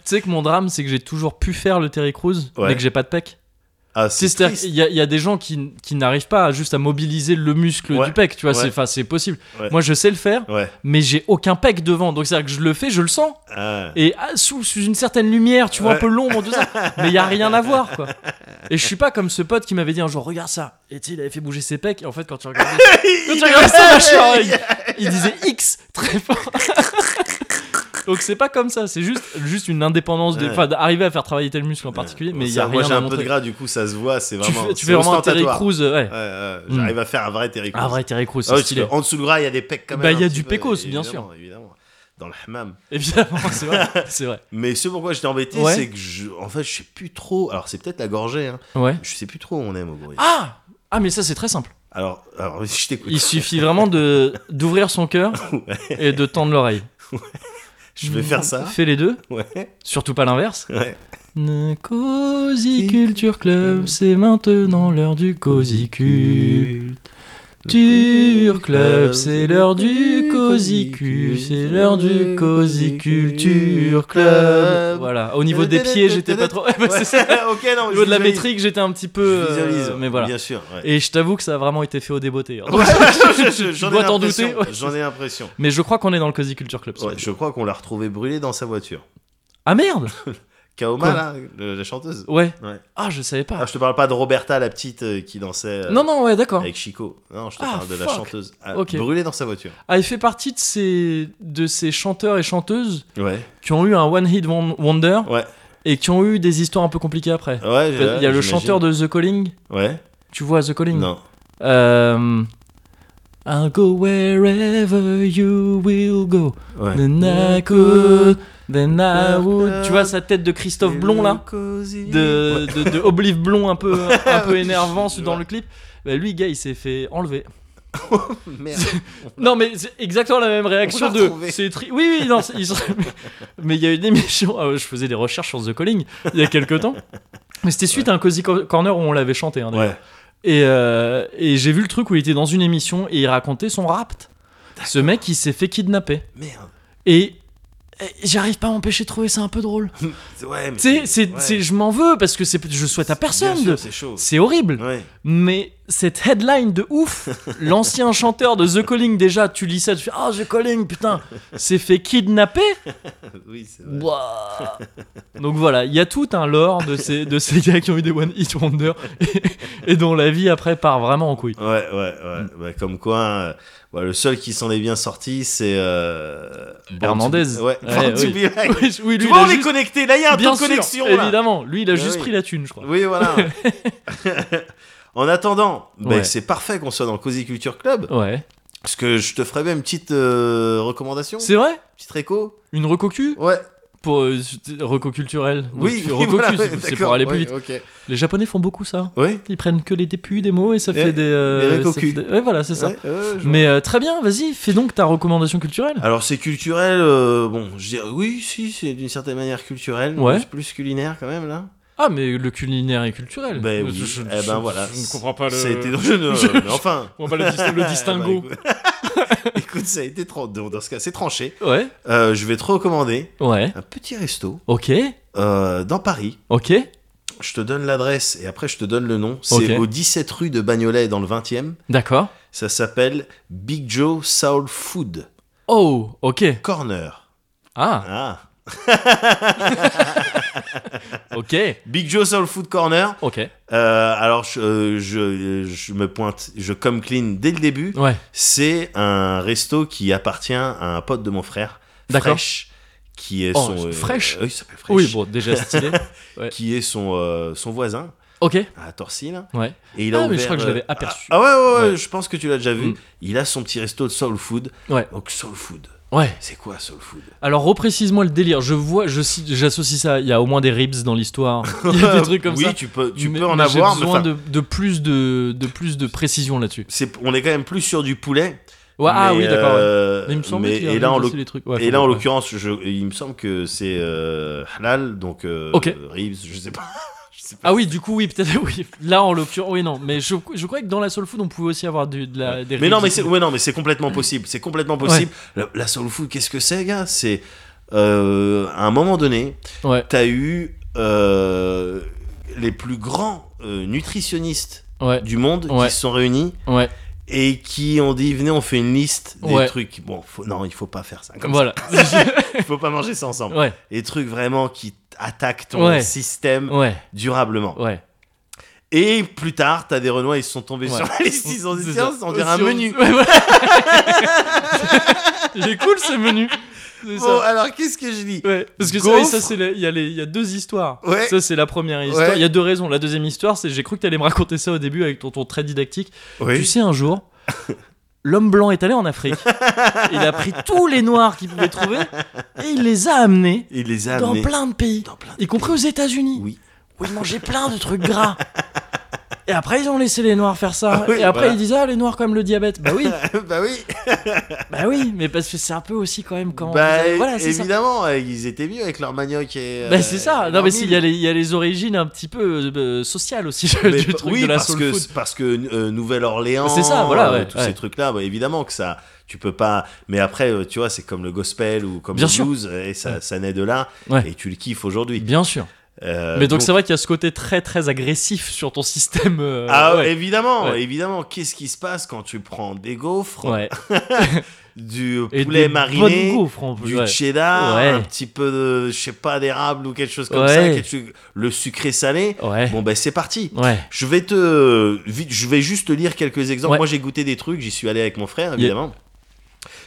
[SPEAKER 1] sais que mon drame, c'est que j'ai toujours pu faire le Terry Crews, mais
[SPEAKER 2] Ouais.
[SPEAKER 1] que j'ai pas de pec.
[SPEAKER 2] Ah,
[SPEAKER 1] Tu sais,
[SPEAKER 2] c'est
[SPEAKER 1] C'est-à-dire
[SPEAKER 2] triste.
[SPEAKER 1] qu'il y, a- il y a des gens qui, qui n'arrivent pas à- juste à mobiliser le muscle
[SPEAKER 2] Ouais.
[SPEAKER 1] du pec, tu vois,
[SPEAKER 2] Ouais.
[SPEAKER 1] c'est- enfin, c'est possible.
[SPEAKER 2] Ouais.
[SPEAKER 1] Moi, je sais le faire,
[SPEAKER 2] Ouais.
[SPEAKER 1] mais j'ai aucun pec devant. Donc, c'est-à-dire que je le fais, je le sens.
[SPEAKER 2] Ah.
[SPEAKER 1] Et ah, sous, sous une certaine lumière, tu vois un
[SPEAKER 2] Ouais.
[SPEAKER 1] peu l'ombre, tout ça. Mais il y a rien à voir, quoi. Et je suis pas comme ce pote qui m'avait dit un jour, regarde ça. Et tu sais, il avait fait bouger ses pecs. Et en fait, quand tu regardais, quand tu regardais ça, machin, il, il disait X très fort. Donc c'est pas comme ça, c'est juste, juste une indépendance, des-
[SPEAKER 2] Ouais.
[SPEAKER 1] enfin d'arriver à faire travailler tel muscle en particulier,
[SPEAKER 2] Bon,
[SPEAKER 1] mais il y
[SPEAKER 2] ça,
[SPEAKER 1] a rien
[SPEAKER 2] moi j'ai
[SPEAKER 1] à
[SPEAKER 2] un peu de
[SPEAKER 1] montrer.
[SPEAKER 2] gras du coup ça se voit c'est
[SPEAKER 1] tu
[SPEAKER 2] vraiment
[SPEAKER 1] fais, tu
[SPEAKER 2] c'est
[SPEAKER 1] fais vraiment un Terry
[SPEAKER 2] ostentatoire.
[SPEAKER 1] Crews, euh, ouais.
[SPEAKER 2] Ouais, ouais,
[SPEAKER 1] Mm.
[SPEAKER 2] j'arrive à faire un vrai Terry Crews
[SPEAKER 1] Un vrai Terry Crews, c'est
[SPEAKER 2] Ah oui,
[SPEAKER 1] stylé.
[SPEAKER 2] parce que en dessous le gras il y a des pecs quand même
[SPEAKER 1] Bah,
[SPEAKER 2] un
[SPEAKER 1] il y a
[SPEAKER 2] petit
[SPEAKER 1] du
[SPEAKER 2] peu,
[SPEAKER 1] pécos, bien
[SPEAKER 2] évidemment, évidemment dans le hammam
[SPEAKER 1] Évidemment, c'est vrai. C'est vrai.
[SPEAKER 2] Mais ce pourquoi j'étais embêté,
[SPEAKER 1] Ouais.
[SPEAKER 2] c'est que je, en fait, je sais plus trop. Alors c'est peut-être la gorgée, hein.
[SPEAKER 1] Ouais.
[SPEAKER 2] Je sais plus trop où on aime au bruit.
[SPEAKER 1] Ah Ah, mais ça, c'est très simple.
[SPEAKER 2] Alors, alors je t'écoute.
[SPEAKER 1] Il suffit vraiment de d'ouvrir son cœur et de tendre l'oreille.
[SPEAKER 2] Je vais faire ça.
[SPEAKER 1] Fais les deux,
[SPEAKER 2] Ouais.
[SPEAKER 1] surtout pas l'inverse.
[SPEAKER 2] Ouais.
[SPEAKER 1] Cozy Culture Club, c'est maintenant l'heure du Cozy Culture Club, c'est l'heure du Cozy Cul, c'est l'heure du Cozy Culture Club. Voilà, au niveau des pieds, j'étais pas trop. Ouais, bah, c'est ça.
[SPEAKER 2] Ouais, ok, non.
[SPEAKER 1] Au niveau de la
[SPEAKER 2] métrique
[SPEAKER 1] métrique, j'étais un petit peu. euh,
[SPEAKER 2] visualise.
[SPEAKER 1] mais voilà.
[SPEAKER 2] Bien sûr. Ouais.
[SPEAKER 1] Et je t'avoue que ça a vraiment été fait au débeauté. hein.
[SPEAKER 2] Ouais, je- je-
[SPEAKER 1] Tu
[SPEAKER 2] j'en ai
[SPEAKER 1] dois t'en
[SPEAKER 2] l'impression,
[SPEAKER 1] douter, ouais.
[SPEAKER 2] J'en ai l'impression.
[SPEAKER 1] Mais je crois qu'on est dans le Cozy Culture Club. ce
[SPEAKER 2] Ouais,
[SPEAKER 1] mec.
[SPEAKER 2] je crois qu'on l'a retrouvé brûlé dans sa voiture.
[SPEAKER 1] Ah merde
[SPEAKER 2] Kaoma,
[SPEAKER 1] Quoi
[SPEAKER 2] là, le- la chanteuse.
[SPEAKER 1] Ouais.
[SPEAKER 2] Ouais.
[SPEAKER 1] Ah, je savais pas.
[SPEAKER 2] Ah, je te parle pas de Roberta, la petite euh, qui dansait euh,
[SPEAKER 1] Non, non, ouais, d'accord.
[SPEAKER 2] avec Chico. Non, je te
[SPEAKER 1] Ah,
[SPEAKER 2] parle de la
[SPEAKER 1] fuck.
[SPEAKER 2] chanteuse. Ah,
[SPEAKER 1] Ok.
[SPEAKER 2] Brûlée dans sa voiture.
[SPEAKER 1] Ah, il fait partie de ces, de ces chanteurs et chanteuses
[SPEAKER 2] Ouais.
[SPEAKER 1] qui ont eu un One Hit won- Wonder
[SPEAKER 2] Ouais.
[SPEAKER 1] et qui ont eu des histoires un peu compliquées après.
[SPEAKER 2] Ouais,
[SPEAKER 1] Il y a le chanteur de The Calling.
[SPEAKER 2] Ouais.
[SPEAKER 1] Tu vois The Calling
[SPEAKER 2] Non.
[SPEAKER 1] Euh, I'll go wherever you will go.
[SPEAKER 2] Ouais.
[SPEAKER 1] Then I could, then I would. Tu vois sa tête de Christophe Blond là de, de, de Oblive Blond un peu, un peu énervant sous- dans le clip. Bah, lui, gars, il s'est fait enlever.
[SPEAKER 2] Merde.
[SPEAKER 1] Non, mais c'est exactement la même réaction
[SPEAKER 2] On l'a
[SPEAKER 1] de.
[SPEAKER 2] retrouvé.
[SPEAKER 1] C'est tri- Oui, oui, non, c'est- il serait- Mais il y a une émission. ah, je faisais des recherches sur The Calling il y a quelques temps. Mais c'était suite à un Cozy Co- Corner où on l'avait chanté. hein, d'ailleurs.
[SPEAKER 2] Ouais.
[SPEAKER 1] Et, euh, et j'ai vu le truc où il était dans une émission et il racontait son rapt. Ce mec, il s'est fait kidnapper.
[SPEAKER 2] Merde.
[SPEAKER 1] Et. et J'arrive pas à m'empêcher de trouver ça un peu drôle.
[SPEAKER 2] Ouais, mais.
[SPEAKER 1] Tu sais, c'est-
[SPEAKER 2] ouais.
[SPEAKER 1] c'est- je m'en veux parce que c'est- je souhaite à personne.
[SPEAKER 2] Bien sûr,
[SPEAKER 1] de-
[SPEAKER 2] C'est chaud.
[SPEAKER 1] C'est horrible.
[SPEAKER 2] Ouais.
[SPEAKER 1] Mais cette headline de ouf, l'ancien chanteur de The Calling, déjà, tu lis ça, tu fais Ah, The Calling, putain, s'est fait kidnapper
[SPEAKER 2] Oui, c'est vrai.
[SPEAKER 1] Ouah. Donc voilà, il y a tout un lore de ces, de ces gars qui ont eu des One Hit Wonder et, et dont la vie après part vraiment en couille.
[SPEAKER 2] Ouais, ouais,
[SPEAKER 1] Mm.
[SPEAKER 2] ouais. Bah, comme quoi, euh, ouais, le seul qui s'en est bien sorti, c'est. Euh, Born to
[SPEAKER 1] Hernandez.
[SPEAKER 2] Be- Ouais,
[SPEAKER 1] Ouais,
[SPEAKER 2] Born to
[SPEAKER 1] oui.
[SPEAKER 2] be Like.
[SPEAKER 1] Oui, lui,
[SPEAKER 2] Tu
[SPEAKER 1] il
[SPEAKER 2] vois,
[SPEAKER 1] a
[SPEAKER 2] on est
[SPEAKER 1] juste-
[SPEAKER 2] connecté. Là, il y a un
[SPEAKER 1] Bien
[SPEAKER 2] peu de
[SPEAKER 1] sûr,
[SPEAKER 2] connexion. là.
[SPEAKER 1] évidemment. Lui, il a
[SPEAKER 2] Mais
[SPEAKER 1] juste
[SPEAKER 2] oui.
[SPEAKER 1] pris la thune, je crois.
[SPEAKER 2] Oui, voilà. en attendant, bah,
[SPEAKER 1] Ouais.
[SPEAKER 2] c'est parfait qu'on soit dans le Cozy Culture Club.
[SPEAKER 1] Ouais.
[SPEAKER 2] Parce que je te ferais même une petite euh, recommandation.
[SPEAKER 1] C'est vrai
[SPEAKER 2] Petite réco.
[SPEAKER 1] Une recocu
[SPEAKER 2] Ouais.
[SPEAKER 1] pour euh, reco culturel. Donc
[SPEAKER 2] Oui,
[SPEAKER 1] tu fais
[SPEAKER 2] oui,
[SPEAKER 1] recocu,
[SPEAKER 2] voilà,
[SPEAKER 1] c'est-
[SPEAKER 2] ouais,
[SPEAKER 1] c'est pour
[SPEAKER 2] d'accord,
[SPEAKER 1] aller plus
[SPEAKER 2] ouais,
[SPEAKER 1] vite.
[SPEAKER 2] Ok.
[SPEAKER 1] Les Japonais font beaucoup ça.
[SPEAKER 2] Oui.
[SPEAKER 1] Ils prennent que les dépuis, des mots et ça
[SPEAKER 2] Les-
[SPEAKER 1] fait des. euh,
[SPEAKER 2] les
[SPEAKER 1] ça fait
[SPEAKER 2] recocus.
[SPEAKER 1] des- Ouais, voilà, c'est ça.
[SPEAKER 2] Ouais, ouais, je Ah.
[SPEAKER 1] Mais euh, très bien, vas-y, fais donc ta recommandation culturelle.
[SPEAKER 2] Alors c'est culturel, euh, bon, je dirais oui, si, c'est d'une certaine manière culturel,
[SPEAKER 1] Ouais.
[SPEAKER 2] mais c'est plus culinaire quand même là.
[SPEAKER 1] Ah, mais le culinaire est culturel.
[SPEAKER 2] Ben
[SPEAKER 1] Euh,
[SPEAKER 2] oui,
[SPEAKER 1] je- je-
[SPEAKER 2] eh ben
[SPEAKER 1] je-
[SPEAKER 2] voilà.
[SPEAKER 1] Je ne comprends pas le.
[SPEAKER 2] C'était dans le
[SPEAKER 1] Je-
[SPEAKER 2] mais enfin.
[SPEAKER 1] On va le, dis- le
[SPEAKER 2] Ah,
[SPEAKER 1] distinguo.
[SPEAKER 2] bah, écoute... écoute, ça a été tran- donc, dans ce cas, c'est tranché.
[SPEAKER 1] ouais,
[SPEAKER 2] Euh, je vais te recommander
[SPEAKER 1] ouais.
[SPEAKER 2] un petit resto
[SPEAKER 1] Ok,
[SPEAKER 2] euh, dans Paris.
[SPEAKER 1] ok.
[SPEAKER 2] Je te donne l'adresse et après je te donne le nom. C'est
[SPEAKER 1] Ok.
[SPEAKER 2] au 17 rue de Bagnolet dans le 20e.
[SPEAKER 1] D'accord.
[SPEAKER 2] Ça s'appelle Big Joe Soul Food.
[SPEAKER 1] Oh, ok.
[SPEAKER 2] Corner.
[SPEAKER 1] Ah,
[SPEAKER 2] Ah.
[SPEAKER 1] ok,
[SPEAKER 2] Big Joe Soul Food Corner.
[SPEAKER 1] ok.
[SPEAKER 2] Euh, alors, je, euh, je, je me pointe, je come clean dès le début.
[SPEAKER 1] Ouais,
[SPEAKER 2] C'est un resto qui appartient à un pote de mon frère,
[SPEAKER 1] D'accord.
[SPEAKER 2] Fresh, qui est
[SPEAKER 1] Oh,
[SPEAKER 2] son. euh,
[SPEAKER 1] Fresh
[SPEAKER 2] oui, il s'appelle Fresh.
[SPEAKER 1] oui, bon, déjà stylé.
[SPEAKER 2] Qui est son, euh, son voisin
[SPEAKER 1] Ok,
[SPEAKER 2] à Torcy, là.
[SPEAKER 1] ouais.
[SPEAKER 2] Et il a
[SPEAKER 1] Ah, mais je
[SPEAKER 2] ouvert,
[SPEAKER 1] crois que je
[SPEAKER 2] euh,
[SPEAKER 1] l'avais aperçu.
[SPEAKER 2] Ah, ah ouais, ouais, ouais,
[SPEAKER 1] Ouais.
[SPEAKER 2] je pense que tu l'as déjà vu.
[SPEAKER 1] Mm.
[SPEAKER 2] Il a son petit resto de soul food.
[SPEAKER 1] Ouais.
[SPEAKER 2] Donc, soul food,
[SPEAKER 1] Ouais.
[SPEAKER 2] c'est quoi soul food
[SPEAKER 1] Alors reprécise-moi le délire. Je vois, je cite- j'associe ça. Il y a au moins des ribs dans l'histoire. Il y a des trucs comme
[SPEAKER 2] oui,
[SPEAKER 1] ça.
[SPEAKER 2] tu peux, tu
[SPEAKER 1] Mais-
[SPEAKER 2] peux en
[SPEAKER 1] mais
[SPEAKER 2] avoir,
[SPEAKER 1] J'ai
[SPEAKER 2] mais
[SPEAKER 1] besoin
[SPEAKER 2] enfin,
[SPEAKER 1] de, de plus de, de plus de précision là-dessus.
[SPEAKER 2] c'est- on est quand même plus sur du poulet.
[SPEAKER 1] Ouais, ah
[SPEAKER 2] mais,
[SPEAKER 1] oui, d'accord. ouais.
[SPEAKER 2] euh,
[SPEAKER 1] Mais il me semble
[SPEAKER 2] mais-
[SPEAKER 1] qu'il y a
[SPEAKER 2] et là, en
[SPEAKER 1] aussi
[SPEAKER 2] l'oc-
[SPEAKER 1] les trucs. Ouais,
[SPEAKER 2] et là, en
[SPEAKER 1] ouais.
[SPEAKER 2] l'occurrence, je- il me semble que c'est euh, halal, donc euh,
[SPEAKER 1] Ok.
[SPEAKER 2] ribs, je sais pas. je sais pas.
[SPEAKER 1] Ah oui, du coup, oui, peut-être. Oui. Là, en l'occurrence, oui, non. Mais je, je croyais que dans la soul food, on pouvait aussi avoir du- de la, des
[SPEAKER 2] mais non,
[SPEAKER 1] ribs.
[SPEAKER 2] mais c'est ouais, non, mais c'est complètement possible. C'est complètement possible. La, la soul food, qu'est-ce que c'est, gars C'est euh, à un moment donné,
[SPEAKER 1] Ouais,
[SPEAKER 2] t'as eu euh, les plus grands euh, nutritionnistes
[SPEAKER 1] ouais,
[SPEAKER 2] du monde
[SPEAKER 1] Ouais.
[SPEAKER 2] qui se sont réunis
[SPEAKER 1] ouais.
[SPEAKER 2] et qui ont dit venez, on fait une liste des
[SPEAKER 1] Ouais.
[SPEAKER 2] trucs. Bon, faut- non, il faut pas faire ça. Comme
[SPEAKER 1] Voilà.
[SPEAKER 2] ça. faut pas manger ça ensemble.
[SPEAKER 1] ouais,
[SPEAKER 2] Les trucs vraiment qui attaquent ton
[SPEAKER 1] Ouais.
[SPEAKER 2] système
[SPEAKER 1] ouais,
[SPEAKER 2] durablement.
[SPEAKER 1] ouais.
[SPEAKER 2] Et plus tard, t'as des Renois, ils se sont tombés
[SPEAKER 1] Ouais.
[SPEAKER 2] sur la liste, ils ont dit
[SPEAKER 1] C'est
[SPEAKER 2] tiens,
[SPEAKER 1] ça.
[SPEAKER 2] on dirait un
[SPEAKER 1] Sur-
[SPEAKER 2] menu.
[SPEAKER 1] Ouais, voilà. Il est cool ce menu. C'est
[SPEAKER 2] Bon,
[SPEAKER 1] ça. Euh,
[SPEAKER 2] alors qu'est-ce que je dis
[SPEAKER 1] Ouais, parce que ça,
[SPEAKER 2] gaufre.
[SPEAKER 1] oui, ça, c'est les- il y, a les- il y a deux histoires.
[SPEAKER 2] Ouais.
[SPEAKER 1] Ça c'est la première histoire.
[SPEAKER 2] Ouais.
[SPEAKER 1] Il y a deux raisons. La deuxième histoire, c'est j'ai cru que t'allais me raconter ça au début avec ton ton très didactique. Tu sais un jour, l'homme blanc est allé en Afrique. il a pris tous les noirs qu'il pouvait trouver et il les a amenés
[SPEAKER 2] Il les a
[SPEAKER 1] dans
[SPEAKER 2] amenés.
[SPEAKER 1] plein de pays,
[SPEAKER 2] Dans plein de-
[SPEAKER 1] y compris aux États-Unis
[SPEAKER 2] Oui.
[SPEAKER 1] où ils mangeaient plein de trucs gras. Et après, ils ont laissé les Noirs faire ça.
[SPEAKER 2] Ah oui,
[SPEAKER 1] et après,
[SPEAKER 2] voilà.
[SPEAKER 1] ils disent Ah, les Noirs, quand même, le diabète. Bah oui,
[SPEAKER 2] bah oui,
[SPEAKER 1] bah oui, mais parce que c'est un peu aussi quand même quand.
[SPEAKER 2] bah
[SPEAKER 1] voilà, c'est ça.
[SPEAKER 2] évidemment, euh, ils étaient mieux avec leur manioc et. euh,
[SPEAKER 1] Bah c'est ça,
[SPEAKER 2] et
[SPEAKER 1] non
[SPEAKER 2] leur
[SPEAKER 1] mais s'il y, a
[SPEAKER 2] mil.
[SPEAKER 1] les- il y a les origines un petit peu euh, sociales aussi
[SPEAKER 2] Mais
[SPEAKER 1] du
[SPEAKER 2] pa-
[SPEAKER 1] truc
[SPEAKER 2] oui,
[SPEAKER 1] de la
[SPEAKER 2] parce
[SPEAKER 1] soul
[SPEAKER 2] que,
[SPEAKER 1] food.
[SPEAKER 2] parce que euh, Nouvelle-Orléans,
[SPEAKER 1] C'est ça, voilà,
[SPEAKER 2] euh,
[SPEAKER 1] ouais,
[SPEAKER 2] tous
[SPEAKER 1] ouais.
[SPEAKER 2] ces trucs-là, bah, évidemment que ça, tu peux pas. Mais après, euh, tu vois, c'est comme le gospel ou comme
[SPEAKER 1] Bien
[SPEAKER 2] le
[SPEAKER 1] sûr.
[SPEAKER 2] blues, euh, et ça,
[SPEAKER 1] Ouais.
[SPEAKER 2] ça naît de là,
[SPEAKER 1] Ouais.
[SPEAKER 2] et tu le kiffes aujourd'hui.
[SPEAKER 1] Bien sûr.
[SPEAKER 2] Euh,
[SPEAKER 1] mais donc c'est vrai qu'il y a ce côté très très agressif sur ton système. euh,
[SPEAKER 2] Ah,
[SPEAKER 1] ouais.
[SPEAKER 2] évidemment,
[SPEAKER 1] Ouais.
[SPEAKER 2] évidemment. Qu'est-ce qui se passe quand tu prends des gaufres,
[SPEAKER 1] Ouais.
[SPEAKER 2] du
[SPEAKER 1] Et
[SPEAKER 2] poulet
[SPEAKER 1] des bonnes
[SPEAKER 2] mariné,
[SPEAKER 1] gaufres, en plus.
[SPEAKER 2] du
[SPEAKER 1] Ouais.
[SPEAKER 2] cheddar,
[SPEAKER 1] Ouais.
[SPEAKER 2] un petit peu de, je sais pas, d'érable ou quelque chose comme ça,
[SPEAKER 1] Ouais.
[SPEAKER 2] quelque chose- le sucré salé.
[SPEAKER 1] Ouais.
[SPEAKER 2] Bon, ben c'est parti.
[SPEAKER 1] ouais.
[SPEAKER 2] Je vais te, vite, je vais juste te lire quelques exemples.
[SPEAKER 1] Ouais.
[SPEAKER 2] Moi, j'ai goûté des trucs. J'y suis allé avec mon frère, évidemment.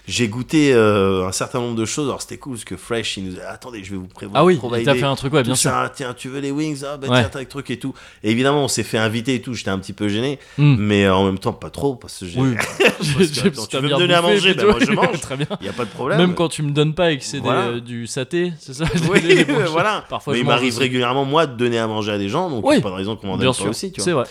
[SPEAKER 2] J'ai goûté euh, un certain nombre de choses. Alors c'était cool parce que Fresh, il nous a. Attendez, je vais vous prévoir.
[SPEAKER 1] Ah oui,
[SPEAKER 2] provider
[SPEAKER 1] t'as fait un truc, ouais, bien
[SPEAKER 2] tout
[SPEAKER 1] sûr.
[SPEAKER 2] ça. Tiens, tu veux les wings Ah bah
[SPEAKER 1] Ouais.
[SPEAKER 2] tiens, t'as le truc et tout. Et évidemment, on s'est fait inviter et tout. J'étais un petit peu gêné,
[SPEAKER 1] Mm.
[SPEAKER 2] mais euh, en même temps pas trop parce que j'ai.
[SPEAKER 1] Oui.
[SPEAKER 2] Parce que, attends, tu veux me donner à manger, ben moi je mange.
[SPEAKER 1] Très bien.
[SPEAKER 2] Il y a pas de problème.
[SPEAKER 1] Même quand tu me donnes pas et que c'est des-
[SPEAKER 2] Voilà.
[SPEAKER 1] euh, du saté, c'est ça
[SPEAKER 2] Oui,
[SPEAKER 1] Des- des brochettes.
[SPEAKER 2] voilà.
[SPEAKER 1] Parfois,
[SPEAKER 2] mais
[SPEAKER 1] je
[SPEAKER 2] il
[SPEAKER 1] mange
[SPEAKER 2] m'arrive
[SPEAKER 1] aussi.
[SPEAKER 2] régulièrement moi de donner à manger à des gens, donc il
[SPEAKER 1] Oui.
[SPEAKER 2] n'y a pas de raison qu'on m'en donne
[SPEAKER 1] Bien
[SPEAKER 2] pas
[SPEAKER 1] sûr,
[SPEAKER 2] aussi. Tu vois.
[SPEAKER 1] c'est vrai.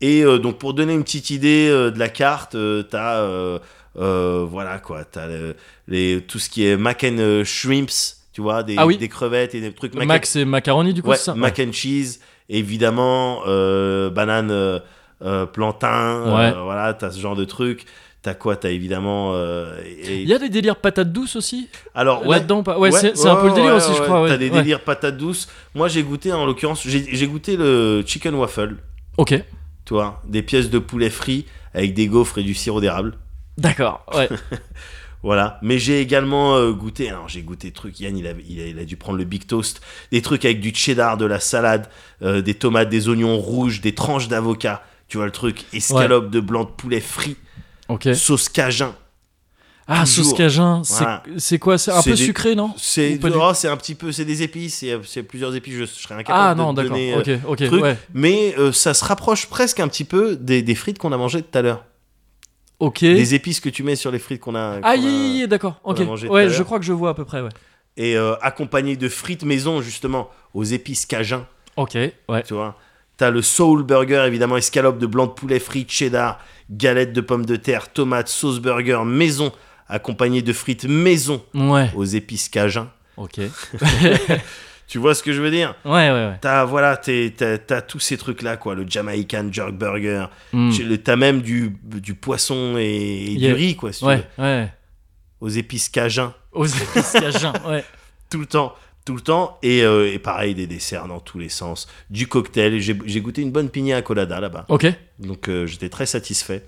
[SPEAKER 2] Et euh, donc pour donner une petite idée euh, de la carte, euh, t'as euh, euh, voilà quoi, t'as le- les tout ce qui est mac and euh, shrimps, tu vois, des,
[SPEAKER 1] Ah oui.
[SPEAKER 2] des crevettes et des trucs mac, and-
[SPEAKER 1] Mac, c'est macaroni du coup,
[SPEAKER 2] ouais,
[SPEAKER 1] c'est ça
[SPEAKER 2] mac and cheese, évidemment, euh, banane, euh, euh, plantain, euh,
[SPEAKER 1] Ouais.
[SPEAKER 2] voilà, t'as ce genre de trucs. T'as quoi T'as évidemment. euh, et-
[SPEAKER 1] Il y a des délires patates douces aussi
[SPEAKER 2] Alors ouais,
[SPEAKER 1] là-dedans pas... Ouais,
[SPEAKER 2] Ouais,
[SPEAKER 1] c'est c'est
[SPEAKER 2] ouais,
[SPEAKER 1] un peu le
[SPEAKER 2] ouais,
[SPEAKER 1] délire
[SPEAKER 2] ouais,
[SPEAKER 1] aussi, je
[SPEAKER 2] ouais.
[SPEAKER 1] crois. Ouais.
[SPEAKER 2] T'as des
[SPEAKER 1] ouais.
[SPEAKER 2] délires patates douces. Moi, j'ai goûté, en l'occurrence, j'ai j'ai goûté le chicken waffle,
[SPEAKER 1] Ok,
[SPEAKER 2] tu vois, des pièces de poulet frit avec des gaufres et du sirop d'érable.
[SPEAKER 1] d'accord. Ouais.
[SPEAKER 2] Voilà. Mais j'ai également euh, goûté, alors j'ai goûté des trucs, Yann, il a, il, a, il a dû prendre le Big Toast, des trucs avec du cheddar, de la salade, euh, des tomates, des oignons rouges, des tranches d'avocat, tu vois le truc, escalope de blanc de poulet frit,
[SPEAKER 1] ok.
[SPEAKER 2] sauce cajun.
[SPEAKER 1] Ah,
[SPEAKER 2] toujours.
[SPEAKER 1] sauce cajun, c'est
[SPEAKER 2] Voilà.
[SPEAKER 1] c'est quoi C'est un
[SPEAKER 2] C'est
[SPEAKER 1] peu
[SPEAKER 2] des-
[SPEAKER 1] sucré, non
[SPEAKER 2] C'est
[SPEAKER 1] Ou pas du-
[SPEAKER 2] oh, c'est un petit peu, c'est des épices, c'est c'est plusieurs épices, je, je serais incapable
[SPEAKER 1] Ah
[SPEAKER 2] de
[SPEAKER 1] non,
[SPEAKER 2] te
[SPEAKER 1] d'accord.
[SPEAKER 2] donner, euh,
[SPEAKER 1] Ok, ok,
[SPEAKER 2] truc.
[SPEAKER 1] ouais.
[SPEAKER 2] mais euh, ça se rapproche presque un petit peu des, des frites qu'on a mangées tout à l'heure.
[SPEAKER 1] Ok.
[SPEAKER 2] Des épices que tu mets sur les frites qu'on a.
[SPEAKER 1] Ah,
[SPEAKER 2] qu'on a-
[SPEAKER 1] yeah, yeah, yeah, d'accord.
[SPEAKER 2] qu'on
[SPEAKER 1] Ok.
[SPEAKER 2] a mangé tout à
[SPEAKER 1] Ouais,
[SPEAKER 2] l'heure.
[SPEAKER 1] je crois que je vois à peu près, ouais.
[SPEAKER 2] Et euh, accompagné de frites maison, justement, aux épices cajun,
[SPEAKER 1] Ok, ouais.
[SPEAKER 2] tu vois. T'as le soul burger, évidemment, escalope de blanc de poulet frites, cheddar, galette de pommes de terre, tomates, sauce burger maison, accompagné de frites maison
[SPEAKER 1] Ouais,
[SPEAKER 2] aux épices cajun.
[SPEAKER 1] ok. Ouais,
[SPEAKER 2] Tu vois ce que je veux dire
[SPEAKER 1] ouais, ouais.
[SPEAKER 2] T'as voilà, t'es- t'as t'as tous ces trucs là quoi, le Jamaican jerk burger,
[SPEAKER 1] Hmm.
[SPEAKER 2] Tu- le- T'as même du, du poisson et, et du
[SPEAKER 1] Yeah.
[SPEAKER 2] riz, quoi, si tu veux,
[SPEAKER 1] Ouais, ouais.
[SPEAKER 2] aux épices cajun,
[SPEAKER 1] Aux épices cajun, ouais.
[SPEAKER 2] tout le temps, tout le temps. Et, euh, et pareil, des desserts dans tous les sens, du cocktail. J'ai j'ai goûté une bonne pina colada là-bas,
[SPEAKER 1] Ok.
[SPEAKER 2] donc euh, j'étais très satisfait.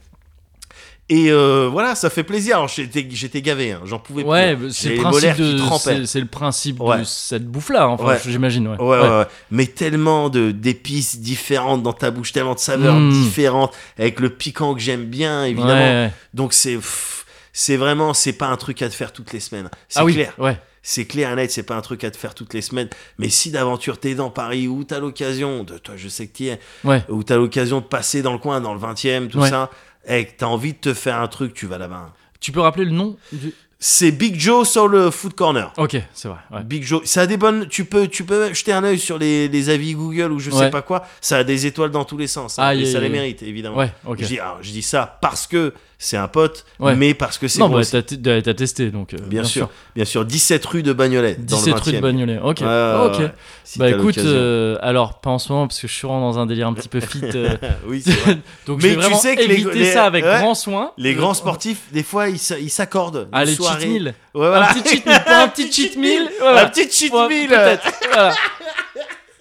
[SPEAKER 2] Et euh, voilà, ça fait plaisir. Alors, J'étais j'étais gavé, hein, j'en pouvais
[SPEAKER 1] Ouais,
[SPEAKER 2] plus.
[SPEAKER 1] c'est le
[SPEAKER 2] J'ai les
[SPEAKER 1] principe
[SPEAKER 2] molaires qui
[SPEAKER 1] de,
[SPEAKER 2] trempaient.
[SPEAKER 1] c'est- c'est le principe de
[SPEAKER 2] Ouais.
[SPEAKER 1] cette bouffe-là, hein, enfin,
[SPEAKER 2] Ouais.
[SPEAKER 1] j'imagine. Ouais.
[SPEAKER 2] Ouais, ouais, ouais. Mais tellement de d'épices différentes dans ta bouche, tellement de saveurs
[SPEAKER 1] Mm.
[SPEAKER 2] différentes, avec le piquant que j'aime bien, évidemment.
[SPEAKER 1] Ouais, ouais.
[SPEAKER 2] Donc c'est pff, c'est vraiment c'est pas un truc à te faire toutes les semaines. C'est
[SPEAKER 1] Ah oui,
[SPEAKER 2] clair,
[SPEAKER 1] ouais.
[SPEAKER 2] c'est clair et net, c'est pas un truc à te faire toutes les semaines. Mais si d'aventure t'es dans Paris ou t'as l'occasion de toi, je sais que t'y es,
[SPEAKER 1] Ouais.
[SPEAKER 2] ou t'as l'occasion de passer dans le coin, dans le 20e, tout
[SPEAKER 1] Ouais.
[SPEAKER 2] ça, et que t'as envie de te faire un truc, tu vas là-bas.
[SPEAKER 1] Tu peux rappeler le nom du...
[SPEAKER 2] C'est Big Joe sur le Food Corner.
[SPEAKER 1] Ok, c'est vrai. ouais.
[SPEAKER 2] Big Joe, ça a des bonnes. Tu peux, tu peux jeter un œil sur les, les avis Google ou je
[SPEAKER 1] Ouais.
[SPEAKER 2] sais pas quoi. Ça a des étoiles dans tous les sens. hein,
[SPEAKER 1] Ah,
[SPEAKER 2] et
[SPEAKER 1] y-
[SPEAKER 2] ça
[SPEAKER 1] y-
[SPEAKER 2] les mérite évidemment.
[SPEAKER 1] Ouais, ok.
[SPEAKER 2] Je, dis, alors, je dis ça parce que c'est un pote,
[SPEAKER 1] Ouais.
[SPEAKER 2] mais parce que c'est
[SPEAKER 1] Non,
[SPEAKER 2] bon.
[SPEAKER 1] bah,
[SPEAKER 2] aussi.
[SPEAKER 1] t'as t- t'as t'as testé, donc euh,
[SPEAKER 2] bien, sûr. bien sûr. 17 rue de Bagnolet. dans le
[SPEAKER 1] 17 rue de
[SPEAKER 2] 20e.
[SPEAKER 1] Bagnolet. Ok,
[SPEAKER 2] Ouais, ouais,
[SPEAKER 1] ok.
[SPEAKER 2] ouais, si
[SPEAKER 1] bah
[SPEAKER 2] t'as
[SPEAKER 1] écoute,
[SPEAKER 2] l'occasion.
[SPEAKER 1] euh, alors pas en ce moment parce que je suis vraiment dans un délire un petit peu fit. euh,
[SPEAKER 2] oui, c'est vrai.
[SPEAKER 1] donc je vais
[SPEAKER 2] Mais tu
[SPEAKER 1] vraiment
[SPEAKER 2] sais que les-
[SPEAKER 1] éviter
[SPEAKER 2] les-
[SPEAKER 1] ça avec
[SPEAKER 2] ouais.
[SPEAKER 1] grand soin.
[SPEAKER 2] les
[SPEAKER 1] Euh,
[SPEAKER 2] grands sportifs, des fois, ils s- ils s'accordent.
[SPEAKER 1] Ah,
[SPEAKER 2] Une
[SPEAKER 1] les cheat
[SPEAKER 2] soirée.
[SPEAKER 1] meal.
[SPEAKER 2] Ouais, voilà.
[SPEAKER 1] Un petit cheat meal. Pour un petit cheat meal.
[SPEAKER 2] Un
[SPEAKER 1] voilà.
[SPEAKER 2] petit cheat
[SPEAKER 1] Pour un-
[SPEAKER 2] meal.
[SPEAKER 1] peut-être, voilà.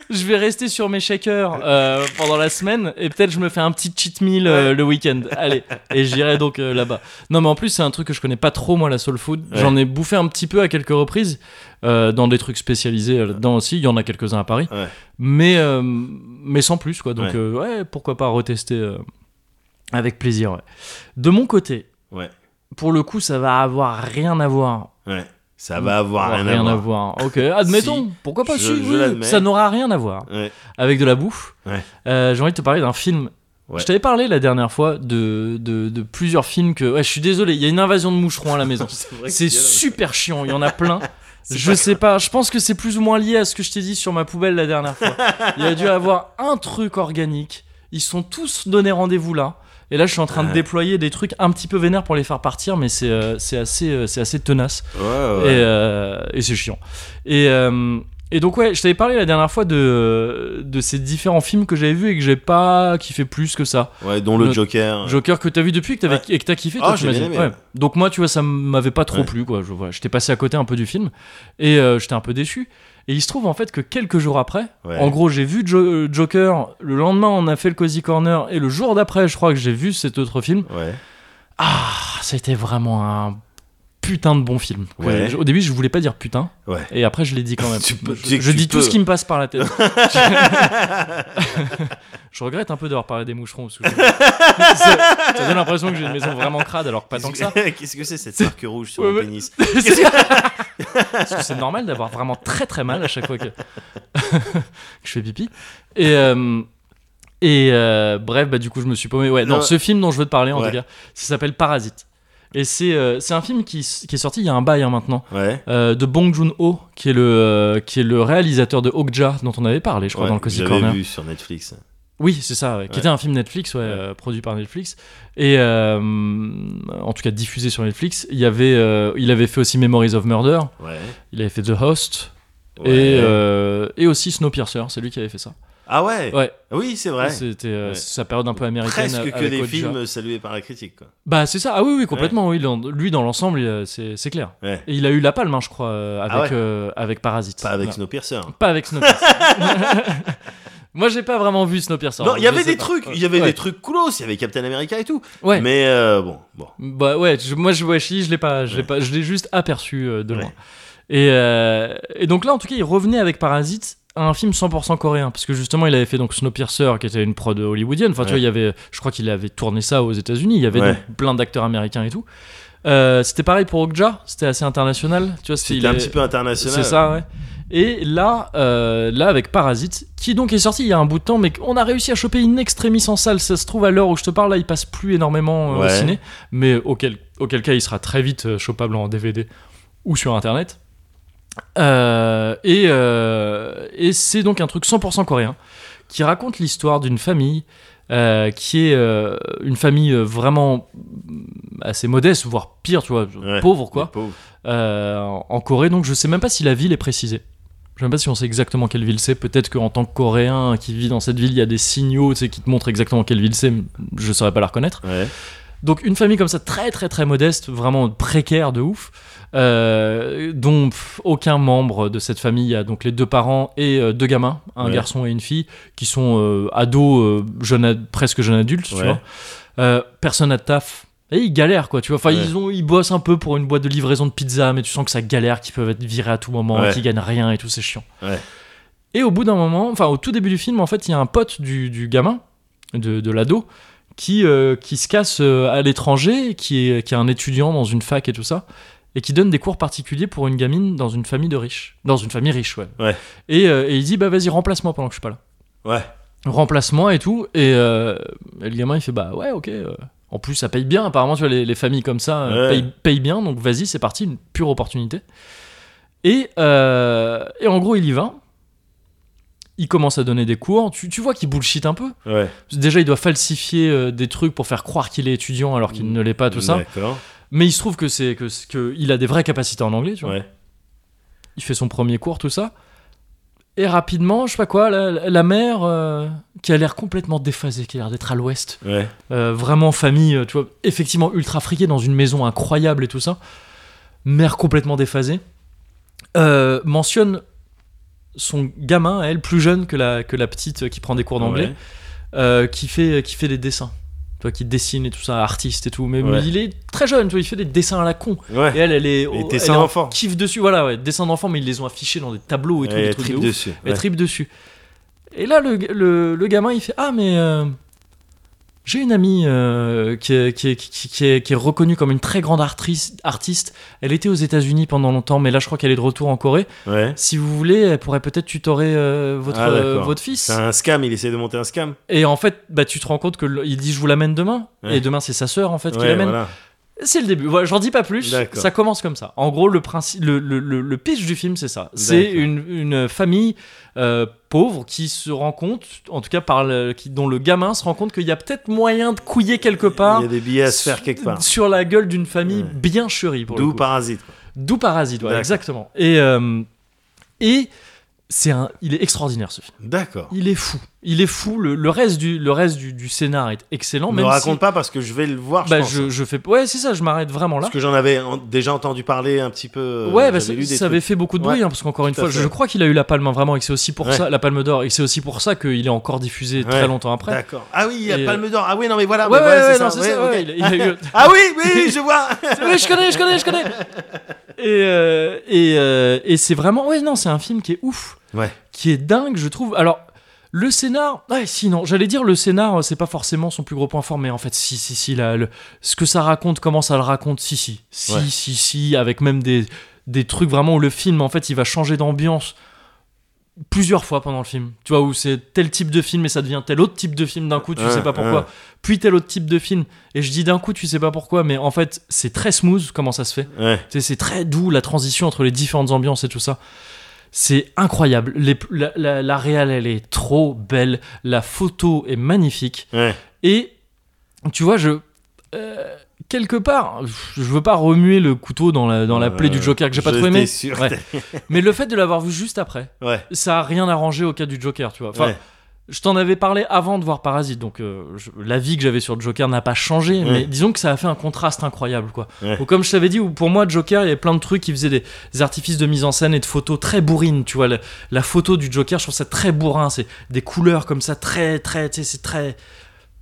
[SPEAKER 1] Je vais rester sur mes shakers euh, pendant la semaine et peut-être je me fais un petit cheat meal euh, le week-end. Allez, et j'irai donc euh, là-bas. Non, mais en plus, c'est un truc que je connais pas trop, moi, la soul food.
[SPEAKER 2] Ouais.
[SPEAKER 1] J'en ai bouffé un petit peu à quelques reprises euh, dans des trucs spécialisés euh, là-dedans aussi. Il y en a quelques-uns à Paris,
[SPEAKER 2] Ouais.
[SPEAKER 1] mais, euh, mais sans plus, quoi. Donc,
[SPEAKER 2] Ouais.
[SPEAKER 1] euh, ouais, pourquoi pas retester euh, avec plaisir. ouais. De mon côté,
[SPEAKER 2] Ouais,
[SPEAKER 1] pour le coup, ça va avoir rien à voir
[SPEAKER 2] ouais. Ça va avoir
[SPEAKER 1] Oh,
[SPEAKER 2] rien,
[SPEAKER 1] rien
[SPEAKER 2] à
[SPEAKER 1] à
[SPEAKER 2] voir.
[SPEAKER 1] voir. Ok, admettons. Pourquoi pas
[SPEAKER 2] Je-
[SPEAKER 1] si,
[SPEAKER 2] je
[SPEAKER 1] oui,
[SPEAKER 2] l'admets.
[SPEAKER 1] Ça n'aura rien à voir
[SPEAKER 2] Ouais.
[SPEAKER 1] avec de la bouffe.
[SPEAKER 2] Ouais.
[SPEAKER 1] Euh, J'ai envie de te parler d'un film.
[SPEAKER 2] Ouais.
[SPEAKER 1] Je t'avais parlé la dernière fois de, de, de plusieurs films que. Ouais, je suis désolé. Il y a une invasion de moucherons à la maison.
[SPEAKER 2] C'est vrai
[SPEAKER 1] C'est
[SPEAKER 2] qu'il y en a.
[SPEAKER 1] super chiant. Il y en a plein.
[SPEAKER 2] C'est
[SPEAKER 1] Je
[SPEAKER 2] pas
[SPEAKER 1] sais pas, je pense que c'est plus ou moins lié à ce que je t'ai dit sur ma poubelle la dernière fois. Il y a dû avoir un truc organique. Ils sont tous donnés rendez-vous là. Et là, je suis en train de
[SPEAKER 2] Ouais.
[SPEAKER 1] déployer des trucs un petit peu vénères pour les faire partir, mais c'est euh, c'est assez, euh, c'est assez tenace. Et,
[SPEAKER 2] Ouais, ouais.
[SPEAKER 1] euh, et c'est chiant. Et, euh, et donc, ouais, je t'avais parlé la dernière fois de, de ces différents films que j'avais vus et que j'ai pas kiffé plus que ça.
[SPEAKER 2] Ouais, dont le
[SPEAKER 1] le-
[SPEAKER 2] Joker.
[SPEAKER 1] Joker que t'as vu depuis que t'avais- et que t'as kiffé, toi,
[SPEAKER 2] Ah,
[SPEAKER 1] tu
[SPEAKER 2] j'ai
[SPEAKER 1] m'as
[SPEAKER 2] bien
[SPEAKER 1] dit.
[SPEAKER 2] aimé,
[SPEAKER 1] Ouais.
[SPEAKER 2] ouais.
[SPEAKER 1] Donc, moi, tu vois, ça m'avait pas trop
[SPEAKER 2] Ouais.
[SPEAKER 1] plu, quoi. Je, voilà, j'étais passé à côté un peu du film et euh, j'étais un peu déçu. Et il se trouve en fait que quelques jours après,
[SPEAKER 2] Ouais.
[SPEAKER 1] en gros, j'ai vu Jo- Joker, le lendemain, on a fait le Cozy Corner et le jour d'après, je crois que j'ai vu cet autre film.
[SPEAKER 2] Ouais.
[SPEAKER 1] Ah, c'était vraiment un putain de bon film. Que
[SPEAKER 2] Ouais.
[SPEAKER 1] je- Au début, je voulais pas dire putain.
[SPEAKER 2] Ouais.
[SPEAKER 1] Et après, je l'ai dit quand même.
[SPEAKER 2] Tu peux- tu
[SPEAKER 1] je
[SPEAKER 2] sais que
[SPEAKER 1] je
[SPEAKER 2] tu
[SPEAKER 1] dis tout
[SPEAKER 2] peux.
[SPEAKER 1] ce qui me passe par la tête. je regrette un peu d'avoir parlé des moucherons. Parce que j'ai- ça ça donne l'impression que j'ai une maison vraiment crade alors que pas tant que ça.
[SPEAKER 2] Qu'est-ce que c'est cette marque rouge sur
[SPEAKER 1] Ouais,
[SPEAKER 2] le
[SPEAKER 1] ouais.
[SPEAKER 2] pénis
[SPEAKER 1] Parce que c'est normal d'avoir vraiment très très mal à chaque fois que, que je fais pipi. Et, euh, et euh, bref, bah, du coup, je me suis paumé. Ouais, non,
[SPEAKER 2] Non.
[SPEAKER 1] ce film dont je veux te parler, en
[SPEAKER 2] Ouais.
[SPEAKER 1] tout cas, ça s'appelle Parasite. Et c'est euh, c'est un film qui, s- qui est sorti il y a un bail hein, maintenant,
[SPEAKER 2] Ouais.
[SPEAKER 1] euh, de Bong Joon-ho, qui, est le euh, qui est le réalisateur de Okja, dont on avait parlé, je crois,
[SPEAKER 2] ouais,
[SPEAKER 1] dans le Cozy
[SPEAKER 2] j'avais
[SPEAKER 1] Corner.
[SPEAKER 2] vu sur Netflix.
[SPEAKER 1] Oui, c'est ça, ouais, qui
[SPEAKER 2] Ouais.
[SPEAKER 1] était un film Netflix, ouais,
[SPEAKER 2] Ouais.
[SPEAKER 1] euh, produit par Netflix, et euh, en tout cas diffusé sur Netflix. Il, y avait, euh, il avait fait aussi Memories of Murder,
[SPEAKER 2] Ouais.
[SPEAKER 1] il avait fait The Host,
[SPEAKER 2] Ouais.
[SPEAKER 1] et, euh, et aussi Snowpiercer, c'est lui qui avait fait ça.
[SPEAKER 2] Ah ouais.
[SPEAKER 1] Ouais,
[SPEAKER 2] Oui, c'est vrai.
[SPEAKER 1] c'était euh,
[SPEAKER 2] Ouais.
[SPEAKER 1] sa période un peu américaine.
[SPEAKER 2] Presque que
[SPEAKER 1] avec
[SPEAKER 2] des
[SPEAKER 1] Oja.
[SPEAKER 2] films salués par la critique. Quoi.
[SPEAKER 1] Bah c'est ça, ah oui, oui, complètement, oui, dans- lui dans l'ensemble, il, euh, c'est c'est clair.
[SPEAKER 2] Ouais.
[SPEAKER 1] Et il a eu la palme, hein, je crois, euh, avec,
[SPEAKER 2] Ah ouais.
[SPEAKER 1] euh, avec Parasite.
[SPEAKER 2] Pas avec
[SPEAKER 1] Non,
[SPEAKER 2] Snowpiercer.
[SPEAKER 1] pas avec Snowpiercer. Moi, j'ai pas vraiment vu Snowpiercer.
[SPEAKER 2] Non, il y
[SPEAKER 1] je
[SPEAKER 2] avait
[SPEAKER 1] sais
[SPEAKER 2] des
[SPEAKER 1] pas.
[SPEAKER 2] trucs, il y avait
[SPEAKER 1] Ouais.
[SPEAKER 2] des trucs coolos, il y avait Captain America et tout.
[SPEAKER 1] Ouais.
[SPEAKER 2] Mais euh, bon, bon.
[SPEAKER 1] Bah ouais, je- moi je, ouais, je, dis, je l'ai pas, je l'ai
[SPEAKER 2] Ouais.
[SPEAKER 1] pas, je l'ai juste aperçu euh, de loin.
[SPEAKER 2] Ouais.
[SPEAKER 1] Et, euh, et donc là, en tout cas, il revenait avec Parasite à un film 100% coréen, parce que justement, il avait fait donc Snowpiercer, qui était une prod hollywoodienne. Enfin, tu vois,
[SPEAKER 2] Ouais.
[SPEAKER 1] il y avait, je crois qu'il avait tourné ça aux États-Unis. Il y avait
[SPEAKER 2] Ouais.
[SPEAKER 1] donc plein d'acteurs américains et tout. Euh, c'était pareil pour Okja, c'était assez international. Tu vois,
[SPEAKER 2] C'était
[SPEAKER 1] il
[SPEAKER 2] un
[SPEAKER 1] est-
[SPEAKER 2] petit peu international.
[SPEAKER 1] c'est ça, ouais. Et là, euh, là avec Parasite, qui donc est sorti il y a un bout de temps, mais on a réussi à choper une extrémiste en salle. Ça se trouve à l'heure où je te parle, là, il passe plus énormément euh, au
[SPEAKER 2] Ouais.
[SPEAKER 1] ciné, mais auquel, auquel cas il sera très vite euh, chopable en DVD ou sur Internet. Euh, et euh, et c'est donc un truc 100% coréen qui raconte l'histoire d'une famille euh, qui est euh, une famille euh, vraiment mm, assez modeste, voire pire, tu vois,
[SPEAKER 2] Ouais.
[SPEAKER 1] pauvre quoi
[SPEAKER 2] Les pauvres.
[SPEAKER 1] euh, en Corée. Donc je sais même pas si la ville est précisée. Je sais même pas si on sait exactement quelle ville c'est. Peut-être qu'en tant que Coréen qui vit dans cette ville, il y a des signaux tu sais, qui te montrent exactement quelle ville c'est. mais Je saurais pas la reconnaître.
[SPEAKER 2] Ouais.
[SPEAKER 1] Donc une famille comme ça, très très très modeste, vraiment précaire de ouf, euh, dont pff, aucun membre de cette famille a donc les deux parents et euh, deux gamins, un
[SPEAKER 2] Ouais.
[SPEAKER 1] garçon et une fille, qui sont euh, ados, euh, jeunes ad- presque jeunes adultes, tu
[SPEAKER 2] Ouais.
[SPEAKER 1] vois. Euh, personne à taf, Et ils galèrent, quoi, tu vois. Enfin,
[SPEAKER 2] Ouais.
[SPEAKER 1] ils, ont, ils bossent un peu pour une boîte de livraison de pizza, mais tu sens que ça galère, qu'ils peuvent être virés à tout moment,
[SPEAKER 2] Ouais.
[SPEAKER 1] qu'ils gagnent rien et tout, c'est chiant.
[SPEAKER 2] Ouais.
[SPEAKER 1] Et au bout d'un moment, enfin, au tout début du film, en fait, il y a un pote du, du gamin, de, de l'ado, qui, euh, qui se casse euh, à l'étranger, qui est, qui est un étudiant dans une fac et tout ça, et qui donne des cours particuliers pour une gamine dans une famille de riches. Dans une famille riche, ouais.
[SPEAKER 2] Ouais.
[SPEAKER 1] Et, euh, et il dit, bah vas-y, remplace-moi pendant que je suis pas là
[SPEAKER 2] Ouais.
[SPEAKER 1] remplacement et tout. Et, euh, et le gamin, il fait bah ouais, ok. euh. En plus, ça paye bien. Apparemment, tu vois, les, les familles comme ça euh,
[SPEAKER 2] Ouais.
[SPEAKER 1] payent, payent bien. Donc vas-y, c'est parti, une pure opportunité. Et, euh, et en gros, il y va. Il commence à donner des cours. Tu, tu vois qu'il bullshit un peu.
[SPEAKER 2] Ouais.
[SPEAKER 1] Déjà, il doit falsifier euh, des trucs pour faire croire qu'il est étudiant alors
[SPEAKER 2] Mm.
[SPEAKER 1] qu'il ne l'est pas, tout ça.
[SPEAKER 2] D'accord.
[SPEAKER 1] Mais il se trouve que c'est que, que il a des vraies capacités en anglais. Tu vois.
[SPEAKER 2] Ouais.
[SPEAKER 1] Il fait son premier cours, tout ça. Et rapidement, je sais pas quoi, la, la mère euh, qui a l'air complètement déphasée, qui a l'air d'être à l'ouest,
[SPEAKER 2] Ouais.
[SPEAKER 1] euh, vraiment famille, euh, tu vois, effectivement ultra friquée dans une maison incroyable et tout ça, mère complètement déphasée, euh, mentionne son gamin, elle, plus jeune que la, que la petite qui prend des cours d'anglais,
[SPEAKER 2] Ouais.
[SPEAKER 1] euh, qui, fait, qui fait des dessins, tu vois, qui dessine et tout ça, artiste et tout, mais, mais
[SPEAKER 2] Ouais.
[SPEAKER 1] il est très jeune, tu vois, il fait des dessins à la con.
[SPEAKER 2] Ouais.
[SPEAKER 1] Et elle, elle est. elle
[SPEAKER 2] dessins
[SPEAKER 1] est en
[SPEAKER 2] d'enfants.
[SPEAKER 1] Kiff dessus, voilà, ouais, dessins d'enfants, mais ils les ont affichés dans des tableaux et tout,
[SPEAKER 2] Ouais,
[SPEAKER 1] des
[SPEAKER 2] elle
[SPEAKER 1] trucs
[SPEAKER 2] tripe
[SPEAKER 1] de ouf.
[SPEAKER 2] dessus.
[SPEAKER 1] Elle
[SPEAKER 2] Ouais.
[SPEAKER 1] tripe dessus. Et là, le, le- le gamin, il fait Ah, mais. euh, j'ai une amie euh, qui, est, qui, est- qui- qui est- qui est reconnue comme une très grande artiste. artiste. Elle était aux États-Unis pendant longtemps, mais là, je crois qu'elle est de retour en Corée.
[SPEAKER 2] Ouais.
[SPEAKER 1] Si vous voulez, elle pourrait peut-être tutorer euh, votre,
[SPEAKER 2] Ah,
[SPEAKER 1] euh,
[SPEAKER 2] d'accord.
[SPEAKER 1] votre fils.
[SPEAKER 2] C'est un scam, il essaie de monter un scam.
[SPEAKER 1] Et en fait, bah, tu te rends compte que le- il dit Je vous l'amène demain.
[SPEAKER 2] Ouais.
[SPEAKER 1] Et demain, c'est sa sœur, en fait, qui
[SPEAKER 2] Ouais,
[SPEAKER 1] l'amène.
[SPEAKER 2] voilà.
[SPEAKER 1] C'est le début. Voilà, j'en dis pas plus.
[SPEAKER 2] D'accord.
[SPEAKER 1] Ça commence comme ça. En gros, le principe, le, le- le- le pitch du film, c'est ça. C'est
[SPEAKER 2] D'accord.
[SPEAKER 1] une, une famille euh, pauvre qui se rend compte, en tout cas par le- qui, dont le gamin se rend compte qu'il y a peut-être moyen de couiller quelque part.
[SPEAKER 2] Il y a des billets à se faire quelque part.
[SPEAKER 1] Sur la gueule d'une famille
[SPEAKER 2] Ouais.
[SPEAKER 1] bien chérie pour le
[SPEAKER 2] D'où
[SPEAKER 1] coup.
[SPEAKER 2] parasite. quoi.
[SPEAKER 1] D'où Parasite, ouais,
[SPEAKER 2] D'accord.
[SPEAKER 1] exactement. Et euh, et c'est un, il est extraordinaire ce film.
[SPEAKER 2] D'accord.
[SPEAKER 1] Il est fou. Il est fou. Le, le reste du le reste du, du scénar est excellent.
[SPEAKER 2] Ne
[SPEAKER 1] même
[SPEAKER 2] raconte
[SPEAKER 1] si,
[SPEAKER 2] pas parce que je vais le voir.
[SPEAKER 1] bah,
[SPEAKER 2] je pense.
[SPEAKER 1] je, je fais. Ouais, c'est ça. Je m'arrête vraiment là.
[SPEAKER 2] Parce que j'en avais en- déjà entendu parler un petit peu. euh,
[SPEAKER 1] Ouais, bah,
[SPEAKER 2] j'avais
[SPEAKER 1] ça,
[SPEAKER 2] lu des
[SPEAKER 1] ça avait
[SPEAKER 2] trucs.
[SPEAKER 1] fait beaucoup de bruit,
[SPEAKER 2] Ouais,
[SPEAKER 1] hein, parce qu'encore une
[SPEAKER 2] tout à
[SPEAKER 1] fois, je,
[SPEAKER 2] fait.
[SPEAKER 1] je crois qu'il a eu la palme hein, vraiment, et que c'est aussi pour
[SPEAKER 2] Ouais.
[SPEAKER 1] ça, la palme d'or, et que c'est aussi pour ça qu'il est encore diffusé très
[SPEAKER 2] Ouais.
[SPEAKER 1] longtemps après.
[SPEAKER 2] D'accord. Ah oui, il y a
[SPEAKER 1] Et, euh,
[SPEAKER 2] Palme d'Or. Ah oui, non, mais voilà.
[SPEAKER 1] Ouais,
[SPEAKER 2] mais
[SPEAKER 1] ouais,
[SPEAKER 2] voilà,
[SPEAKER 1] ouais,
[SPEAKER 2] c'est
[SPEAKER 1] non,
[SPEAKER 2] ça.
[SPEAKER 1] c'est ça,
[SPEAKER 2] Ouais,
[SPEAKER 1] ouais,
[SPEAKER 2] ok.
[SPEAKER 1] il a- il a eu-
[SPEAKER 2] Ah oui, oui, je vois.
[SPEAKER 1] oui, je connais, je connais, je connais Et, euh, et, euh, et c'est vraiment, ouais, non, c'est un film qui est ouf,
[SPEAKER 2] Ouais.
[SPEAKER 1] qui est dingue, je trouve. Alors, le scénar, ouais, si, non, j'allais dire le scénar, euh, c'est pas forcément son plus gros point fort, mais en fait, si, si, si, là, le- ce que ça raconte, comment ça le raconte, si, si, si,
[SPEAKER 2] Ouais.
[SPEAKER 1] si, si, avec même des, des trucs vraiment où le film, en fait, il va changer d'ambiance plusieurs fois pendant le film. Tu vois, où c'est tel type de film et ça devient tel autre type de film d'un coup, tu
[SPEAKER 2] Hein,
[SPEAKER 1] sais pas pourquoi.
[SPEAKER 2] hein.
[SPEAKER 1] Puis tel autre type de film. Et je dis d'un coup, tu sais pas pourquoi, mais en fait, c'est très smooth comment ça se fait.
[SPEAKER 2] Ouais.
[SPEAKER 1] Tu sais, C'est très doux la transition entre les différentes ambiances et tout ça. C'est incroyable. Les- la, la, la réal, elle est trop belle. La photo est magnifique.
[SPEAKER 2] Ouais.
[SPEAKER 1] Et tu vois, je. euh, quelque part, je veux pas remuer le couteau dans la, dans la plaie
[SPEAKER 2] Euh,
[SPEAKER 1] du Joker que j'ai pas
[SPEAKER 2] je
[SPEAKER 1] trop aimé.
[SPEAKER 2] t'ai sûr.
[SPEAKER 1] Ouais. Mais le fait de l'avoir vu juste après,
[SPEAKER 2] Ouais.
[SPEAKER 1] ça a rien arrangé au cas du Joker, tu vois. Enfin,
[SPEAKER 2] Ouais.
[SPEAKER 1] je t'en avais parlé avant de voir Parasite, donc euh, je- l'avis que j'avais sur Joker n'a pas changé,
[SPEAKER 2] Ouais.
[SPEAKER 1] mais disons que ça a fait un contraste incroyable, quoi.
[SPEAKER 2] Ouais.
[SPEAKER 1] Ou comme je t'avais dit, où pour moi, Joker, il y avait plein de trucs qui faisaient des, des artifices de mise en scène et de photos très bourrines, tu vois. La, la photo du Joker, je trouve ça très bourrin, c'est des couleurs comme ça, très, très, tu sais, c'est très.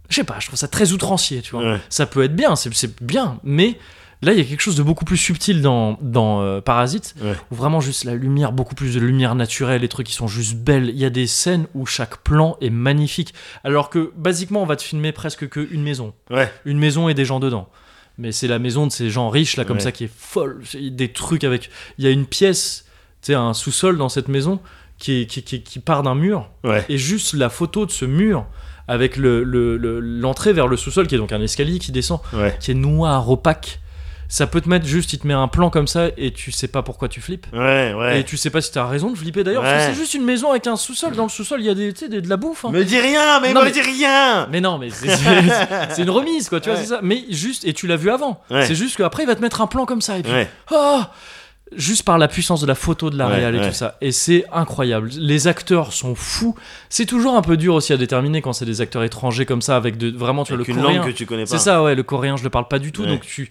[SPEAKER 1] Je sais pas, je trouve ça très outrancier, tu vois.
[SPEAKER 2] Ouais.
[SPEAKER 1] Ça peut être bien, c'est- c'est bien, mais là, il y a quelque chose de beaucoup plus subtil dans, dans euh, Parasite,
[SPEAKER 2] Ouais.
[SPEAKER 1] où vraiment juste la lumière, beaucoup plus de lumière naturelle, les trucs qui sont juste belles. Il y a des scènes où chaque plan est magnifique, alors que, basiquement, on va te filmer presque qu'une maison.
[SPEAKER 2] Ouais.
[SPEAKER 1] Une maison et des gens dedans. Mais c'est la maison de ces gens riches, là, comme
[SPEAKER 2] Ouais.
[SPEAKER 1] ça, qui est folle. C'est Des trucs avec... Il y a une pièce, tu sais, un sous-sol dans cette maison qui, est- qui, qui, qui part d'un mur,
[SPEAKER 2] Ouais.
[SPEAKER 1] et juste la photo de ce mur avec l'entrée le, le- l'entrée vers le sous-sol, qui est donc un escalier qui descend,
[SPEAKER 2] Ouais.
[SPEAKER 1] qui est noir, opaque. Ça peut te mettre juste, il te met un plan comme ça et tu sais pas pourquoi tu flippes.
[SPEAKER 2] Ouais.
[SPEAKER 1] Et
[SPEAKER 2] Ouais.
[SPEAKER 1] tu sais pas si t'as raison de flipper d'ailleurs, parce que
[SPEAKER 2] Ouais.
[SPEAKER 1] c'est juste une maison avec un sous-sol. Dans le sous-sol, il y a des, tu sais, des- de la bouffe. hein.
[SPEAKER 2] Me dis rien, mais
[SPEAKER 1] Non,
[SPEAKER 2] me
[SPEAKER 1] mais-
[SPEAKER 2] dis rien.
[SPEAKER 1] Mais non, mais c'est- c'est c'est une remise, quoi, tu vois,
[SPEAKER 2] Ouais.
[SPEAKER 1] c'est ça. Mais juste, et tu l'as vu avant.
[SPEAKER 2] Ouais.
[SPEAKER 1] C'est juste qu'après, il va te mettre un plan comme ça. Et puis,
[SPEAKER 2] Ouais.
[SPEAKER 1] ah juste par la puissance de la photo de la
[SPEAKER 2] Ouais,
[SPEAKER 1] réal et
[SPEAKER 2] ouais.
[SPEAKER 1] tout ça. Et c'est incroyable. Les acteurs sont fous. C'est toujours un peu dur aussi à déterminer quand c'est des acteurs étrangers comme ça, avec de, vraiment, tu vois,
[SPEAKER 2] Avec
[SPEAKER 1] le
[SPEAKER 2] une
[SPEAKER 1] coréen.
[SPEAKER 2] langue que tu connais pas.
[SPEAKER 1] C'est ça, ouais, le coréen, je le parle pas du tout,
[SPEAKER 2] Ouais.
[SPEAKER 1] donc tu.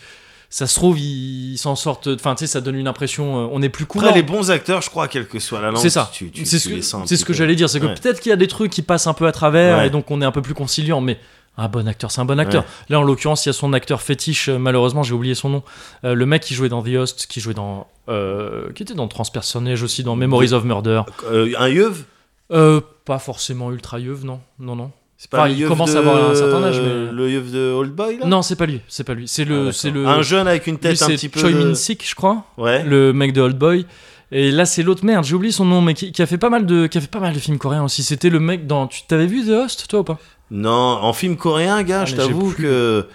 [SPEAKER 1] Ça se trouve, ils ils s'en sortent. Enfin, tu sais, ça donne une impression. euh, on est plus cool.
[SPEAKER 2] Après, les bons acteurs, je crois, quelle que soit la langue,
[SPEAKER 1] C'est ça.
[SPEAKER 2] tu, tu,
[SPEAKER 1] c'est
[SPEAKER 2] tu
[SPEAKER 1] ce
[SPEAKER 2] les
[SPEAKER 1] que,
[SPEAKER 2] sens un
[SPEAKER 1] c'est ce
[SPEAKER 2] petit
[SPEAKER 1] que
[SPEAKER 2] peu.
[SPEAKER 1] j'allais dire. C'est que
[SPEAKER 2] Ouais.
[SPEAKER 1] peut-être qu'il y a des trucs qui passent un peu à travers
[SPEAKER 2] Ouais.
[SPEAKER 1] et donc on est un peu plus conciliant. Mais Un bon acteur, c'est un bon acteur. Là, en l'occurrence, il y a son acteur fétiche, euh, malheureusement, j'ai oublié son nom. Euh, le mec qui jouait dans The Host, qui jouait dans. euh, qui était dans Transpersonnage aussi, dans Memories of Murder.
[SPEAKER 2] Euh, un yeuve
[SPEAKER 1] Euh, pas forcément ultra yeuve, non. Non, non.
[SPEAKER 2] C'est pas
[SPEAKER 1] Enfin,
[SPEAKER 2] le
[SPEAKER 1] il
[SPEAKER 2] yeuve
[SPEAKER 1] commence à
[SPEAKER 2] de-
[SPEAKER 1] avoir un certain âge, mais-
[SPEAKER 2] Le yeuve de Old Boy, là
[SPEAKER 1] Non, c'est pas lui, c'est pas lui. C'est
[SPEAKER 2] Ah,
[SPEAKER 1] le.
[SPEAKER 2] d'accord.
[SPEAKER 1] c'est le
[SPEAKER 2] Un jeune avec une
[SPEAKER 1] lui,
[SPEAKER 2] tête un
[SPEAKER 1] c'est
[SPEAKER 2] petit peu.
[SPEAKER 1] Choi
[SPEAKER 2] de-
[SPEAKER 1] Min Sik, je crois.
[SPEAKER 2] Ouais.
[SPEAKER 1] le mec de Old Boy. Et là, c'est l'autre merde, j'ai oublié son nom, mais qui, qui a fait pas mal de, qui a fait pas mal de films coréens aussi. C'était le mec dans. Tu t'avais vu The Host, toi ou pas
[SPEAKER 2] Non, en film coréen, gars,
[SPEAKER 1] Ah,
[SPEAKER 2] je
[SPEAKER 1] mais j'ai
[SPEAKER 2] t'avoue
[SPEAKER 1] plus.
[SPEAKER 2] que.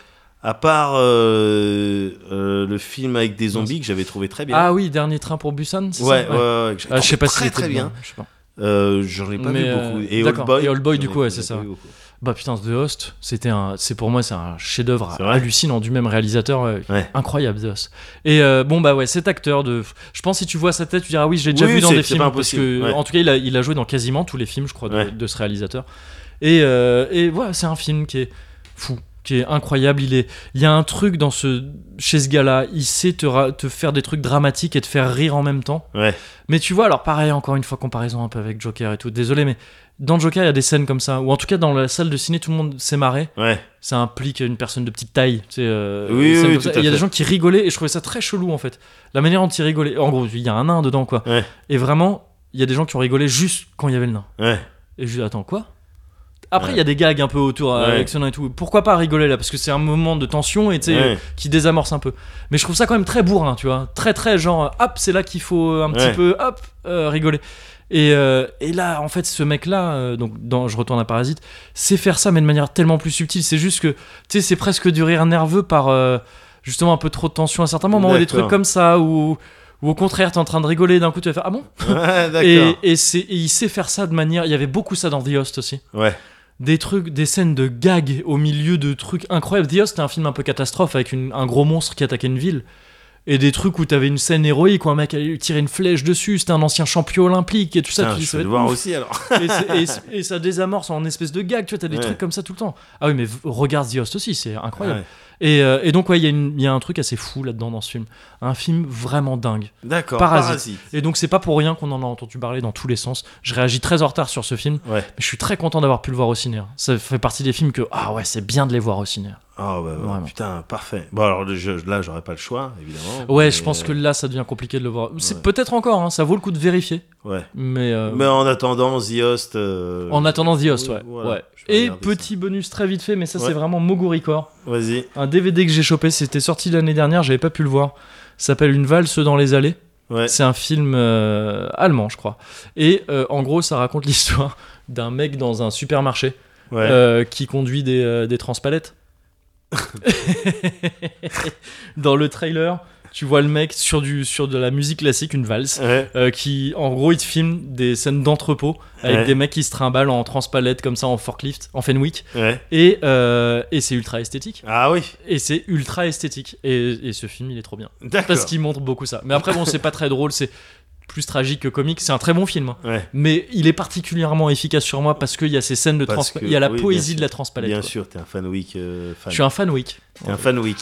[SPEAKER 2] À part euh, euh, le film avec des zombies que j'avais trouvé très bien.
[SPEAKER 1] Ah oui, dernier train pour Busan. c'est
[SPEAKER 2] ouais,
[SPEAKER 1] ça
[SPEAKER 2] ouais, ouais, que j'avais
[SPEAKER 1] Ah, je sais pas si
[SPEAKER 2] trouvé
[SPEAKER 1] c'était
[SPEAKER 2] très bien.
[SPEAKER 1] Je sais pas.
[SPEAKER 2] Euh, J'en ai pas
[SPEAKER 1] Mais,
[SPEAKER 2] vu
[SPEAKER 1] euh,
[SPEAKER 2] beaucoup. Et Old
[SPEAKER 1] d'accord.
[SPEAKER 2] Boy.
[SPEAKER 1] Et Old Boy, du
[SPEAKER 2] j'en ai-
[SPEAKER 1] coup, ouais,
[SPEAKER 2] j'en ai
[SPEAKER 1] c'est
[SPEAKER 2] pas
[SPEAKER 1] ça.
[SPEAKER 2] vu beaucoup.
[SPEAKER 1] Bah putain, The Host, c'était un, c'est pour moi c'est un chef-d'œuvre
[SPEAKER 2] C'est vrai
[SPEAKER 1] hallucinant du même réalisateur, ouais.
[SPEAKER 2] Ouais.
[SPEAKER 1] incroyable The Host. Et euh, bon bah ouais, cet acteur de, je pense si tu vois sa tête, tu diras ah oui, je l'ai déjà
[SPEAKER 2] Oui,
[SPEAKER 1] vu dans
[SPEAKER 2] c'est-
[SPEAKER 1] des
[SPEAKER 2] c'est
[SPEAKER 1] films
[SPEAKER 2] pas
[SPEAKER 1] parce
[SPEAKER 2] impossible,
[SPEAKER 1] que
[SPEAKER 2] ouais.
[SPEAKER 1] en tout cas il a, il a joué dans quasiment tous les films, je crois, de,
[SPEAKER 2] Ouais.
[SPEAKER 1] de ce réalisateur. Et euh, et ouais, c'est un film qui est fou, qui est incroyable. Il est, il y a un truc dans ce, chez ce gars-là, il sait te, ra- te faire des trucs dramatiques et te faire rire en même temps.
[SPEAKER 2] Ouais.
[SPEAKER 1] Mais tu vois, alors pareil, encore une fois, comparaison un peu avec Joker et tout. Désolé, mais dans Joker, il y a des scènes comme ça, ou en tout cas dans la salle de ciné, tout le monde s'est marré.
[SPEAKER 2] Ouais.
[SPEAKER 1] Ça implique une personne de petite taille. Tu sais, euh,
[SPEAKER 2] Oui,
[SPEAKER 1] une scène
[SPEAKER 2] oui,
[SPEAKER 1] comme
[SPEAKER 2] tout
[SPEAKER 1] ça.
[SPEAKER 2] à
[SPEAKER 1] Et Il y a
[SPEAKER 2] fait.
[SPEAKER 1] des gens qui rigolaient, et je trouvais ça très chelou en fait. La manière dont ils rigolaient. En gros, il y a un nain dedans, quoi.
[SPEAKER 2] Ouais.
[SPEAKER 1] Et vraiment, il y a des gens qui ont rigolé juste quand il y avait le nain.
[SPEAKER 2] Ouais.
[SPEAKER 1] Et je dis, attends, quoi après, il
[SPEAKER 2] Ouais.
[SPEAKER 1] y a des gags un peu autour euh,
[SPEAKER 2] Ouais.
[SPEAKER 1] avec ce nain et tout. Pourquoi pas rigoler là Parce que c'est un moment de tension et tu sais,
[SPEAKER 2] ouais.
[SPEAKER 1] qui désamorce un peu. Mais je trouve ça quand même très bourrin, tu vois. Très, très genre, hop, c'est là qu'il faut un petit
[SPEAKER 2] Ouais.
[SPEAKER 1] peu, hop, euh, rigoler. Et, euh, et là, en fait, ce mec-là, euh, donc dans Je retourne à Parasite, sait faire ça, mais de manière tellement plus subtile. C'est juste que, tu sais, c'est presque du rire nerveux par euh, justement un peu trop de tension à certains moments, ou des
[SPEAKER 2] D'accord.
[SPEAKER 1] trucs comme ça, ou. Ou au contraire, t'es en train de rigoler, d'un coup tu vas faire Ah bon
[SPEAKER 2] Ouais,
[SPEAKER 1] Et,
[SPEAKER 2] d'accord.
[SPEAKER 1] et c'est- et il sait faire ça de manière. Il y avait beaucoup ça dans The Host aussi
[SPEAKER 2] Ouais.
[SPEAKER 1] des trucs, des scènes de gags au milieu de trucs incroyables. The Host, c'était un film un peu catastrophe avec une- un gros monstre qui attaquait une ville. Et des trucs où t'avais une scène héroïque où un mec allait tirer une flèche dessus, c'était un ancien champion olympique et tout ça.
[SPEAKER 2] Putain,
[SPEAKER 1] tu dis,
[SPEAKER 2] je
[SPEAKER 1] ça
[SPEAKER 2] vais
[SPEAKER 1] va
[SPEAKER 2] le
[SPEAKER 1] être
[SPEAKER 2] voir
[SPEAKER 1] ouf.
[SPEAKER 2] aussi alors.
[SPEAKER 1] Et c'est- et, c'est- et ça désamorce en espèce de gag, tu vois, t'as des
[SPEAKER 2] Ouais.
[SPEAKER 1] trucs comme ça tout le temps. Ah oui, mais v- regarde The Host aussi, c'est incroyable.
[SPEAKER 2] Ouais.
[SPEAKER 1] Et, euh, et donc, ouais, il y a une- il y, a un truc assez fou là-dedans dans ce film. Un film vraiment dingue.
[SPEAKER 2] D'accord.
[SPEAKER 1] Parasite.
[SPEAKER 2] Parasite.
[SPEAKER 1] Et donc, c'est pas pour rien qu'on en a entendu parler dans tous les sens. Je réagis très en retard sur ce film.
[SPEAKER 2] Ouais.
[SPEAKER 1] Mais je suis très content d'avoir pu le voir au ciné. hein. Ça fait partie des films que ah ouais, c'est bien de les voir au ciné.
[SPEAKER 2] Ah bah, ouais,
[SPEAKER 1] Vraiment.
[SPEAKER 2] putain, parfait. Bon alors le jeu- là j'aurais pas le choix évidemment.
[SPEAKER 1] Ouais,
[SPEAKER 2] mais- euh,
[SPEAKER 1] je pense que là ça devient compliqué de le voir. C'est
[SPEAKER 2] Ouais.
[SPEAKER 1] peut-être encore, hein, ça vaut le coup de vérifier.
[SPEAKER 2] Ouais.
[SPEAKER 1] Mais, euh,
[SPEAKER 2] Mais en attendant The Host. euh,
[SPEAKER 1] en attendant The Host, ouais.
[SPEAKER 2] Voilà,
[SPEAKER 1] ouais.
[SPEAKER 2] je vais
[SPEAKER 1] Et
[SPEAKER 2] regarder
[SPEAKER 1] petit bonus très vite fait, mais ça
[SPEAKER 2] Ouais.
[SPEAKER 1] c'est vraiment Mogo Record.
[SPEAKER 2] ça. Vas-y.
[SPEAKER 1] Un DVD que j'ai chopé, c'était sorti l'année dernière, j'avais pas pu le voir. Ça S'appelle Une valse dans les allées.
[SPEAKER 2] Ouais.
[SPEAKER 1] C'est un film euh, allemand, je crois. Et euh, en gros, ça raconte l'histoire d'un mec dans un supermarché
[SPEAKER 2] Ouais.
[SPEAKER 1] euh, qui conduit des, euh, des transpalettes. Dans le trailer, tu vois le mec sur, du, sur de la musique classique, une valse.
[SPEAKER 2] Ouais.
[SPEAKER 1] euh, qui en gros il te filme des scènes d'entrepôt avec
[SPEAKER 2] Ouais.
[SPEAKER 1] des mecs qui se trimballent en transpalette comme ça en forklift en Fenwick
[SPEAKER 2] ouais.
[SPEAKER 1] et, euh, et c'est ultra esthétique
[SPEAKER 2] Ah oui.
[SPEAKER 1] et c'est ultra esthétique et, et ce film il est trop bien
[SPEAKER 2] D'accord.
[SPEAKER 1] parce qu'il montre beaucoup ça mais après bon c'est pas très drôle c'est plus tragique que comique c'est un très bon film hein.
[SPEAKER 2] Ouais.
[SPEAKER 1] mais il est particulièrement efficace sur moi parce qu'il y a ces scènes de
[SPEAKER 2] Parce
[SPEAKER 1] transpalette
[SPEAKER 2] que-
[SPEAKER 1] il y a la
[SPEAKER 2] oui, bien
[SPEAKER 1] poésie
[SPEAKER 2] sûr.
[SPEAKER 1] de la transpalette
[SPEAKER 2] Bien
[SPEAKER 1] quoi.
[SPEAKER 2] sûr, t'es un fan week. euh, fan.
[SPEAKER 1] Je suis un fan week.
[SPEAKER 2] T'es un fan week.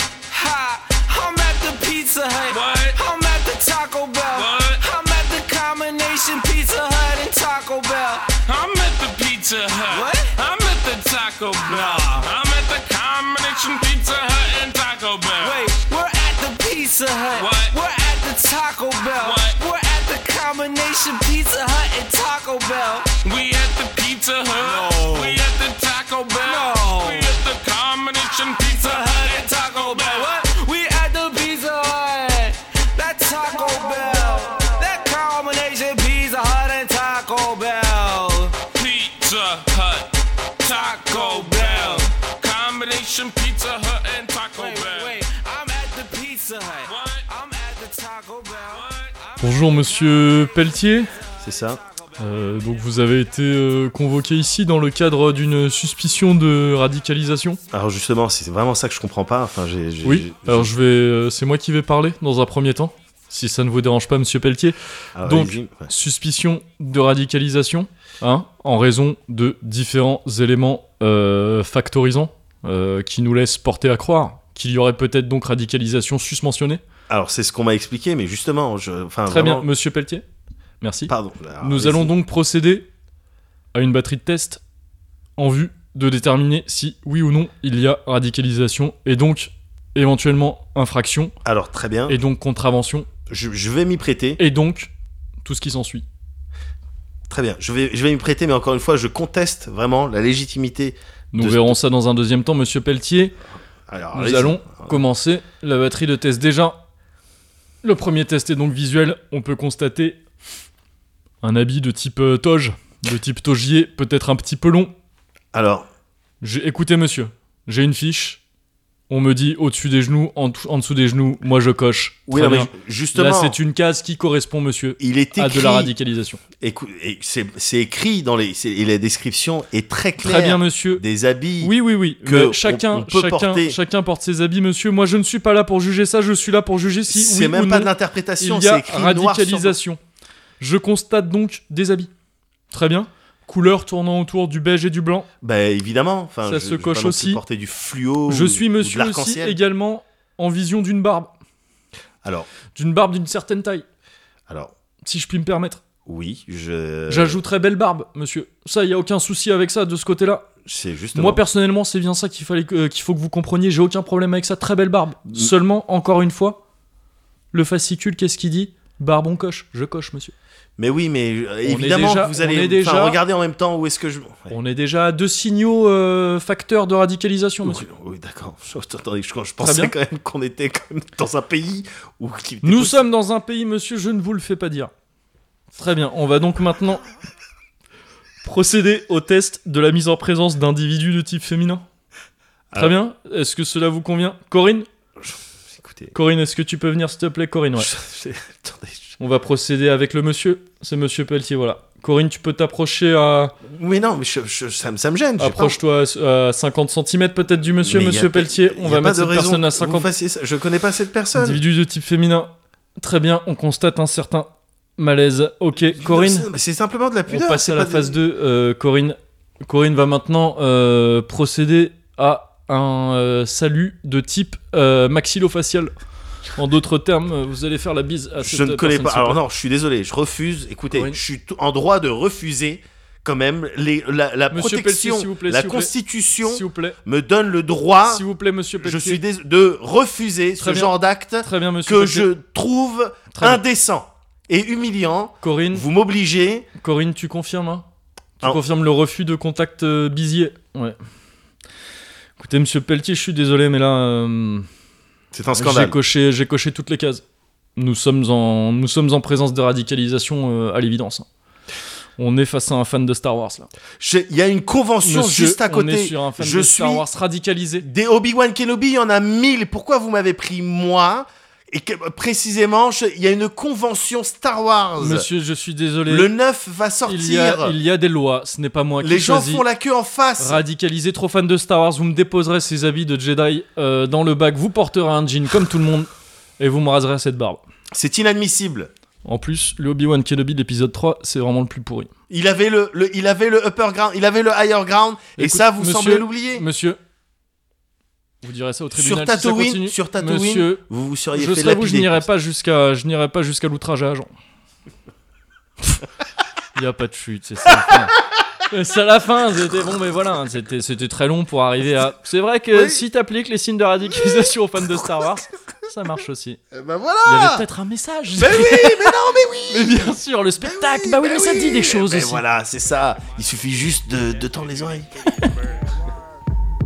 [SPEAKER 3] I'm at the Pizza Hut. I'm at the Taco Bell. I'm at the combination Pizza Hut and Taco Bell.
[SPEAKER 5] I'm at the Pizza Hut.
[SPEAKER 3] What?
[SPEAKER 5] I'm at the Taco Bell. I'm at the combination Pizza Hut and Taco Bell.
[SPEAKER 3] Wait, we're at the Pizza Hut.
[SPEAKER 5] What?
[SPEAKER 3] We're at the Taco Bell.
[SPEAKER 5] What?
[SPEAKER 3] We're at the combination Pizza Hut and Taco Bell.
[SPEAKER 5] We at the Pizza Hut.
[SPEAKER 3] No.
[SPEAKER 5] We at the Taco Bell.
[SPEAKER 3] No.
[SPEAKER 5] We at the combination Pizza Hut and Taco Bell.
[SPEAKER 3] What? We at the Pizza Hut. That Taco Bell. That combination Pizza Hut and Taco Bell.
[SPEAKER 5] Pizza Hut, Taco Bell. Combination Pizza Hut and Taco
[SPEAKER 3] Wait,
[SPEAKER 5] Bell.
[SPEAKER 3] wait, wait. I'm at the Pizza Hut.
[SPEAKER 5] What?
[SPEAKER 3] I'm at the Taco Bell. I'm
[SPEAKER 1] Bonjour monsieur Pelletier.
[SPEAKER 2] C'est ça.
[SPEAKER 1] Euh, donc vous avez été euh, convoqué ici dans le cadre d'une suspicion de radicalisation.
[SPEAKER 2] Alors justement, c'est vraiment ça que je comprends pas. Enfin, j'ai. j'ai-
[SPEAKER 1] Oui.
[SPEAKER 2] j'ai-
[SPEAKER 1] Alors je vais, euh, c'est moi qui vais parler dans un premier temps, si ça ne vous dérange pas monsieur Pelletier.
[SPEAKER 2] Ah,
[SPEAKER 1] donc-
[SPEAKER 2] vas-y. Ouais.
[SPEAKER 1] Suspicion de radicalisation, hein, en raison de différents éléments euh, factorisants euh, qui nous laissent porter à croire qu'il y aurait peut-être donc radicalisation susmentionnée.
[SPEAKER 2] Alors, c'est ce qu'on m'a expliqué, mais justement, je. Enfin,
[SPEAKER 1] Très
[SPEAKER 2] Ah, vraiment-
[SPEAKER 1] bien, monsieur Pelletier. Merci.
[SPEAKER 2] Pardon. Alors,
[SPEAKER 1] Nous
[SPEAKER 2] vas-y.
[SPEAKER 1] allons donc procéder à une batterie de test en vue de déterminer si, oui ou non, il y a radicalisation et donc éventuellement infraction
[SPEAKER 2] Alors, très bien.
[SPEAKER 1] et donc contravention
[SPEAKER 2] Je, je vais m'y prêter.
[SPEAKER 1] et donc tout ce qui s'ensuit.
[SPEAKER 2] Très bien. Je vais, je vais m'y prêter, mais encore une fois, je conteste vraiment la légitimité.
[SPEAKER 1] Nous
[SPEAKER 2] De-
[SPEAKER 1] verrons ça dans un deuxième temps, monsieur Pelletier.
[SPEAKER 2] Alors,
[SPEAKER 1] Nous
[SPEAKER 2] Ah, allez-y.
[SPEAKER 1] allons commencer la batterie de test. Déjà, le premier test est donc visuel. On peut constater un habit de type euh, toge, de type togier, peut-être un petit peu long.
[SPEAKER 2] Alors,
[SPEAKER 1] J'ai écoutez monsieur, j'ai une fiche. On me dit au-dessus des genoux, en, dessous- en dessous des genoux, moi je coche.
[SPEAKER 2] oui,
[SPEAKER 1] Très
[SPEAKER 2] non, mais
[SPEAKER 1] bien.
[SPEAKER 2] ju- justement,
[SPEAKER 1] Là c'est une case qui correspond monsieur
[SPEAKER 2] il est
[SPEAKER 1] à
[SPEAKER 2] écrit.
[SPEAKER 1] de la radicalisation.
[SPEAKER 2] écou- et c'est c'est écrit dans les. c'est- Et la description est très claire.
[SPEAKER 1] Très bien monsieur.
[SPEAKER 2] Des habits.
[SPEAKER 1] Oui oui oui.
[SPEAKER 2] que
[SPEAKER 1] Mais chacun
[SPEAKER 2] on- on peut
[SPEAKER 1] chacun
[SPEAKER 2] porter-
[SPEAKER 1] chacun porte ses habits monsieur. Moi je ne suis pas là pour juger ça, je suis là pour juger si
[SPEAKER 2] c'est
[SPEAKER 1] oui
[SPEAKER 2] même
[SPEAKER 1] ou
[SPEAKER 2] pas
[SPEAKER 1] non,
[SPEAKER 2] de l'interprétation,
[SPEAKER 1] il y a
[SPEAKER 2] c'est écrit noir sur blanc.
[SPEAKER 1] radicalisation. Je constate donc des habits. Très bien. Couleurs tournant autour du beige et du blanc.
[SPEAKER 2] Bah évidemment, enfin,
[SPEAKER 1] Ça
[SPEAKER 2] je,
[SPEAKER 1] se
[SPEAKER 2] je vais pas
[SPEAKER 1] coche
[SPEAKER 2] non plus
[SPEAKER 1] aussi.
[SPEAKER 2] Porter du fluo.
[SPEAKER 1] je
[SPEAKER 2] ou-
[SPEAKER 1] suis
[SPEAKER 2] ou de
[SPEAKER 1] monsieur aussi
[SPEAKER 2] l'arc-en-ciel.
[SPEAKER 1] également en vision d'une barbe,
[SPEAKER 2] Alors,
[SPEAKER 1] d'une barbe d'une certaine taille.
[SPEAKER 2] alors,
[SPEAKER 1] si je puis me permettre.
[SPEAKER 2] oui, je.
[SPEAKER 1] J'ajouterais belle barbe, monsieur. Ça, il y a aucun souci avec ça de ce côté-là.
[SPEAKER 2] C'est juste.
[SPEAKER 1] Moi personnellement, c'est bien ça qu'il fallait que- euh, qu'il faut que vous compreniez. J'ai aucun problème avec ça. Très belle barbe.
[SPEAKER 2] Mm.
[SPEAKER 1] Seulement, encore une fois, le fascicule, qu'est-ce qu'il dit Barbe, on coche. Je coche, monsieur.
[SPEAKER 2] Mais oui, mais euh, évidemment,
[SPEAKER 1] déjà-
[SPEAKER 2] que vous
[SPEAKER 1] on
[SPEAKER 2] allez
[SPEAKER 1] est
[SPEAKER 2] enfin,
[SPEAKER 1] déjà-
[SPEAKER 2] regarder en même temps où est-ce que je. Ouais.
[SPEAKER 1] On est déjà à deux signaux euh, facteurs de radicalisation,
[SPEAKER 2] Oui,
[SPEAKER 1] monsieur.
[SPEAKER 2] oui, d'accord. Je, attendez, je, je pensais
[SPEAKER 1] bien.
[SPEAKER 2] quand même qu'on était quand même dans un pays où. qui était
[SPEAKER 1] Nous
[SPEAKER 2] possible-
[SPEAKER 1] sommes dans un pays, monsieur, je ne vous le fais pas dire. Très bien, on va donc maintenant procéder au test de la mise en présence d'individus de type féminin. Très
[SPEAKER 2] Ah.
[SPEAKER 1] bien, est-ce que cela vous convient Corinne
[SPEAKER 2] Écoutez.
[SPEAKER 1] Corinne, est-ce que tu peux venir, s'il te plaît, Corinne ouais.
[SPEAKER 2] je- je- attendez, je-
[SPEAKER 1] On va procéder avec le monsieur. C'est monsieur Pelletier, voilà. Corinne, tu peux t'approcher à.
[SPEAKER 2] Mais non, mais je- je- ça, me- ça me gêne. j'ai pas-
[SPEAKER 1] Approche-toi à, à 50 cm peut-être du monsieur,
[SPEAKER 2] Mais y a
[SPEAKER 1] monsieur
[SPEAKER 2] pas-
[SPEAKER 1] Pelletier.
[SPEAKER 2] y
[SPEAKER 1] On
[SPEAKER 2] a
[SPEAKER 1] va
[SPEAKER 2] pas
[SPEAKER 1] mettre
[SPEAKER 2] de
[SPEAKER 1] cette
[SPEAKER 2] raison
[SPEAKER 1] personne à
[SPEAKER 2] que vous
[SPEAKER 1] 50
[SPEAKER 2] fassiez ça. Je connais pas cette personne.
[SPEAKER 1] individus de type féminin. Très bien, on constate un certain malaise. Ok, Corinne.
[SPEAKER 2] Mais C'est simplement de la
[SPEAKER 1] On
[SPEAKER 2] pudeur.
[SPEAKER 1] passe
[SPEAKER 2] c'est
[SPEAKER 1] à la
[SPEAKER 2] pas
[SPEAKER 1] phase
[SPEAKER 2] des-
[SPEAKER 1] 2. euh, Corinne. Corinne va maintenant euh, procéder à un euh, salut de type euh, maxillofacial. En d'autres termes, euh, vous allez faire la bise à cette
[SPEAKER 2] Je ne connais
[SPEAKER 1] personne,
[SPEAKER 2] pas.
[SPEAKER 1] s'il vous
[SPEAKER 2] Alors
[SPEAKER 1] plaît.
[SPEAKER 2] non, je suis désolé, je refuse. Écoutez,
[SPEAKER 1] Corinne.
[SPEAKER 2] je suis t- en droit de refuser quand même les, la, la
[SPEAKER 1] Monsieur
[SPEAKER 2] protection,
[SPEAKER 1] Pelletier, s'il vous plaît,
[SPEAKER 2] la
[SPEAKER 1] s'il vous plaît.
[SPEAKER 2] Constitution
[SPEAKER 1] S'il vous plaît.
[SPEAKER 2] me donne le droit.
[SPEAKER 1] S'il vous plaît, monsieur Pelletier.
[SPEAKER 2] Ah, je suis dés- de refuser
[SPEAKER 1] Très
[SPEAKER 2] ce
[SPEAKER 1] bien.
[SPEAKER 2] genre d'acte
[SPEAKER 1] Très bien, monsieur.
[SPEAKER 2] que
[SPEAKER 1] Pelletier.
[SPEAKER 2] je trouve
[SPEAKER 1] Très bien. Mm.
[SPEAKER 2] indécent et humiliant.
[SPEAKER 1] Corinne,
[SPEAKER 2] Vous m'obligez.
[SPEAKER 1] Corinne, tu confirmes, hein Tu
[SPEAKER 2] Ah.
[SPEAKER 1] confirmes le refus de contact euh, Bizier Ouais. Écoutez, monsieur Pelletier, je suis désolé, mais là. euh,
[SPEAKER 2] C'est un
[SPEAKER 1] J'ai
[SPEAKER 2] scandale.
[SPEAKER 1] coché, j'ai coché toutes les cases. Nous sommes en, nous sommes en présence de radicalisation euh, à l'évidence. On est face à un fan de Star Wars là.
[SPEAKER 2] J'ai- Il y a une convention
[SPEAKER 1] Monsieur,
[SPEAKER 2] juste à
[SPEAKER 1] On est
[SPEAKER 2] côté.
[SPEAKER 1] sur un fan
[SPEAKER 2] Je
[SPEAKER 1] de
[SPEAKER 2] suis
[SPEAKER 1] Star Wars radicalisé.
[SPEAKER 2] des Obi-Wan Kenobi, il y en a mille. Pourquoi vous m'avez pris moi et que, précisément, je- il y a une convention Star Wars.
[SPEAKER 1] Monsieur, je suis désolé.
[SPEAKER 2] Le 9 va sortir.
[SPEAKER 1] il, y a, il y a des lois. Ce n'est pas moi
[SPEAKER 2] Les
[SPEAKER 1] qui
[SPEAKER 2] gens
[SPEAKER 1] choisis.
[SPEAKER 2] font la queue en face.
[SPEAKER 1] Radicalisé, trop fan de Star Wars, vous me déposerez ces habits de Jedi euh, dans le bac. Vous porterez un jean comme tout le monde et vous me raserez cette barbe.
[SPEAKER 2] C'est inadmissible.
[SPEAKER 1] En plus, le Obi-Wan Kenobi de l'épisode 3, c'est vraiment le plus pourri.
[SPEAKER 2] Il avait le, le- il avait le upper ground, il avait le higher ground, et
[SPEAKER 1] Écoute,
[SPEAKER 2] ça vous
[SPEAKER 1] monsieur-
[SPEAKER 2] semblez l'oublier.
[SPEAKER 1] Monsieur, vous direz ça au
[SPEAKER 2] Sur
[SPEAKER 1] tribunal si ça
[SPEAKER 2] Tatooine,
[SPEAKER 1] continue.
[SPEAKER 2] sur Tatooine,
[SPEAKER 1] Monsieur,
[SPEAKER 2] vous vous seriez
[SPEAKER 1] je
[SPEAKER 2] fait
[SPEAKER 1] serais vous, je
[SPEAKER 2] lapider.
[SPEAKER 1] n'irai pas jusqu'à, je n'irai pas jusqu'à l'outrage à agent. Il y a pas de chute, c'est ça. la fin. Mais C'est à la fin, c'était bon, mais voilà, hein, c'était, c'était très long pour arriver à. C'est vrai que
[SPEAKER 2] Oui.
[SPEAKER 1] si t'appliques les signes de radicalisation aux fans de Star Wars, ça marche aussi.
[SPEAKER 2] Eh ben
[SPEAKER 1] Il y avait
[SPEAKER 2] voilà.
[SPEAKER 1] peut-être un message.
[SPEAKER 2] Mais oui, mais non, mais oui.
[SPEAKER 1] Mais bien sûr, le spectacle. bah oui, mais ça dit des choses
[SPEAKER 2] Mais
[SPEAKER 1] aussi.
[SPEAKER 2] Eh ben voilà, c'est ça. Il suffit juste de, de tendre les oreilles.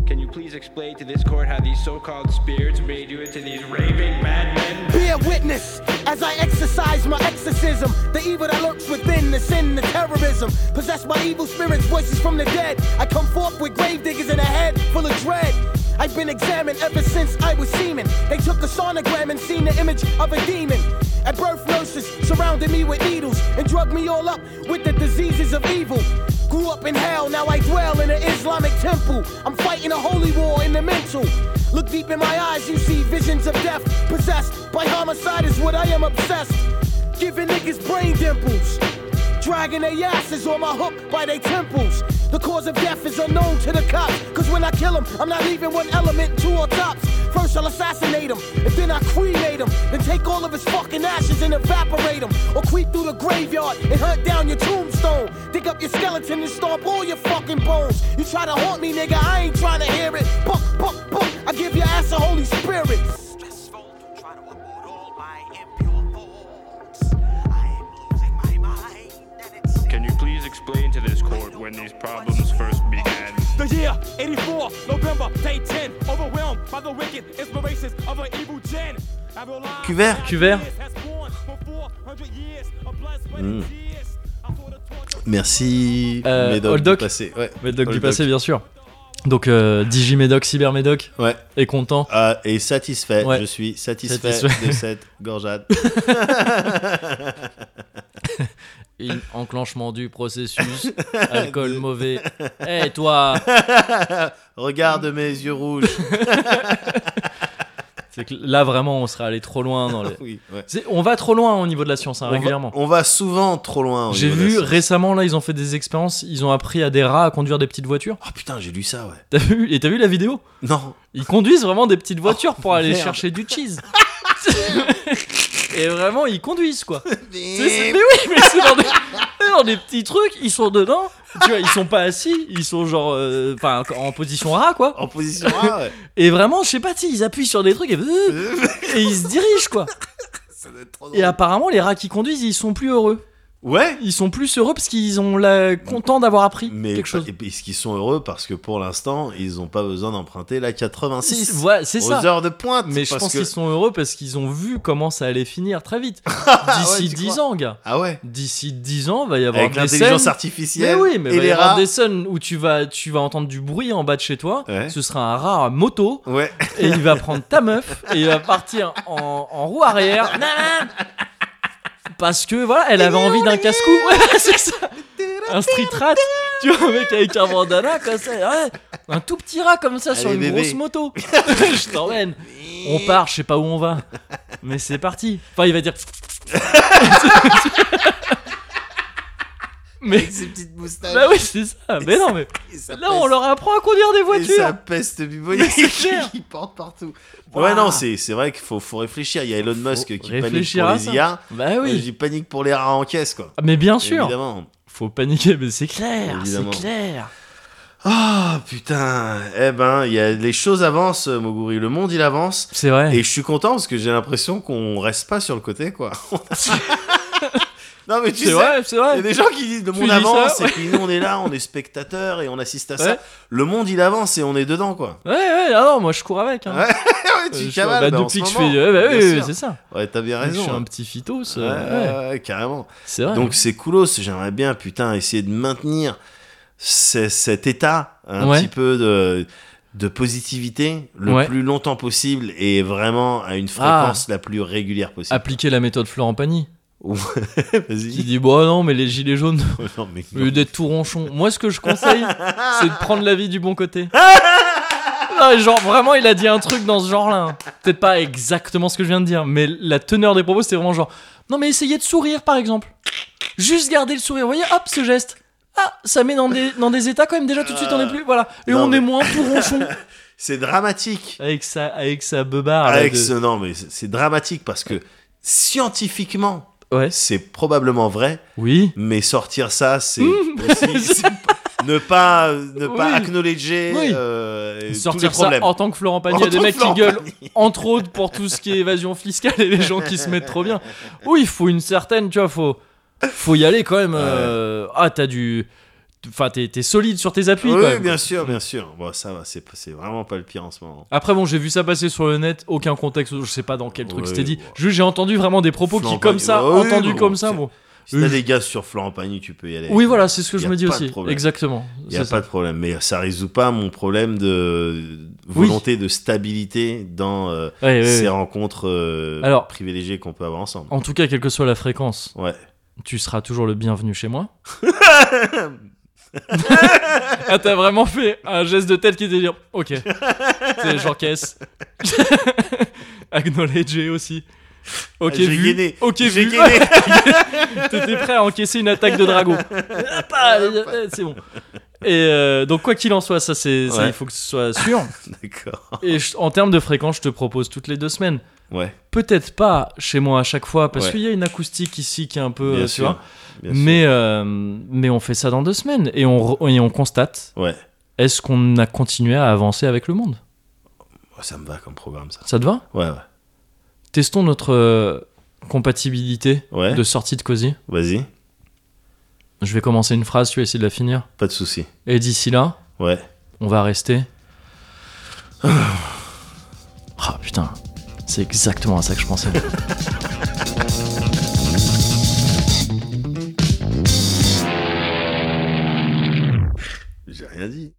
[SPEAKER 6] Can you please explain to this court how these so-called spirits made you into these raving madmen?
[SPEAKER 7] Bear witness as I exercise my exorcism. The evil that lurks within, the sin, the terrorism. Possessed by evil spirits, voices from the dead. I come forth with grave diggers in a head full of dread. I've been examined ever since I was semen. They took a sonogram and seen the image of a demon. At birth, nurses surrounded me with needles and drugged me all up with the diseases of evil. Grew up in hell, now I dwell in an Islamic temple. I'm fighting a holy war in the mental. Look deep in my eyes, you see visions of death. Possessed by homicide is what I am obsessed. Giving niggas brain dimples. dragging their asses on my hook by their temples. The cause of death is unknown to the cops, cause when I kill 'em, I'm not leaving one element, two or tops. First I'll assassinate him, and then I cremate him, then take all of his fucking ashes and evaporate him, or creep through the graveyard and hunt down your tombstone. Dig up your skeleton and stomp all your fucking bones. You try to haunt me, nigga, I ain't trying to hear it. Buck, buck, buck, I give your ass a Holy Spirit.
[SPEAKER 8] stressful to try to upload all my impure thoughts. I'm losing my mind, and it's
[SPEAKER 6] Can you please explain to this court when these problems first began?
[SPEAKER 9] The year 84, November, day 10. Overwhelmed by the wicked inspirations of an evil gen. I realize
[SPEAKER 2] Cuvert.
[SPEAKER 9] that
[SPEAKER 1] Cuvert.
[SPEAKER 9] ideas has born for 400 years of blood, sweat, and tears. I saw the torture
[SPEAKER 2] Merci,
[SPEAKER 1] Euh,
[SPEAKER 2] Médoc
[SPEAKER 1] Old
[SPEAKER 2] du
[SPEAKER 1] Doc.
[SPEAKER 2] passé. Ouais.
[SPEAKER 1] Médoc
[SPEAKER 2] Old
[SPEAKER 1] du
[SPEAKER 2] Doc.
[SPEAKER 1] passé, bien sûr. Donc, euh, DigiMédoc, CyberMédoc,
[SPEAKER 2] Ouais.
[SPEAKER 1] est content.
[SPEAKER 2] Ah, et satisfait,
[SPEAKER 1] Ouais.
[SPEAKER 2] je suis satisfait,
[SPEAKER 1] Satisfait.
[SPEAKER 2] de cette gorgeade.
[SPEAKER 1] Et enclenchement du processus, alcool mauvais. Eh, toi
[SPEAKER 2] Regarde mes yeux rouges.
[SPEAKER 1] C'est que là, vraiment, on serait allé trop loin dans les.
[SPEAKER 2] Oui, ouais.
[SPEAKER 1] C'est- On va trop loin au niveau de la science, hein,
[SPEAKER 2] On va-
[SPEAKER 1] régulièrement.
[SPEAKER 2] On va, souvent trop loin. au
[SPEAKER 1] J'ai
[SPEAKER 2] niveau
[SPEAKER 1] vu
[SPEAKER 2] de la-
[SPEAKER 1] récemment, là, ils ont fait des expériences, ils ont appris à des rats à conduire des petites voitures.
[SPEAKER 2] Oh putain, j'ai lu ça, ouais.
[SPEAKER 1] T'as vu Et t'as vu la vidéo
[SPEAKER 2] Non.
[SPEAKER 1] Ils conduisent vraiment des petites voitures pour aller
[SPEAKER 2] Oh, merde.
[SPEAKER 1] chercher du cheese. Et vraiment, ils conduisent quoi. C'est- c'est- mais oui, mais c'est dans, des- c'est dans des petits trucs, ils sont dedans. Tu vois, ils sont pas assis, ils sont genre euh, enfin, en position rat quoi.
[SPEAKER 2] En position A, ouais.
[SPEAKER 1] Et vraiment, je sais pas si ils appuient sur des trucs et, et ils se dirigent quoi.
[SPEAKER 2] Ça doit être trop
[SPEAKER 1] Et
[SPEAKER 2] drôle.
[SPEAKER 1] apparemment, les rats qui conduisent, ils sont plus heureux.
[SPEAKER 2] Ouais.
[SPEAKER 1] Ils sont plus heureux parce qu'ils ont la content d'avoir appris
[SPEAKER 2] Mais
[SPEAKER 1] quelque chose.
[SPEAKER 2] et puis, est-ce qu'ils sont heureux parce que pour l'instant, ils n'ont pas besoin d'emprunter la 86
[SPEAKER 1] Voilà, c'est
[SPEAKER 2] aux
[SPEAKER 1] ça.
[SPEAKER 2] heures de pointe.
[SPEAKER 1] Mais je
[SPEAKER 2] parce
[SPEAKER 1] pense
[SPEAKER 2] que-
[SPEAKER 1] qu'ils sont heureux parce qu'ils ont vu comment ça allait finir très vite. D'ici
[SPEAKER 2] Ah ouais, tu
[SPEAKER 1] 10
[SPEAKER 2] crois
[SPEAKER 1] ans, gars.
[SPEAKER 2] Ah ouais.
[SPEAKER 1] D'ici 10 ans, va y avoir
[SPEAKER 2] Avec
[SPEAKER 1] des
[SPEAKER 2] l'intelligence
[SPEAKER 1] scènes- Mais
[SPEAKER 2] artificielle
[SPEAKER 1] oui, mais
[SPEAKER 2] et
[SPEAKER 1] va y
[SPEAKER 2] les
[SPEAKER 1] avoir
[SPEAKER 2] rats.
[SPEAKER 1] des scènes où tu vas, tu vas entendre du bruit en bas de chez toi.
[SPEAKER 2] Ouais.
[SPEAKER 1] Ce sera un rat à moto
[SPEAKER 2] Ouais.
[SPEAKER 1] et il va prendre ta meuf et il va partir en, en roue arrière. Nanan Parce que voilà, elle avait envie d'un casse-cou. Ouais, c'est ça. Un street rat. Tu vois, un mec avec un bandana comme ça. ouais. Un tout petit rat comme ça sur
[SPEAKER 2] Allez,
[SPEAKER 1] une
[SPEAKER 2] bébé.
[SPEAKER 1] grosse moto. Je t'emmène. On part, je sais pas où on va. Mais c'est parti. Enfin, il va dire. mais.
[SPEAKER 2] Ces petites moustaches.
[SPEAKER 1] Bah oui, c'est ça. Mais non, mais.
[SPEAKER 2] Et ça
[SPEAKER 1] Là, on
[SPEAKER 2] peste.
[SPEAKER 1] leur apprend à conduire des
[SPEAKER 2] Et ça
[SPEAKER 1] voitures.
[SPEAKER 2] peste
[SPEAKER 1] Mais c'est
[SPEAKER 2] bubonique
[SPEAKER 1] clair.
[SPEAKER 2] qui porte partout.
[SPEAKER 1] Waouh.
[SPEAKER 2] Ouais, non, c'est c'est vrai qu'il faut, faut réfléchir. Il y a Elon Musk qui panique
[SPEAKER 1] réfléchir
[SPEAKER 2] pour
[SPEAKER 1] à
[SPEAKER 2] les
[SPEAKER 1] ça.
[SPEAKER 2] IA.
[SPEAKER 1] Bah
[SPEAKER 2] Moi, Je
[SPEAKER 1] oui.
[SPEAKER 2] dis panique pour les rats en caisse, quoi.
[SPEAKER 1] Ah, Mais bien sûr.
[SPEAKER 2] Évidemment.
[SPEAKER 1] Faut paniquer, mais c'est clair, c'est
[SPEAKER 2] Évidemment.
[SPEAKER 1] clair.
[SPEAKER 2] Ah, putain. Eh ben, il y a, les choses avancent, Moguri. Le monde, il avance.
[SPEAKER 1] C'est vrai.
[SPEAKER 2] Et je suis content parce que j'ai l'impression qu'on reste pas sur le côté, quoi. non, mais tu
[SPEAKER 1] C'est
[SPEAKER 2] sais,
[SPEAKER 1] vrai, c'est
[SPEAKER 2] il y a
[SPEAKER 1] vrai.
[SPEAKER 2] des gens qui disent le
[SPEAKER 1] Tu
[SPEAKER 2] monde
[SPEAKER 1] dis ça,
[SPEAKER 2] avance,
[SPEAKER 1] ouais.
[SPEAKER 2] et puis nous, on est là, on est spectateurs et on assiste à
[SPEAKER 1] Ouais.
[SPEAKER 2] ça. Le monde, il avance et on est dedans, quoi.
[SPEAKER 1] Ouais, ouais, ah non, moi je cours avec. Hein.
[SPEAKER 2] Ouais, ouais,
[SPEAKER 1] Euh,
[SPEAKER 2] tu
[SPEAKER 1] je suis-
[SPEAKER 2] cavales.
[SPEAKER 1] bah,
[SPEAKER 2] bah, en
[SPEAKER 1] depuis
[SPEAKER 2] ce
[SPEAKER 1] que je
[SPEAKER 2] moment.
[SPEAKER 1] fais. Ouais, bah
[SPEAKER 2] Bien
[SPEAKER 1] oui, oui,
[SPEAKER 2] sûr.
[SPEAKER 1] c'est ça.
[SPEAKER 2] Ouais, t'as bien
[SPEAKER 1] Je suis
[SPEAKER 2] raison.
[SPEAKER 1] un
[SPEAKER 2] hein.
[SPEAKER 1] petit phytos. euh,
[SPEAKER 2] Ouais,
[SPEAKER 1] ouais,
[SPEAKER 2] ouais, ouais, carrément.
[SPEAKER 1] C'est vrai.
[SPEAKER 2] Donc c'est coolos, j'aimerais bien putain essayer de maintenir ce- cet état un
[SPEAKER 1] Ouais.
[SPEAKER 2] petit peu de, de positivité le
[SPEAKER 1] Ouais. Ah.
[SPEAKER 2] plus longtemps possible et vraiment à une fréquence la plus régulière possible.
[SPEAKER 1] Appliquer la méthode Florent Pagny,
[SPEAKER 2] Ouais,
[SPEAKER 1] qui
[SPEAKER 2] Vas-y.
[SPEAKER 1] dit Bon, non, mais les gilets jaunes,
[SPEAKER 2] Non, mais
[SPEAKER 1] au lieu d'être tout ronchon, moi ce que je conseille, c'est de prendre la vie du bon côté. Non, mais genre, vraiment, il a dit un truc dans ce genre-là. hein. Peut-être pas exactement ce que je viens de dire, mais la teneur des propos, c'était vraiment genre Non, mais essayez de sourire par exemple. Juste garder le sourire. Vous voyez, hop, ce geste. Ah, ça met dans des, dans des états quand même. Déjà, tout de suite, on est plus. Voilà. Et
[SPEAKER 2] Euh, Non,
[SPEAKER 1] on
[SPEAKER 2] mais-
[SPEAKER 1] est moins tout ronchon.
[SPEAKER 2] c'est dramatique.
[SPEAKER 1] Avec sa, avec sa beubare. Ah, là,
[SPEAKER 2] Avec
[SPEAKER 1] de-
[SPEAKER 2] ce- Ah, non mais c'est c'est dramatique parce que scientifiquement
[SPEAKER 1] Ouais.
[SPEAKER 2] c'est probablement vrai,
[SPEAKER 1] Oui.
[SPEAKER 2] mais sortir ça c'est aussi- c'est p- ne pas ne pas
[SPEAKER 1] Hmm. Oui.
[SPEAKER 2] acknowledger
[SPEAKER 1] Oui.
[SPEAKER 2] euh, tous les
[SPEAKER 1] Sortir ça
[SPEAKER 2] problèmes.
[SPEAKER 1] en tant que Florent Pagny. Il y
[SPEAKER 2] En
[SPEAKER 1] a des
[SPEAKER 2] tant
[SPEAKER 1] mecs
[SPEAKER 2] que
[SPEAKER 1] qui
[SPEAKER 2] Florent
[SPEAKER 1] gueulent,
[SPEAKER 2] Pagny.
[SPEAKER 1] entre autres, pour tout ce qui est évasion fiscale et les gens qui se mettent trop bien. Oui, il faut une certaine, tu vois, faut, faut y aller quand même. euh, Ah, t'as du. Enfin, t'es t'es solide sur tes appuis
[SPEAKER 2] oui,
[SPEAKER 1] quand même.
[SPEAKER 2] bien sûr, bien sûr. Bon, ça va, c'est c'est vraiment pas le pire en ce moment.
[SPEAKER 1] Après, bon, j'ai vu ça passer sur le net, aucun contexte, je sais pas dans quel truc
[SPEAKER 2] Ouais,
[SPEAKER 1] c'était dit.
[SPEAKER 2] ouais.
[SPEAKER 1] Juste, j'ai entendu vraiment des propos qui,
[SPEAKER 2] Florent
[SPEAKER 1] comme
[SPEAKER 2] Pagny,
[SPEAKER 1] ça,
[SPEAKER 2] ouais, oui,
[SPEAKER 1] entendus
[SPEAKER 2] bon,
[SPEAKER 1] comme ça,
[SPEAKER 2] c'est-
[SPEAKER 1] bon.
[SPEAKER 2] Si t'as
[SPEAKER 1] Euh,
[SPEAKER 2] des gaz sur Florent Pagny, tu peux y aller.
[SPEAKER 1] Oui, voilà, c'est ce que je
[SPEAKER 2] Y a
[SPEAKER 1] me dis
[SPEAKER 2] pas de
[SPEAKER 1] aussi.
[SPEAKER 2] problème.
[SPEAKER 1] Exactement.
[SPEAKER 2] Il n'y a
[SPEAKER 1] C'est
[SPEAKER 2] pas
[SPEAKER 1] ça.
[SPEAKER 2] de problème, mais ça résout pas mon problème de volonté de stabilité dans euh,
[SPEAKER 1] Ouais, ouais, ouais.
[SPEAKER 2] ces rencontres euh,
[SPEAKER 1] Eh Alors-
[SPEAKER 2] privilégiées qu'on peut avoir ensemble.
[SPEAKER 1] En tout cas, quelle que soit la fréquence,
[SPEAKER 2] Ouais.
[SPEAKER 1] tu seras toujours le bienvenu chez moi. ah, t'as vraiment fait un geste de tête qui était dire Ok, C'est- j'encaisse. Acknowledge aussi. Ok,
[SPEAKER 9] J'ai
[SPEAKER 1] vu.
[SPEAKER 9] gainé.
[SPEAKER 1] Ok,
[SPEAKER 9] J'ai
[SPEAKER 1] vu.
[SPEAKER 9] gainé.
[SPEAKER 1] T'étais prêt à encaisser une attaque de dragon. Hop, ah, euh, c'est bon. Et euh, donc, quoi qu'il en soit, ça, c'est, ça,
[SPEAKER 9] Ouais.
[SPEAKER 1] il faut que ce soit sûr.
[SPEAKER 9] D'accord.
[SPEAKER 1] Et je- en termes de fréquence, je te propose toutes les deux semaines.
[SPEAKER 9] Ouais.
[SPEAKER 1] Peut-être pas chez moi à chaque fois, parce
[SPEAKER 9] Ouais.
[SPEAKER 1] qu'il y a une acoustique ici qui est un peu. euh,
[SPEAKER 9] bien
[SPEAKER 1] tu vois.
[SPEAKER 9] sûr. Bien sûr.
[SPEAKER 1] mais, euh, mais on fait ça dans deux semaines et on, re- et on constate
[SPEAKER 9] Ouais.
[SPEAKER 1] est-ce qu'on a continué à avancer avec le monde
[SPEAKER 9] Oh, ça me va comme programme, ça.
[SPEAKER 1] Ça te va
[SPEAKER 9] Ouais, ouais.
[SPEAKER 1] Testons notre euh, compatibilité
[SPEAKER 9] Ouais.
[SPEAKER 1] de sortie de cosy.
[SPEAKER 9] Vas-y.
[SPEAKER 1] Je vais commencer une phrase, tu vas essayer de la finir.
[SPEAKER 9] Pas de souci.
[SPEAKER 1] Et d'ici là,
[SPEAKER 9] Ouais.
[SPEAKER 1] on va rester. Ah putain, c'est exactement à ça que je pensais.
[SPEAKER 9] J'ai rien dit.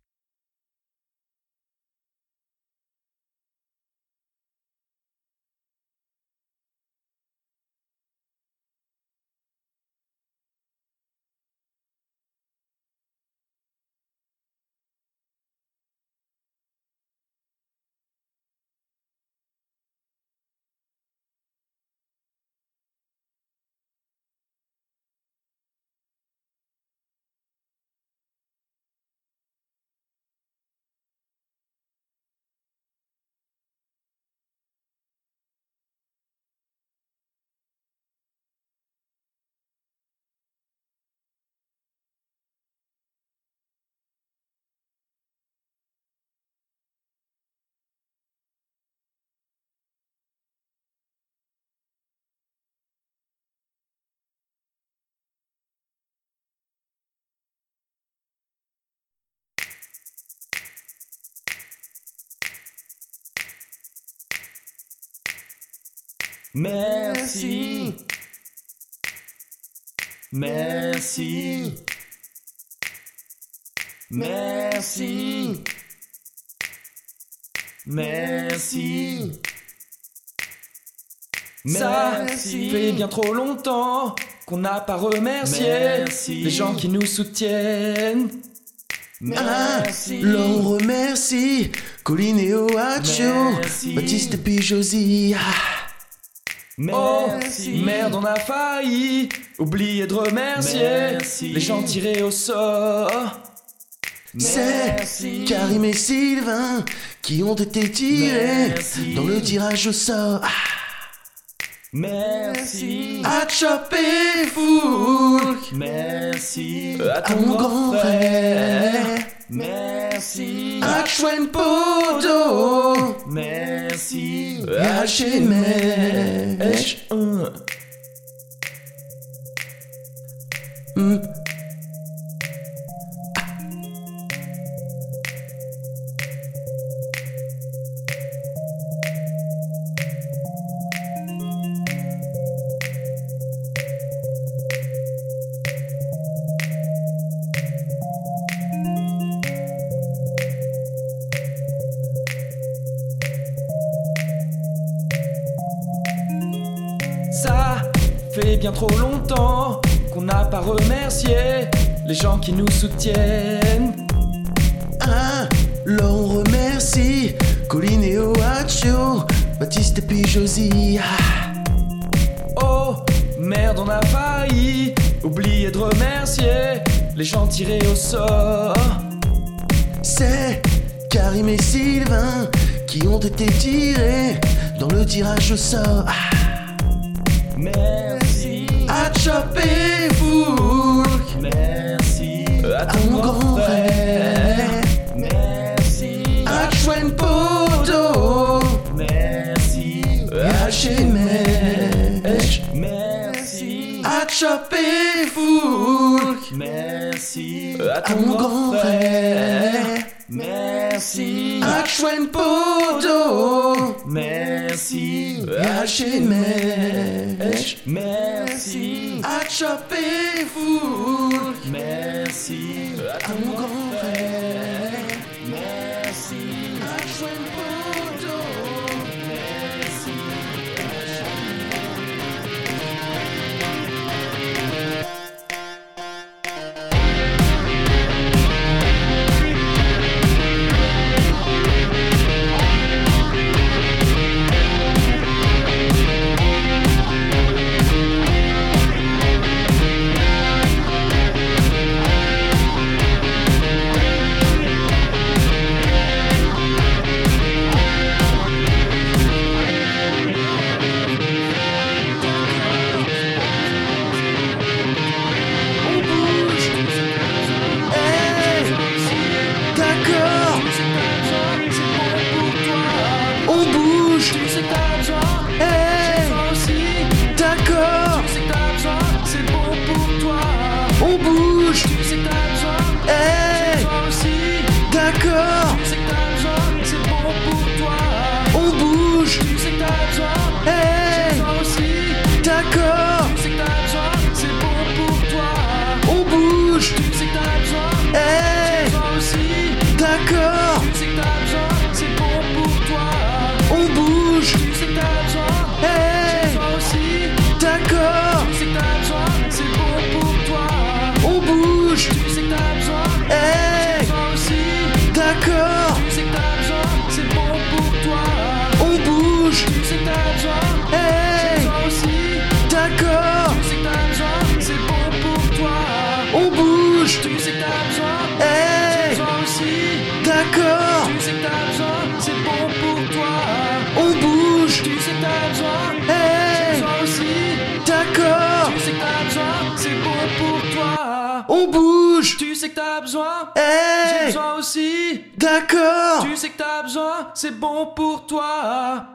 [SPEAKER 1] Merci. Merci. Merci. Merci.
[SPEAKER 4] Merci. fait bien trop longtemps qu'on n'a pas remercié
[SPEAKER 1] Merci.
[SPEAKER 4] les gens qui nous soutiennent. Merci.
[SPEAKER 9] L'on remercie Colline et Oacho,
[SPEAKER 4] Merci.
[SPEAKER 9] Baptiste puis Josie.
[SPEAKER 4] Oh, merde, on a failli oublier de remercier les gens tirés au sort.
[SPEAKER 9] C'est Karim et Sylvain qui ont été tirés dans le tirage au sort. Ah.
[SPEAKER 4] Merci.
[SPEAKER 9] À choper foule
[SPEAKER 4] Merci.
[SPEAKER 9] à mon grand frère.
[SPEAKER 4] Merci.
[SPEAKER 9] À Chouane Poto
[SPEAKER 4] Merci.
[SPEAKER 9] et à Chemèche.
[SPEAKER 4] Ça fait bien trop longtemps qu'on n'a pas remercié les gens qui nous soutiennent. Hein,
[SPEAKER 9] Ah, l'on remercie Colline et Oacho, Baptiste puis Josie.
[SPEAKER 4] Ah. Oh merde, on a failli oublier de remercier les gens tirés au sort.
[SPEAKER 9] C'est Karim et Sylvain qui ont été tirés dans le tirage au
[SPEAKER 4] Ah.
[SPEAKER 9] sort.
[SPEAKER 4] Merci,
[SPEAKER 9] À choper Foulk,
[SPEAKER 4] merci à
[SPEAKER 9] à mon grand frère.
[SPEAKER 4] Merci,
[SPEAKER 9] À Chouane Poto
[SPEAKER 4] merci,
[SPEAKER 9] et Euh, à Chemèche.
[SPEAKER 4] merci,
[SPEAKER 9] À choper Foulk,
[SPEAKER 4] merci
[SPEAKER 9] à mon grand frère.
[SPEAKER 4] Merci,
[SPEAKER 9] À Chouane Poto
[SPEAKER 4] merci,
[SPEAKER 9] et Euh, à Chemèche.
[SPEAKER 4] merci,
[SPEAKER 9] À choper Foulk.
[SPEAKER 4] merci.
[SPEAKER 9] à mon grand frère. Merci. À Chouane Poto.
[SPEAKER 4] Merci.
[SPEAKER 7] d'accord On bouge Hey D'accord On bouge Hey D'accord On bouge Hey D'accord On bouge Hey D'accord On bouge Eh, Hey Eh, D'accord On bouge Hey D'accord On bouge Hey Eh, D'accord On bouge Hey D'accord On bouge Hey D'accord On bouge
[SPEAKER 9] Tu sais que t'as besoin, j'ai
[SPEAKER 7] Hey
[SPEAKER 9] besoin aussi.
[SPEAKER 7] D'accord
[SPEAKER 9] Tu sais que t'as besoin, c'est bon pour toi.